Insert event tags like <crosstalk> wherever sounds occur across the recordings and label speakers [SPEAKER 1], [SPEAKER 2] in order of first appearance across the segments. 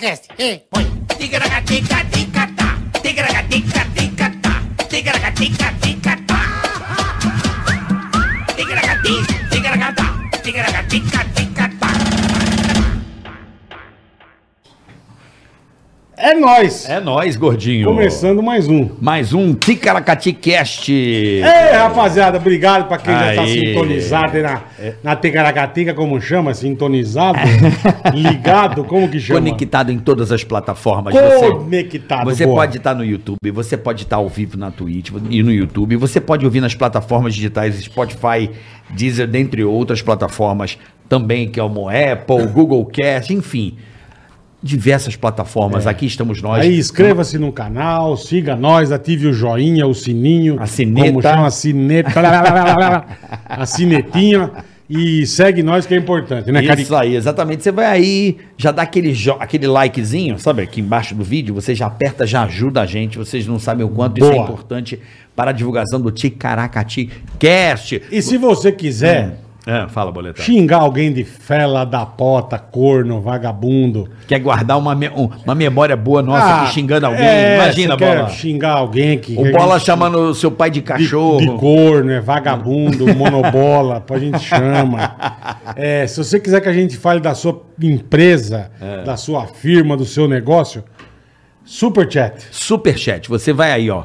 [SPEAKER 1] Cast. Ei, põe. Tigaragatica-ticatá. Tigaragatica-ticatá. Tigaragatica-ticatá. Tigaragati, tigaragatá. Tigaragatica-ticatá.
[SPEAKER 2] É nóis!
[SPEAKER 3] É nóis, gordinho.
[SPEAKER 2] Começando mais um.
[SPEAKER 3] Mais um Ticaracati
[SPEAKER 2] Ei, rapaziada, obrigado pra quem já tá
[SPEAKER 3] Aí.
[SPEAKER 2] sintonizado aí na,
[SPEAKER 3] É.
[SPEAKER 2] na Tegaracatica, como chama?
[SPEAKER 3] <laughs>
[SPEAKER 2] Sintonizado? Ligado? Como que chama?
[SPEAKER 3] Conectado em todas as plataformas. Você,
[SPEAKER 2] Conectado.
[SPEAKER 3] você
[SPEAKER 2] boa.
[SPEAKER 3] pode estar no YouTube, você pode estar ao vivo na Twitch e no YouTube, você pode ouvir nas plataformas digitais Spotify, Deezer, dentre outras plataformas também, que é o Apple, Google Cast, enfim. Diversas plataformas. Aqui estamos nós.
[SPEAKER 2] É. Aí inscreva-se no canal, siga nós, ative o joinha, o sininho.
[SPEAKER 3] A sineta.
[SPEAKER 2] Como chama? A sineta. a sinetinha. E segue nós que é importante, né, Cari-
[SPEAKER 3] Isso aí, exatamente. Você vai aí, já dá aquele, jo- aquele likezinho, sabe, aqui embaixo do vídeo, você já aperta, já ajuda a gente. Vocês não sabem o quanto isso é
[SPEAKER 2] Boa.
[SPEAKER 3] importante para a divulgação do Ticaracati Cast.
[SPEAKER 2] E se você quiser
[SPEAKER 3] É, fala, Boleta.
[SPEAKER 2] xingar alguém de fela, da pota, corno, vagabundo.
[SPEAKER 3] Quer guardar uma, me- um- uma memória boa nossa
[SPEAKER 2] Ah,
[SPEAKER 3] aqui xingando alguém?
[SPEAKER 2] é,
[SPEAKER 3] Imagina,
[SPEAKER 2] você quer
[SPEAKER 3] Bola.
[SPEAKER 2] xingar alguém que.
[SPEAKER 3] O
[SPEAKER 2] que-
[SPEAKER 3] Bola chamando o seu pai de
[SPEAKER 2] de,
[SPEAKER 3] cachorro.
[SPEAKER 2] de corno, é
[SPEAKER 3] <laughs>
[SPEAKER 2] vagabundo, monobola, pô, a gente chama. É, se você quiser que a gente fale da sua empresa,
[SPEAKER 3] É.
[SPEAKER 2] da sua firma, do seu negócio, super chat.
[SPEAKER 3] Superchat. Você vai aí, ó.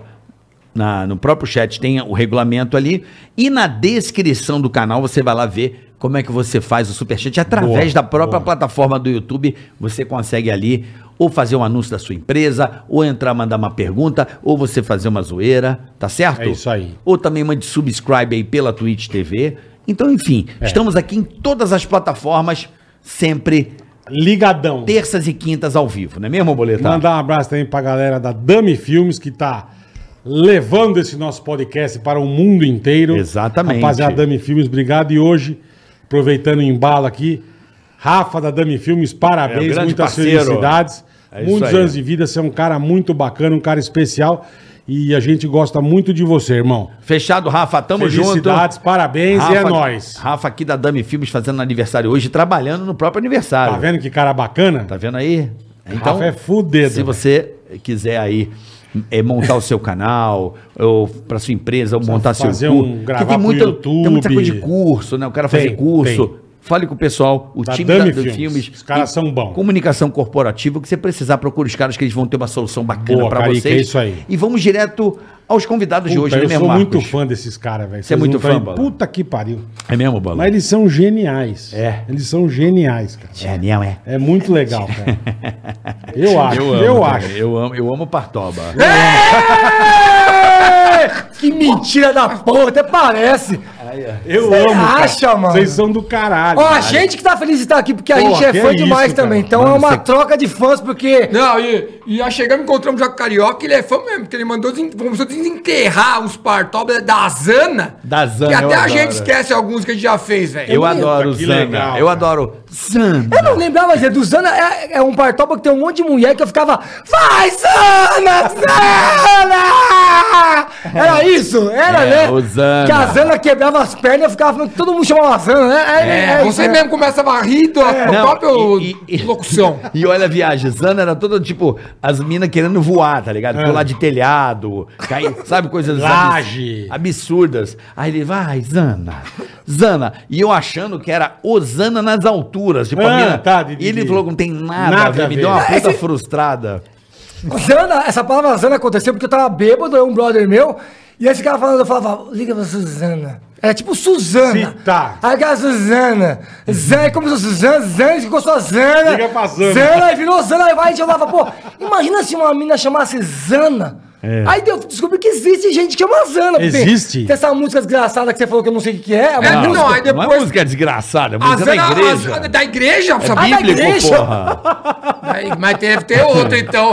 [SPEAKER 3] na- no próprio chat tem o regulamento ali. E na descrição do canal você vai lá ver como é que você faz o superchat. Através
[SPEAKER 2] Boa,
[SPEAKER 3] da própria
[SPEAKER 2] boa.
[SPEAKER 3] plataforma do YouTube, você consegue ali ou fazer um anúncio da sua empresa, ou entrar mandar uma pergunta, ou você fazer uma zoeira, tá certo?
[SPEAKER 2] É isso aí.
[SPEAKER 3] Ou também mande subscribe aí pela Twitch TV. Então, enfim,
[SPEAKER 2] É.
[SPEAKER 3] estamos aqui em todas as plataformas, sempre
[SPEAKER 2] Ligadão.
[SPEAKER 3] terças e quintas ao vivo, não é mesmo, Boleta?
[SPEAKER 2] Mandar um abraço também pra galera da Dami Filmes, que tá levando esse nosso podcast para o mundo inteiro.
[SPEAKER 3] Exatamente.
[SPEAKER 2] Rapaziada, Dami Filmes, obrigado. E hoje, aproveitando o embalo aqui, Rafa da Dami Filmes,
[SPEAKER 3] É, o
[SPEAKER 2] parabéns,
[SPEAKER 3] grande
[SPEAKER 2] muitas
[SPEAKER 3] parceiro.
[SPEAKER 2] felicidades.
[SPEAKER 3] É isso
[SPEAKER 2] muitos
[SPEAKER 3] aí.
[SPEAKER 2] anos de vida, você é um cara muito bacana, um cara especial. E a gente gosta muito de você, irmão.
[SPEAKER 3] Fechado, Rafa, tamo junto.
[SPEAKER 2] Felicidades, parabéns e é nóis.
[SPEAKER 3] Rafa aqui da Dami Filmes fazendo aniversário hoje, trabalhando no próprio aniversário.
[SPEAKER 2] Tá vendo que cara bacana?
[SPEAKER 3] Tá vendo aí? Então,
[SPEAKER 2] Rafa é fudido,
[SPEAKER 3] Se você quiser aí eh, montar o seu canal, ou pra sua empresa, ou montar seu
[SPEAKER 2] fazer
[SPEAKER 3] curso.
[SPEAKER 2] um-
[SPEAKER 3] Porque
[SPEAKER 2] gravar
[SPEAKER 3] tem,
[SPEAKER 2] pro
[SPEAKER 3] muita,
[SPEAKER 2] YouTube.
[SPEAKER 3] tem muita coisa de curso, né? O cara fazer
[SPEAKER 2] Tem,
[SPEAKER 3] curso.
[SPEAKER 2] tem.
[SPEAKER 3] Fale com o pessoal, o
[SPEAKER 2] Da
[SPEAKER 3] time
[SPEAKER 2] Dami
[SPEAKER 3] da Dami
[SPEAKER 2] Filmes.
[SPEAKER 3] Filmes.
[SPEAKER 2] Os caras
[SPEAKER 3] e
[SPEAKER 2] são bons.
[SPEAKER 3] Comunicação corporativa, o que você precisar, procura os caras que eles vão ter uma solução bacana
[SPEAKER 2] Boa,
[SPEAKER 3] pra
[SPEAKER 2] Carica,
[SPEAKER 3] vocês.
[SPEAKER 2] é isso aí.
[SPEAKER 3] E vamos direto aos convidados de hoje,
[SPEAKER 2] Puta, eu
[SPEAKER 3] né,
[SPEAKER 2] sou
[SPEAKER 3] Marcos?
[SPEAKER 2] muito fã desses caras, velho.
[SPEAKER 3] Você é
[SPEAKER 2] Vocês
[SPEAKER 3] muito
[SPEAKER 2] não
[SPEAKER 3] fã,
[SPEAKER 2] têm-
[SPEAKER 3] Bola?
[SPEAKER 2] Puta que pariu.
[SPEAKER 3] É mesmo, Bola?
[SPEAKER 2] Mas eles são geniais.
[SPEAKER 3] É.
[SPEAKER 2] Eles são geniais, cara.
[SPEAKER 3] Genial, é.
[SPEAKER 2] É, muito legal,
[SPEAKER 3] <laughs>
[SPEAKER 2] cara. Eu acho, eu, acho.
[SPEAKER 3] Eu amo, eu amo Partoba.
[SPEAKER 4] É! Que mentira da porra, até parece.
[SPEAKER 2] Eu
[SPEAKER 4] Cê
[SPEAKER 2] amo. cara.
[SPEAKER 4] acha, mano?
[SPEAKER 2] Vocês são do caralho.
[SPEAKER 4] Ó, a
[SPEAKER 2] cara.
[SPEAKER 4] gente que tá feliz de estar aqui, porque a
[SPEAKER 2] Pô,
[SPEAKER 4] gente é
[SPEAKER 2] que
[SPEAKER 4] fã
[SPEAKER 2] é isso,
[SPEAKER 4] demais
[SPEAKER 2] cara.
[SPEAKER 4] também. Então
[SPEAKER 3] Mano,
[SPEAKER 4] é uma
[SPEAKER 3] você-
[SPEAKER 4] troca de fãs, porque.
[SPEAKER 5] Não, e, e já chegamos, encontramos já com o Carioca, ele é fã mesmo, porque ele mandou, desen- começou a desenterrar uns partobas da Zana.
[SPEAKER 3] Da Zana,
[SPEAKER 5] Que
[SPEAKER 3] eu
[SPEAKER 5] até a
[SPEAKER 3] adoro.
[SPEAKER 5] gente esquece alguns que a gente já fez, velho.
[SPEAKER 3] Eu
[SPEAKER 2] Puta,
[SPEAKER 3] adoro
[SPEAKER 2] que
[SPEAKER 3] Zana.
[SPEAKER 2] legal,
[SPEAKER 3] eu
[SPEAKER 2] cara.
[SPEAKER 3] adoro Zana.
[SPEAKER 4] Eu não lembrava, Zé, do Zana é, é um partoba que tem um monte de mulher que eu ficava. Vai, Zana! Zana! Era isso, era,
[SPEAKER 3] É,
[SPEAKER 4] né?
[SPEAKER 3] o Zana.
[SPEAKER 4] Que a Zana quebrava as pernas e eu ficava falando, todo mundo chamava Zana, né?
[SPEAKER 5] É, você
[SPEAKER 4] né?
[SPEAKER 5] mesmo começava a rir da da
[SPEAKER 3] Não,
[SPEAKER 5] própria
[SPEAKER 3] e- e-
[SPEAKER 5] locução.
[SPEAKER 3] E olha a viagem, Zana era toda tipo, as minas querendo voar, tá ligado? Pular de telhado, cair, sabe, coisas
[SPEAKER 2] Laje.
[SPEAKER 3] abs- absurdas. Aí ele vai, Zana, Zana. E eu achando que era Osana nas alturas, tipo, a
[SPEAKER 2] Ah,
[SPEAKER 3] mina.
[SPEAKER 2] tá, de- de-
[SPEAKER 3] e ele falou que não tem nada,
[SPEAKER 2] nada
[SPEAKER 3] a ver,
[SPEAKER 2] a
[SPEAKER 3] me
[SPEAKER 2] ver.
[SPEAKER 3] deu uma
[SPEAKER 4] Esse-
[SPEAKER 3] puta frustrada.
[SPEAKER 4] Zana, essa palavra Zana aconteceu porque eu tava bêbado, é um brother meu, e esse cara falando, eu falava, liga pra Suzana. Era tipo Suzana.
[SPEAKER 2] Se tá.
[SPEAKER 4] Aí aquela Suzana. Zana, aí começou Suzana, Zana, ficou só Zana.
[SPEAKER 2] Liga pra Zana.
[SPEAKER 4] Zana, aí virou Zana, aí vai, a gente falava, pô, imagina se uma mina chamasse Zana. Aí eu descobri que existe gente que chama Zana. porque
[SPEAKER 2] É. Existe? Ah,
[SPEAKER 4] Tem essa música desgraçada que você falou que eu não sei o que que é. É uma
[SPEAKER 5] É,
[SPEAKER 4] música.
[SPEAKER 5] não, aí
[SPEAKER 3] Não é
[SPEAKER 5] depois-
[SPEAKER 3] música desgraçada,
[SPEAKER 5] A
[SPEAKER 3] mas é
[SPEAKER 5] Zana,
[SPEAKER 3] da
[SPEAKER 5] a
[SPEAKER 3] igreja.
[SPEAKER 5] Zana da igreja,
[SPEAKER 3] É
[SPEAKER 5] sabe?
[SPEAKER 3] bíblico,
[SPEAKER 4] igreja.
[SPEAKER 3] porra.
[SPEAKER 5] Aí, Mas deve ter outra, então.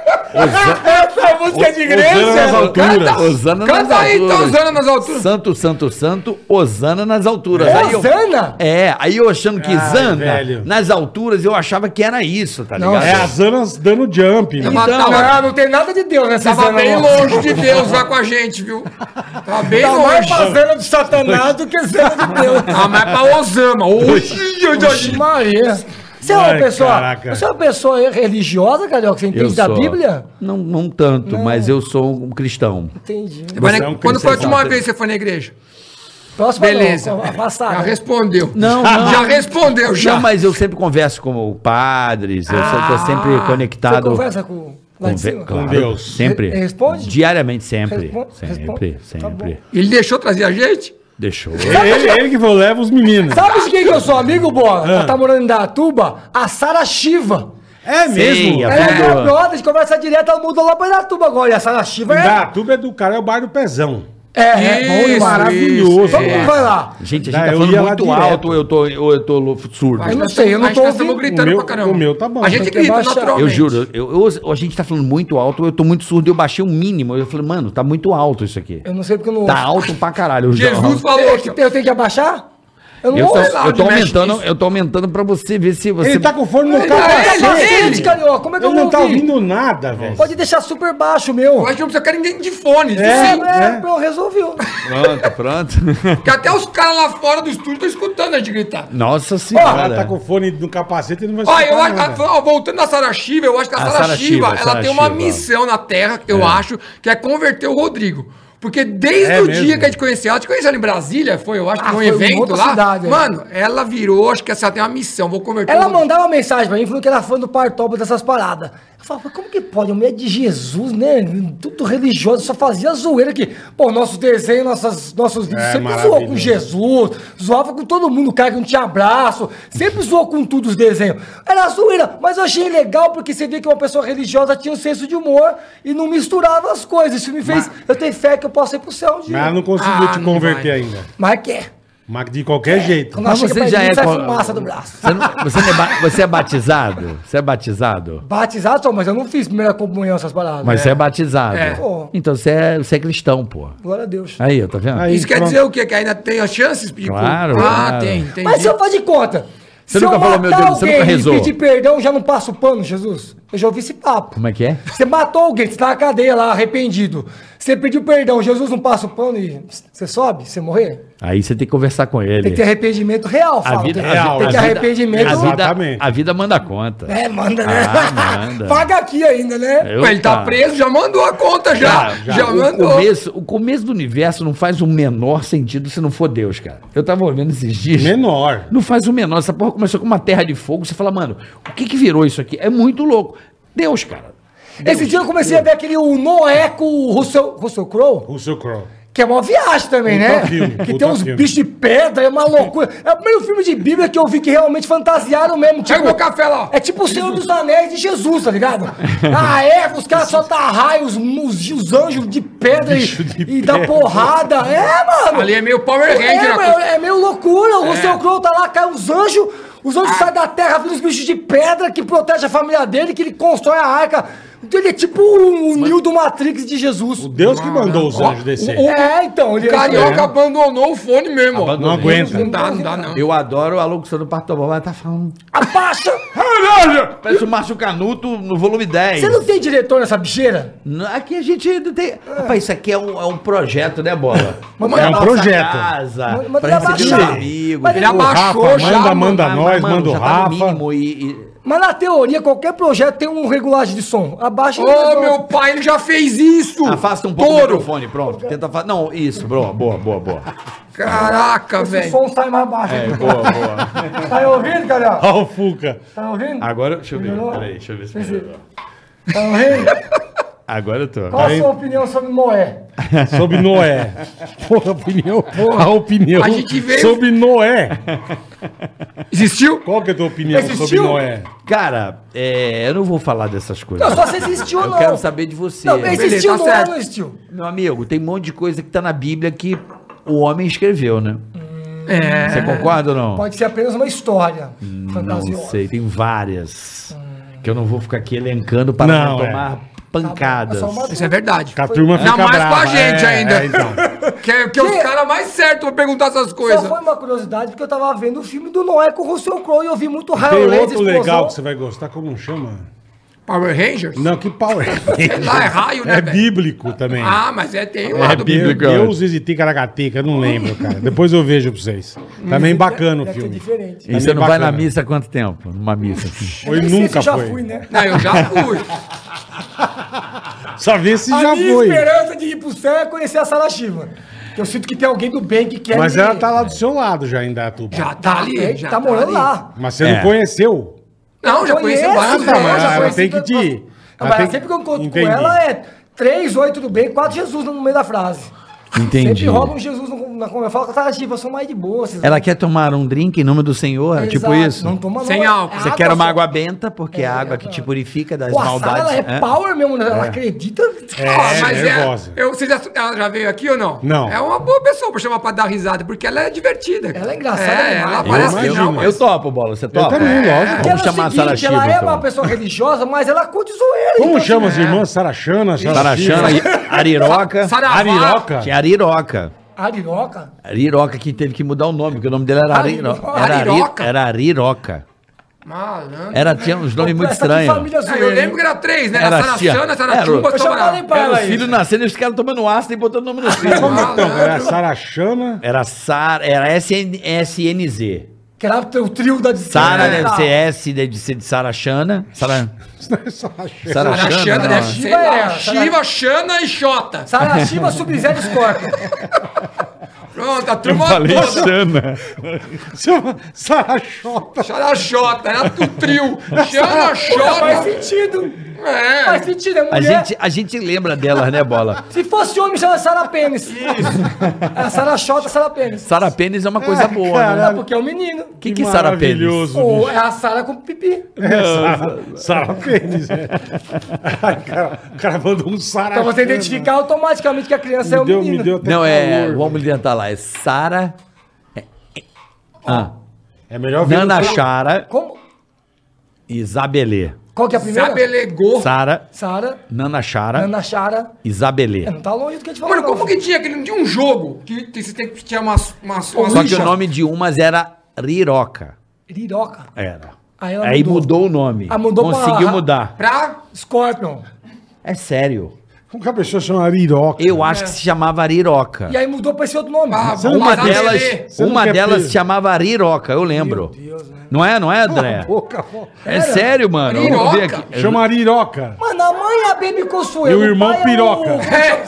[SPEAKER 4] <laughs> Essa música é tá-
[SPEAKER 2] Osana nas
[SPEAKER 4] de igreja.
[SPEAKER 2] alturas.
[SPEAKER 3] Osana
[SPEAKER 5] Canta aí,
[SPEAKER 4] tá
[SPEAKER 5] então, Zana nas alturas.
[SPEAKER 3] Santo, santo, santo, Osana nas alturas. Aí eu-
[SPEAKER 4] Osana?
[SPEAKER 3] É, aí eu achando que
[SPEAKER 2] Ai,
[SPEAKER 3] Zana,
[SPEAKER 2] Ah, velho.
[SPEAKER 3] nas alturas, eu achava que era isso, tá
[SPEAKER 4] Não,
[SPEAKER 3] ligado?
[SPEAKER 2] É as anas dando jump. <laughs>
[SPEAKER 5] É
[SPEAKER 2] né?
[SPEAKER 5] uma-
[SPEAKER 4] Então, não, não tem nada de Deus nessa
[SPEAKER 5] Tava
[SPEAKER 4] Zana,
[SPEAKER 5] bem
[SPEAKER 4] não.
[SPEAKER 5] longe de Deus lá com a gente, viu? Tava bem
[SPEAKER 4] Tá
[SPEAKER 3] é
[SPEAKER 4] mais
[SPEAKER 5] longe.
[SPEAKER 4] pra zana
[SPEAKER 3] <laughs>
[SPEAKER 4] do satanás do que zana de Deus.
[SPEAKER 5] Ah, mas é pra Osama. Hoje, hoje, hoje.
[SPEAKER 4] Maria. Você é uma
[SPEAKER 2] Ai,
[SPEAKER 4] pessoa.
[SPEAKER 2] caraca.
[SPEAKER 4] Você é uma pessoa religiosa, Carioca? Você entende É da Bíblia?
[SPEAKER 3] Não, não tanto, mas eu sou um cristão.
[SPEAKER 4] Entendi.
[SPEAKER 5] Mas, né,
[SPEAKER 2] é um
[SPEAKER 5] quando foi a última
[SPEAKER 3] cristão.
[SPEAKER 5] vez que você foi na igreja?
[SPEAKER 4] Próxima
[SPEAKER 5] Beleza.
[SPEAKER 4] não, afastada.
[SPEAKER 5] Já respondeu.
[SPEAKER 3] Não,
[SPEAKER 5] Já
[SPEAKER 3] não.
[SPEAKER 5] respondeu, já.
[SPEAKER 3] Não, mas eu sempre converso com padres, eu estou sempre
[SPEAKER 4] Ah, Você
[SPEAKER 3] conectado.
[SPEAKER 4] conversa com. Lá de
[SPEAKER 3] Conver-
[SPEAKER 4] cima?
[SPEAKER 3] claro,
[SPEAKER 2] Deus.
[SPEAKER 3] Sempre.
[SPEAKER 4] Re- responde?
[SPEAKER 3] Diariamente, sempre.
[SPEAKER 4] Responde-
[SPEAKER 3] sempre,
[SPEAKER 4] responde. Tá
[SPEAKER 3] sempre.
[SPEAKER 4] bom.
[SPEAKER 5] Ele deixou trazer a gente?
[SPEAKER 3] Deixou.
[SPEAKER 2] Ele, ele que falou, leva os meninos.
[SPEAKER 4] é? Sabe de quem que eu sou amigo, Bola?
[SPEAKER 3] Ah.
[SPEAKER 4] Ela tá morando em Datuba? A Sara Shiva.
[SPEAKER 2] É mesmo?
[SPEAKER 3] Sim,
[SPEAKER 4] Ela
[SPEAKER 3] a-
[SPEAKER 4] é
[SPEAKER 3] Boa.
[SPEAKER 4] minha brother, a gente conversa direto, ela mudou lá pra Datuba agora. E a Sara Shiva é.
[SPEAKER 2] Indaiatuba é do cara, é o bar do Pezão.
[SPEAKER 4] É, é, bom
[SPEAKER 5] Isso,
[SPEAKER 4] demais.
[SPEAKER 2] Maravilhoso.
[SPEAKER 5] isso,
[SPEAKER 4] Todo mundo vai lá.
[SPEAKER 3] Gente, a gente
[SPEAKER 2] Ah,
[SPEAKER 3] tá
[SPEAKER 2] eu
[SPEAKER 3] falando
[SPEAKER 2] ia lá
[SPEAKER 3] muito
[SPEAKER 2] direto.
[SPEAKER 3] alto, ou eu tô, ou eu tô lo- surdo.
[SPEAKER 5] Mas
[SPEAKER 4] não
[SPEAKER 5] nós
[SPEAKER 4] sei,
[SPEAKER 5] tamo-
[SPEAKER 4] eu não
[SPEAKER 5] mas
[SPEAKER 4] tô
[SPEAKER 5] nós tamo
[SPEAKER 4] ouvindo.
[SPEAKER 5] gritando
[SPEAKER 2] O meu-
[SPEAKER 5] pra caramba.
[SPEAKER 2] o meu tá bom.
[SPEAKER 5] A gente
[SPEAKER 4] Tem que
[SPEAKER 5] grita
[SPEAKER 4] baixar.
[SPEAKER 5] naturalmente.
[SPEAKER 3] Eu juro, eu, eu- a gente tá falando muito alto, ou eu tô muito surdo, eu baixei um mínimo. Eu falei, mano, tá muito alto isso aqui.
[SPEAKER 4] Eu não sei porque eu não
[SPEAKER 3] Tá
[SPEAKER 4] ouço.
[SPEAKER 3] alto pra caralho. Eu já-
[SPEAKER 5] Jesus falou
[SPEAKER 4] Eu,
[SPEAKER 5] que
[SPEAKER 4] que- eu tenho que abaixar? Eu não
[SPEAKER 3] Eu tô,
[SPEAKER 4] ouço.
[SPEAKER 5] sei lá
[SPEAKER 3] eu tô
[SPEAKER 5] onde mexe
[SPEAKER 3] aumentando,
[SPEAKER 5] isso.
[SPEAKER 3] eu tô aumentando pra você ver se você.
[SPEAKER 2] Ele
[SPEAKER 3] <laughs>
[SPEAKER 2] tá com fone no
[SPEAKER 4] Cara,
[SPEAKER 2] carro.
[SPEAKER 5] ele-
[SPEAKER 4] cacete,
[SPEAKER 5] ele-
[SPEAKER 4] Carioca, é como é que eu
[SPEAKER 2] Ele
[SPEAKER 4] não,
[SPEAKER 2] não tá
[SPEAKER 4] ouvi?
[SPEAKER 2] ouvindo nada, velho.
[SPEAKER 4] Pode deixar super baixo o meu.
[SPEAKER 5] Eu acho que não precisa ficar ninguém de fone.
[SPEAKER 4] É,
[SPEAKER 5] É. Sim,
[SPEAKER 4] é,
[SPEAKER 2] é.
[SPEAKER 4] pô, resolveu.
[SPEAKER 3] Pronto, pronto.
[SPEAKER 5] porque até os caras lá fora do estúdio estão escutando a gente gritar.
[SPEAKER 3] <laughs> Nossa
[SPEAKER 2] O cara
[SPEAKER 3] senhora.
[SPEAKER 2] tá com o fone no capacete e não vai
[SPEAKER 5] Ó, eu
[SPEAKER 2] escutar
[SPEAKER 5] acho,
[SPEAKER 2] nada.
[SPEAKER 5] ó, voltando à Sara Shiva, eu acho que a,
[SPEAKER 3] A
[SPEAKER 5] Sara,
[SPEAKER 3] Sarah
[SPEAKER 5] Shiva,
[SPEAKER 3] Shiva,
[SPEAKER 5] ela
[SPEAKER 3] Sarah
[SPEAKER 5] tem uma
[SPEAKER 3] Shiva.
[SPEAKER 5] missão na Terra, eu acho, que é converter o Rodrigo. Porque desde
[SPEAKER 2] É
[SPEAKER 5] o
[SPEAKER 2] mesmo?
[SPEAKER 5] dia que a gente conheceu ela, a gente conheceu ela em Brasília, foi, eu acho,
[SPEAKER 4] Ah,
[SPEAKER 5] que num
[SPEAKER 4] foi em
[SPEAKER 5] evento
[SPEAKER 4] outra
[SPEAKER 5] lá.
[SPEAKER 4] cidade, é.
[SPEAKER 5] Mano, ela virou, acho que essa tem uma missão, vou converter
[SPEAKER 4] Ela
[SPEAKER 5] Rodrigo.
[SPEAKER 4] mandava mensagem pra mim falando que era fã do Partoba dessas paradas. Eu falava, mas como que pode? A mulher de Jesus, né? Tudo religioso, só fazia zoeira aqui. Pô, nosso desenho, nossas, nossos vídeos,
[SPEAKER 2] É,
[SPEAKER 4] sempre zoou
[SPEAKER 2] maravilhoso.
[SPEAKER 4] com Jesus, zoava com todo mundo, o cara que não tinha abraço, sempre zoou com tudo os desenhos. Era zoeira, mas eu achei legal porque você vê que uma pessoa religiosa tinha um senso de humor e não misturava as coisas. Isso me fez. Eu tenho fé que eu posso ir pro céu um dia.
[SPEAKER 2] Mas ela não conseguiu
[SPEAKER 5] Ah,
[SPEAKER 2] te
[SPEAKER 5] não
[SPEAKER 2] converter
[SPEAKER 5] vai.
[SPEAKER 2] ainda.
[SPEAKER 4] Mas quer.
[SPEAKER 2] Mas de qualquer jeito.
[SPEAKER 4] Quando ela
[SPEAKER 3] Mas
[SPEAKER 4] chega
[SPEAKER 3] você
[SPEAKER 4] perto
[SPEAKER 3] já
[SPEAKER 4] de mim,
[SPEAKER 3] é.
[SPEAKER 4] sai
[SPEAKER 3] co-
[SPEAKER 4] fumaça do braço.
[SPEAKER 3] Você, não- você não é ba- você é batizado? Você é batizado?
[SPEAKER 4] Batizado só, mas eu não fiz primeira comunhão essas paradas.
[SPEAKER 3] Mas você é batizado.
[SPEAKER 5] É.
[SPEAKER 4] Pô.
[SPEAKER 3] Então você é, você é cristão, pô.
[SPEAKER 4] Glória a Deus.
[SPEAKER 3] Aí, ó, tá vendo?
[SPEAKER 2] Aí.
[SPEAKER 5] Isso quer
[SPEAKER 2] Pronto.
[SPEAKER 5] dizer o quê? Que ainda tem as chances de
[SPEAKER 3] Claro,
[SPEAKER 5] Ah,
[SPEAKER 3] claro.
[SPEAKER 5] tem, entendi.
[SPEAKER 4] Mas se eu faço de conta.
[SPEAKER 3] Você
[SPEAKER 4] se
[SPEAKER 3] nunca
[SPEAKER 4] eu
[SPEAKER 3] falou, meu
[SPEAKER 4] matar
[SPEAKER 3] Deus, você nunca
[SPEAKER 4] alguém e
[SPEAKER 3] rezou.
[SPEAKER 4] pedir perdão, já não passa o pano, Jesus? Eu já ouvi esse papo.
[SPEAKER 3] Como é que é?
[SPEAKER 4] Você matou alguém, você tá na cadeia lá, arrependido. Você pediu perdão, Jesus não passa o pano e você sobe, você morrer?
[SPEAKER 3] Aí você tem que conversar com ele.
[SPEAKER 4] Tem que ter arrependimento real,
[SPEAKER 3] a
[SPEAKER 4] fala.
[SPEAKER 3] vida,
[SPEAKER 4] tem,
[SPEAKER 3] a
[SPEAKER 2] real,
[SPEAKER 4] tem que
[SPEAKER 3] vida-
[SPEAKER 4] ter
[SPEAKER 3] a vida-
[SPEAKER 4] arrependimento.
[SPEAKER 3] A vida,
[SPEAKER 2] Exatamente.
[SPEAKER 3] a vida manda conta.
[SPEAKER 4] É, manda, né?
[SPEAKER 3] Ah, manda.
[SPEAKER 4] <laughs>
[SPEAKER 3] É,
[SPEAKER 4] Paga aqui ainda, né?
[SPEAKER 3] Eu-
[SPEAKER 5] Ué, ele tá
[SPEAKER 3] Opa.
[SPEAKER 5] preso, já mandou a conta, já. Já,
[SPEAKER 3] o,
[SPEAKER 5] mandou.
[SPEAKER 3] começo, o começo do universo não faz o menor sentido se não for Deus, cara. Eu tava olhando esses dias.
[SPEAKER 2] Menor.
[SPEAKER 3] Não faz o menor. Essa porra começou com uma terra de fogo. Você fala, mano, o que que virou isso aqui? É muito louco. Deus, cara.
[SPEAKER 4] Esse dia eu comecei a ver aquele o Noé com o Russell, Russell Crowe.
[SPEAKER 2] Russell Crowe.
[SPEAKER 4] Que é uma viagem também,
[SPEAKER 2] Puta
[SPEAKER 4] né?
[SPEAKER 2] filme,
[SPEAKER 4] que
[SPEAKER 2] puta
[SPEAKER 4] tem uns
[SPEAKER 2] filme.
[SPEAKER 4] bichos de pedra, é uma loucura. É o primeiro filme de Bíblia que eu vi que realmente fantasiaram mesmo.
[SPEAKER 5] Pega o meu café lá, ó.
[SPEAKER 4] É tipo o Senhor dos Anéis de Jesus,
[SPEAKER 2] <laughs>
[SPEAKER 4] tá ligado? A época, os caras soltam raio, os, os, os anjos de pedra e,
[SPEAKER 2] Bicho de
[SPEAKER 4] e dá
[SPEAKER 2] pedra.
[SPEAKER 4] porrada. É, mano.
[SPEAKER 5] Ali é meio Power
[SPEAKER 4] É,
[SPEAKER 5] Ranger. a
[SPEAKER 4] mano,
[SPEAKER 5] coisa.
[SPEAKER 4] é meio loucura. O Russell Crowe tá lá, cai os anjos. Os anjos saem da terra, viram os bichos de pedra que protege a família dele, que ele constrói a arca. Ele é tipo o Neo do Matrix de Jesus.
[SPEAKER 2] O Deus que mandou os anjos descer.
[SPEAKER 4] É, então. Ele,
[SPEAKER 5] Carioca abandonou o fone mesmo. ó.
[SPEAKER 2] Não aguenta.
[SPEAKER 5] Não dá, não dá, não.
[SPEAKER 3] Eu adoro a locução do Partobal, mas tá falando.
[SPEAKER 4] Abaixa!
[SPEAKER 3] Parece o Márcio Canuto no volume 10.
[SPEAKER 4] Você não tem diretor nessa bicheira?
[SPEAKER 3] Não, Aqui a gente não tem. Rapaz, isso aqui é um, é um projeto, né, Bola?
[SPEAKER 4] Manda
[SPEAKER 2] É um
[SPEAKER 4] ela-
[SPEAKER 3] Nossa
[SPEAKER 2] projeto.
[SPEAKER 3] Casa,
[SPEAKER 4] Manda
[SPEAKER 3] Ah, pra receber os
[SPEAKER 4] abaixar.
[SPEAKER 3] amigos.
[SPEAKER 4] Mas ele
[SPEAKER 3] Pô,
[SPEAKER 5] abaixa,
[SPEAKER 2] Rafa,
[SPEAKER 5] Baixou já,
[SPEAKER 2] manda,
[SPEAKER 5] mano.
[SPEAKER 2] manda
[SPEAKER 3] mas,
[SPEAKER 2] nós,
[SPEAKER 3] mano,
[SPEAKER 2] manda o
[SPEAKER 3] já tá no
[SPEAKER 2] Rafa.
[SPEAKER 3] mínimo e- e-
[SPEAKER 4] Mas na teoria, qualquer projeto tem um regulagem de som. Abaixa
[SPEAKER 5] Ô,
[SPEAKER 4] o diretor.
[SPEAKER 5] meu pai, ele já fez isso!
[SPEAKER 3] Afasta um pouco o microfone, pronto. Tenta fa... Não, isso, boa, boa, boa, boa.
[SPEAKER 5] Caraca,
[SPEAKER 4] Esse
[SPEAKER 5] velho.
[SPEAKER 4] som sai mais baixo.
[SPEAKER 3] É, boa, boa.
[SPEAKER 4] Tá ouvindo, galera?
[SPEAKER 2] Ó o Fuca.
[SPEAKER 4] Tá ouvindo?
[SPEAKER 3] Agora, deixa eu ver.
[SPEAKER 4] Melhorou?
[SPEAKER 3] Peraí, deixa eu ver
[SPEAKER 2] <laughs>
[SPEAKER 3] se melhorou.
[SPEAKER 4] Tá ouvindo?
[SPEAKER 3] Agora eu tô.
[SPEAKER 4] Qual a
[SPEAKER 2] Aí-
[SPEAKER 4] sua opinião sobre Moé?
[SPEAKER 2] Sobre Noé. Porra, opinião. a opinião
[SPEAKER 5] A gente veio-
[SPEAKER 2] sobre Noé.
[SPEAKER 5] Existiu?
[SPEAKER 2] Qual que é a tua opinião
[SPEAKER 4] Existiu?
[SPEAKER 2] sobre Noé?
[SPEAKER 3] Cara, é, eu não vou falar dessas coisas.
[SPEAKER 4] Não, só se existiu ou
[SPEAKER 3] Eu
[SPEAKER 4] não.
[SPEAKER 3] quero saber de você.
[SPEAKER 4] Não, existiu
[SPEAKER 5] Beleza, tá
[SPEAKER 4] Noé ou
[SPEAKER 5] certo.
[SPEAKER 4] não existiu?
[SPEAKER 3] Meu amigo, tem um monte de coisa que tá na Bíblia que o homem escreveu, né?
[SPEAKER 5] É.
[SPEAKER 3] Você concorda ou não?
[SPEAKER 4] Pode ser apenas uma história
[SPEAKER 3] Não
[SPEAKER 4] fantasiosa.
[SPEAKER 3] sei, tem várias. Que eu não vou ficar aqui elencando para
[SPEAKER 2] Não,
[SPEAKER 3] não
[SPEAKER 2] é.
[SPEAKER 3] tomar pancadas.
[SPEAKER 4] Só uma-
[SPEAKER 5] Isso é verdade.
[SPEAKER 2] Que a turma
[SPEAKER 5] Ainda
[SPEAKER 2] fica
[SPEAKER 5] mais
[SPEAKER 2] brava.
[SPEAKER 5] com a gente
[SPEAKER 2] É,
[SPEAKER 5] ainda.
[SPEAKER 2] é, então.
[SPEAKER 5] Que é, que é os
[SPEAKER 4] Que-
[SPEAKER 5] caras mais certos pra perguntar essas
[SPEAKER 4] Só
[SPEAKER 5] coisas.
[SPEAKER 4] foi uma curiosidade, porque eu tava vendo o filme do Noé com o Russell Crowe e eu vi muito raio
[SPEAKER 2] Tem
[SPEAKER 4] laser,
[SPEAKER 2] outro
[SPEAKER 4] explosão.
[SPEAKER 2] legal que você vai gostar, como chama?
[SPEAKER 5] Power Rangers?
[SPEAKER 2] Não, que pau é?
[SPEAKER 5] lá, é raio, né,
[SPEAKER 2] É
[SPEAKER 5] velho?
[SPEAKER 2] bíblico também.
[SPEAKER 5] Ah, mas é, tem o
[SPEAKER 3] É
[SPEAKER 5] lado
[SPEAKER 3] bíblico.
[SPEAKER 5] bíblico.
[SPEAKER 2] Deuses e Ticaracatica, não lembro, cara. Depois eu vejo pra vocês. Tá bem bacana o
[SPEAKER 4] é Deve ser
[SPEAKER 2] filme.
[SPEAKER 4] diferente.
[SPEAKER 2] Tá
[SPEAKER 3] E você
[SPEAKER 2] bem
[SPEAKER 3] não vai na
[SPEAKER 2] bacana.
[SPEAKER 3] missa há quanto tempo? Numa missa. assim.
[SPEAKER 2] Ou
[SPEAKER 4] Nem sei se
[SPEAKER 2] nunca
[SPEAKER 4] eu já
[SPEAKER 2] foi.
[SPEAKER 4] fui, né?
[SPEAKER 5] Não, eu já fui.
[SPEAKER 2] Só vê se
[SPEAKER 4] A
[SPEAKER 2] já
[SPEAKER 4] minha
[SPEAKER 2] foi.
[SPEAKER 4] esperança de ir pro céu é conhecer a Sara Shiva. Eu sinto que tem alguém do bem que quer.
[SPEAKER 2] Mas
[SPEAKER 4] me-
[SPEAKER 2] ela tá lá do seu lado já em Datuba.
[SPEAKER 5] Já tá ali.
[SPEAKER 4] É,
[SPEAKER 5] Já
[SPEAKER 4] tá morando
[SPEAKER 5] ali.
[SPEAKER 4] lá.
[SPEAKER 2] Mas você
[SPEAKER 3] É.
[SPEAKER 2] não conheceu.
[SPEAKER 5] Não, já conheci
[SPEAKER 4] Conheço,
[SPEAKER 5] vários. né?
[SPEAKER 2] tá,
[SPEAKER 4] já,
[SPEAKER 2] mas
[SPEAKER 5] já
[SPEAKER 4] já
[SPEAKER 2] ela
[SPEAKER 4] conheci
[SPEAKER 5] conheci.
[SPEAKER 2] tem que
[SPEAKER 4] tanto-
[SPEAKER 2] te-
[SPEAKER 4] Não,
[SPEAKER 2] ela
[SPEAKER 4] mas
[SPEAKER 2] tem-
[SPEAKER 4] sempre que eu encontro
[SPEAKER 2] Entendi.
[SPEAKER 4] com ela é três, oito do bem, quatro Jesus no meio da frase.
[SPEAKER 3] Entendi.
[SPEAKER 4] Sempre rola um Jesus no- na conversa. Fala, Sara Shiva, eu sou mais de boa. vocês-
[SPEAKER 3] Ela quer tomar um drink em nome do Senhor?
[SPEAKER 4] É, Exato,
[SPEAKER 3] Tipo isso?
[SPEAKER 4] Não toma não,
[SPEAKER 5] Sem
[SPEAKER 4] é
[SPEAKER 5] álcool.
[SPEAKER 3] Você
[SPEAKER 4] água,
[SPEAKER 3] quer uma
[SPEAKER 4] só-
[SPEAKER 3] água benta, porque é a água que te purifica das
[SPEAKER 4] Pô, a Sara,
[SPEAKER 3] maldades.
[SPEAKER 4] ela é power mesmo, né? Ela acredita.
[SPEAKER 5] Ah,
[SPEAKER 2] É,
[SPEAKER 5] mas é,
[SPEAKER 2] nervosa.
[SPEAKER 5] eu, você já, ela já veio aqui ou não?
[SPEAKER 2] Não.
[SPEAKER 5] É uma boa pessoa pra chamar pra dar risada, porque ela é divertida. cara.
[SPEAKER 4] Ela é engraçada
[SPEAKER 5] É,
[SPEAKER 4] demais.
[SPEAKER 5] ela
[SPEAKER 4] Eu
[SPEAKER 5] parece que
[SPEAKER 2] imagino.
[SPEAKER 5] não,
[SPEAKER 3] Eu,
[SPEAKER 5] mas...
[SPEAKER 3] eu topo, Bola. Você topa?
[SPEAKER 2] também, lógico.
[SPEAKER 4] Porque
[SPEAKER 3] Vamos
[SPEAKER 4] ela é o
[SPEAKER 3] chamar a Sara
[SPEAKER 4] seguinte, ela
[SPEAKER 3] Shiva,
[SPEAKER 4] é
[SPEAKER 3] então.
[SPEAKER 4] uma pessoa religiosa, mas ela curte zoeira.
[SPEAKER 2] Como
[SPEAKER 4] então,
[SPEAKER 2] chama as
[SPEAKER 4] assim,
[SPEAKER 2] irmãs? Sarachana?
[SPEAKER 3] Sarachana, Ariroca.
[SPEAKER 5] Saravá.
[SPEAKER 2] Ariroca?
[SPEAKER 3] Tinha Ariroca.
[SPEAKER 4] né? Ariroca?
[SPEAKER 3] Ariroca que teve que mudar o nome, porque o nome dela era Ariroca. Era, Ari,
[SPEAKER 5] Ariroca?
[SPEAKER 3] era Ariroca.
[SPEAKER 5] Malandro.
[SPEAKER 3] Era, tinha uns nomes muito
[SPEAKER 4] Essa que
[SPEAKER 3] estranhos.
[SPEAKER 4] família
[SPEAKER 5] Ah,
[SPEAKER 4] zoeira,
[SPEAKER 5] eu
[SPEAKER 4] hein?
[SPEAKER 5] lembro que era três, né? Era,
[SPEAKER 3] Era
[SPEAKER 5] era
[SPEAKER 3] tia.
[SPEAKER 5] Sarachana,
[SPEAKER 3] Era
[SPEAKER 5] Sarachuba,
[SPEAKER 4] Eu já falei pra
[SPEAKER 3] Era
[SPEAKER 4] ela
[SPEAKER 3] o filho
[SPEAKER 4] isso.
[SPEAKER 3] nascendo e os caras tomando ácido e botando o nome no filho.
[SPEAKER 2] Como então? Era Sarachana?
[SPEAKER 3] Era Sara, era SN, SNZ.
[SPEAKER 4] Que era o trio da de-
[SPEAKER 3] Sara
[SPEAKER 4] É.
[SPEAKER 3] deve ser S, deve ser de Sara Shana. Sara,
[SPEAKER 2] Sarachana.
[SPEAKER 3] Sara
[SPEAKER 5] Sara
[SPEAKER 3] Shana,
[SPEAKER 5] Xana,
[SPEAKER 3] não.
[SPEAKER 5] né?
[SPEAKER 4] Shiva
[SPEAKER 5] Sei lá,
[SPEAKER 4] é,
[SPEAKER 5] Shiva, Xana e Xota.
[SPEAKER 4] Sara Shiva, Sub-Zero e Scorpion.
[SPEAKER 5] Pronto, a turma toda.
[SPEAKER 3] Shana.
[SPEAKER 2] Chama Sarachota.
[SPEAKER 5] Xana, Xota, era o trio.
[SPEAKER 4] Puta,
[SPEAKER 5] Xana, <laughs>
[SPEAKER 4] Faz
[SPEAKER 5] Xota.
[SPEAKER 4] sentido. Faz
[SPEAKER 5] É.
[SPEAKER 4] sentido, é
[SPEAKER 3] A
[SPEAKER 4] mulher.
[SPEAKER 3] gente, a gente lembra delas, né, Bola?
[SPEAKER 4] Se fosse homem, chama Sara
[SPEAKER 5] <laughs>
[SPEAKER 4] Pênis. É Sara Xota, Sara Pênis.
[SPEAKER 3] Sara Pênis é uma coisa boa, né?
[SPEAKER 4] É porque é um menino.
[SPEAKER 3] Que que Sara Pênis?
[SPEAKER 2] maravilhoso,
[SPEAKER 4] Ou
[SPEAKER 2] bicho.
[SPEAKER 4] é a Sara com pipi. Então,
[SPEAKER 3] É,
[SPEAKER 2] Sara- Sara Pênis. é. Ai, cara, o cara mandou um Sarachana.
[SPEAKER 4] Pra Então
[SPEAKER 5] é,
[SPEAKER 4] você
[SPEAKER 5] né?
[SPEAKER 4] identificar automaticamente que a criança é
[SPEAKER 2] Me
[SPEAKER 4] um
[SPEAKER 2] deu, me
[SPEAKER 4] menino.
[SPEAKER 2] deu até
[SPEAKER 3] Não, é.
[SPEAKER 2] calor,
[SPEAKER 3] Vamos tentar lá. É Sara. Ah,
[SPEAKER 2] velho. É melhor ver.
[SPEAKER 3] Nana
[SPEAKER 2] no-
[SPEAKER 3] Chara
[SPEAKER 4] Como?
[SPEAKER 3] e Isabelê.
[SPEAKER 4] Qual que é a primeira?
[SPEAKER 5] Sabelegou.
[SPEAKER 3] Sara,
[SPEAKER 4] Sara,
[SPEAKER 3] Nana Chara,
[SPEAKER 4] Ana Chara.
[SPEAKER 3] Isabelê.
[SPEAKER 4] É, não tá longe do que a gente falou.
[SPEAKER 5] Mano, como
[SPEAKER 4] não.
[SPEAKER 5] que tinha aquele de um jogo? Que t- você tem que tinha umas, umas, umas
[SPEAKER 3] Só que o
[SPEAKER 5] fichas?
[SPEAKER 3] nome de umas era Riroca.
[SPEAKER 4] Riroca.
[SPEAKER 3] Era.
[SPEAKER 4] Aí ela
[SPEAKER 3] Aí mudou o nome.
[SPEAKER 4] Ah, mudou pra-
[SPEAKER 3] Conseguiu mudar.
[SPEAKER 5] Pra.
[SPEAKER 4] Scorpion.
[SPEAKER 3] É sério.
[SPEAKER 2] Como que a pessoa chama Ariroca?
[SPEAKER 3] Eu acho que se chamava Ariroca.
[SPEAKER 4] E aí mudou pra esse outro nome.
[SPEAKER 5] pra
[SPEAKER 2] não
[SPEAKER 3] Uma
[SPEAKER 5] Isabelê.
[SPEAKER 3] delas,
[SPEAKER 2] Você não
[SPEAKER 3] uma
[SPEAKER 2] quer
[SPEAKER 3] delas
[SPEAKER 2] peso?
[SPEAKER 3] se chamava Ariroca, eu lembro. Não é, não é, André?
[SPEAKER 2] <laughs> Boca, boca.
[SPEAKER 3] é sério, mano. Eu vou ver
[SPEAKER 5] Ariroca?
[SPEAKER 3] aqui.
[SPEAKER 2] Chama Ariroca.
[SPEAKER 4] Mano, a mãe é a Baby Consuelo.
[SPEAKER 2] E o irmão
[SPEAKER 4] pai é
[SPEAKER 2] Piroca.
[SPEAKER 5] É.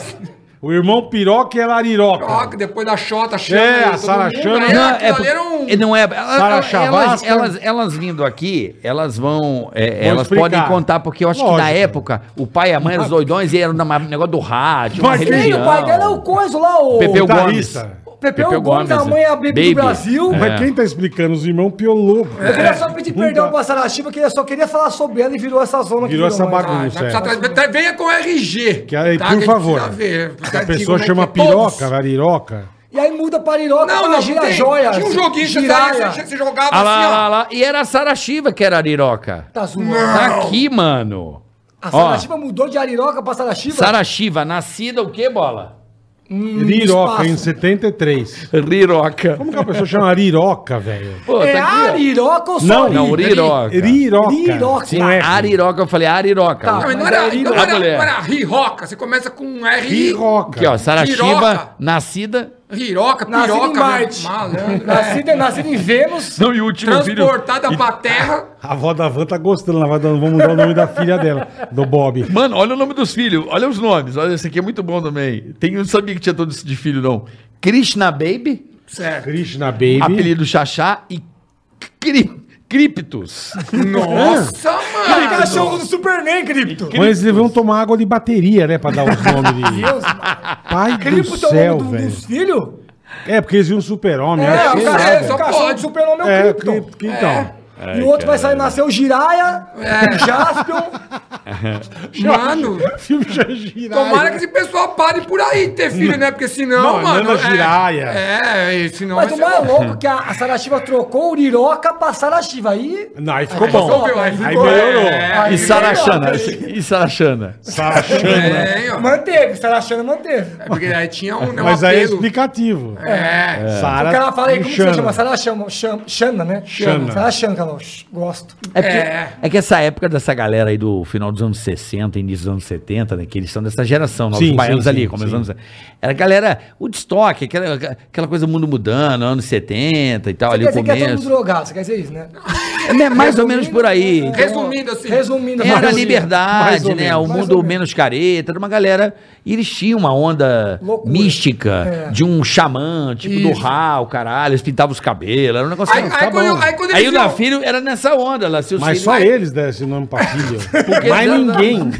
[SPEAKER 2] O irmão Piroca e ela Ariroca.
[SPEAKER 5] Toca, depois da Xota, Xana.
[SPEAKER 2] É, a
[SPEAKER 5] todo
[SPEAKER 2] Sara
[SPEAKER 5] mundo,
[SPEAKER 2] Xana.
[SPEAKER 5] né?
[SPEAKER 3] Não,
[SPEAKER 5] Aquilo
[SPEAKER 3] é,
[SPEAKER 5] ali era um-
[SPEAKER 3] por- não é. ela-
[SPEAKER 2] Sara
[SPEAKER 3] ela- Elas,
[SPEAKER 2] Chavasca.
[SPEAKER 3] elas, elas vindo aqui, elas vão. é, elas
[SPEAKER 2] explicar.
[SPEAKER 3] podem contar, porque eu acho que na
[SPEAKER 2] Lógico.
[SPEAKER 3] época o pai e a mãe eram os doidões e eram um negócio do rádio. Uma
[SPEAKER 2] Mas quem?
[SPEAKER 4] Sim,
[SPEAKER 3] religião.
[SPEAKER 4] o pai dela é o coiso lá, é o...
[SPEAKER 5] é
[SPEAKER 3] Pepeu
[SPEAKER 2] Tá,
[SPEAKER 3] Gomes.
[SPEAKER 2] guitarrista.
[SPEAKER 4] O Pepeu, Gomes,
[SPEAKER 5] né?
[SPEAKER 4] a mãe é a Baby,
[SPEAKER 3] Baby.
[SPEAKER 4] do Brasil.
[SPEAKER 5] É.
[SPEAKER 2] Mas quem tá explicando os irmãos piolou.
[SPEAKER 4] É,
[SPEAKER 2] Então,
[SPEAKER 4] Eu queria só pedir perdão pra Sara Chiba, que eu só queria falar sobre ela e virou essa zona
[SPEAKER 2] Virou essa
[SPEAKER 4] mais.
[SPEAKER 5] Ah,
[SPEAKER 2] bagunça.
[SPEAKER 5] já precisa
[SPEAKER 2] é.
[SPEAKER 5] trazer- até venha com RG.
[SPEAKER 2] Que aí, por
[SPEAKER 5] a gente
[SPEAKER 2] favor.
[SPEAKER 5] Tá, precisa ver, porque
[SPEAKER 2] A
[SPEAKER 5] aqui,
[SPEAKER 2] pessoa
[SPEAKER 5] como é
[SPEAKER 2] chama
[SPEAKER 5] que é? Todos.
[SPEAKER 2] piroca, ariroca.
[SPEAKER 4] E aí muda pra Iroca,
[SPEAKER 5] Não,
[SPEAKER 4] pra
[SPEAKER 5] não,
[SPEAKER 4] Gira
[SPEAKER 5] não tem.
[SPEAKER 4] Joia.
[SPEAKER 5] Tinha um joguinho que você,
[SPEAKER 4] Jiraya.
[SPEAKER 5] saía, você jogava
[SPEAKER 3] Ah lá,
[SPEAKER 5] assim, ó.
[SPEAKER 3] lá, lá. E era a Sara Shiva que era a Ariroca.
[SPEAKER 4] Tá zoando.
[SPEAKER 3] Tá aqui, mano.
[SPEAKER 4] A
[SPEAKER 3] Ó,
[SPEAKER 4] Sara Chiba mudou de Ariroca pra Sara Chiba?
[SPEAKER 3] Sara Shiva, nascida o quê, bola?
[SPEAKER 2] Riroca,
[SPEAKER 4] Hum, espaço.
[SPEAKER 2] em 73.
[SPEAKER 3] Riroca.
[SPEAKER 2] Como que a pessoa chama Ariroca, velho?
[SPEAKER 3] Pô,
[SPEAKER 4] É
[SPEAKER 3] tá aqui, ó.
[SPEAKER 4] Ariroca ou só
[SPEAKER 2] Não,
[SPEAKER 4] Ari?
[SPEAKER 3] Não, Riroca.
[SPEAKER 2] Riroca.
[SPEAKER 4] Riroca.
[SPEAKER 2] Com
[SPEAKER 3] é.
[SPEAKER 2] F.
[SPEAKER 3] Ariroca, eu falei Ariroca.
[SPEAKER 4] Tá.
[SPEAKER 5] Não, mas não
[SPEAKER 4] Mas
[SPEAKER 5] era,
[SPEAKER 4] aí
[SPEAKER 5] não
[SPEAKER 3] não é
[SPEAKER 5] era, não
[SPEAKER 3] mulher.
[SPEAKER 5] era Riroca. Você começa com R.
[SPEAKER 2] Riroca.
[SPEAKER 3] Aqui, ó, Sara Shiva,
[SPEAKER 5] Riroca.
[SPEAKER 3] nascida.
[SPEAKER 5] Riroca,
[SPEAKER 4] Nascido em
[SPEAKER 5] piroca,
[SPEAKER 4] Marte.
[SPEAKER 5] mesmo. malandro. É.
[SPEAKER 4] Nascida, nascida em
[SPEAKER 5] <laughs>
[SPEAKER 4] Vênus.
[SPEAKER 3] Não, e o último
[SPEAKER 5] Transportada pra terra.
[SPEAKER 2] A avó da Van tá gostando, ela vai dar- vamos mudar o nome da filha dela, do Bob.
[SPEAKER 3] Mano, olha o nome dos filhos, olha os nomes. Olha, esse aqui é muito bom também. Tem, eu não sabia que tinha todo isso de filho, não. Krishna Baby,
[SPEAKER 5] Certo.
[SPEAKER 2] Krishna Baby.
[SPEAKER 3] apelido Xaxá e Cri- Criptus.
[SPEAKER 5] Nossa,
[SPEAKER 4] É
[SPEAKER 5] mano.
[SPEAKER 4] cachorro do Superman, Cripto.
[SPEAKER 2] Mas eles deviam tomar água de bateria, né? Pra dar os nomes de.
[SPEAKER 4] <laughs> Deus, mano.
[SPEAKER 2] Pai do
[SPEAKER 4] Cripto é o
[SPEAKER 2] céu,
[SPEAKER 4] nome do-
[SPEAKER 2] velho.
[SPEAKER 4] dos filhos?
[SPEAKER 2] É, porque eles viam super-homem.
[SPEAKER 4] É,
[SPEAKER 2] né?
[SPEAKER 4] o
[SPEAKER 2] Sei
[SPEAKER 5] cara-
[SPEAKER 2] lá,
[SPEAKER 4] cachorro,
[SPEAKER 5] só
[SPEAKER 4] o cachorro
[SPEAKER 5] pode.
[SPEAKER 4] do Superman é o
[SPEAKER 2] É,
[SPEAKER 4] Krypton. É.
[SPEAKER 2] <laughs>
[SPEAKER 3] É,
[SPEAKER 2] que- que- então.
[SPEAKER 3] <laughs>
[SPEAKER 5] <laughs>
[SPEAKER 4] e o outro vai sair, nascer o Jiraya, o Jaspion,
[SPEAKER 5] é, Mano,
[SPEAKER 2] Filme Janjira.
[SPEAKER 5] tomara que esse pessoal pare por aí de ter filho, né? Porque senão,
[SPEAKER 2] Banana
[SPEAKER 5] mano. é-
[SPEAKER 2] giraia.
[SPEAKER 5] É, e senão.
[SPEAKER 4] Mas
[SPEAKER 5] vai
[SPEAKER 4] o
[SPEAKER 5] ser-
[SPEAKER 4] mais louco é que a, a Sarashiva trocou o Liroca pra Sarashiva. Aí.
[SPEAKER 2] Não, aí
[SPEAKER 4] é
[SPEAKER 2] ficou bom.
[SPEAKER 5] Resolveu, aí
[SPEAKER 2] Aí
[SPEAKER 5] ficou,
[SPEAKER 2] melhorou.
[SPEAKER 5] é,
[SPEAKER 3] E
[SPEAKER 5] aí
[SPEAKER 3] Sarachana. E Sarachana.
[SPEAKER 4] um <laughs>
[SPEAKER 2] Sarah Chana.
[SPEAKER 5] É, ó.
[SPEAKER 4] Manteve, Sarashana manteve.
[SPEAKER 5] É porque aí tinha um. né, um
[SPEAKER 2] Mas aí é
[SPEAKER 5] apelo.
[SPEAKER 2] explicativo.
[SPEAKER 5] É.
[SPEAKER 4] O
[SPEAKER 2] Sarah
[SPEAKER 4] cara fala aí, como que você
[SPEAKER 2] Chana.
[SPEAKER 4] chama? Sarashama, Sham- Shana, né?
[SPEAKER 2] Shana.
[SPEAKER 4] Sarashana, Carlão. Gosto.
[SPEAKER 3] É, porque-
[SPEAKER 5] É.
[SPEAKER 3] é que essa época dessa galera aí do final dos anos 60, início dos anos 70, né? Que eles são dessa geração, novos
[SPEAKER 2] Sim,
[SPEAKER 3] baianos
[SPEAKER 2] sim,
[SPEAKER 3] ali,
[SPEAKER 2] sim,
[SPEAKER 3] como
[SPEAKER 2] sim.
[SPEAKER 3] os anos. Era a galera, o estoque, aquela, aquela coisa mundo mudando, anos 70 e tal,
[SPEAKER 4] Você
[SPEAKER 3] ali o
[SPEAKER 4] quer dizer que é todo mundo
[SPEAKER 3] começo.
[SPEAKER 4] drogado, você quer dizer isso, né?
[SPEAKER 3] É mais ou menos por aí.
[SPEAKER 5] Resumindo assim.
[SPEAKER 4] Resumindo,
[SPEAKER 3] Era a
[SPEAKER 4] mais-
[SPEAKER 2] mais ou
[SPEAKER 3] liberdade, né?
[SPEAKER 2] menos,
[SPEAKER 3] O
[SPEAKER 4] mais
[SPEAKER 3] mundo
[SPEAKER 4] ou
[SPEAKER 3] menos. careta, era uma galera. E eles tinham uma onda
[SPEAKER 4] Loucura.
[SPEAKER 3] mística
[SPEAKER 4] É.
[SPEAKER 3] de um xamã, tipo do
[SPEAKER 5] Isso.
[SPEAKER 3] Ra, o caralho, eles pintavam os cabelos, era um negócio.
[SPEAKER 5] Aí,
[SPEAKER 3] Aí,
[SPEAKER 5] aí quando, eu- aí quando
[SPEAKER 3] o
[SPEAKER 5] viram-
[SPEAKER 3] Nafilho era nessa onda lá. Se os
[SPEAKER 2] Mas
[SPEAKER 3] filhos-
[SPEAKER 2] só eles deram esse nome pra
[SPEAKER 4] <laughs>
[SPEAKER 2] filha.
[SPEAKER 3] Porque
[SPEAKER 2] Mais
[SPEAKER 3] eles-
[SPEAKER 2] ninguém.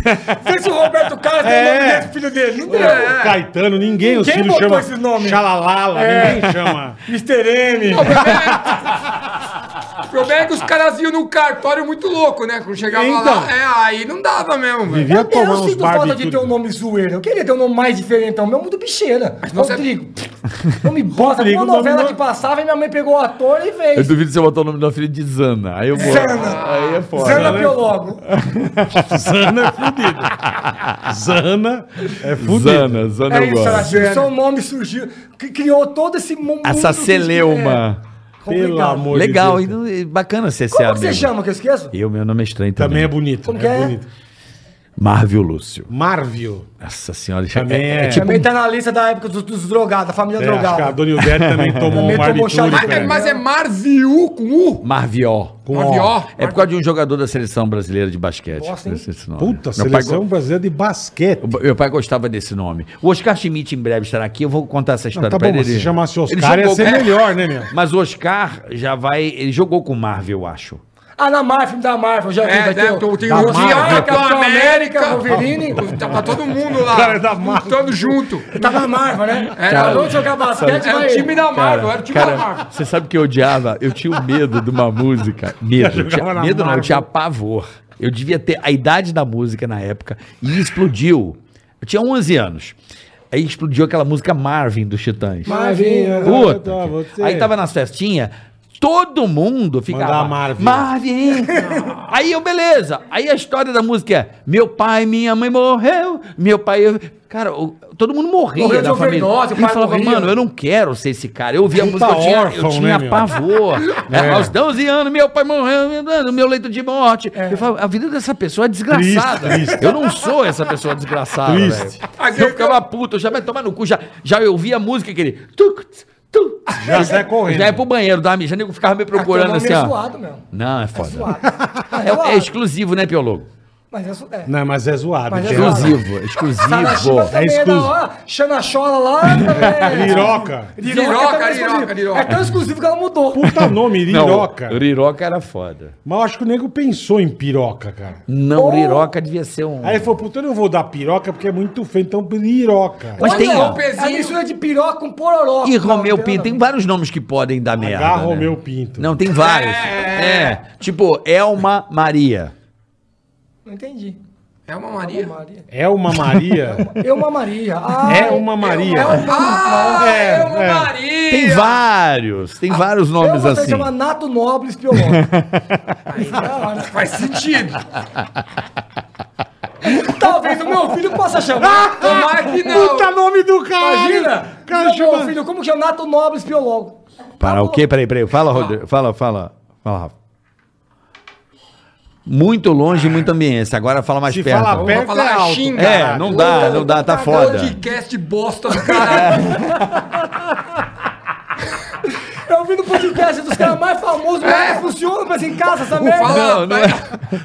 [SPEAKER 4] Fez o Roberto Carlos,
[SPEAKER 2] É.
[SPEAKER 4] deu o nome dele, pro filho dele. Não deu.
[SPEAKER 5] É.
[SPEAKER 2] Caetano, ninguém. Os
[SPEAKER 4] Ninguém
[SPEAKER 2] filhos
[SPEAKER 4] botou
[SPEAKER 2] chamam
[SPEAKER 4] esse nome. É.
[SPEAKER 2] Xalalala, ninguém chama.
[SPEAKER 4] Mr. M.
[SPEAKER 5] O problema é- O problema é que os caras iam no cartório muito louco, né? Quando chegava
[SPEAKER 2] Então.
[SPEAKER 5] lá, é, aí não dava mesmo, velho.
[SPEAKER 2] Devia tomar
[SPEAKER 4] Eu
[SPEAKER 2] uns
[SPEAKER 4] sinto falta de ter um
[SPEAKER 2] barbitúricos.
[SPEAKER 4] nome zoeiro. Eu queria ter um nome mais diferente, então. Meu muito bicheira.
[SPEAKER 5] não você- é
[SPEAKER 4] Rodrigo. Não me bota.
[SPEAKER 2] Rodrigo,
[SPEAKER 4] Uma
[SPEAKER 2] o nome
[SPEAKER 4] novela
[SPEAKER 2] não-
[SPEAKER 4] que passava e minha mãe pegou o ator e
[SPEAKER 3] Eu
[SPEAKER 4] fez.
[SPEAKER 3] duvido você botar o nome da filha de Zana. Aí eu vou.
[SPEAKER 4] Zana.
[SPEAKER 5] Ah,
[SPEAKER 3] Aí é foda.
[SPEAKER 4] Zana
[SPEAKER 2] né?
[SPEAKER 4] Piologo.
[SPEAKER 2] Zana é fudido. Zana é fudido.
[SPEAKER 3] Zana, Zana
[SPEAKER 4] É
[SPEAKER 3] eu
[SPEAKER 4] isso,
[SPEAKER 3] gosto.
[SPEAKER 4] Sarashiva. Seu nome surgiu. Que criou todo esse mundo.
[SPEAKER 3] Essa
[SPEAKER 4] dos-
[SPEAKER 3] celeuma.
[SPEAKER 4] É, complicado.
[SPEAKER 2] Pelo amor de
[SPEAKER 3] Legal,
[SPEAKER 2] Deus.
[SPEAKER 3] e não- e bacana ser esse
[SPEAKER 4] Como que
[SPEAKER 3] amigo.
[SPEAKER 4] você chama que eu esqueço?
[SPEAKER 3] Eu, meu nome é estranho também.
[SPEAKER 2] Também é bonito.
[SPEAKER 4] Como
[SPEAKER 2] é
[SPEAKER 4] que é?
[SPEAKER 2] bonito.
[SPEAKER 3] Marvio Lúcio.
[SPEAKER 2] Marvio.
[SPEAKER 3] Nossa senhora, isso
[SPEAKER 2] Também é.
[SPEAKER 3] tipo
[SPEAKER 4] Também tá na lista da época dos, dos drogados, da família
[SPEAKER 2] É, acho que a
[SPEAKER 4] drogada.
[SPEAKER 2] Dona Ildete também tomou um
[SPEAKER 4] Também tomou chá de
[SPEAKER 2] barbitúrico.
[SPEAKER 5] É,
[SPEAKER 2] né?
[SPEAKER 5] mas é Marviu com U?
[SPEAKER 3] tipo Marvió.
[SPEAKER 2] Com ó.
[SPEAKER 5] Marvió?
[SPEAKER 3] É por causa de um jogador da seleção brasileira de basquete.
[SPEAKER 4] Nossa, hein?
[SPEAKER 3] Esse- esse nome.
[SPEAKER 2] Puta,
[SPEAKER 3] meu pai,
[SPEAKER 2] seleção brasileira de basquete.
[SPEAKER 3] go- meu pai gostava desse nome. O Oscar Schmidt em breve estará aqui, eu vou contar essa história
[SPEAKER 2] Não, tá
[SPEAKER 3] pra
[SPEAKER 2] bom, mas
[SPEAKER 3] ele.
[SPEAKER 2] se chamasse
[SPEAKER 3] Ele
[SPEAKER 2] Oscar ia
[SPEAKER 3] jogou
[SPEAKER 2] ser
[SPEAKER 3] com-
[SPEAKER 2] melhor, né, meu?
[SPEAKER 3] Mas o Oscar já vai. Ele jogou com o Marvel, eu acho.
[SPEAKER 4] Ah, na Marvel, filme da Marvel, já vi.
[SPEAKER 5] É,
[SPEAKER 4] vai ter
[SPEAKER 5] né,
[SPEAKER 4] o-
[SPEAKER 5] tem
[SPEAKER 2] da
[SPEAKER 5] o Diabo,
[SPEAKER 2] Marvel.
[SPEAKER 5] Capitão América,
[SPEAKER 4] Wolverine.
[SPEAKER 5] Wolverine. Tá pra todo mundo lá.
[SPEAKER 2] <laughs> Cara, é da Marvel.
[SPEAKER 5] lutando junto.
[SPEAKER 4] Tá na Marvel, né?
[SPEAKER 5] Cara,
[SPEAKER 4] Acabou de jogar basquete,
[SPEAKER 5] É o
[SPEAKER 4] vai.
[SPEAKER 5] time da Marvel, era o time da Marvel.
[SPEAKER 3] Cara, você sabe que eu odiava? Eu tinha o medo de uma música. Medo.
[SPEAKER 2] jogava
[SPEAKER 3] Eu tinha,
[SPEAKER 2] na
[SPEAKER 3] medo não, eu
[SPEAKER 2] Marvel.
[SPEAKER 3] tinha pavor. Eu devia ter a idade da música na época e explodiu. Eu tinha 11 anos. Aí explodiu aquela música Marvin dos Titãs.
[SPEAKER 4] Marvin,
[SPEAKER 3] Puta. que- Aí tava nas festinhas, todo mundo ficava.
[SPEAKER 2] Mandar Marvin. <laughs>
[SPEAKER 3] Marvin! Aí eu, beleza. Aí a história da música é: meu pai, minha mãe morreu, meu pai. eu-" Cara, o- todo mundo morria
[SPEAKER 4] Morreu de
[SPEAKER 3] da família.
[SPEAKER 4] overdose, o
[SPEAKER 3] e
[SPEAKER 4] pai
[SPEAKER 3] falava,
[SPEAKER 4] morria.
[SPEAKER 3] mano, eu não quero ser esse cara. Eu ouvia a
[SPEAKER 2] Puta
[SPEAKER 3] música, eu tinha, eu
[SPEAKER 2] órfão,
[SPEAKER 3] tinha
[SPEAKER 2] né, meu?
[SPEAKER 3] pavor. É, aos 12 anos, meu pai morreu no meu leito de morte. Eu falava, a vida dessa pessoa é desgraçada.
[SPEAKER 2] Triste, triste.
[SPEAKER 3] Eu não sou essa pessoa desgraçada,
[SPEAKER 2] Triste.
[SPEAKER 3] velho.
[SPEAKER 5] Aí
[SPEAKER 3] Eu
[SPEAKER 5] eu-
[SPEAKER 3] ficava puto, eu já vai tomar no cu, já, já eu ouvia a música aquele. tuc, tss, tu.
[SPEAKER 2] Já sai correndo.
[SPEAKER 3] Já é ia pro banheiro, dava mijando, eu ficava me procurando
[SPEAKER 4] Teu nome
[SPEAKER 3] assim,
[SPEAKER 4] é
[SPEAKER 3] ó.
[SPEAKER 4] zoado mesmo.
[SPEAKER 3] Não, é
[SPEAKER 4] É
[SPEAKER 3] foda. <laughs>
[SPEAKER 4] zoado.
[SPEAKER 3] É, é exclusivo, né, Piologo?
[SPEAKER 4] Mas é, zo- é.
[SPEAKER 2] Não, mas é zoado.
[SPEAKER 4] Mas é
[SPEAKER 2] tem razão.
[SPEAKER 3] Exclusivo,
[SPEAKER 4] Sarashiva
[SPEAKER 3] exclusivo.
[SPEAKER 4] também é da
[SPEAKER 2] exclusivo.
[SPEAKER 4] hora. Xana Xola lá
[SPEAKER 2] É,
[SPEAKER 4] também.
[SPEAKER 2] Liroca.
[SPEAKER 4] também
[SPEAKER 5] Liroca,
[SPEAKER 4] é
[SPEAKER 5] Liroca,
[SPEAKER 4] exclusivo.
[SPEAKER 5] Liroca.
[SPEAKER 4] É tão exclusivo que ela mudou.
[SPEAKER 2] Puta nome, Liroca.
[SPEAKER 3] Não, Riroca era foda.
[SPEAKER 2] Mas eu acho que o nego pensou em piroca, cara.
[SPEAKER 3] Não,
[SPEAKER 4] Ou-
[SPEAKER 3] Riroca devia ser um.
[SPEAKER 2] Aí ele falou, puta, eu não vou dar piroca porque é muito feio, então liroca.
[SPEAKER 3] Mas tem, ó.
[SPEAKER 4] ó, a mistura de piroca com pororoca.
[SPEAKER 3] E Romeu
[SPEAKER 4] Não,
[SPEAKER 3] Pinto, tem vários nomes que podem dar merda.
[SPEAKER 2] H.
[SPEAKER 3] né?
[SPEAKER 2] Romeu Pinto.
[SPEAKER 3] Não, tem vários. É. Tipo, Elma Maria.
[SPEAKER 4] Não entendi.
[SPEAKER 5] É uma Maria.
[SPEAKER 4] Maria.
[SPEAKER 2] É uma
[SPEAKER 4] <laughs>
[SPEAKER 2] Maria.
[SPEAKER 4] É
[SPEAKER 3] <laughs>
[SPEAKER 4] uma Maria. Ah,
[SPEAKER 2] é uma Maria.
[SPEAKER 4] É uma
[SPEAKER 5] Ah,
[SPEAKER 2] É,
[SPEAKER 5] é, uma
[SPEAKER 2] é.
[SPEAKER 5] Maria.
[SPEAKER 3] Tem vários. Tem vários
[SPEAKER 4] Eu
[SPEAKER 3] nomes
[SPEAKER 4] gostaria
[SPEAKER 3] assim.
[SPEAKER 4] de chamar Nato
[SPEAKER 3] <laughs>
[SPEAKER 4] Nobles Piológico. Aí, da hora.
[SPEAKER 5] Faz sentido.
[SPEAKER 4] Talvez o meu filho
[SPEAKER 3] <laughs>
[SPEAKER 4] possa chamar.
[SPEAKER 5] Tomara que não.
[SPEAKER 2] Puta nome do cara!
[SPEAKER 4] Imagina!
[SPEAKER 2] Cara,
[SPEAKER 4] Não,
[SPEAKER 2] chama...
[SPEAKER 4] meu filho, como que é Nato Nobles Tá Piologo?
[SPEAKER 3] Para o quê? Peraí, peraí. Fala, Rodrigo. Fala, fala. Fala, Rafa. Muito longe, muita ambiência. Agora fala mais
[SPEAKER 2] Se
[SPEAKER 3] perto.
[SPEAKER 2] fala
[SPEAKER 5] Vou
[SPEAKER 2] perto
[SPEAKER 5] falar
[SPEAKER 2] é alto.
[SPEAKER 5] xinga.
[SPEAKER 3] É, não dá, não dá, tá foda.
[SPEAKER 5] Podcast bosta do caralho.
[SPEAKER 4] Eu vi no Tá podcast dos caras mais famosos,
[SPEAKER 5] É.
[SPEAKER 4] mas não funciona, mas em casa essa merda.
[SPEAKER 5] Fala,
[SPEAKER 3] Não, não é.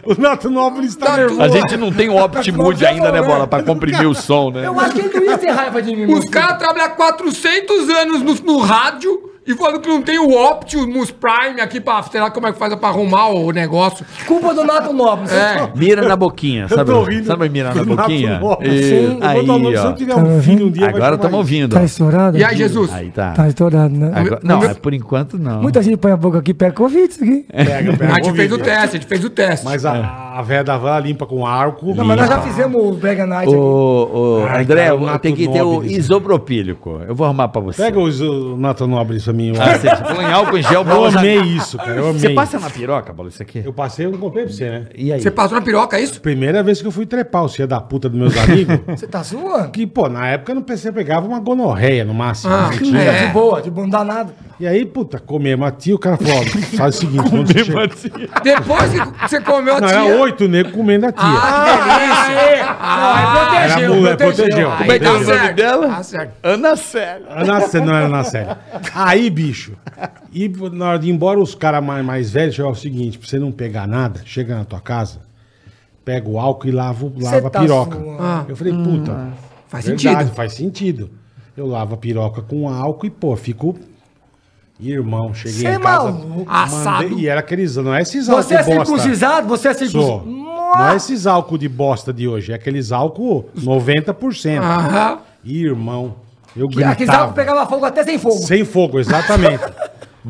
[SPEAKER 2] O Nato Nobre está
[SPEAKER 5] Tá
[SPEAKER 2] nervoso.
[SPEAKER 5] tudo-
[SPEAKER 3] A gente não tem o
[SPEAKER 2] Tá
[SPEAKER 3] Optimood ainda, né, Bola? Pra comprimir o som, né?
[SPEAKER 4] Eu acho que ele não ia ter raiva de mim.
[SPEAKER 5] Os
[SPEAKER 4] meu
[SPEAKER 5] caras trabalham há 400 anos no, no rádio E falando que não tem o Optimus Prime aqui pra, sei lá como é que faz pra arrumar o negócio.
[SPEAKER 4] Culpa do Nato Nobre.
[SPEAKER 5] É.
[SPEAKER 3] Mira na boquinha, sabe?
[SPEAKER 2] tô rindo
[SPEAKER 3] Sabe mira na
[SPEAKER 2] do Nato
[SPEAKER 3] boquinha?
[SPEAKER 2] Lopes.
[SPEAKER 3] E-
[SPEAKER 4] Sim, eu vou
[SPEAKER 3] Aí,
[SPEAKER 2] Falou, se eu
[SPEAKER 3] ó.
[SPEAKER 2] tiver um filho um dia. vai
[SPEAKER 3] Agora
[SPEAKER 2] chamar
[SPEAKER 3] estamos
[SPEAKER 2] isso.
[SPEAKER 3] ouvindo. ó.
[SPEAKER 6] Tá estourado?
[SPEAKER 5] <laughs> E aí, Jesus?
[SPEAKER 3] Aí tá.
[SPEAKER 6] Tá estourado, né?
[SPEAKER 3] Agora- não, é por enquanto não.
[SPEAKER 6] Muita gente põe a boca aqui, pega Covid isso aqui.
[SPEAKER 5] É.
[SPEAKER 2] Pega, pega,
[SPEAKER 5] A gente fez o
[SPEAKER 2] ouvindo.
[SPEAKER 5] teste, a gente fez o teste.
[SPEAKER 2] né? Mas
[SPEAKER 3] É.
[SPEAKER 2] a, a véia da van limpa com arco.
[SPEAKER 4] Não, mas nós já fizemos o Brega Night aqui.
[SPEAKER 3] Ô, ô,
[SPEAKER 2] Ai,
[SPEAKER 3] André,
[SPEAKER 2] cara, o
[SPEAKER 3] eu
[SPEAKER 2] Nato
[SPEAKER 3] tenho que ter o
[SPEAKER 2] Nobre, gente.
[SPEAKER 3] isopropílico. Eu vou arrumar pra você.
[SPEAKER 2] Pega os- o Nato Nobre isso pra mim. eu
[SPEAKER 3] Ah,
[SPEAKER 2] acho.
[SPEAKER 3] você falou em álcool em gel,
[SPEAKER 2] Eu
[SPEAKER 3] bola já-
[SPEAKER 2] amei isso, cara. Eu amei.
[SPEAKER 3] Você passa na piroca, bola, isso aqui?
[SPEAKER 2] Eu passei, eu não comprei pra você, né?
[SPEAKER 3] E aí?
[SPEAKER 5] Você passou na piroca, é isso?
[SPEAKER 2] Primeira vez que eu fui trepar o é da puta dos meus amigos.
[SPEAKER 4] <laughs> Você tá zoando?
[SPEAKER 2] que, pô, na época no PC pegava uma gonorreia no máximo.
[SPEAKER 5] Ah,
[SPEAKER 2] né?
[SPEAKER 4] Não,
[SPEAKER 5] é.
[SPEAKER 4] De boa, de boa, não dá nada.
[SPEAKER 2] E aí, puta, comemos a tia, o cara falou, ó, faz o seguinte, quando você
[SPEAKER 3] Tipo.
[SPEAKER 2] chegar-
[SPEAKER 5] Depois que você comeu a
[SPEAKER 2] Não, é
[SPEAKER 5] tia. tá
[SPEAKER 2] era oito negros comendo a tia.
[SPEAKER 4] Ah, aí
[SPEAKER 2] era mulher, protegeu.
[SPEAKER 5] Como é que é o nome
[SPEAKER 3] certo.
[SPEAKER 5] dela?
[SPEAKER 3] Tá
[SPEAKER 5] certo.
[SPEAKER 3] Ana Célia.
[SPEAKER 2] Na sé- não era na série. Aí, bicho. E na hora de ir embora, os caras mais, mais velhos chegaram o seguinte: pra você não pegar nada, chega na tua casa, pega o álcool e lava, o- lava
[SPEAKER 4] tá Hum.
[SPEAKER 2] a piroca. Ah.
[SPEAKER 4] zoando.
[SPEAKER 2] Eu falei, puta,
[SPEAKER 5] Faz
[SPEAKER 2] verdade,
[SPEAKER 5] sentido.
[SPEAKER 2] faz sentido. Eu lavo a piroca com álcool e, pô, fico. Irmão, cheguei
[SPEAKER 4] Você é
[SPEAKER 2] em casa.
[SPEAKER 4] maluco.
[SPEAKER 5] Assado.
[SPEAKER 2] Mandei, e era aqueles. Não é esses álcool
[SPEAKER 4] Você é
[SPEAKER 2] de bosta.
[SPEAKER 4] circuncisado? Você é
[SPEAKER 2] Sou.
[SPEAKER 4] circuncisado?
[SPEAKER 2] Não é esses álcool de bosta de hoje, é aqueles álcool 90%.
[SPEAKER 5] Aham.
[SPEAKER 2] Irmão, eu
[SPEAKER 4] Aqueles álcool
[SPEAKER 2] gritava.
[SPEAKER 4] pegava fogo até sem fogo.
[SPEAKER 2] Sem fogo, exatamente.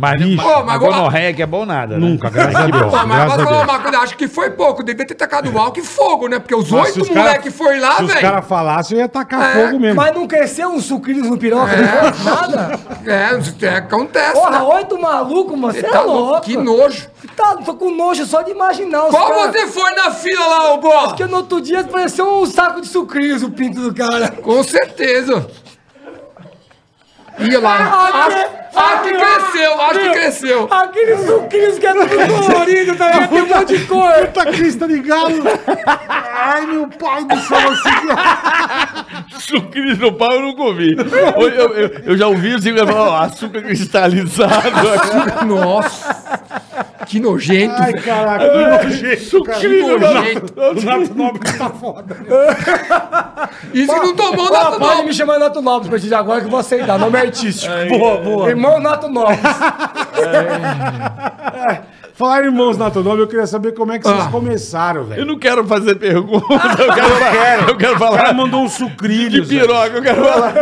[SPEAKER 2] Mas, bicho,
[SPEAKER 5] Pô, mas
[SPEAKER 3] A
[SPEAKER 5] agora-
[SPEAKER 3] gonorreia que é bom nada, né?
[SPEAKER 2] nunca, graças a Deus.
[SPEAKER 3] <laughs>
[SPEAKER 5] Pô, mas eu
[SPEAKER 2] graças
[SPEAKER 5] posso
[SPEAKER 2] a
[SPEAKER 5] falar
[SPEAKER 2] Deus.
[SPEAKER 5] uma coisa, acho que foi pouco, devia ter tacado o álcool e fogo, né? Porque os
[SPEAKER 2] Mas se
[SPEAKER 5] oito
[SPEAKER 2] os cara-
[SPEAKER 5] moleque foi lá,
[SPEAKER 2] Se os
[SPEAKER 5] velho.
[SPEAKER 2] caras falassem, eu ia tacar
[SPEAKER 5] É,
[SPEAKER 2] fogo mesmo.
[SPEAKER 4] Mas não cresceu um sucrilhos no piroca? não? Nada?
[SPEAKER 5] É, é, acontece.
[SPEAKER 4] Porra,
[SPEAKER 5] né?
[SPEAKER 4] oito maluco, mano.
[SPEAKER 5] Você
[SPEAKER 4] Você é
[SPEAKER 5] tá louco,
[SPEAKER 4] louco.
[SPEAKER 5] Que nojo.
[SPEAKER 4] Tá, tô com nojo só de imaginar os
[SPEAKER 5] Qual
[SPEAKER 4] cara.
[SPEAKER 5] você foi na fila lá, ô Bola?
[SPEAKER 4] Porque no outro dia pareceu um saco de sucrilhos o pinto do cara.
[SPEAKER 5] Com certeza. Ia
[SPEAKER 4] Ah,
[SPEAKER 5] lá. Acho, acho que cresceu, acho que cresceu.
[SPEAKER 4] Aquele sucrilhos que era tudo colorido, tá ligado? Tem um monte de cor.
[SPEAKER 2] Puta crista de galo. Ai, meu pai do céu. Assim,
[SPEAKER 3] Sucrilhos no pau eu nunca ouvi. Eu, eu- eu- eu já ouvi assim, eu falo, ó, açúcar cristalizado.
[SPEAKER 5] Nossa. Que nojento. É,
[SPEAKER 2] ai, caraca, que nojento, cara.
[SPEAKER 5] Que nojento.
[SPEAKER 2] <laughs> O Nato Nobre tá foda.
[SPEAKER 5] Isso que não tomou
[SPEAKER 4] Ó,
[SPEAKER 5] nada,
[SPEAKER 4] pode
[SPEAKER 5] não.
[SPEAKER 4] me chamar Nato Nobres a partir de agora que eu vou aceitar. Nome artístico.
[SPEAKER 2] Boa, boa.
[SPEAKER 4] Irmão Nato Nobres.
[SPEAKER 2] Falar irmãos Nato Nobre, eu queria saber como é que vocês
[SPEAKER 5] Ah.
[SPEAKER 2] começaram, velho.
[SPEAKER 3] Eu não quero fazer pergunta. Eu quero, eu quero
[SPEAKER 2] O cara
[SPEAKER 3] falar
[SPEAKER 2] mandou um sucrilho.
[SPEAKER 3] de piroca, eu quero falar.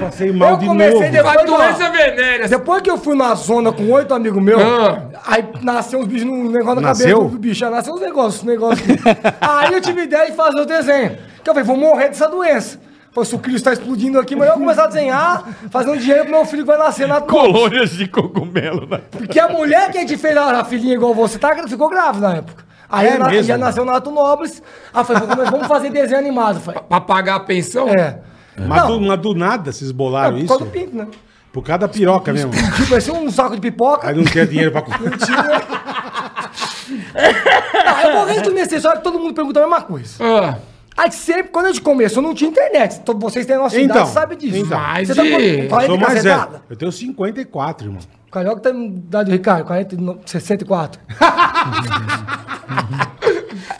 [SPEAKER 2] Passei mal
[SPEAKER 4] Eu
[SPEAKER 2] de
[SPEAKER 4] comecei
[SPEAKER 2] novo.
[SPEAKER 4] depois-
[SPEAKER 5] A doença venérea. Você
[SPEAKER 4] Depois que eu fui na zona com oito amigos meus,
[SPEAKER 5] Ah.
[SPEAKER 4] aí nasceu uns bichos num negócio na
[SPEAKER 2] Nasceu?
[SPEAKER 4] cabeça do bicho. Aí nasceu uns negócios, uns negócios. aí eu tive ideia de fazer o desenho. Que eu falei, vou morrer dessa doença. Falei, se o Cristo tá explodindo aqui, mas eu vou começar a desenhar, fazer um dinheiro pro meu filho que vai nascer na tua.
[SPEAKER 3] Colônias de cogumelo. na-
[SPEAKER 4] Porque a mulher que é a gente fez a, a filhinha igual você tá, ficou grávida na época. Aí
[SPEAKER 2] É
[SPEAKER 4] ela-
[SPEAKER 2] mesmo?
[SPEAKER 4] já nasceu Nato Nobres. Aí eu falei, vamos vamos fazer desenho animado. Eu Falei,
[SPEAKER 5] Pra pagar a pensão?
[SPEAKER 4] é.
[SPEAKER 2] Mas,
[SPEAKER 4] Não,
[SPEAKER 2] do, mas do nada vocês bolaram
[SPEAKER 4] por
[SPEAKER 2] Ah, isso?
[SPEAKER 4] causa do pinto, né?
[SPEAKER 2] Por causa da piroca mesmo.
[SPEAKER 4] Tipo, parecia um saco de pipoca.
[SPEAKER 2] Aí não tinha dinheiro pra comer.
[SPEAKER 4] Ah, eu vou resumir essa história que todo mundo pergunta a mesma coisa.
[SPEAKER 5] Ah,
[SPEAKER 4] Aí sempre, quando a gente começou, não tinha internet. Todos vocês têm a nossa
[SPEAKER 2] Então,
[SPEAKER 4] idade, sabe disso.
[SPEAKER 2] então.
[SPEAKER 5] Mas
[SPEAKER 4] Você tá
[SPEAKER 5] de-
[SPEAKER 4] com 40
[SPEAKER 2] Sou
[SPEAKER 4] e
[SPEAKER 2] mais
[SPEAKER 4] cacetada?
[SPEAKER 2] velho. Eu tenho 54, irmão.
[SPEAKER 4] O Carioca tem idade do Ricardo, 40, e no- 64.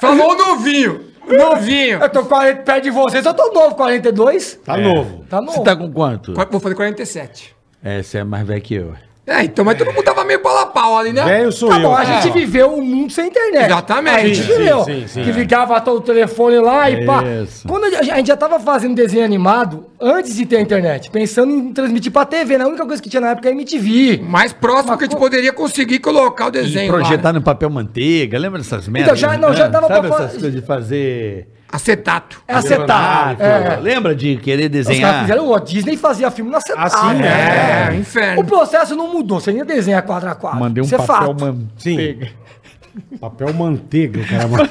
[SPEAKER 5] falou novinho. Novinho.
[SPEAKER 4] Eu tô 40 perto de vocês, eu tô novo, 42.
[SPEAKER 2] Tá novo.
[SPEAKER 4] Tá novo.
[SPEAKER 3] Você tá com quanto?
[SPEAKER 5] Vou fazer 47.
[SPEAKER 3] É, você é mais velho que eu.
[SPEAKER 5] É, então, mas todo mundo tava meio pau a pau ali, né?
[SPEAKER 2] Velho sou
[SPEAKER 4] Tá
[SPEAKER 2] eu. É.
[SPEAKER 4] bom, a
[SPEAKER 2] cara.
[SPEAKER 4] gente viveu um mundo sem internet.
[SPEAKER 5] Exatamente.
[SPEAKER 4] A gente
[SPEAKER 5] Sim,
[SPEAKER 4] viveu.
[SPEAKER 2] sim, sim,
[SPEAKER 4] que
[SPEAKER 2] é.
[SPEAKER 4] ligava todo o telefone lá e pá.
[SPEAKER 3] Isso.
[SPEAKER 4] Quando a gente- a gente já tava fazendo desenho animado, antes de ter internet, pensando em transmitir pra TV, né? A única coisa que tinha na época era MTV.
[SPEAKER 5] Mais próximo que a gente poderia conseguir colocar o desenho.
[SPEAKER 3] Projetar
[SPEAKER 5] lá.
[SPEAKER 3] no papel manteiga, lembra dessas merdas?
[SPEAKER 4] Então, já- não, já tá
[SPEAKER 3] É,
[SPEAKER 4] dava pra
[SPEAKER 3] Sabe
[SPEAKER 4] falar-
[SPEAKER 3] essas coisas de fazer...
[SPEAKER 5] né? Acetato.
[SPEAKER 4] É acetar.
[SPEAKER 3] Pô, Lembra de querer
[SPEAKER 4] Os caras
[SPEAKER 3] desenhar?
[SPEAKER 4] fizeram o Walt Disney fazia filme na setada.
[SPEAKER 2] Assim, né?
[SPEAKER 5] É,
[SPEAKER 2] É.
[SPEAKER 4] O
[SPEAKER 5] inferno.
[SPEAKER 4] processo não mudou, você ia desenhar quadro a quadro.
[SPEAKER 3] Mandei um
[SPEAKER 4] Isso é
[SPEAKER 3] papel
[SPEAKER 4] fato.
[SPEAKER 3] manteiga.
[SPEAKER 2] Sim. Papel manteiga, o cara. <laughs> manda.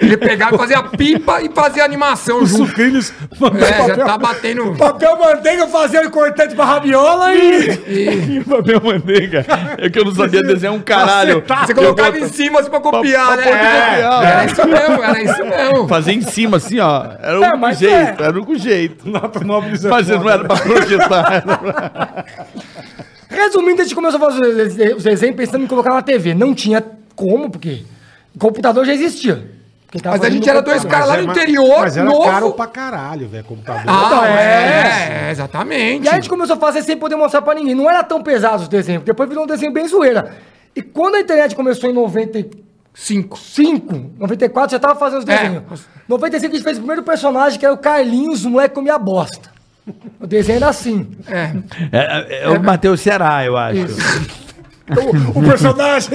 [SPEAKER 5] Ele pegava, fazia a pipa e fazia a animação
[SPEAKER 2] Os
[SPEAKER 5] junto.
[SPEAKER 2] sucrilhos mandou
[SPEAKER 5] É, já
[SPEAKER 2] papel.
[SPEAKER 5] tá batendo.
[SPEAKER 4] Papel manteiga fazendo cortante pra rabiola e.
[SPEAKER 3] papel manteiga. É que eu não sabia desenhar um caralho.
[SPEAKER 2] Tá
[SPEAKER 5] Você colocava em cima assim pra copiar, né?
[SPEAKER 2] É.
[SPEAKER 5] Era isso mesmo,
[SPEAKER 2] <laughs>
[SPEAKER 5] era isso mesmo.
[SPEAKER 3] Fazer em cima, assim, ó. Era o
[SPEAKER 4] É,
[SPEAKER 3] único
[SPEAKER 4] mas
[SPEAKER 3] jeito, era o único jeito.
[SPEAKER 2] Nato Nobre Zé
[SPEAKER 3] Mas não
[SPEAKER 2] Foda.
[SPEAKER 3] era pra projetar. era pra-
[SPEAKER 4] Resumindo, a gente começou a fazer os dese- os desenhos pensando em colocar na TV. Não tinha como, porque computador já existia.
[SPEAKER 6] Porque tava
[SPEAKER 5] Mas a
[SPEAKER 6] fazendo
[SPEAKER 5] gente era
[SPEAKER 6] computador.
[SPEAKER 5] dois caras lá
[SPEAKER 2] é
[SPEAKER 5] no
[SPEAKER 2] ma-
[SPEAKER 5] interior,
[SPEAKER 2] Mas era
[SPEAKER 5] novo.
[SPEAKER 2] caro pra caralho, velho, computador.
[SPEAKER 3] <laughs>
[SPEAKER 5] Ah,
[SPEAKER 4] é.
[SPEAKER 5] é, é, exatamente.
[SPEAKER 4] E aí a gente começou a fazer sem poder mostrar pra ninguém. Não era tão pesado os desenhos. Depois virou um desenho bem zoeira. E quando a internet começou em 95,
[SPEAKER 5] Cinco.
[SPEAKER 4] 94, já tava fazendo os
[SPEAKER 5] É.
[SPEAKER 4] desenhos. 95 a gente fez o primeiro personagem, que era o Carlinhos, o moleque comia bosta. O desenho era
[SPEAKER 5] <laughs>
[SPEAKER 4] assim.
[SPEAKER 5] É.
[SPEAKER 3] É, é, é o Matheus Será, eu acho.
[SPEAKER 4] O, o personagem.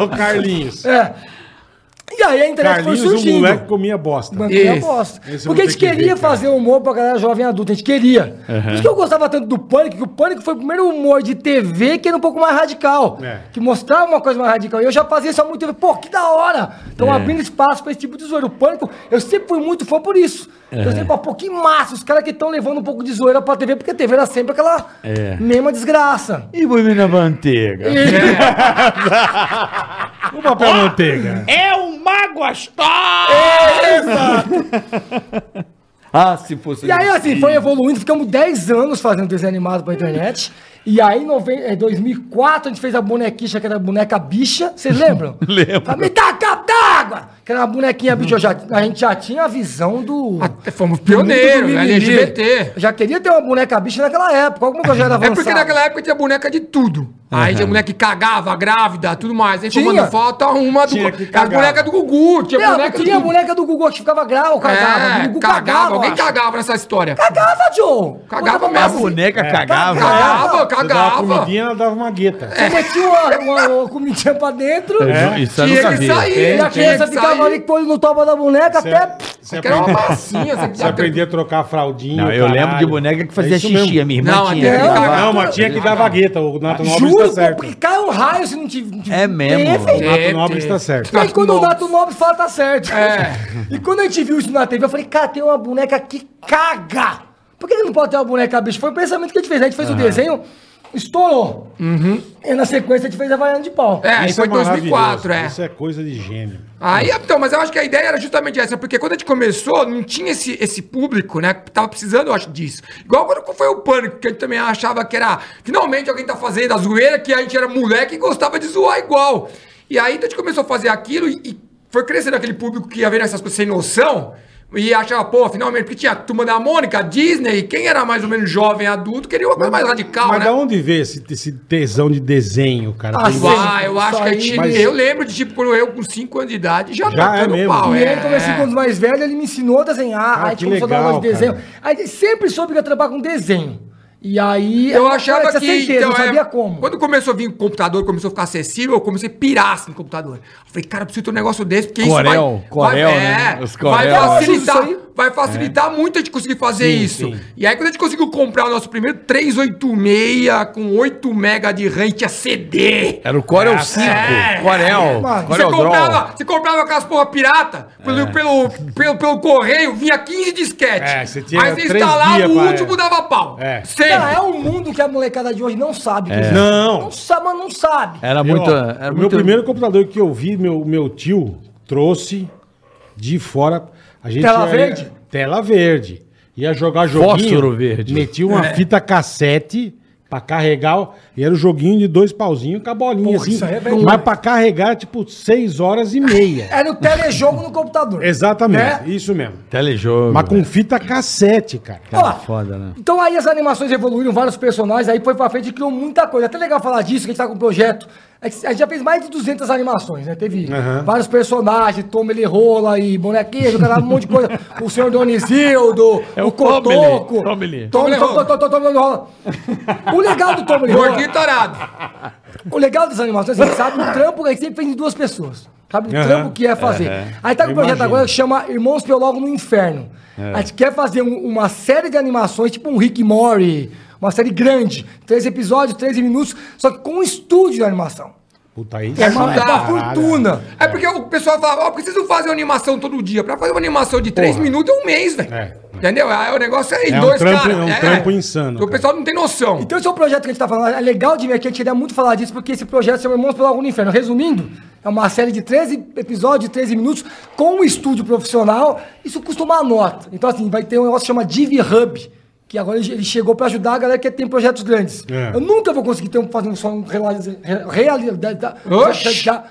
[SPEAKER 2] o Carlinhos.
[SPEAKER 4] é. E aí a internet
[SPEAKER 2] Carlinhos,
[SPEAKER 4] foi
[SPEAKER 2] o
[SPEAKER 4] surgindo.
[SPEAKER 2] moleque comia bosta.
[SPEAKER 4] Banquei a
[SPEAKER 5] Isso.
[SPEAKER 4] é bosta.
[SPEAKER 2] Esse eu
[SPEAKER 4] Porque a
[SPEAKER 2] vou
[SPEAKER 4] gente
[SPEAKER 2] ter que
[SPEAKER 4] queria
[SPEAKER 2] ver, cara.
[SPEAKER 4] fazer humor pra galera jovem e adulta, a gente queria. Por isso que eu gostava tanto do Pânico, que o Pânico foi o primeiro humor de TV que era um pouco mais radical.
[SPEAKER 2] É.
[SPEAKER 4] Que mostrava uma coisa mais radical. E eu já fazia isso há muito tempo. Pô, que da hora! Então
[SPEAKER 2] É.
[SPEAKER 4] abrindo espaço pra esse tipo de zoeira. O Pânico, eu sempre fui muito fã por isso. Eu sempre falo, pô, que massa, os caras que estão levando um pouco de zoeira pra TV, porque a TV era sempre aquela
[SPEAKER 3] É.
[SPEAKER 2] <laughs>
[SPEAKER 4] mesma desgraça.
[SPEAKER 3] E boi na manteiga.
[SPEAKER 2] É O
[SPEAKER 5] Ah!
[SPEAKER 2] papel manteiga.
[SPEAKER 1] É uma gostosa!
[SPEAKER 3] Ah, se fosse.
[SPEAKER 4] E aí, assim, foi evoluindo, ficamos 10 anos fazendo desenho animado pra internet. E aí, em noven- eh, 2004, a gente fez a bonequicha, que era a boneca bicha. Vocês lembram?
[SPEAKER 3] Lembro.
[SPEAKER 4] Fala, Me dá cabo d'água! Que era uma bonequinha bicha. Eu já- a gente já tinha a visão do...
[SPEAKER 5] Até né, fomos
[SPEAKER 4] do mundo do
[SPEAKER 5] pioneiros,
[SPEAKER 4] mimimi.
[SPEAKER 5] LGBT.
[SPEAKER 4] Eu já queria ter uma boneca bicha naquela época. Alguma coisa já era
[SPEAKER 5] É
[SPEAKER 4] avançada.
[SPEAKER 5] porque naquela época tinha boneca de tudo. Aí tinha boneca que cagava, grávida, tudo mais. Aí foi
[SPEAKER 4] Tinha.
[SPEAKER 5] mandando foto, uma do.
[SPEAKER 2] Tinha que
[SPEAKER 5] a
[SPEAKER 2] cagava.
[SPEAKER 5] boneca do Gugu, tinha
[SPEAKER 4] Não,
[SPEAKER 5] boneca
[SPEAKER 4] tinha a
[SPEAKER 5] do Gugu.
[SPEAKER 4] boneca do Gugu que ficava grau, cagava.
[SPEAKER 5] É,
[SPEAKER 4] o Gugu
[SPEAKER 5] cagava, alguém
[SPEAKER 4] eu acho.
[SPEAKER 5] cagava nessa história.
[SPEAKER 4] Cagava, Joe!
[SPEAKER 5] Cagava
[SPEAKER 4] Botava
[SPEAKER 5] mesmo.
[SPEAKER 4] uma-
[SPEAKER 3] boneca
[SPEAKER 2] é.
[SPEAKER 3] cagava.
[SPEAKER 5] Cagava,
[SPEAKER 2] Você dava
[SPEAKER 5] cagava. É,
[SPEAKER 2] comidinha, ela dava uma gueta.
[SPEAKER 4] Você metia uma, uma, uma comidinha pra dentro.
[SPEAKER 2] É.
[SPEAKER 3] Isso eu
[SPEAKER 5] Tinha
[SPEAKER 3] nunca
[SPEAKER 5] que
[SPEAKER 3] vi.
[SPEAKER 5] sair,
[SPEAKER 4] E a
[SPEAKER 5] tinha
[SPEAKER 4] criança
[SPEAKER 5] que
[SPEAKER 4] ficava ali
[SPEAKER 5] sair.
[SPEAKER 4] com o olho no toba da boneca
[SPEAKER 5] é
[SPEAKER 2] Você,
[SPEAKER 4] até.
[SPEAKER 2] você
[SPEAKER 5] Que era uma
[SPEAKER 2] aprendi-
[SPEAKER 5] massinha, você
[SPEAKER 2] você aprendia a trocar fraldinha.
[SPEAKER 3] Não,
[SPEAKER 2] o
[SPEAKER 3] eu lembro
[SPEAKER 2] caralho.
[SPEAKER 3] de boneca que fazia
[SPEAKER 2] É isso
[SPEAKER 3] xixi.
[SPEAKER 2] mesmo.
[SPEAKER 3] A minha irmã
[SPEAKER 5] Não,
[SPEAKER 3] tinha.
[SPEAKER 5] até-
[SPEAKER 3] que lavar.
[SPEAKER 2] Não, mas tinha que dar vagueta. O Nato
[SPEAKER 5] um
[SPEAKER 2] Nobre
[SPEAKER 4] Juro,
[SPEAKER 5] tá
[SPEAKER 2] está
[SPEAKER 4] pô,
[SPEAKER 2] certo.
[SPEAKER 4] porque cai um raio se não te. não te-
[SPEAKER 3] É mesmo.
[SPEAKER 4] Teve.
[SPEAKER 2] O Nato
[SPEAKER 5] Teve.
[SPEAKER 2] Nobre está certo.
[SPEAKER 4] E aí, quando o
[SPEAKER 5] Nossa.
[SPEAKER 4] Nato Nobre fala, tá certo.
[SPEAKER 5] Tá É.
[SPEAKER 4] <laughs> E quando a gente viu isso na TV, eu falei, cara, tem uma boneca que caga. Por que ele não pode ter uma boneca, bicho? Foi o pensamento que a gente fez. né? A gente fez o desenho, estourou. E na sequência a gente fez a vaiana de pau.
[SPEAKER 5] Uhum. É, aí foi em 2004,
[SPEAKER 2] maravilhoso.
[SPEAKER 5] é.
[SPEAKER 2] Isso é coisa de gênio.
[SPEAKER 5] Aí, então, mas eu acho que a ideia era justamente essa, porque quando a gente começou, não tinha esse, esse público, né? Que tava precisando, eu acho, disso. Igual quando foi o pânico, que a gente também achava que era. Finalmente alguém tá fazendo a zoeira, que a gente era moleque e gostava de zoar igual. E aí então, a gente começou a fazer aquilo e, e foi crescendo aquele público que ia ver essas coisas sem noção. E achava, pô, finalmente, porque tinha a turma da Mônica, a Disney, quem era mais ou menos jovem, adulto, queria uma coisa mais radical,
[SPEAKER 2] Mas
[SPEAKER 5] né?
[SPEAKER 2] da onde veio esse, esse tesão de desenho, cara?
[SPEAKER 4] Ah,
[SPEAKER 2] Tem-
[SPEAKER 4] sim.
[SPEAKER 5] Ah, eu
[SPEAKER 4] Isso
[SPEAKER 5] acho que
[SPEAKER 4] aí-
[SPEAKER 5] é tipo.
[SPEAKER 2] Mas-
[SPEAKER 5] Eu lembro de tipo, quando eu com 5 anos de idade já,
[SPEAKER 2] Já é mesmo.
[SPEAKER 4] E
[SPEAKER 5] é.
[SPEAKER 4] ele comecei com os mais velhos, ele me ensinou a desenhar,
[SPEAKER 2] Ah,
[SPEAKER 4] aí a gente
[SPEAKER 2] que
[SPEAKER 4] começou a dar
[SPEAKER 2] legal,
[SPEAKER 4] aula de desenho.
[SPEAKER 2] cara.
[SPEAKER 4] Aí a gente sempre soube que ia trabalhar com desenho. E aí.
[SPEAKER 5] Eu
[SPEAKER 4] era É uma
[SPEAKER 5] achava
[SPEAKER 4] coisa
[SPEAKER 5] que.
[SPEAKER 4] tinha certeza,
[SPEAKER 5] então,
[SPEAKER 4] não
[SPEAKER 5] é,
[SPEAKER 4] sabia como.
[SPEAKER 5] Quando começou a vir o computador, começou a ficar acessível, eu comecei a pirar assim, no computador. Eu falei, cara, eu preciso ter um negócio desse, porque
[SPEAKER 3] Corel,
[SPEAKER 5] isso vai.
[SPEAKER 3] Corel,
[SPEAKER 5] vai,
[SPEAKER 3] né?
[SPEAKER 5] é,
[SPEAKER 3] Os
[SPEAKER 5] vai
[SPEAKER 3] Corel.
[SPEAKER 5] facilitar.
[SPEAKER 4] Isso aí.
[SPEAKER 5] Vai facilitar muito a gente conseguir fazer
[SPEAKER 2] Sim,
[SPEAKER 5] isso.
[SPEAKER 2] sim.
[SPEAKER 5] E aí, quando a gente conseguiu comprar o nosso primeiro 386 com 8 MB de RAM, tinha CD.
[SPEAKER 3] Era o
[SPEAKER 2] é.
[SPEAKER 3] Corel 5. Corel.
[SPEAKER 4] Mano,
[SPEAKER 5] Você
[SPEAKER 3] Corel Draw.
[SPEAKER 5] comprava, você comprava aquelas porra pirata pelo, pelo, pelo, pelo correio, vinha 15 disquete.
[SPEAKER 2] É, você tinha
[SPEAKER 5] Aí você
[SPEAKER 2] três
[SPEAKER 5] instalava,
[SPEAKER 2] dias
[SPEAKER 5] o
[SPEAKER 2] pra-
[SPEAKER 5] último dava pau.
[SPEAKER 2] É.
[SPEAKER 5] Sempre.
[SPEAKER 4] Cara, é um mundo que a molecada de hoje não sabe.
[SPEAKER 3] É.
[SPEAKER 4] que existe.
[SPEAKER 2] Não.
[SPEAKER 4] Não sabe, mas não sabe.
[SPEAKER 3] Era
[SPEAKER 2] Eu,
[SPEAKER 3] muito.
[SPEAKER 2] ó,
[SPEAKER 3] era
[SPEAKER 2] o meu
[SPEAKER 3] muito-
[SPEAKER 2] primeiro computador que eu vi, meu, meu tio trouxe de fora. A gente
[SPEAKER 4] Tela verde?
[SPEAKER 2] Tela verde. Ia jogar joguinho.
[SPEAKER 3] Fósforo verde.
[SPEAKER 2] Metia uma
[SPEAKER 4] É.
[SPEAKER 2] fita cassete pra carregar. o- E era o joguinho de dois pauzinhos com a bolinha
[SPEAKER 4] Porra,
[SPEAKER 2] assim.
[SPEAKER 4] isso aí é velho.
[SPEAKER 2] mas pra carregar, tipo, seis horas e meia.
[SPEAKER 4] Era o telejogo É no computador.
[SPEAKER 2] Exatamente,
[SPEAKER 4] Né?
[SPEAKER 2] isso mesmo.
[SPEAKER 3] Telejogo.
[SPEAKER 2] Mas com fita cassete, cara.
[SPEAKER 4] Ó,
[SPEAKER 3] Cara, foda, né?
[SPEAKER 4] Então aí as animações evoluíram, vários personagens, aí foi pra frente e criou muita coisa. É Até legal falar disso, que a gente tá com um projeto. A gente a gente já fez mais de 200 animações, né? Teve
[SPEAKER 2] Aham.
[SPEAKER 4] vários personagens, Tom ele rola e bonequinho, cara, um monte
[SPEAKER 3] <laughs>
[SPEAKER 4] de coisa. O senhor Donisildo,
[SPEAKER 3] É
[SPEAKER 4] o,
[SPEAKER 3] o Tomele,
[SPEAKER 4] Cotoco.
[SPEAKER 3] Tomele.
[SPEAKER 4] Tom,
[SPEAKER 5] Tomele
[SPEAKER 4] Tom,
[SPEAKER 5] rola.
[SPEAKER 4] Tom, Tom, Tom, Tom, ele rola. O legal do Tom ele rola.
[SPEAKER 5] Gordinho tarado.
[SPEAKER 4] O legal das animações, a gente sabe o trampo que a gente sempre fez em duas pessoas. Sabe o
[SPEAKER 2] Aham.
[SPEAKER 4] trampo que é fazer. Aí tá com um projeto
[SPEAKER 2] Imagino. É.
[SPEAKER 4] agora que chama Irmãos Piologo no Inferno. A gente quer fazer um- uma série de animações, tipo um Rick Mori, uma série grande, três episódios, 13 minutos, só que com um estúdio de animação.
[SPEAKER 2] Puta aí.
[SPEAKER 4] É uma, é uma
[SPEAKER 5] Caralho.
[SPEAKER 4] fortuna.
[SPEAKER 5] É porque o pessoal fala, ó, por que vocês não fazem animação todo dia? Pra fazer uma animação de 3 minutos é um mês, velho.
[SPEAKER 2] É.
[SPEAKER 5] Entendeu? Aí o negócio é em
[SPEAKER 2] É um
[SPEAKER 5] dois
[SPEAKER 2] trampo-
[SPEAKER 5] caras.
[SPEAKER 2] é um trampo insano,
[SPEAKER 5] O pessoal não tem noção.
[SPEAKER 4] Então esse é um projeto que a gente tá falando. É legal de ver que a gente queria muito falar disso, porque esse projeto chama Irmãos Piologo no Inferno. Resumindo, é uma série de 13 episódios, de 13 minutos, com um estúdio profissional. Isso custa uma nota. Então, assim, vai ter um negócio que chama Div Hub. Que agora ele ele chegou pra ajudar a galera que tem projetos grandes.
[SPEAKER 2] É.
[SPEAKER 4] Eu nunca vou conseguir ter um, fazer um sonho reali- re- realidade. da-
[SPEAKER 5] Oxi!
[SPEAKER 4] da-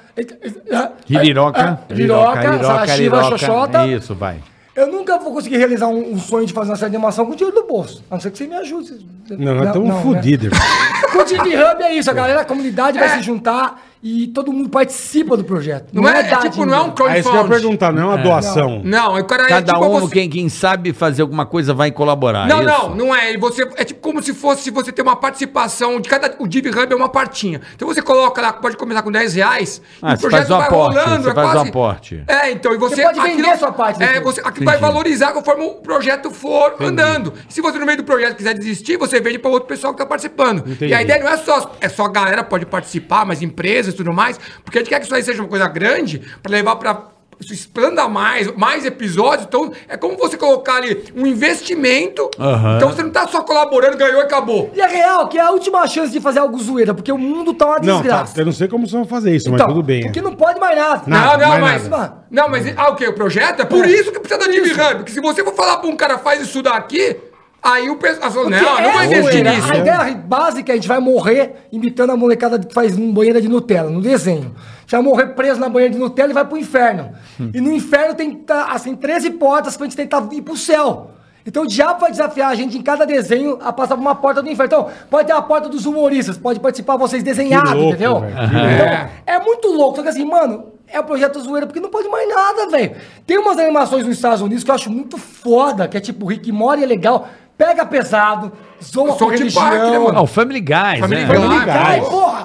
[SPEAKER 4] da-
[SPEAKER 3] Hiriroca.
[SPEAKER 2] É,
[SPEAKER 4] é, Riroca, Sara Shiva,
[SPEAKER 3] Hiriroca.
[SPEAKER 4] Xoxota.
[SPEAKER 3] É Isso, vai.
[SPEAKER 4] Eu nunca vou conseguir realizar um, um sonho de fazer uma série de animação com dinheiro do bolso. A não ser que você me ajude.
[SPEAKER 2] Não, nós estamos
[SPEAKER 4] né?
[SPEAKER 2] fodidos. irmão.
[SPEAKER 4] Com o Team Hub é isso, a galera, a comunidade vai
[SPEAKER 5] É.
[SPEAKER 4] se juntar e todo mundo participa do projeto.
[SPEAKER 5] Não, é, é
[SPEAKER 4] dar
[SPEAKER 5] tipo,
[SPEAKER 4] dinheiro.
[SPEAKER 5] não é um
[SPEAKER 2] Aí Ah, isso que eu ia
[SPEAKER 5] crowdfunding.
[SPEAKER 2] perguntar, não é uma doação.
[SPEAKER 5] Não, o cara é
[SPEAKER 3] Cada
[SPEAKER 5] tipo
[SPEAKER 3] um,
[SPEAKER 5] você-
[SPEAKER 3] quem, quem sabe fazer alguma coisa vai colaborar.
[SPEAKER 5] Não,
[SPEAKER 3] isso?
[SPEAKER 5] não, não é. E Você, é tipo como se fosse você ter uma participação de cada. O Div Hub é uma partinha. Então você coloca lá, pode começar com 10 reais.
[SPEAKER 3] Ah, você faz um aporte, você faz um aporte.
[SPEAKER 5] É, então. E você,
[SPEAKER 4] Você pode
[SPEAKER 5] aqui
[SPEAKER 4] vender
[SPEAKER 5] não-
[SPEAKER 4] a sua parte
[SPEAKER 5] É,
[SPEAKER 4] depois.
[SPEAKER 5] você aqui vai
[SPEAKER 3] Entendi.
[SPEAKER 5] valorizar conforme o projeto for andando. Se você no meio do projeto quiser desistir, você vende para outro pessoal que está participando.
[SPEAKER 2] Entendi.
[SPEAKER 5] E a ideia não é só. É só a galera pode participar, mas empresas e tudo mais. Porque a gente quer que isso aí seja uma coisa grande para levar para isso expanda mais, mais episódios. Então, é como você colocar ali um investimento.
[SPEAKER 3] Aham.
[SPEAKER 5] Então, você não tá só colaborando, ganhou e acabou.
[SPEAKER 4] E é real que é a última chance de fazer algo zoeira, porque o mundo tá uma
[SPEAKER 2] Não, tá,
[SPEAKER 4] desgraça.
[SPEAKER 2] eu não sei como vocês vão fazer isso,
[SPEAKER 4] Então,
[SPEAKER 2] mas tudo bem. é.
[SPEAKER 4] Porque não pode mais nada.
[SPEAKER 2] Nada,
[SPEAKER 5] não, não,
[SPEAKER 2] mais
[SPEAKER 5] mas.
[SPEAKER 4] nada.
[SPEAKER 5] Não, mas. Ah, o que? O projeto? É por
[SPEAKER 4] É.
[SPEAKER 5] isso que precisa da Team Hub. Porque se você for falar pra um cara faz isso daqui, aí o pessoal. fala, assim,
[SPEAKER 4] Porque
[SPEAKER 5] Não, não vai
[SPEAKER 4] zoeira.
[SPEAKER 5] investir
[SPEAKER 2] é zoeira.
[SPEAKER 5] nisso.
[SPEAKER 4] A é ideia básica é a gente vai morrer imitando a molecada que faz um banheira de Nutella, no desenho. A gente vai morrer preso na banheira de Nutella e vai pro inferno.
[SPEAKER 5] Hum.
[SPEAKER 4] E no inferno tem tá, assim, 13 portas pra gente tentar ir pro céu. Então o diabo vai desafiar a gente em cada desenho a passar por uma porta do inferno. Então, pode ter a porta dos humoristas, pode participar vocês desenhados,
[SPEAKER 2] louco,
[SPEAKER 4] entendeu?
[SPEAKER 2] velho, que
[SPEAKER 4] Então, é muito louco. Só que assim, mano, é o projeto zoeira, porque não pode mais nada, velho. Tem umas animações nos Estados Unidos que eu acho muito foda, que é tipo Rick e Morty é legal, pega pesado, zoa com
[SPEAKER 5] South
[SPEAKER 4] religião.
[SPEAKER 5] Park, né, mano?
[SPEAKER 3] Ah, o Family Guys,
[SPEAKER 5] Family
[SPEAKER 3] né?
[SPEAKER 5] Guy.
[SPEAKER 2] Family
[SPEAKER 5] Ah,
[SPEAKER 4] Ai,
[SPEAKER 2] Guy.
[SPEAKER 4] porra!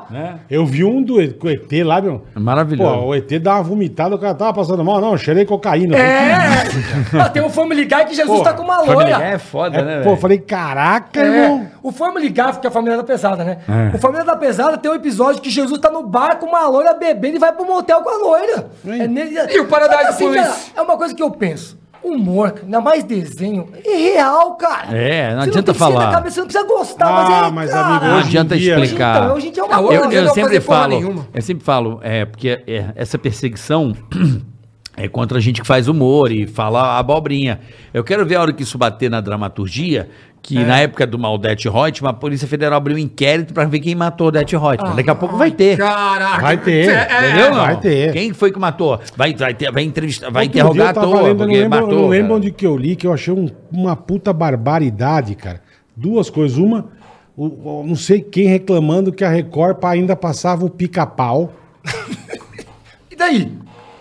[SPEAKER 2] Eu vi um do E- com o ET lá, meu.
[SPEAKER 3] Maravilhoso.
[SPEAKER 2] Pô, o ET dá uma vomitada, o cara tava passando mal. Não, cheirei cocaína.
[SPEAKER 4] É!
[SPEAKER 2] <laughs>
[SPEAKER 4] Ah, tem o Family Guy que Jesus
[SPEAKER 2] Pô,
[SPEAKER 4] tá com uma
[SPEAKER 3] Family Guy
[SPEAKER 4] loira.
[SPEAKER 3] é foda, né,
[SPEAKER 2] É,
[SPEAKER 3] velho?
[SPEAKER 2] pô, eu falei, caraca,
[SPEAKER 4] É,
[SPEAKER 2] irmão.
[SPEAKER 4] o Family Guy, que é a família da pesada, né?
[SPEAKER 3] É.
[SPEAKER 4] O Família da Pesada tem um episódio que Jesus tá no bar com uma loira bebendo e vai pro motel com a loira. É
[SPEAKER 2] Hein?
[SPEAKER 4] nele-
[SPEAKER 5] E o Paradise
[SPEAKER 4] Sabe
[SPEAKER 5] Police?
[SPEAKER 4] cara, é uma coisa que eu penso. Humor, ainda mais desenho, é real, cara.
[SPEAKER 3] É, não
[SPEAKER 4] Você
[SPEAKER 3] adianta
[SPEAKER 4] tem que ser da
[SPEAKER 3] falar.
[SPEAKER 4] cabeça, você não precisa gostar,
[SPEAKER 2] Ah,
[SPEAKER 4] mas é,
[SPEAKER 2] mas,
[SPEAKER 4] cara,
[SPEAKER 2] amigo,
[SPEAKER 3] Não
[SPEAKER 2] hoje em
[SPEAKER 3] adianta
[SPEAKER 2] dia-
[SPEAKER 3] explicar.
[SPEAKER 4] Então, hoje em dia é uma
[SPEAKER 5] Ah,
[SPEAKER 4] coisa.
[SPEAKER 5] hoje
[SPEAKER 3] eu,
[SPEAKER 5] Você
[SPEAKER 3] eu
[SPEAKER 5] não vai
[SPEAKER 3] sempre
[SPEAKER 5] fazer porra
[SPEAKER 3] falo,
[SPEAKER 5] nenhuma.
[SPEAKER 3] eu sempre falo, é porque é, essa perseguição <clears throat> é contra a gente que faz humor e fala abobrinha. Eu quero ver a hora que isso bater na dramaturgia, que
[SPEAKER 5] É.
[SPEAKER 3] na época do Maldete Reutemann, a Polícia Federal abriu um inquérito pra ver quem matou o Odete
[SPEAKER 5] Ah.
[SPEAKER 3] Reutemann. Daqui a pouco vai ter.
[SPEAKER 5] Caraca.
[SPEAKER 2] Vai ter,
[SPEAKER 5] É, é,
[SPEAKER 3] Entendeu?
[SPEAKER 5] é.
[SPEAKER 3] não?
[SPEAKER 2] vai ter.
[SPEAKER 3] Quem foi que matou? Vai, vai, ter, vai entrevistar, vai
[SPEAKER 2] Outro dia
[SPEAKER 3] interrogar
[SPEAKER 2] eu
[SPEAKER 3] a
[SPEAKER 2] tava
[SPEAKER 3] toa,
[SPEAKER 2] lendo, eu não
[SPEAKER 3] porque
[SPEAKER 2] lembro, eu
[SPEAKER 3] matou.
[SPEAKER 2] não lembro
[SPEAKER 3] cara.
[SPEAKER 2] onde que eu li, que eu achei um- uma puta barbaridade, cara. Duas coisas. Uma, o- o- não sei quem reclamando que a Record pa- ainda passava o pica-pau.
[SPEAKER 4] E daí?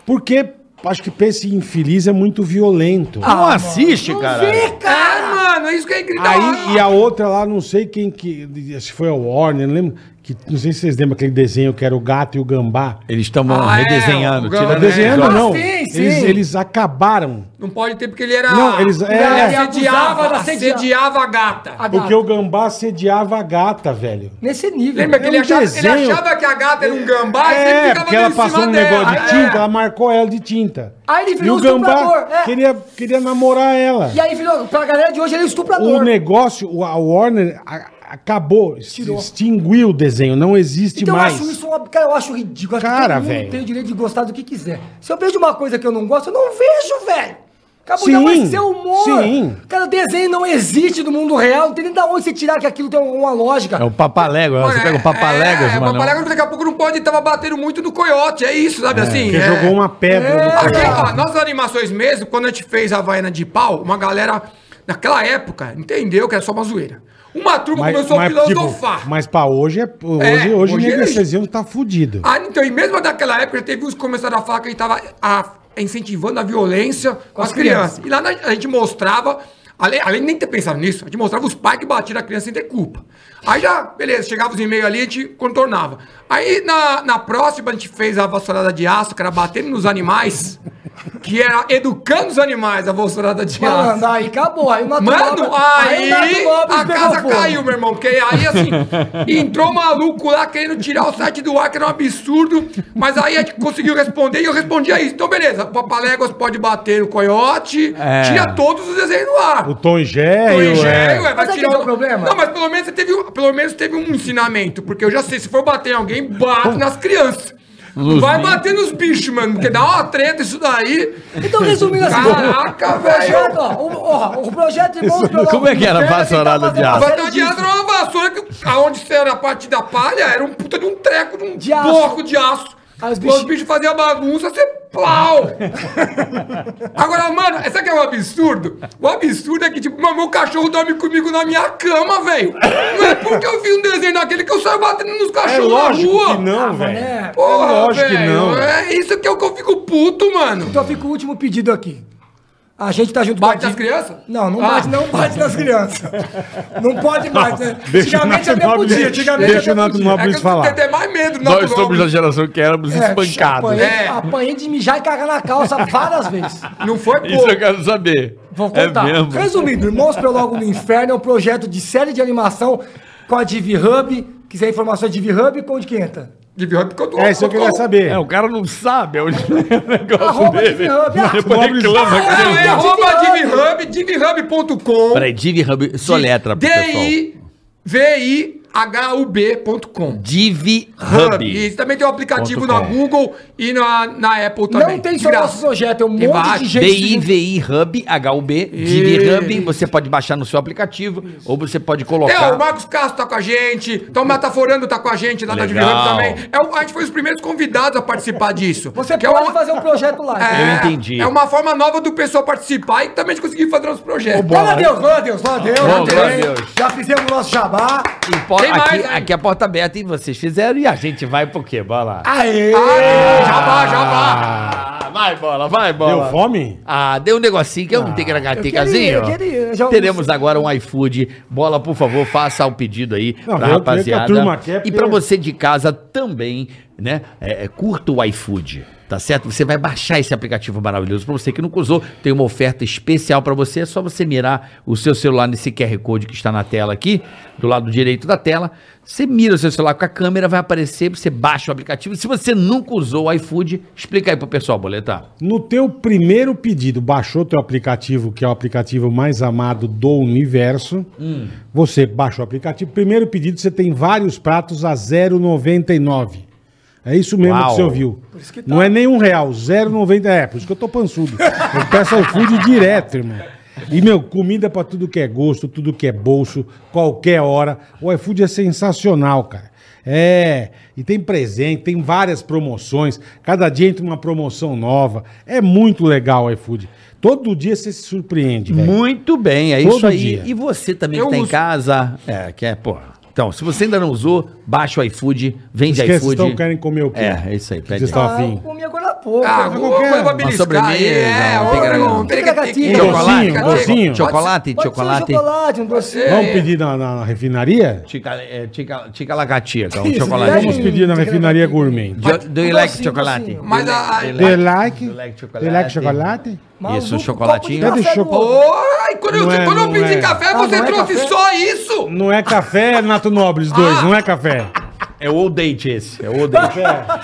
[SPEAKER 2] Porque acho que pra esse infeliz é muito violento.
[SPEAKER 3] Não assiste,
[SPEAKER 4] Não
[SPEAKER 3] cara.
[SPEAKER 4] vê,
[SPEAKER 5] É,
[SPEAKER 4] cara!
[SPEAKER 5] mano, é isso que é incrível.
[SPEAKER 2] Aí, e a outra lá, não sei quem que. Se foi a Warner, não lembro. Que, não sei se vocês lembram aquele desenho que era o gato e o gambá. Tá
[SPEAKER 3] Eles estão
[SPEAKER 5] Ah, é,
[SPEAKER 3] redesenhando,
[SPEAKER 5] o
[SPEAKER 3] tirando
[SPEAKER 5] Gandalf.
[SPEAKER 2] Desenhando,
[SPEAKER 3] episódios.
[SPEAKER 2] não.
[SPEAKER 4] sim, sim.
[SPEAKER 2] Eles, eles acabaram.
[SPEAKER 5] Não pode ter, porque ele era.
[SPEAKER 2] Não, eles- é, é.
[SPEAKER 5] ele assediava,
[SPEAKER 4] Abusava,
[SPEAKER 5] assediava a gata.
[SPEAKER 4] A
[SPEAKER 2] Porque
[SPEAKER 4] gata.
[SPEAKER 2] o gambá sediava a gata, velho.
[SPEAKER 4] Nesse nível.
[SPEAKER 5] Lembra que ele
[SPEAKER 2] um
[SPEAKER 5] achava, ele
[SPEAKER 2] desenho.
[SPEAKER 5] achava que a gata era um gambá sempre
[SPEAKER 2] É, porque ela
[SPEAKER 5] dando em cima
[SPEAKER 2] passou um negócio de
[SPEAKER 5] dela. É.
[SPEAKER 2] tinta, ela marcou ela de tinta.
[SPEAKER 4] Aí ele virou
[SPEAKER 2] e o
[SPEAKER 4] um
[SPEAKER 2] gambá
[SPEAKER 4] estuprador, é.
[SPEAKER 2] queria, queria namorar ela.
[SPEAKER 4] E aí, filho, pra galera de hoje, ele é
[SPEAKER 2] O
[SPEAKER 4] estuprador.
[SPEAKER 2] negócio, o- a Warner a- acabou, es-
[SPEAKER 4] Tirou.
[SPEAKER 2] extinguiu o desenho, não existe
[SPEAKER 4] Então
[SPEAKER 2] mais.
[SPEAKER 4] eu acho isso uma. Cara, eu acho ridículo. Acho
[SPEAKER 2] Cara,
[SPEAKER 4] que todo mundo
[SPEAKER 2] velho.
[SPEAKER 4] tem o direito de gostar do que quiser. Se eu vejo uma coisa que eu não gosto, eu não vejo, velho. Acabou
[SPEAKER 2] Sim,
[SPEAKER 4] de vai ser humor.
[SPEAKER 2] sim.
[SPEAKER 4] Cara, o desenho não existe no mundo real. Não tem nem da onde você tirar que aquilo tem um- uma lógica.
[SPEAKER 3] É o Papaléguas, você
[SPEAKER 5] Mano,
[SPEAKER 3] pega o Papaléguas,
[SPEAKER 5] é, é,
[SPEAKER 3] mano. um
[SPEAKER 5] Papaléguas daqui a pouco não pode, tava batendo muito no coiote, é isso, sabe assim?
[SPEAKER 2] Porque
[SPEAKER 5] é.
[SPEAKER 2] jogou uma pedra no
[SPEAKER 5] Aqui,
[SPEAKER 2] coiote.
[SPEAKER 5] ó, nossas animações mesmo, quando a gente fez a Havaiana de pau, uma galera, naquela época, entendeu que era só uma zoeira. Uma turma começou a filosofar.
[SPEAKER 2] tipo, mas pra hoje, é, hoje,
[SPEAKER 5] É,
[SPEAKER 2] hoje,
[SPEAKER 5] hoje
[SPEAKER 2] hoje
[SPEAKER 5] é isso.
[SPEAKER 2] tá fudido.
[SPEAKER 5] Ah, então, e mesmo naquela época, já teve uns que começaram a falar que a gente tava ah, incentivando a violência com as crianças. E lá na- a gente mostrava, além, além de nem ter pensado nisso, a gente mostrava os pais que batiam a criança sem ter culpa. Aí já, beleza, chegava os e-mails ali, a gente contornava. Aí na, na próxima a gente fez a vassourada de aço, que era batendo nos animais, <laughs> que era educando os animais, a vassourada de aço.
[SPEAKER 4] Mano, aí acabou. Aí o Nato
[SPEAKER 5] Mano,
[SPEAKER 4] Lopes- o
[SPEAKER 5] aí,
[SPEAKER 4] Nato Lopes
[SPEAKER 5] a
[SPEAKER 4] pegou
[SPEAKER 5] casa
[SPEAKER 4] fogo.
[SPEAKER 5] caiu, meu irmão. Porque aí, assim, entrou maluco lá querendo tirar o site do ar, que era um absurdo. Mas aí a gente conseguiu responder e eu respondi a isso. Então, beleza, o Papaléguas pode bater no coiote,
[SPEAKER 3] É.
[SPEAKER 5] tira todos os desenhos no ar.
[SPEAKER 2] O Tom e Jerry,
[SPEAKER 5] Tô em
[SPEAKER 2] é.
[SPEAKER 5] gel, ué, vai
[SPEAKER 4] Mas é que
[SPEAKER 5] tirar
[SPEAKER 4] esse é o problema.
[SPEAKER 5] Não, mas pelo menos, você teve, um- pelo menos teve um ensinamento, porque eu já sei, se for bater em alguém, bate nas crianças. Vai bater nos bichos, mano, porque dá uma treta isso daí.
[SPEAKER 4] Então, resumindo assim.
[SPEAKER 5] Caraca,
[SPEAKER 4] o projeto, ó, o, ó, o projeto Irmãos Pela
[SPEAKER 3] Como é que era a
[SPEAKER 4] Terra, quem tá
[SPEAKER 3] vassourada de
[SPEAKER 4] fazendo
[SPEAKER 3] aço?
[SPEAKER 4] uma série
[SPEAKER 5] Bater de
[SPEAKER 4] disso.
[SPEAKER 5] era uma vassoura que aonde era a parte da palha era um puta de um treco, de um
[SPEAKER 4] De aço.
[SPEAKER 5] porco de aço.
[SPEAKER 4] As
[SPEAKER 5] Quando os
[SPEAKER 4] bichi-
[SPEAKER 5] bichos faziam bagunça, você plau! Agora, mano, sabe o que é um absurdo? O absurdo é que, tipo, meu, meu cachorro dorme comigo na minha cama, velho. Não é porque eu vi um desenho daquele que eu saio batendo nos
[SPEAKER 2] É
[SPEAKER 5] cachorros na
[SPEAKER 2] lógico
[SPEAKER 5] tá rua.
[SPEAKER 2] que não, velho.
[SPEAKER 4] né?
[SPEAKER 5] Porra,
[SPEAKER 2] É lógico que
[SPEAKER 5] velho,
[SPEAKER 2] não.
[SPEAKER 5] É isso que é o que eu fico puto, mano.
[SPEAKER 4] Então fica o último pedido aqui. A gente tá junto
[SPEAKER 5] Bate
[SPEAKER 4] a
[SPEAKER 5] nas
[SPEAKER 4] Di-
[SPEAKER 5] crianças?
[SPEAKER 4] Não, não
[SPEAKER 5] Ah.
[SPEAKER 4] bate, não bate nas crianças. Não pode mais, né?
[SPEAKER 2] Deixa o
[SPEAKER 4] Antigamente
[SPEAKER 2] Nato
[SPEAKER 4] até
[SPEAKER 2] Nobre-
[SPEAKER 4] podia, antigamente
[SPEAKER 2] deixa o
[SPEAKER 4] até
[SPEAKER 2] Nato
[SPEAKER 4] podia.
[SPEAKER 2] Nobre
[SPEAKER 5] É que eu
[SPEAKER 2] falar.
[SPEAKER 5] tenho até mais medo, né? não.
[SPEAKER 7] Nós somos da geração que éramos
[SPEAKER 4] É,
[SPEAKER 7] espancados.
[SPEAKER 4] Apanhei,
[SPEAKER 5] É.
[SPEAKER 4] apanhei de mijar e cagar na calça várias vezes.
[SPEAKER 5] Não foi
[SPEAKER 2] é
[SPEAKER 5] pouco.
[SPEAKER 7] Isso eu quero saber.
[SPEAKER 4] Vou contar.
[SPEAKER 7] É mesmo?
[SPEAKER 4] Resumindo, Irmãos Pelo Logo no Inferno é um projeto de série de animação com a Divi Hub. Quiser informações de é Divi Hub, com onde que entra?
[SPEAKER 5] De pior porque eu tô-
[SPEAKER 2] É isso que eu queria saber.
[SPEAKER 7] É, o cara não sabe onde é o <laughs> negócio
[SPEAKER 4] Arroba
[SPEAKER 7] dele.
[SPEAKER 4] Divi Hub. Ah,
[SPEAKER 7] Depois
[SPEAKER 2] Nobre-
[SPEAKER 7] é reclama que
[SPEAKER 5] Não,
[SPEAKER 7] ele
[SPEAKER 5] é
[SPEAKER 7] não
[SPEAKER 5] arroba divhub, divhub.com.
[SPEAKER 3] Peraí, Divi Hub, soletra, pro pessoal.
[SPEAKER 5] D-I-V-I-H-U-B.com.
[SPEAKER 3] Divi
[SPEAKER 5] E
[SPEAKER 3] Hub.
[SPEAKER 5] também tem o aplicativo
[SPEAKER 3] Ponto
[SPEAKER 5] na
[SPEAKER 3] com.
[SPEAKER 5] Google e na, na Apple também.
[SPEAKER 4] não tem
[SPEAKER 5] De
[SPEAKER 4] só
[SPEAKER 5] graça.
[SPEAKER 4] nosso projeto, é um
[SPEAKER 5] Tem
[SPEAKER 4] monte
[SPEAKER 5] vários.
[SPEAKER 4] de gente. se juntando.
[SPEAKER 3] DIVI Hub, HUB, Divi Hub, você pode baixar no seu aplicativo ou você pode
[SPEAKER 5] É,
[SPEAKER 3] colocar.
[SPEAKER 5] o Marcos Castro tá com a gente, então o Metaforando tá com a gente lá na Divhub
[SPEAKER 3] Hum. Legal.
[SPEAKER 5] também. É, o- a gente foi os primeiros convidados a participar disso.
[SPEAKER 4] Você
[SPEAKER 5] Que é
[SPEAKER 4] pode
[SPEAKER 5] uma-
[SPEAKER 4] fazer um projeto lá.
[SPEAKER 5] É,
[SPEAKER 3] Eu entendi.
[SPEAKER 5] É uma forma nova do pessoal participar e também de conseguir fazer nossos projetos.
[SPEAKER 4] Glória a Deus, glória a Deus, glória a Deus.
[SPEAKER 3] Bom, glória a
[SPEAKER 4] Amém.
[SPEAKER 3] Deus.
[SPEAKER 4] Já fizemos o nosso jabá.
[SPEAKER 3] E po-
[SPEAKER 5] Tem mais,
[SPEAKER 3] aqui,
[SPEAKER 5] né?
[SPEAKER 3] aqui é a porta aberta e vocês fizeram e a gente vai por quê? Bora lá.
[SPEAKER 4] Aê!
[SPEAKER 5] Ah, jabá, jabá.
[SPEAKER 3] Ah, vai bola, vai bola.
[SPEAKER 2] Deu fome?
[SPEAKER 3] Ah, deu um negocinho que eu não tenho que
[SPEAKER 4] eu queria, eu já ouvi
[SPEAKER 3] Teremos agora um iFood. Bola, por favor, faça o pedido aí
[SPEAKER 2] Não,
[SPEAKER 3] pra
[SPEAKER 2] vê o que a
[SPEAKER 3] rapaziada.
[SPEAKER 2] turma quer,
[SPEAKER 3] E
[SPEAKER 2] porque-
[SPEAKER 3] pra você de casa também, né? é, é, curta o iFood. Tá certo? Você vai baixar esse aplicativo maravilhoso. Pra você que nunca usou, tem uma oferta especial pra você. É só você mirar o seu celular nesse QR Code que está na tela aqui, do lado direito da tela. Você mira o seu celular com a câmera, vai aparecer, você baixa o aplicativo. Se você nunca usou o iFood, explica aí pro pessoal, boletar.
[SPEAKER 2] No teu primeiro pedido, baixou teu aplicativo, que é o aplicativo mais amado do universo. Você baixa o aplicativo. Primeiro pedido, você tem vários pratos a 0,99. É isso mesmo
[SPEAKER 3] Uau.
[SPEAKER 2] que você ouviu. Não é nenhum real, 0,90. É, por isso que eu tô pançudo. Eu peço ao food direto, irmão. E, meu, comida pra tudo que é gosto, tudo que é bolso, qualquer hora. O iFood é sensacional, cara. É, e tem presente, tem várias promoções. Cada dia entra uma promoção nova. É muito legal o iFood. Todo dia você se surpreende, velho.
[SPEAKER 3] Muito bem, é
[SPEAKER 2] Todo
[SPEAKER 3] isso aí.
[SPEAKER 2] dia.
[SPEAKER 3] E você também
[SPEAKER 5] Eu
[SPEAKER 3] que tá em
[SPEAKER 5] uso.
[SPEAKER 3] casa, é, que é, pô. Então, se você ainda não usou, baixa o iFood, vende
[SPEAKER 2] Esquece,
[SPEAKER 3] iFood.
[SPEAKER 2] então querem comer o quê?
[SPEAKER 3] É, é isso aí, pede.
[SPEAKER 2] Vocês
[SPEAKER 3] aí.
[SPEAKER 2] estão
[SPEAKER 4] Ah, eu
[SPEAKER 2] afim?
[SPEAKER 4] comi agora há pouco.
[SPEAKER 5] Ah,
[SPEAKER 4] Eu
[SPEAKER 5] alguma coisa pra beliscar aí,
[SPEAKER 3] sobremesa,
[SPEAKER 5] é,
[SPEAKER 3] um
[SPEAKER 5] ó,
[SPEAKER 3] picaraca-
[SPEAKER 5] um
[SPEAKER 4] Um
[SPEAKER 5] picaracatinho.
[SPEAKER 2] docinho,
[SPEAKER 5] Chocolate,
[SPEAKER 2] um docinho.
[SPEAKER 3] Chocolate,
[SPEAKER 4] Pode ser um
[SPEAKER 3] chocolate. É.
[SPEAKER 4] chocolate, um docinho.
[SPEAKER 2] Vamos pedir na, na- na refinaria?
[SPEAKER 3] Tica, é, tica, tica lacatica, um
[SPEAKER 4] Isso,
[SPEAKER 3] chocolate.
[SPEAKER 2] Vamos pedir na refinaria gourmet.
[SPEAKER 3] Do, do you
[SPEAKER 4] Um
[SPEAKER 3] like
[SPEAKER 4] docinho,
[SPEAKER 3] chocolate?
[SPEAKER 4] docinho.
[SPEAKER 5] Mas a- a-
[SPEAKER 2] They like,
[SPEAKER 3] Do you like
[SPEAKER 2] they like chocolate?
[SPEAKER 4] Maluco,
[SPEAKER 3] Isso, um
[SPEAKER 4] copo de
[SPEAKER 3] chocolatinho.
[SPEAKER 4] café
[SPEAKER 2] Deve
[SPEAKER 4] do
[SPEAKER 2] choco-
[SPEAKER 4] outro.
[SPEAKER 5] Ai, quando, eu,
[SPEAKER 2] Não é,
[SPEAKER 5] quando eu
[SPEAKER 2] não
[SPEAKER 5] pedi
[SPEAKER 2] é.
[SPEAKER 5] café,
[SPEAKER 4] Ah,
[SPEAKER 5] você
[SPEAKER 4] não é
[SPEAKER 5] trouxe
[SPEAKER 4] café?
[SPEAKER 5] só isso!
[SPEAKER 2] Não é café, Nato Nobres dois, não é café.
[SPEAKER 3] É o date esse, é o date.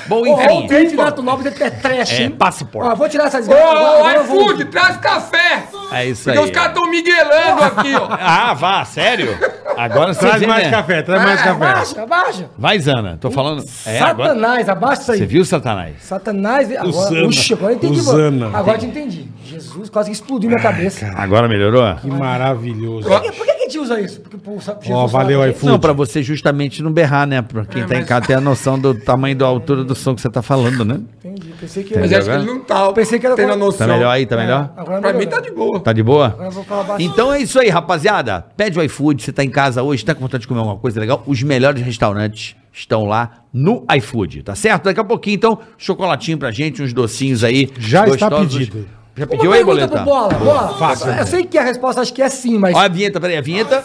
[SPEAKER 3] Bom,
[SPEAKER 4] Ó, o
[SPEAKER 3] enfim.
[SPEAKER 4] dente Nato Nobre é trash,
[SPEAKER 3] É,
[SPEAKER 4] hein?
[SPEAKER 3] passaporte.
[SPEAKER 4] Ó, eu vou tirar essas
[SPEAKER 5] Ô, ô,
[SPEAKER 4] eu vou-
[SPEAKER 5] iFood, traz café!
[SPEAKER 3] É isso aí.
[SPEAKER 5] Porque os caras estão miguelando aqui, ó.
[SPEAKER 3] Ah, vá, sério? Agora você
[SPEAKER 2] Traz
[SPEAKER 3] vê,
[SPEAKER 2] mais
[SPEAKER 3] né?
[SPEAKER 2] café, traz é mais café.
[SPEAKER 4] Ah, Abaixa, abaixa.
[SPEAKER 3] Vai, Zana, tô falando. É, agora...
[SPEAKER 4] Satanás, abaixa isso aí.
[SPEAKER 3] Você viu, Satanás?
[SPEAKER 4] Satanás. Agora,
[SPEAKER 2] Usana.
[SPEAKER 4] Uxi, agora eu entendi.
[SPEAKER 2] Usana. Ah,
[SPEAKER 4] mano. Agora eu entendi. Jesus, quase que explodiu minha cabeça.
[SPEAKER 3] Agora melhorou?
[SPEAKER 2] Que maravilhoso.
[SPEAKER 4] Por que, por que que a gente usa isso? Porque, pô, Jesus é.
[SPEAKER 2] Ó, valeu
[SPEAKER 4] fala-
[SPEAKER 2] aí,
[SPEAKER 3] Não, pra você justamente não berrar, né? Pra
[SPEAKER 4] É,
[SPEAKER 3] quem tá em casa ter a noção do tamanho da altura do som que você tá falando, né?
[SPEAKER 4] Entendi, pensei que...
[SPEAKER 5] Mas
[SPEAKER 3] Entendeu
[SPEAKER 5] acho que ele
[SPEAKER 3] agora?
[SPEAKER 5] não tá. Eu
[SPEAKER 4] Pensei que era
[SPEAKER 5] tendo a
[SPEAKER 4] com-
[SPEAKER 5] noção.
[SPEAKER 3] Tá melhor aí? Tá melhor?
[SPEAKER 4] Agora
[SPEAKER 5] Pra
[SPEAKER 4] melhorou.
[SPEAKER 5] mim tá de boa.
[SPEAKER 3] Tá de boa?
[SPEAKER 4] Agora É. eu vou falar baixo.
[SPEAKER 3] Então é isso aí, rapaziada. Pede o iFood, você tá em casa hoje, tá com vontade de comer alguma coisa legal? Os melhores restaurantes estão lá no iFood, tá certo? Daqui a pouquinho, então, chocolatinho pra gente, uns docinhos aí.
[SPEAKER 2] Já está pedido.
[SPEAKER 3] Já
[SPEAKER 4] Uma
[SPEAKER 3] pediu aí,
[SPEAKER 4] pergunta
[SPEAKER 3] Boleta?
[SPEAKER 4] pro Bola, Bola.
[SPEAKER 2] Faça.
[SPEAKER 4] Eu sei que a resposta acho que é sim, mas
[SPEAKER 3] Ó a vinheta, peraí, a vinheta.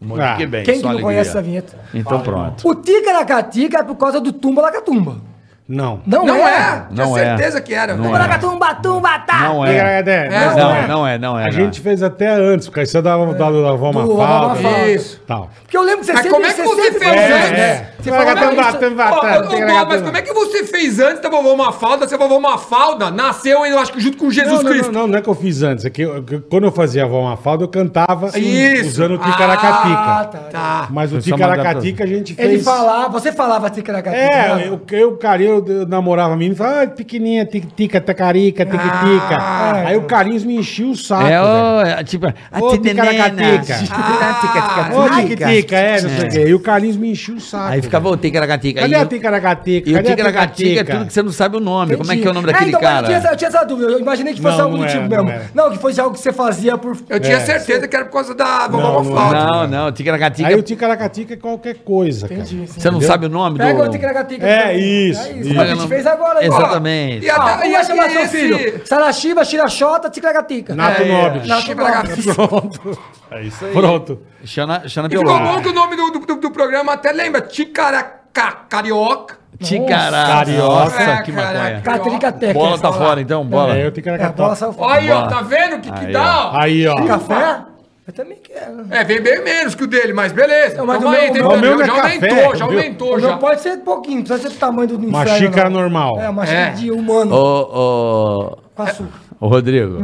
[SPEAKER 3] Muito
[SPEAKER 2] Ah,
[SPEAKER 3] que bem,
[SPEAKER 4] quem que
[SPEAKER 3] só
[SPEAKER 4] não
[SPEAKER 3] alegria.
[SPEAKER 4] conhece essa vinheta?
[SPEAKER 3] Então pronto.
[SPEAKER 4] O Ticaracatica é por causa do Tumba Lacatumba.
[SPEAKER 2] Não.
[SPEAKER 4] Não,
[SPEAKER 5] Não
[SPEAKER 4] é.
[SPEAKER 5] é? Tinha
[SPEAKER 3] Não é.
[SPEAKER 5] certeza que era.
[SPEAKER 3] Não é.
[SPEAKER 4] Tumba, tumba, tá.
[SPEAKER 3] Não
[SPEAKER 2] É,
[SPEAKER 3] é.
[SPEAKER 2] é, é,
[SPEAKER 5] É,
[SPEAKER 2] mas
[SPEAKER 3] Não, não é, não é.
[SPEAKER 2] A
[SPEAKER 3] não.
[SPEAKER 2] gente fez até antes, porque aí você dava da, da, da avó
[SPEAKER 4] Do Avó
[SPEAKER 2] Mafalda.
[SPEAKER 4] Mafalda.
[SPEAKER 5] Isso.
[SPEAKER 2] Tal.
[SPEAKER 4] Porque eu lembro que você
[SPEAKER 5] Mas
[SPEAKER 4] sempre...
[SPEAKER 5] como é que você
[SPEAKER 4] sempre
[SPEAKER 5] fez
[SPEAKER 4] falou
[SPEAKER 5] antes?
[SPEAKER 4] isso.
[SPEAKER 5] É.
[SPEAKER 4] Você falou,
[SPEAKER 2] Tem que
[SPEAKER 4] "Não,
[SPEAKER 2] bater,
[SPEAKER 4] isso-
[SPEAKER 2] bater,
[SPEAKER 5] Ô,
[SPEAKER 2] bater,
[SPEAKER 5] ô,
[SPEAKER 2] tem que
[SPEAKER 5] Bob, mas
[SPEAKER 2] bater.
[SPEAKER 5] como é que você fez antes da vovó Mafalda? Se a vovó Mafalda nasceu, eu acho que junto com Jesus
[SPEAKER 2] Não, não,
[SPEAKER 5] Cristo.
[SPEAKER 2] não, não, não é que eu fiz antes. É que eu- que eu- quando eu fazia a avó Mafalda, eu cantava
[SPEAKER 5] Isso.
[SPEAKER 2] usando o
[SPEAKER 4] Ah,
[SPEAKER 2] Ticaracatica.
[SPEAKER 4] tá.
[SPEAKER 5] Tá.
[SPEAKER 2] Mas o
[SPEAKER 3] Foi só uma
[SPEAKER 2] Ticaracatica a gente fez...
[SPEAKER 4] Ele falava, você falava ticaracatica.
[SPEAKER 2] É, eu, eu, cara, eu, eu namorava a menina e falava, ah, pequenininha, tic- tica, tacarica, tic-tica.
[SPEAKER 5] Ah.
[SPEAKER 2] Aí o Carinhos me enchia o saco,
[SPEAKER 3] É,
[SPEAKER 2] velho.
[SPEAKER 3] ô, é tipo. A
[SPEAKER 2] Ô,
[SPEAKER 3] tidenena.
[SPEAKER 2] ticaracatica.
[SPEAKER 5] Ah,
[SPEAKER 2] Ô, tica-tica, é, não sei o quê. E o Carinhos me enchia o saco.
[SPEAKER 3] Aí ficava o Ticaracatica.
[SPEAKER 2] Cadê
[SPEAKER 3] E
[SPEAKER 2] a
[SPEAKER 3] o-
[SPEAKER 2] ticaracatica?
[SPEAKER 3] E o
[SPEAKER 2] Cadê a
[SPEAKER 3] Ticaracatica é tudo que você não sabe o nome. Como é que é o nome daquele
[SPEAKER 4] então, mas Eu tinha, essa,
[SPEAKER 3] cara? é,
[SPEAKER 4] eu tinha essa dúvida. Eu imaginei que fosse
[SPEAKER 2] Não,
[SPEAKER 4] algo
[SPEAKER 2] não
[SPEAKER 4] do tipo
[SPEAKER 2] era,
[SPEAKER 4] mesmo.
[SPEAKER 2] não
[SPEAKER 4] Não,
[SPEAKER 2] era.
[SPEAKER 4] que fosse algo que você fazia por.
[SPEAKER 5] Eu tinha
[SPEAKER 2] É.
[SPEAKER 5] certeza que era por causa da vovó
[SPEAKER 2] Não, não
[SPEAKER 5] Mafalda.
[SPEAKER 3] Não, não, Ticaracatica.
[SPEAKER 2] Aí o ticaracatica é qualquer coisa, cara.
[SPEAKER 3] Você não sabe o nome
[SPEAKER 4] Pega o
[SPEAKER 3] do.
[SPEAKER 4] ticaracatica.
[SPEAKER 2] É, isso,
[SPEAKER 4] É
[SPEAKER 2] isso.
[SPEAKER 4] isso. Como a gente fez agora. aí, ó.
[SPEAKER 3] Exatamente.
[SPEAKER 5] E
[SPEAKER 4] Ah,
[SPEAKER 5] até
[SPEAKER 4] como
[SPEAKER 5] e
[SPEAKER 4] vai chamar
[SPEAKER 5] até
[SPEAKER 4] seu
[SPEAKER 5] esse...
[SPEAKER 4] filho? Sarashiva, Xiraxota, ticaracatica.
[SPEAKER 2] Nato
[SPEAKER 3] É,
[SPEAKER 2] Nobre.
[SPEAKER 5] Não, que bagaço.
[SPEAKER 2] Pronto. É isso aí. Pronto.
[SPEAKER 3] Xana, Xana
[SPEAKER 5] E ficou
[SPEAKER 3] Piolá.
[SPEAKER 5] bom que o nome do, do, do programa até lembra. Ticaraca Carioca. É,
[SPEAKER 3] Ticará.
[SPEAKER 2] Carioca.
[SPEAKER 3] Nossa, que maconha.
[SPEAKER 4] Catricateca.
[SPEAKER 3] Bola tá fora, então, bola.
[SPEAKER 2] É, o
[SPEAKER 4] É, a bola
[SPEAKER 2] ticaracatica.
[SPEAKER 4] saiu fora.
[SPEAKER 5] Olha aí, ó,
[SPEAKER 3] Boa.
[SPEAKER 5] tá vendo o que, que
[SPEAKER 3] Aí,
[SPEAKER 5] dá? ó?
[SPEAKER 2] Aí, ó.
[SPEAKER 4] Café? Eu também quero.
[SPEAKER 5] É, vem bem menos que o dele, mas beleza.
[SPEAKER 4] Não, mas
[SPEAKER 5] Tamo
[SPEAKER 4] o meu-
[SPEAKER 5] aí, tem
[SPEAKER 4] o meu
[SPEAKER 5] problema.
[SPEAKER 2] não é
[SPEAKER 5] já
[SPEAKER 2] café,
[SPEAKER 5] aumentou, já
[SPEAKER 2] viu?
[SPEAKER 5] aumentou, já.
[SPEAKER 4] Não pode ser pouquinho, precisa ser do tamanho do inferno.
[SPEAKER 2] Uma xícara
[SPEAKER 4] não.
[SPEAKER 2] normal.
[SPEAKER 4] É, uma xícara
[SPEAKER 5] É.
[SPEAKER 4] de humano.
[SPEAKER 3] Ô, ô,
[SPEAKER 4] Com açúcar.
[SPEAKER 3] ô, Rodrigo,